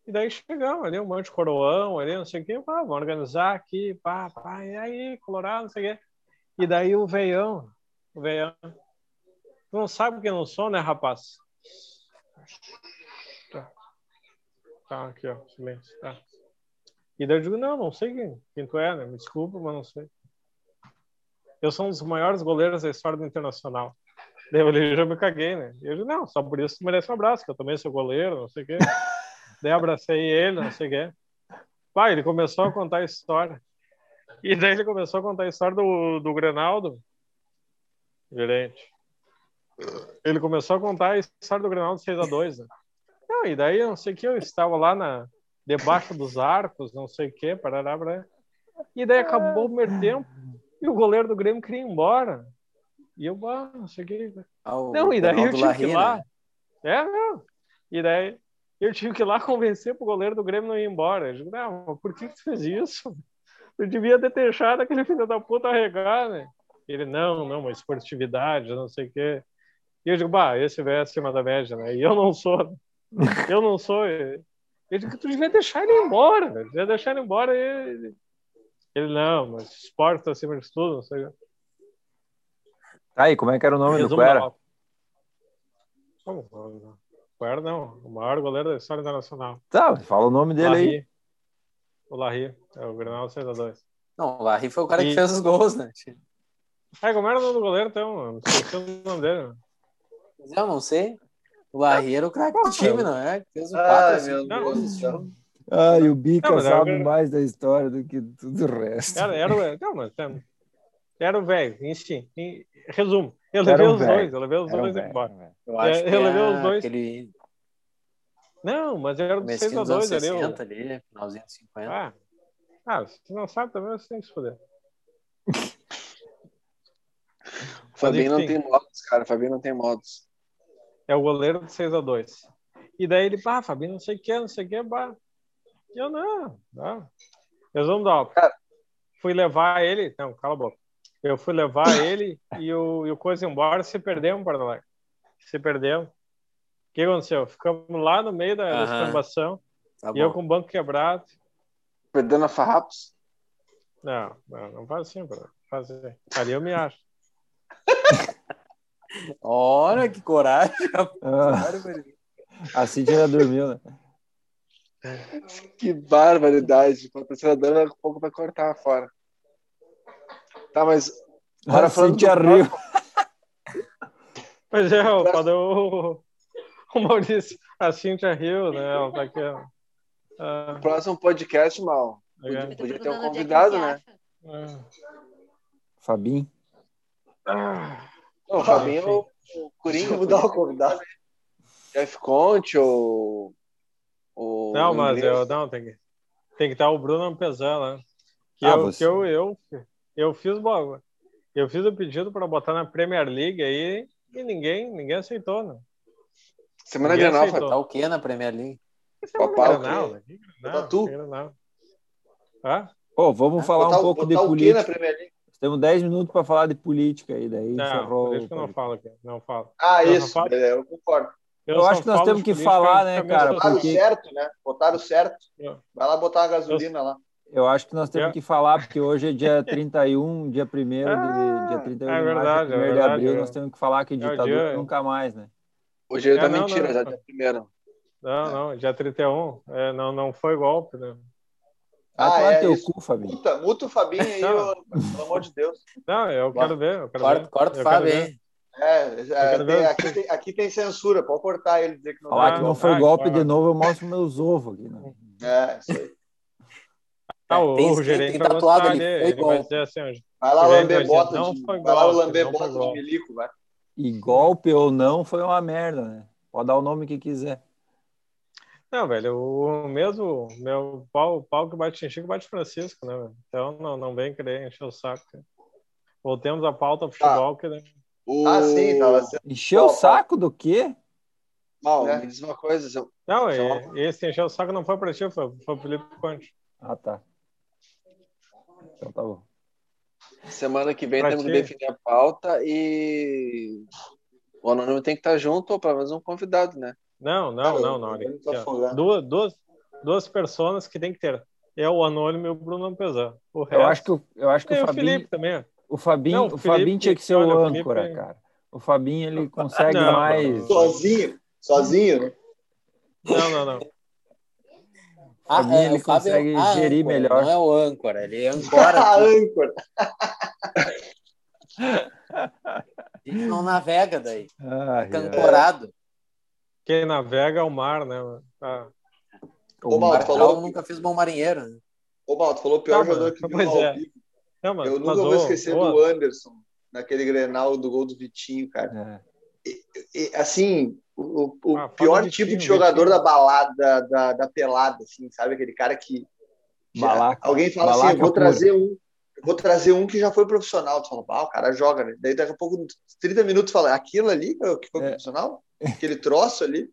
Speaker 5: E daí chegamos ali, um monte de coroão ali, não sei o quê, pá, vamos organizar aqui, pá, pá, e aí, colorado, não sei o quê. E daí o veião, o veião, tu não sabe que eu não sou, né, rapaz? Tá, tá aqui, ó, silêncio, tá. E daí eu digo, não, não sei quem, quem tu é, né? Me desculpa, mas não sei. Eu sou um dos maiores goleiros da história do Internacional. Daí eu olhei e já me caguei, né? E eu digo, não, só por isso tu merece um abraço, que eu também sou goleiro, não sei o quê. daí abracei ele, não sei o quê. Pai, ele começou a contar a história. E daí ele começou a contar a história do, do Grenaldo. Gerente. Ele começou a contar a história do Grenaldo 6x2, né? Não, e daí, não sei o que, eu estava lá na debaixo dos arcos, não sei o que, parará, parará. E daí acabou o primeiro tempo e o goleiro do Grêmio queria ir embora. E eu, ah, não sei o que.
Speaker 4: Ah, o
Speaker 5: Não, e daí eu
Speaker 4: Ronaldo
Speaker 5: tive que ir
Speaker 4: Larri,
Speaker 5: lá.
Speaker 4: né?
Speaker 5: É, não. E daí eu tive que ir lá convencer pro goleiro do Grêmio não ir embora. Eu digo, não, mas por que que tu fez isso? Tu devia ter deixado aquele filho da puta arregar, né? Ele, não, não, mas esportividade, não sei o quê. E eu digo, bah, esse velho é acima da média, né? E eu não sou. Eu não sou. Eu digo, tu devia deixar ele embora, né? Devia deixar ele embora. E... ele- Ele, não, mas esporte tá acima de tudo, não sei o quê.
Speaker 1: Tá aí, como é que era o nome do
Speaker 5: Resumo da
Speaker 1: Cuera?
Speaker 5: Copa. Como? não? Cuera não, um, o maior goleiro da história internacional.
Speaker 1: Tá, fala o nome dele aí.
Speaker 5: Larry. O Larry, é o Grenal 6x2.
Speaker 4: Não, o Larry foi o cara
Speaker 5: E-
Speaker 4: que fez os gols, né?
Speaker 5: É, como era o nome do goleiro, então? mano? Esqueci o nome dele. né? mano.
Speaker 4: Mas Eu não sei. O Larry era o craque do time, não é? Fez o
Speaker 2: Ai,
Speaker 4: 4
Speaker 1: assim.
Speaker 2: meu Deus do céu.
Speaker 1: Ai, o Bica
Speaker 5: Não, mas
Speaker 1: sabe
Speaker 5: agora-
Speaker 1: mais da história do que tudo o resto.
Speaker 5: Era, era, o- não, mas, tem- era o velho, enfim. em- Resumo, eu
Speaker 1: Era
Speaker 5: levei
Speaker 1: um
Speaker 5: os
Speaker 1: velho,
Speaker 5: dois, eu levei os
Speaker 1: Era um
Speaker 5: dois
Speaker 1: velho,
Speaker 5: embora.
Speaker 1: velho.
Speaker 4: Eu acho
Speaker 5: É,
Speaker 4: que
Speaker 5: eu levei
Speaker 4: é
Speaker 5: os dois.
Speaker 4: aquele
Speaker 5: Não, mas era do
Speaker 4: comecinho dos anos né?
Speaker 5: 6x2 ali. o-
Speaker 4: 60 ali, finalzinho dos 50.
Speaker 5: Ah, ah, se não sabe também, você tem que se foder.
Speaker 3: O Fabinho não
Speaker 5: enfim.
Speaker 3: tem modos, cara. O Fabinho não tem modos.
Speaker 5: É o goleiro do 6x2. E daí ele, pá, Fabinho, não sei o que, não sei o que, pá. E eu, não, não. Resumo da obra.
Speaker 3: Cara.
Speaker 5: Fui levar ele, não, cala a boca. Eu fui levar ele e o, e o Coisa embora se perdemos, Porto Alegre. Se perdemos. O que aconteceu? Ficamos lá no meio da, da
Speaker 4: Aham.
Speaker 5: escambação
Speaker 4: Tá
Speaker 5: e eu
Speaker 4: bom.
Speaker 5: com o banco quebrado.
Speaker 3: Perdendo a farrapos.
Speaker 5: Não, não, não faz assim, Porto Alegre. Faz assim. Ali eu me acho.
Speaker 4: Olha que coragem.
Speaker 1: Ah,
Speaker 4: cara, velho.
Speaker 1: a Cintia já dormiu, né?
Speaker 3: Que barbaridade. O patrocinador daqui a pouco vai cortar fora. Tá, mas Agora
Speaker 2: Ah,
Speaker 1: a
Speaker 3: falando
Speaker 1: Cintia
Speaker 3: do-
Speaker 1: riu.
Speaker 5: Pois é, o, padre- o, o Maurício, a Cintia Rio, né? Ela tá aqui. ó. Ah,
Speaker 3: no próximo podcast, mal.
Speaker 5: legal.
Speaker 6: Eu tô
Speaker 3: Podia ter um
Speaker 6: perguntando onde é que
Speaker 3: convidado,
Speaker 6: se
Speaker 3: né?
Speaker 6: acha.
Speaker 1: Fabinho.
Speaker 3: Não, o
Speaker 2: Ah,
Speaker 3: Fabinho é
Speaker 5: enfim.
Speaker 3: o, o
Speaker 2: Deixa
Speaker 3: Coringa.
Speaker 2: eu mudar
Speaker 3: o
Speaker 2: o convidado.
Speaker 3: Jeff Conte ou. ou
Speaker 5: Não, mas
Speaker 3: inglês.
Speaker 5: eu, não, tem que, tem que estar o Bruno Pesan, né? Que,
Speaker 1: Ah,
Speaker 5: eu,
Speaker 1: você.
Speaker 5: que eu, eu, eu fiz bo- eu fiz o pedido para botar na Premier League aí E ninguém, ninguém aceitou, né?
Speaker 3: Semana
Speaker 5: Ninguém
Speaker 3: Grenal,
Speaker 5: aceitou.
Speaker 3: foi
Speaker 4: Tá o que na Premier League?
Speaker 3: papau.
Speaker 5: Grenal, né? Que Grenal,
Speaker 2: Tatu.
Speaker 5: que Grenal. Tá?
Speaker 1: Pô, vamos falar
Speaker 2: Botar
Speaker 1: um
Speaker 2: o-
Speaker 1: pouco de
Speaker 2: botar o quê
Speaker 1: política.
Speaker 2: na Premier League?
Speaker 1: Temos 10 minutos para falar de política aí, daí
Speaker 5: Não,
Speaker 1: encerrou.
Speaker 5: por isso que eu
Speaker 1: o-
Speaker 5: não falo aqui. Não falo.
Speaker 2: Ah,
Speaker 5: Não,
Speaker 2: isso,
Speaker 5: não fala.
Speaker 2: eu concordo.
Speaker 1: Eu
Speaker 5: só
Speaker 1: acho que nós
Speaker 5: falo
Speaker 1: temos
Speaker 5: de
Speaker 1: que
Speaker 5: política
Speaker 1: falar,
Speaker 5: com
Speaker 1: né,
Speaker 5: caminhos
Speaker 1: cara?
Speaker 5: sociais.
Speaker 2: Botaram
Speaker 1: porque-
Speaker 2: certo, né? Botaram certo.
Speaker 5: É.
Speaker 2: Vai lá botar a gasolina lá.
Speaker 1: Eu acho que nós temos
Speaker 5: Eu-
Speaker 1: que falar, porque hoje é dia 31, dia 1
Speaker 5: Ah,
Speaker 1: de, dia 31
Speaker 5: é
Speaker 1: de
Speaker 5: verdade,
Speaker 1: março, 1
Speaker 5: é
Speaker 1: de
Speaker 5: verdade,
Speaker 1: abril,
Speaker 5: é.
Speaker 1: nós temos que falar que
Speaker 5: o
Speaker 1: ditadura
Speaker 5: dia-
Speaker 1: nunca mais, né?
Speaker 3: Hoje ele
Speaker 5: É,
Speaker 3: tá
Speaker 5: não,
Speaker 3: mentindo,
Speaker 5: não.
Speaker 3: já dia primeiro.
Speaker 5: Não, não, dia 31. É, não, não foi golpe, né?
Speaker 1: Vai
Speaker 2: Ah,
Speaker 1: tomar
Speaker 2: é,
Speaker 1: teu
Speaker 2: isso.
Speaker 1: cu, Fabinho.
Speaker 2: Muta, muta o Fabinho aí,
Speaker 5: Não.
Speaker 2: ô, pelo amor de Deus.
Speaker 5: Não, eu quero ver. Eu quero
Speaker 4: Corta,
Speaker 5: ver.
Speaker 4: corta o
Speaker 5: eu quero
Speaker 4: Fábio,
Speaker 5: ver.
Speaker 4: hein?
Speaker 2: É, é,
Speaker 5: quero
Speaker 2: tem-
Speaker 5: ver.
Speaker 2: aqui, tem, aqui tem censura, pode cortar ele, dizer que não
Speaker 1: Falar
Speaker 5: Ah,
Speaker 1: que
Speaker 5: não
Speaker 1: não foi
Speaker 5: vai,
Speaker 1: golpe de
Speaker 5: vai.
Speaker 1: novo, eu mostro meus ovos aqui. Né?
Speaker 2: É, isso aí.
Speaker 5: Ah, o,
Speaker 4: Tem-
Speaker 5: o
Speaker 4: tem-
Speaker 5: gerente
Speaker 4: tem
Speaker 5: vai
Speaker 4: tatuado
Speaker 5: gostar,
Speaker 4: ali,
Speaker 5: ele,
Speaker 4: foi
Speaker 5: ele vai
Speaker 4: golpe.
Speaker 5: dizer assim, ó,
Speaker 2: Vai lá
Speaker 5: Ele vai
Speaker 2: lamber
Speaker 5: dizer,
Speaker 2: bota
Speaker 5: não
Speaker 2: de.
Speaker 5: foi
Speaker 2: Vai lá
Speaker 5: golpe,
Speaker 2: lamber
Speaker 5: não foi
Speaker 2: bota de
Speaker 5: golpe.
Speaker 2: milico, vai.
Speaker 1: E golpe ou não foi uma merda, né? Pode dar o nome que quiser.
Speaker 5: Não, velho, o mesmo meu pau, pau que bate em Chico bate em Francisco, né, velho? Então não, não vem querer encher o saco. cara. Voltemos à pauta
Speaker 2: Tá.
Speaker 5: pro futebol, que né?
Speaker 3: O...
Speaker 2: Ah, sim, tava sendo
Speaker 1: Encheu o
Speaker 2: Qual, qual?
Speaker 1: saco do quê?
Speaker 3: Mal,
Speaker 5: É.
Speaker 2: né?
Speaker 3: me diz uma coisa, seu-
Speaker 5: Não, e-
Speaker 3: Então-
Speaker 5: esse encher o saco não foi pra ti, foi, foi pro Felipe Conte.
Speaker 1: Ah, tá. Então tá bom.
Speaker 3: semana que vem
Speaker 5: Pra
Speaker 3: temos que
Speaker 5: ti.
Speaker 3: definir a pauta e o anônimo tem que estar junto, ou pelo menos um convidado, né?
Speaker 5: Não, não,
Speaker 2: Cara,
Speaker 5: não,
Speaker 2: eu-
Speaker 5: não. olha
Speaker 2: eu não
Speaker 5: aqui,
Speaker 2: tô né?
Speaker 5: ó.
Speaker 2: afogado.
Speaker 5: duas, duas, duas pessoas que tem que ter. É o Anônimo e o Bruno Pesan. O resto,
Speaker 1: Eu acho que, o- eu acho que
Speaker 5: e
Speaker 1: o
Speaker 5: É. o
Speaker 1: Fabinho,
Speaker 5: Felipe também.
Speaker 1: o Fabinho,
Speaker 5: Não,
Speaker 1: o
Speaker 5: o
Speaker 1: Fabinho
Speaker 5: Felipe-
Speaker 1: tinha que ser o
Speaker 5: olha, o Felipe- é-
Speaker 1: âncora, cara. O Fabinho, ele consegue
Speaker 5: Não.
Speaker 1: mais...
Speaker 2: Sozinho, sozinho, né?
Speaker 5: Não, não, não.
Speaker 1: Pra mim,
Speaker 4: Ah, é,
Speaker 1: ele
Speaker 4: o Fábio é o-
Speaker 1: consegue
Speaker 4: a
Speaker 1: gerir
Speaker 4: âncora,
Speaker 1: melhor.
Speaker 4: Não é o âncora, ele
Speaker 2: A
Speaker 4: ancora.
Speaker 2: Ah, âncora.
Speaker 4: A gente não navega daí.
Speaker 1: Ah,
Speaker 4: Fica
Speaker 1: é.
Speaker 4: ancorado.
Speaker 5: Quem navega é o mar, né? mano? Ah,
Speaker 2: Ô,
Speaker 4: O
Speaker 2: Mal,
Speaker 4: Marcão
Speaker 2: tu falou,
Speaker 4: nunca fez bom marinheiro. né?
Speaker 2: ô, Mal, tu falou o pior
Speaker 5: Tá, mano,
Speaker 2: jogador que viu
Speaker 5: pois
Speaker 2: ao
Speaker 5: é.
Speaker 2: vivo.
Speaker 5: não, mas,
Speaker 2: Eu nunca
Speaker 5: mas
Speaker 2: vou
Speaker 5: o-
Speaker 2: esquecer
Speaker 5: o-
Speaker 2: do Anderson, naquele Grenal do gol do Vitinho, cara.
Speaker 1: É.
Speaker 2: e, assim, o, o
Speaker 5: Ah, fala
Speaker 2: pior
Speaker 5: de
Speaker 2: tipo
Speaker 5: time,
Speaker 2: de jogador
Speaker 5: time.
Speaker 2: da balada, da, da pelada, assim, sabe? Aquele cara que. já-
Speaker 1: Balaca.
Speaker 2: alguém fala assim,
Speaker 1: Balaca
Speaker 2: eu vou
Speaker 1: pura."
Speaker 2: trazer um. eu Vou trazer um que já foi profissional. Tu fala, ah, o cara joga, né? Daí daqui a pouco, 30 minutos, fala, aquilo ali cara, que foi
Speaker 1: É.
Speaker 2: profissional? Aquele troço ali.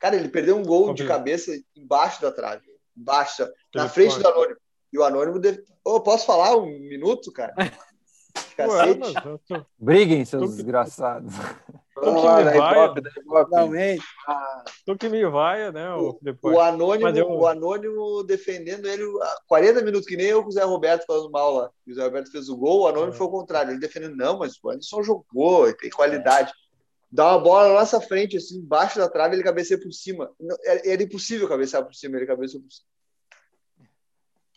Speaker 2: Cara, ele perdeu um gol de
Speaker 5: Complicado.
Speaker 2: cabeça embaixo da trave. Embaixo, na
Speaker 5: Ele
Speaker 2: frente
Speaker 5: foi.
Speaker 2: do anônimo. E o anônimo deve. Ô, posso falar um minuto, cara?
Speaker 5: Ué,
Speaker 2: Cacete.
Speaker 5: mas eu tô-
Speaker 1: Briguem, seus
Speaker 5: Tu que-
Speaker 1: desgraçados.
Speaker 3: Vamos
Speaker 5: que
Speaker 3: lá,
Speaker 5: me
Speaker 3: Ah,
Speaker 2: né,
Speaker 3: da
Speaker 5: vai,
Speaker 3: Ibope, da Ibope.
Speaker 4: Finalmente.
Speaker 5: tu que me vai, né? O, depois.
Speaker 2: O anônimo,
Speaker 5: Mas eu-
Speaker 2: o anônimo defendendo ele há 40 minutos, que nem eu com o Zé Roberto falando mal lá. E o Zé Roberto fez o gol, o anônimo
Speaker 5: É.
Speaker 2: foi o contrário. Ele defendendo, não, mas o Anderson jogou, ele tem qualidade. Dá uma bola na nossa frente, assim, embaixo da trave, ele cabeceia por cima. Não, Era, era impossível cabecear por cima, ele cabeceou por cima.
Speaker 5: Tá,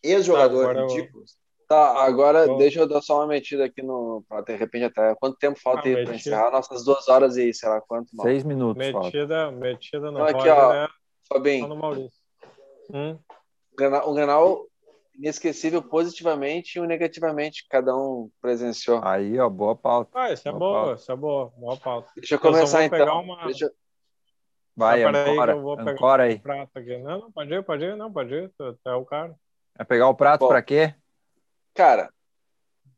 Speaker 2: Ex-jogador,
Speaker 5: agora eu-
Speaker 2: ridículo.
Speaker 3: Tá, agora
Speaker 5: Bom.
Speaker 3: deixa eu dar só uma metida aqui no. pra, De repente até. Quanto tempo falta
Speaker 5: Ah,
Speaker 3: aí pra
Speaker 5: meti-
Speaker 3: encerrar nossas duas horas e sei lá quanto mal.
Speaker 1: Seis minutos, falta.
Speaker 5: Metida, metida no
Speaker 3: Então, aqui,
Speaker 5: Roger,
Speaker 3: ó.
Speaker 5: né? Só
Speaker 3: Fabinho,
Speaker 5: no Maurício. Hum,
Speaker 3: Grenal- um Grenal inesquecível positivamente e um negativamente, que cada um presenciou.
Speaker 1: Aí, ó, boa pauta.
Speaker 5: Ah, isso é
Speaker 1: Boa
Speaker 5: boa,
Speaker 1: pauta.
Speaker 5: isso é boa. Boa pauta.
Speaker 3: Deixa eu
Speaker 5: só
Speaker 3: começar
Speaker 5: vou pegar
Speaker 3: então.
Speaker 5: uma-
Speaker 3: Deixa eu-
Speaker 1: Vai,
Speaker 5: Ah, peraí que
Speaker 1: ancora.
Speaker 5: eu vou pegar
Speaker 1: Ancora aí.
Speaker 5: Prato aqui. Não, não, pode ir, pode ir, não, pode ir. Tu, tu é o cara.
Speaker 1: Vai pegar o prato
Speaker 3: Bom.
Speaker 1: pra quê?
Speaker 3: Cara,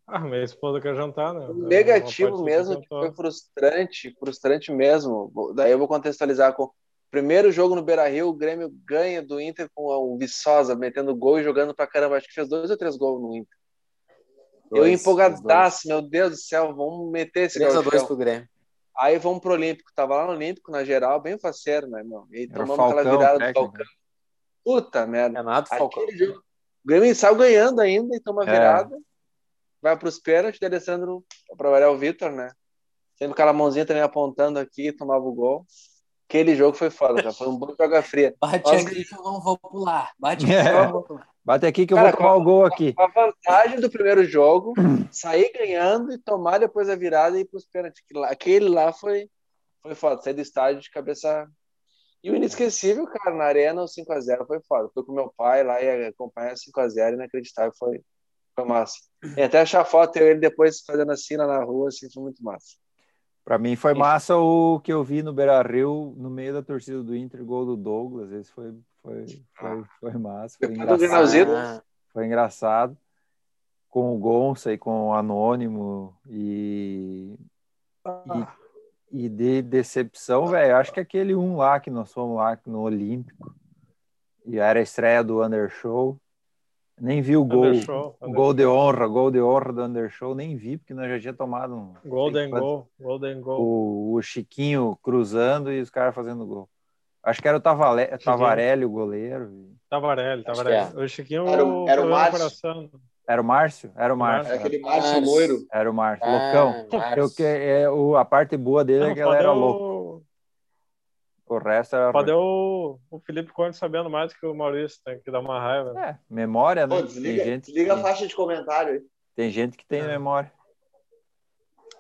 Speaker 5: Ah, minha esposa quer jantar,
Speaker 1: É,
Speaker 5: né?
Speaker 3: o
Speaker 5: Uma parte
Speaker 3: negativo
Speaker 5: do
Speaker 3: mesmo,
Speaker 5: que
Speaker 3: que
Speaker 5: eu tô-
Speaker 3: foi frustrante, frustrante mesmo. Vou- Daí eu vou contextualizar com. Primeiro jogo no Beira Rio, o Grêmio ganha do Inter com o Viçosa metendo gol e jogando pra caramba. Acho que fez dois ou três gols no Inter. eu
Speaker 1: Dois, dois.
Speaker 3: empolgadaço, meu Deus do céu, vamos meter esse é
Speaker 4: 3x2
Speaker 3: gauchão.
Speaker 4: pro Grêmio.
Speaker 3: Aí vamos pro Olímpico. Tava lá no Olímpico, na geral, bem faceiro, né, meu? E aí
Speaker 1: Era o
Speaker 3: tomamos aquela
Speaker 1: É Falcão,
Speaker 3: virada do
Speaker 1: técnico.
Speaker 3: Falcão. Puta merda.
Speaker 4: Renato Falcão.
Speaker 3: Aquele jogo. O Grêmio saiu ganhando ainda e toma
Speaker 1: É.
Speaker 3: virada. Vai pros pênaltis, daí Alessandro pra variar o Vitor, né? Sempre aquela mãozinha também apontando aqui, tomava o gol. Aquele jogo foi foda, já foi um bom joga fria.
Speaker 4: Bate
Speaker 3: Nós
Speaker 4: aqui que eu não vou pular. Bate aqui que eu
Speaker 1: É.
Speaker 4: não vou pular.
Speaker 1: Bate aqui que eu
Speaker 3: Cara,
Speaker 1: vou tomar o gol aqui.
Speaker 3: A vantagem do primeiro jogo, sair ganhando e tomar depois a virada e ir pros pênaltis. Aquele lá, aquele lá foi, foi foda, sair do estádio de cabeça. E o inesquecível, cara, na arena, o 5x0 foi foda. Fui com meu pai lá e acompanhar o 5x0, inacreditável, foi, foi massa. E até achar foto eu e ele depois fazendo assim lá na rua, assim, foi muito massa.
Speaker 1: Pra mim foi massa o que eu vi no Beira-Rio, no meio da torcida do Inter, gol do Douglas. Esse foi, foi, foi, foi massa, foi
Speaker 3: Ah. Depois do
Speaker 1: engraçado.
Speaker 3: Grenalzinho,
Speaker 4: Ah,
Speaker 1: foi engraçado
Speaker 5: Ah.
Speaker 1: com o Gonça e com o Anônimo e, e, E de decepção, velho, acho que aquele um lá que nós fomos lá no Olímpico. E era a estreia do Undershow. Nem vi o gol.
Speaker 5: Undershow,
Speaker 1: O gol de honra, gol de honra do Undershow, nem vi, porque nós já tinha tomado um.
Speaker 5: Golden
Speaker 1: sei quanto-
Speaker 5: Goal, Golden Goal.
Speaker 1: O, o Chiquinho cruzando e os caras fazendo gol. Acho que era o Tavale, Tavarelli, o goleiro.
Speaker 5: Tavarelli,
Speaker 4: Acho
Speaker 5: Tavarelli.
Speaker 1: é.
Speaker 5: O Chiquinho
Speaker 2: Era o- era o
Speaker 5: problema no
Speaker 2: Márcio.
Speaker 5: coração.
Speaker 1: Era o Márcio? Era o
Speaker 5: Márcio.
Speaker 1: Márcio.
Speaker 2: Era
Speaker 1: Era,
Speaker 2: É aquele Márcio
Speaker 4: Márcio.
Speaker 2: loiro.
Speaker 1: era o Márcio.
Speaker 4: Ah,
Speaker 1: Loucão.
Speaker 4: Márcio.
Speaker 1: Eu que, é, o, a parte boa dele é que ela era louca.
Speaker 5: o...
Speaker 1: O resto era.
Speaker 5: Pode é
Speaker 1: ruim.
Speaker 5: o, o Felipe Conde sabendo mais que o Maurício, tem que dar uma raiva. né?
Speaker 1: É, memória, né?
Speaker 2: Pô,
Speaker 1: tem,
Speaker 2: desliga,
Speaker 1: gente, que
Speaker 2: desliga a
Speaker 1: tem-
Speaker 2: faixa de comentário aí.
Speaker 1: tem gente que tem
Speaker 5: É.
Speaker 1: memória.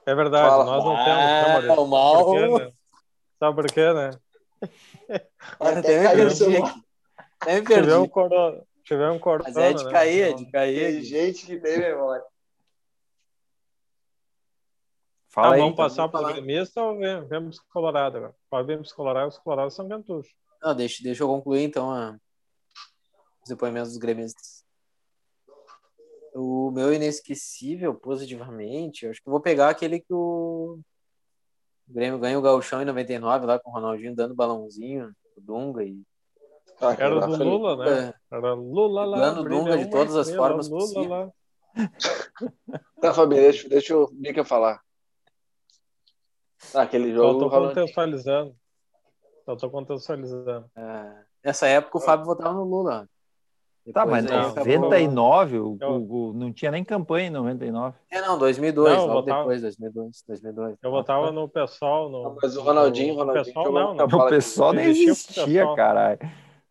Speaker 5: É verdade,
Speaker 3: Fala.
Speaker 5: nós não temos, né, Maurício?
Speaker 4: Ah, o mal.
Speaker 5: Por quê, né? Sabe por quê, né?
Speaker 2: Vai
Speaker 4: Até
Speaker 2: até
Speaker 4: me
Speaker 2: cair o
Speaker 4: perdi
Speaker 2: celular.
Speaker 4: aqui. Até me
Speaker 5: Tivemos um
Speaker 4: perdi.
Speaker 5: corona. Tivemos um corona.
Speaker 4: Mas é de
Speaker 5: né?
Speaker 4: cair, é
Speaker 5: Então,
Speaker 4: de cair.
Speaker 2: Tem gente que tem memória.
Speaker 1: Fala
Speaker 5: ah,
Speaker 1: aí.
Speaker 5: vamos
Speaker 1: então.
Speaker 5: passar para
Speaker 4: falar.
Speaker 5: o gremista ou vem- vemos Colorado? velho? Pode vermos Colorado, os Colorados são ventuchos.
Speaker 4: Não, deixa, deixa eu concluir então a- os depoimentos dos gremistas. O meu inesquecível, positivamente, eu acho que eu vou pegar aquele que o o Grêmio ganha o Gauchão em 99, lá com o Ronaldinho dando balãozinho, o Dunga e.
Speaker 3: tá, É
Speaker 5: Era o do Lula, né?
Speaker 4: É,
Speaker 5: Era Lula lá.
Speaker 4: Plano
Speaker 5: brilha
Speaker 4: Dunga de
Speaker 5: uma
Speaker 4: todas as
Speaker 5: estrela,
Speaker 4: formas
Speaker 5: Lula
Speaker 4: possíveis.
Speaker 5: lá.
Speaker 3: Tá, Fabinho, deixa, deixa o Bica falar. Ah, aquele
Speaker 5: Só
Speaker 3: jogo.
Speaker 5: estou
Speaker 3: rolou-
Speaker 5: contextualizando. Só estou contextualizando.
Speaker 4: Nessa época o Fábio votava no Lula.
Speaker 1: Tá, mas
Speaker 4: Depois aí
Speaker 5: não,
Speaker 4: acabou-
Speaker 1: 99, o,
Speaker 5: Eu-
Speaker 1: o- o- não tinha nem campanha em 99.
Speaker 4: É, não, 2002,
Speaker 5: Não, eu
Speaker 4: logo
Speaker 5: votava-
Speaker 4: depois, 2002, 2002.
Speaker 5: Eu votava no pessoal. No,
Speaker 3: Mas o Ronaldinho,
Speaker 5: no-
Speaker 3: Ronaldinho
Speaker 5: Pessoal,
Speaker 3: jogou
Speaker 5: não,
Speaker 3: muita
Speaker 5: não.
Speaker 3: bola.
Speaker 1: O pessoal
Speaker 5: que
Speaker 1: nem
Speaker 5: existia pro
Speaker 1: existia,
Speaker 5: pessoal.
Speaker 1: caralho.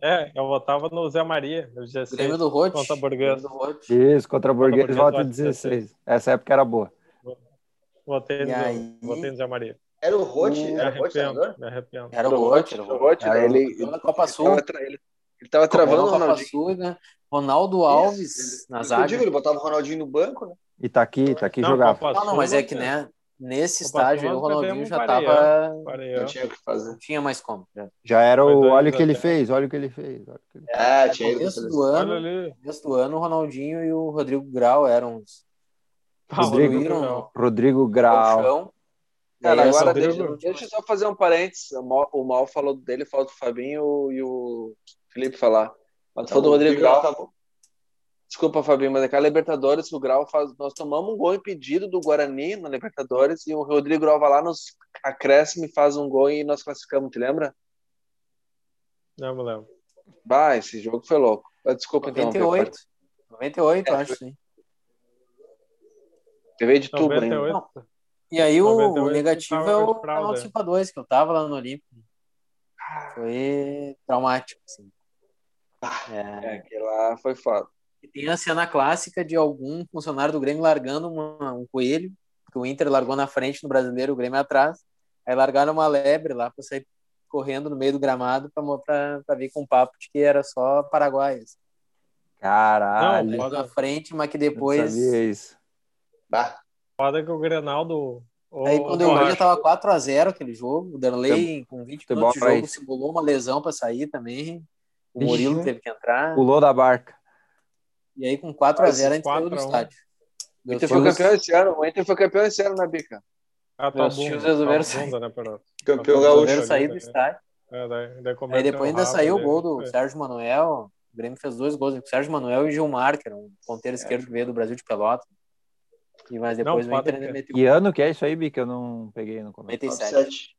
Speaker 5: É, eu votava no Zé Maria, no 16.
Speaker 4: Grêmio do Rote.
Speaker 5: Conta
Speaker 4: Grêmio
Speaker 5: burguês.
Speaker 4: do Rote.
Speaker 1: Isso, contra Burguês,
Speaker 5: Burguês,
Speaker 1: volta
Speaker 5: voto
Speaker 1: 16. Essa época era boa.
Speaker 5: Votei
Speaker 4: E
Speaker 5: no,
Speaker 4: aí?
Speaker 5: votei no Zé Maria.
Speaker 2: Era o Rote?
Speaker 5: Me
Speaker 2: Era o Rote, treinador?
Speaker 5: arrependo, me arrependo.
Speaker 4: Era o Rote, era o
Speaker 3: Jogou
Speaker 4: Rote.
Speaker 1: Era
Speaker 3: Rote, né?
Speaker 1: o-
Speaker 3: Ele,
Speaker 4: Jogou na
Speaker 3: ele,
Speaker 4: Copa Sul.
Speaker 3: tava tra- ele, ele tava travando o
Speaker 4: Copa
Speaker 3: Ronaldinho.
Speaker 4: Sul, né? Ronaldo Alves na
Speaker 2: Isso que eu digo,
Speaker 4: zaga.
Speaker 2: ele botava o Ronaldinho no banco, né?
Speaker 1: E tá aqui, tá aqui
Speaker 5: Não,
Speaker 1: jogava.
Speaker 5: Copa
Speaker 4: Não, não,
Speaker 5: Sul,
Speaker 4: mas é
Speaker 5: nós-
Speaker 4: que né, nesse
Speaker 5: Copa
Speaker 4: estágio
Speaker 5: Sul,
Speaker 4: aí, o
Speaker 5: nós
Speaker 4: Ronaldinho
Speaker 5: bebemos
Speaker 4: já
Speaker 5: varia.
Speaker 4: tava.
Speaker 5: Parei, ó.
Speaker 2: Não tinha o que fazer.
Speaker 4: Não tinha mais como. Já.
Speaker 1: Já era
Speaker 5: Foi
Speaker 1: o.
Speaker 5: dois
Speaker 1: Olha o que ele
Speaker 5: até.
Speaker 1: fez, olha o que ele fez. olha o que ele-
Speaker 2: É,
Speaker 4: No
Speaker 2: tinha ido pra
Speaker 4: começo do
Speaker 2: seleção.
Speaker 5: Olha
Speaker 4: ano,
Speaker 5: ali.
Speaker 4: no começo do ano, o Ronaldinho e o Rodrigo Grau eram os
Speaker 5: Ah,
Speaker 1: Rodrigo.
Speaker 5: Gabriel.
Speaker 1: Rodrigo Grau.
Speaker 4: chão.
Speaker 3: Cara,
Speaker 4: Aí,
Speaker 3: agora
Speaker 4: essa-
Speaker 5: Rodrigo.
Speaker 3: deixa, deixa eu só fazer um parênteses. O Mal, o Mal falou dele, falta o Fabinho e o Felipe falar. Mas falta o Rodrigo Grau.
Speaker 2: acabou.
Speaker 3: Desculpa, Fabinho, mas aquela Libertadores, o Grau faz. Nós tomamos um gol impedido do Guarani na Libertadores e o Rodrigo Grau vai lá, nos acréscimo e faz um gol e nós classificamos, te lembra?
Speaker 5: Não me lembro.
Speaker 3: Bah, esse jogo foi louco. Ah, Desculpa, então.
Speaker 4: 98. 98, eu acho sim.
Speaker 3: TV de tubo né? ainda.
Speaker 5: 98.
Speaker 4: E aí o,
Speaker 5: 98
Speaker 4: o negativo
Speaker 5: tava
Speaker 4: é o
Speaker 5: com fralda.
Speaker 4: Ronaldo 5x2, que eu tava lá no Olímpico. Foi traumático, assim. É.
Speaker 3: É, aquele lá foi foda.
Speaker 4: E tem a cena clássica de algum funcionário do Grêmio largando uma- um coelho, que o Inter largou na frente no brasileiro, o Grêmio atrás. Aí largaram uma lebre lá pra sair correndo no meio do gramado pra, mo- pra, pra vir com o papo de que era só paraguaios.
Speaker 1: Caralho.
Speaker 5: Não,
Speaker 1: Não,
Speaker 5: pode-
Speaker 4: Largou
Speaker 5: Foda.
Speaker 4: na frente, mas que
Speaker 1: sabia
Speaker 4: depois.
Speaker 1: isso.
Speaker 2: Bah,
Speaker 5: Foda que o Grenaldo. ô,
Speaker 4: Aí quando eu vi,
Speaker 5: Borracha,
Speaker 4: já tá tava 4x0 aquele jogo. O Derlei, com 20
Speaker 1: futebol
Speaker 4: minutos de jogo,
Speaker 1: raiz.
Speaker 4: simulou uma lesão pra sair também. O
Speaker 1: Vixe,
Speaker 4: Murilo
Speaker 1: né?
Speaker 4: teve que entrar.
Speaker 1: Pulou da barca.
Speaker 4: E aí, com 4x0, a gente saiu
Speaker 5: 4
Speaker 4: do
Speaker 5: a 1.
Speaker 4: estádio.
Speaker 3: O
Speaker 4: Meus
Speaker 3: Inter foi
Speaker 4: tios-
Speaker 3: campeão esse ano. O Inter foi campeão esse ano na bica.
Speaker 5: a tua
Speaker 4: Meus
Speaker 5: tá bunda,
Speaker 4: tios
Speaker 5: tua
Speaker 4: resolveram
Speaker 5: bunda, né, Peralta?
Speaker 2: campeão
Speaker 4: resolveram
Speaker 2: gaúcho.
Speaker 4: sair do estádio.
Speaker 5: É, daí, daí
Speaker 4: Aí
Speaker 5: cometeu
Speaker 4: depois
Speaker 5: um
Speaker 4: ainda
Speaker 5: rabo
Speaker 4: saiu o
Speaker 5: ali,
Speaker 4: gol
Speaker 5: foi.
Speaker 4: do Sérgio Manuel. O Grêmio fez dois gols. O Sérgio Manuel e o Gilmar, que era um ponteiro esquerdo que veio do Brasil de pelota. E, mas depois
Speaker 5: É. Não,
Speaker 4: o Inter
Speaker 5: pode
Speaker 4: ainda
Speaker 5: crer.
Speaker 4: meteu
Speaker 1: Que ano que é isso aí, Bi, que eu não peguei no começo.
Speaker 4: 97.
Speaker 2: 7.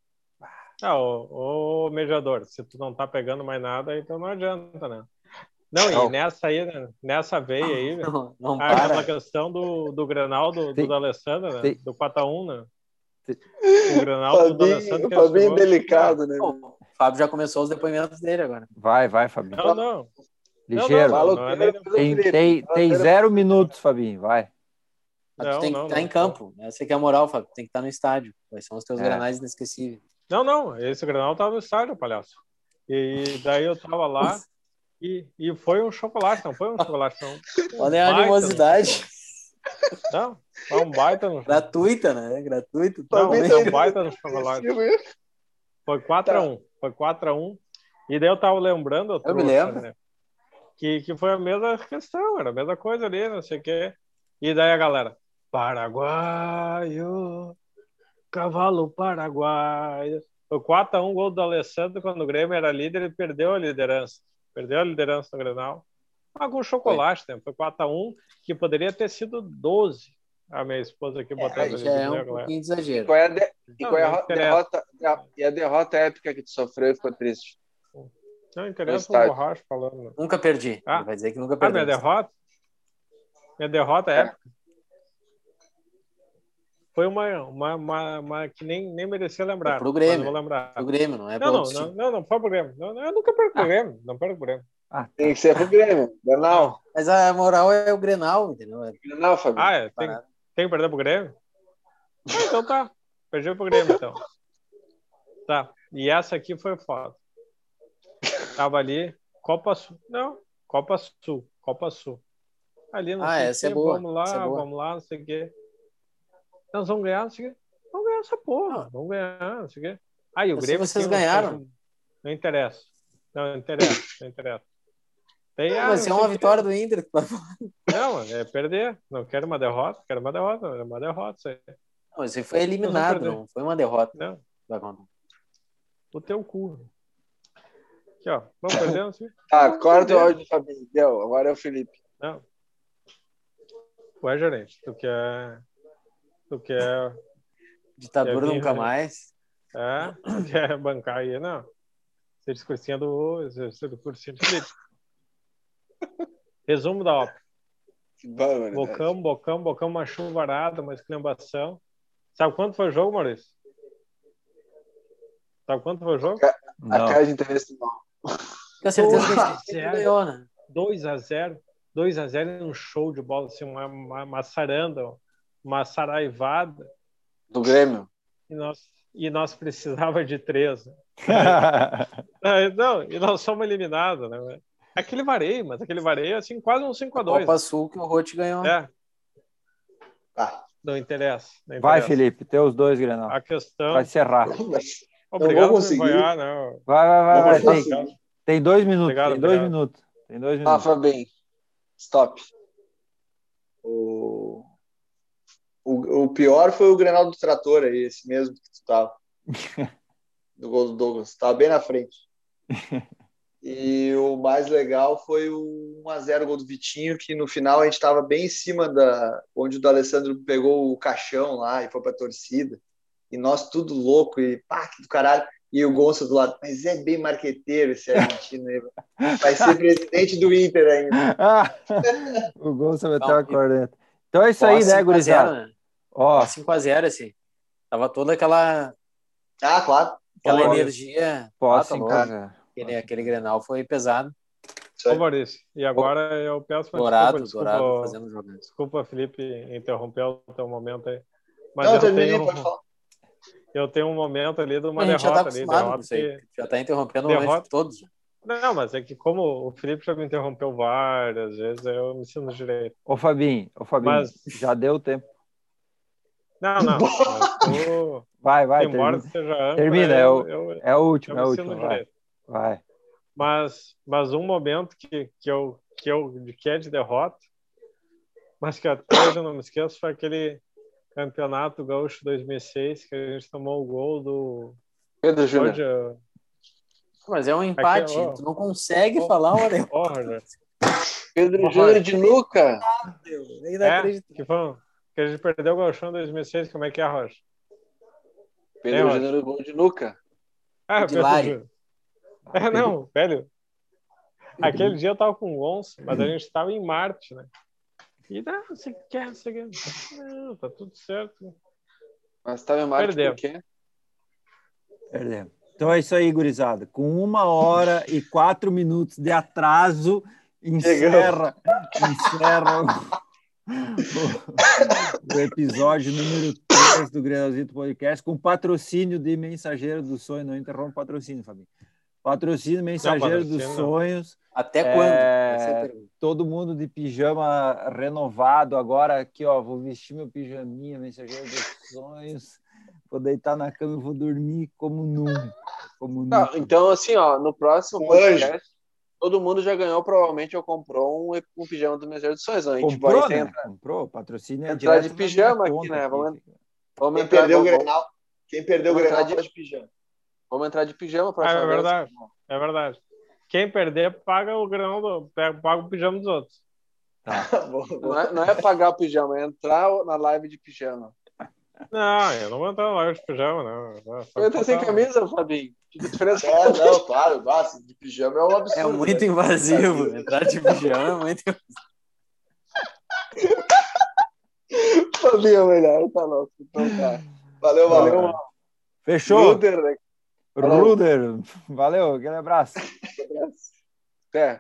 Speaker 5: Ah, ô, ô mediador, se tu não tá pegando mais nada, então não adianta, né? Não,
Speaker 1: Não.
Speaker 5: e nessa aí, né, nessa veia aí, né,
Speaker 4: Não, não
Speaker 5: ah, aquela
Speaker 4: para.
Speaker 5: questão do, do Grenaldo,
Speaker 1: Sim.
Speaker 5: do Alessandro, né?
Speaker 1: Sim.
Speaker 5: Do 4x1, né?
Speaker 1: Sim.
Speaker 5: O Grenaldo do
Speaker 2: Fabinho,
Speaker 5: Alessandro tá que é
Speaker 2: Fabinho
Speaker 5: chegou.
Speaker 2: delicado, né?
Speaker 4: O Fábio já começou os depoimentos dele agora.
Speaker 1: Vai, vai, Fabinho.
Speaker 5: Não, não.
Speaker 1: Ligeiro.
Speaker 5: Não,
Speaker 3: Fala
Speaker 5: não
Speaker 3: o
Speaker 5: é
Speaker 3: que era,
Speaker 5: nem-
Speaker 3: faz o
Speaker 1: Tem,
Speaker 3: Felipe.
Speaker 1: tem, tem zero minutos, Fabinho. Vai.
Speaker 4: Mas Ah, tu
Speaker 5: Não,
Speaker 4: tem que
Speaker 5: não,
Speaker 4: estar
Speaker 5: não.
Speaker 4: em campo. Essa aqui é a moral, Fábio. Tu tem que estar no estádio. Quais são os teus
Speaker 1: É.
Speaker 4: granais inesquecíveis.
Speaker 5: Não, não. Esse Grenaldo tava no estádio, palhaço. E daí eu tava lá e, e foi um chocolate, não foi um chocolate, não.
Speaker 4: Olha a
Speaker 5: baita,
Speaker 4: animosidade.
Speaker 5: Não, foi um baita no chocolate.
Speaker 4: Gratuita, né? Gratuito.
Speaker 5: Não,
Speaker 4: totalmente.
Speaker 5: foi um baita no chocolate.
Speaker 2: Sim,
Speaker 5: Foi 4x1. Foi 4x1. E daí eu tava lembrando, eu
Speaker 4: Tá. me lembro.
Speaker 5: né, que, que foi a mesma questão, era a mesma coisa ali, não sei o quê. E daí a galera, Paraguaio, cavalo paraguaio. Foi 4x1 gol do Alessandro quando o Grêmio era líder e perdeu a liderança. Perdeu a liderança no Grenal. Mas com chocolate, né? Foi 4x1, que poderia ter sido 12. A minha esposa aqui botando
Speaker 4: Aí já é
Speaker 5: né,
Speaker 4: um
Speaker 5: galera?
Speaker 4: pouquinho de exagero.
Speaker 3: Qual é a de- E
Speaker 5: Não,
Speaker 3: qual é
Speaker 5: não
Speaker 3: a ro-
Speaker 5: interessa.
Speaker 3: derrota, e a derrota épica que tu sofreu e ficou triste?
Speaker 5: Não interessa o
Speaker 3: Gostado.
Speaker 5: borracho falando.
Speaker 4: é? Nunca perdi.
Speaker 5: Ah.
Speaker 4: Ele vai dizer que nunca
Speaker 5: Ah,
Speaker 4: perdeu.
Speaker 5: minha derrota? Minha derrota é. Foi uma, uma, uma, uma que nem, nem merecia lembrar.
Speaker 4: É pro Grêmio.
Speaker 5: mas eu vou lembrar.
Speaker 4: O Grêmio, não é
Speaker 5: Não,
Speaker 4: pra
Speaker 5: não,
Speaker 4: outro
Speaker 5: não,
Speaker 4: time.
Speaker 5: não, não, foi pro Grêmio. Não, não, eu nunca perco pro Grêmio. Não perco pro Grêmio.
Speaker 3: Tem que ser pro Grêmio. Grenal.
Speaker 4: Mas a moral é o Grenal, entendeu? É
Speaker 3: Grenal, Fabinho.
Speaker 5: Ah, é, tem,
Speaker 4: parado.
Speaker 5: tem que perder pro Grêmio? Ah, então tá. Perdi pro Grêmio, então. Tá. E essa aqui foi foda. Tava ali, Copa Sul. Não, Copa Sul. Copa Sul. Ali, não
Speaker 4: Ah,
Speaker 5: sei o
Speaker 4: essa é
Speaker 5: quê,
Speaker 4: boa,
Speaker 5: Vamos lá,
Speaker 4: essa é boa.
Speaker 5: vamos lá, não sei o quê. Nós vamos ganhar, não sei o quê. Vamos ganhar essa porra. Vamos ganhar, não sei o quê. Aí o
Speaker 4: Ah. Mas
Speaker 5: Grêmio.
Speaker 4: vocês
Speaker 5: tinha uns
Speaker 4: ganharam.
Speaker 5: caras- Não interessa. Não interessa, não interessa. Tem,
Speaker 4: Não,
Speaker 5: ah,
Speaker 4: mas é
Speaker 5: não
Speaker 4: uma
Speaker 5: sei o quê.
Speaker 4: vitória do Inter. que tu vai falar.
Speaker 5: Não, é perder. Não quero uma derrota, quero uma derrota, é uma derrota. isso aí.
Speaker 4: Não, você foi eliminado,
Speaker 5: perder.
Speaker 4: não foi uma derrota.
Speaker 5: Não, É
Speaker 4: vai contar.
Speaker 5: o teu cu. Aqui, ó. Vamos perder, assim? não sei.
Speaker 3: Tá, corta o áudio do Fabinho. Deu, agora é o Felipe.
Speaker 5: Ué, gerente, tu quer. Tu quer.
Speaker 4: Ditadura
Speaker 5: Quer vir,
Speaker 4: nunca
Speaker 5: né?
Speaker 4: mais.
Speaker 5: É, tu quer bancar aí, não. Ser discursinha do. Exercício do cursinho do Felipe. Resumo da obra.
Speaker 3: Que bárbaro.
Speaker 5: Bocão, bocão, bocão, uma chuvarada, uma esclambação. Sabe quanto foi o jogo, Maurício? Sabe quanto foi o jogo?
Speaker 3: A
Speaker 1: Não.
Speaker 3: cara de interesse do mal.
Speaker 4: Tenho certeza que
Speaker 5: Porra,
Speaker 4: a gente
Speaker 5: sério?
Speaker 4: ganhou, né?
Speaker 5: 2 a 0 2 a 0 um show de bola, assim, uma, uma, uma saranda, uma saraivada,
Speaker 3: Do Grêmio.
Speaker 5: e nós, e nós precisava de três. né? Ah, Não, e nós somos eliminados, né? Aquele vareio, mas aquele vareio, assim, quase um 5 a 2
Speaker 4: Copa Sul que o Rote ganhou.
Speaker 5: É,
Speaker 2: Tá.
Speaker 5: não interessa. não
Speaker 1: Vai,
Speaker 5: interessa.
Speaker 1: Felipe, tem os dois Grenal.
Speaker 5: A questão.
Speaker 1: Vai cerrar.
Speaker 5: Obrigado por
Speaker 2: conseguir.
Speaker 5: acompanhar, né?
Speaker 1: Vai, vai, vai. vai.
Speaker 2: Não vai
Speaker 1: Tem,
Speaker 2: conseguir.
Speaker 1: tem dois minutos.
Speaker 5: Obrigado,
Speaker 1: tem dois
Speaker 5: obrigado.
Speaker 1: minutos. Tem dois
Speaker 3: Ah,
Speaker 1: minutos.
Speaker 3: Fabinho. Stop.
Speaker 2: O... O, o pior foi o Grenal do Trator aí, esse mesmo que tu tava. do gol do Douglas. Tava bem na frente. E o mais legal foi o 1x0 gol do Vitinho, que no final a gente tava bem em cima da onde o D'Alessandro pegou o caixão lá e foi pra torcida. E nós tudo louco e pá, que do caralho. E o Gonça do lado, mas é bem marqueteiro esse argentino aí. Vai ser presidente do Inter ainda.
Speaker 1: Ah, o gol sobre
Speaker 4: Não,
Speaker 1: a corneta. Então é isso aí, né, gurizada?
Speaker 4: 5x0, né?
Speaker 1: Ó,
Speaker 4: 5x0, assim. Tava toda aquela,
Speaker 2: Ah, claro.
Speaker 4: aquela
Speaker 1: Pô,
Speaker 4: energia. Ah,
Speaker 1: pós
Speaker 4: tá
Speaker 1: 5
Speaker 4: louco.
Speaker 1: a 0.
Speaker 4: Aquele, aquele Grenal foi pesado.
Speaker 2: Isso
Speaker 5: Ô,
Speaker 2: aí.
Speaker 5: Maurício, e agora eu peço uma
Speaker 4: Dourado,
Speaker 5: desculpa,
Speaker 4: Dourado
Speaker 5: desculpa,
Speaker 4: fazendo
Speaker 1: um-
Speaker 4: jogando.
Speaker 5: desculpa, Felipe, interromper o teu momento aí. Mas
Speaker 2: Não,
Speaker 5: eu
Speaker 2: terminei,
Speaker 5: tenho- um-
Speaker 2: pode falar.
Speaker 5: eu tenho um momento ali de uma
Speaker 4: A gente já tá
Speaker 5: derrota ali,
Speaker 4: acostumado com
Speaker 5: derrota
Speaker 4: isso aí.
Speaker 5: que...
Speaker 4: Já tá interrompendo o momento
Speaker 5: Derrota.
Speaker 4: de todos.
Speaker 5: Não, mas é que como o Felipe já me interrompeu várias vezes, eu me sinto direito.
Speaker 1: Ô, Fabinho, ô, Fabinho,
Speaker 5: Mas-
Speaker 1: já deu tempo.
Speaker 5: Não, não. mas tu-
Speaker 1: Vai, vai,
Speaker 5: embora
Speaker 1: termina.
Speaker 5: tu seja âncora,
Speaker 1: Termina, é
Speaker 5: eu,
Speaker 1: o-
Speaker 5: eu, eu
Speaker 1: É o último,
Speaker 5: me
Speaker 1: é o
Speaker 5: sinto
Speaker 1: último. Vai,
Speaker 5: direito.
Speaker 1: vai.
Speaker 5: Mas, mas um momento que, que, eu, que, eu, que é de derrota, mas que até hoje eu não me esqueço, foi aquele campeonato gaúcho 2006, que a gente tomou o gol do...
Speaker 3: Pedro Júnior.
Speaker 5: Roger,
Speaker 4: Mas é um empate.
Speaker 5: ó.
Speaker 4: Tu não consegue
Speaker 5: Ó.
Speaker 4: falar uma derrota.
Speaker 5: Ó, Roger.
Speaker 3: Pedro
Speaker 5: Roger.
Speaker 3: Júnior de Luca.
Speaker 4: meu. É
Speaker 5: É,
Speaker 4: inacreditável.
Speaker 5: que, foi, que a gente perdeu o gauchão em 2006, como é que é, Roger? É,
Speaker 3: Pedro
Speaker 5: Roger.
Speaker 3: Júnior gol de Luca.
Speaker 5: Ah,
Speaker 4: De
Speaker 5: Pedro
Speaker 4: Lari.
Speaker 5: Júnior. É, não, velho.
Speaker 3: Uhum.
Speaker 5: Aquele dia eu tava com 11, mas a gente tava em Marte, né? E não, você quer, você quer. Não, tá tudo certo.
Speaker 3: Mas tá tava em Marte
Speaker 5: Perdeu.
Speaker 3: por quê?
Speaker 1: Perdemos. Então é isso aí, gurizada. Com uma hora e quatro minutos de atraso, encerra, encerra o, o episódio número 3 do Grenalzito Podcast com patrocínio de Mensageiro do Sonho. Não interrompa o patrocínio, Fabinho. Patrocínio Mensageiro dos
Speaker 5: patrocínio não.
Speaker 1: Sonhos.
Speaker 4: Até
Speaker 1: É,
Speaker 4: quando? Essa é a pergunta.
Speaker 1: todo mundo de pijama renovado agora aqui, ó, vou vestir meu pijaminha, mensageiro dos sonhos, vou deitar na cama e vou dormir como nunca, como
Speaker 3: Tá,
Speaker 1: nunca.
Speaker 3: então, assim, ó, no próximo
Speaker 2: Um
Speaker 3: podcast, todo mundo já ganhou, provavelmente, ou comprou um, ep- um pijama do Mensageiro dos Sonhos. né? A gente
Speaker 1: Comprou,
Speaker 3: vai
Speaker 1: né?
Speaker 3: entrar,
Speaker 1: Comprou, patrocínio é
Speaker 3: Entrar de
Speaker 1: direto na
Speaker 3: pijama
Speaker 1: minha
Speaker 3: aqui,
Speaker 1: conta
Speaker 3: né? Vamos- vamos
Speaker 2: Quem
Speaker 3: entrar,
Speaker 2: perdeu o
Speaker 3: vamos-
Speaker 2: Grenal, Quem perdeu o
Speaker 3: Vou
Speaker 2: Grenal
Speaker 3: entrar de-
Speaker 2: pode pijama.
Speaker 3: Vamos entrar de pijama para
Speaker 5: Ah, é verdade. É verdade. Quem perder, paga o grão do, pega- paga o pijama dos outros.
Speaker 2: Boa,
Speaker 3: Não
Speaker 2: boa.
Speaker 3: é, não é pagar o pijama, é entrar na live de pijama.
Speaker 5: Não, eu não vou entrar na live de pijama, não. Só
Speaker 3: Eu tô sem
Speaker 5: botar-
Speaker 3: camisa, Fabinho. Que diferença
Speaker 2: É, não, claro, nossa, de pijama é um absurdo.
Speaker 4: É muito
Speaker 2: né?
Speaker 4: invasivo. Entrar de pijama é muito
Speaker 3: Fabinho é melhor, tá louco. Então tá.
Speaker 2: Valeu, valeu.
Speaker 3: Valeu,
Speaker 1: Fechou.
Speaker 3: Ruder, né?
Speaker 1: Ruder. Valeu, aquele abraço.
Speaker 3: Até.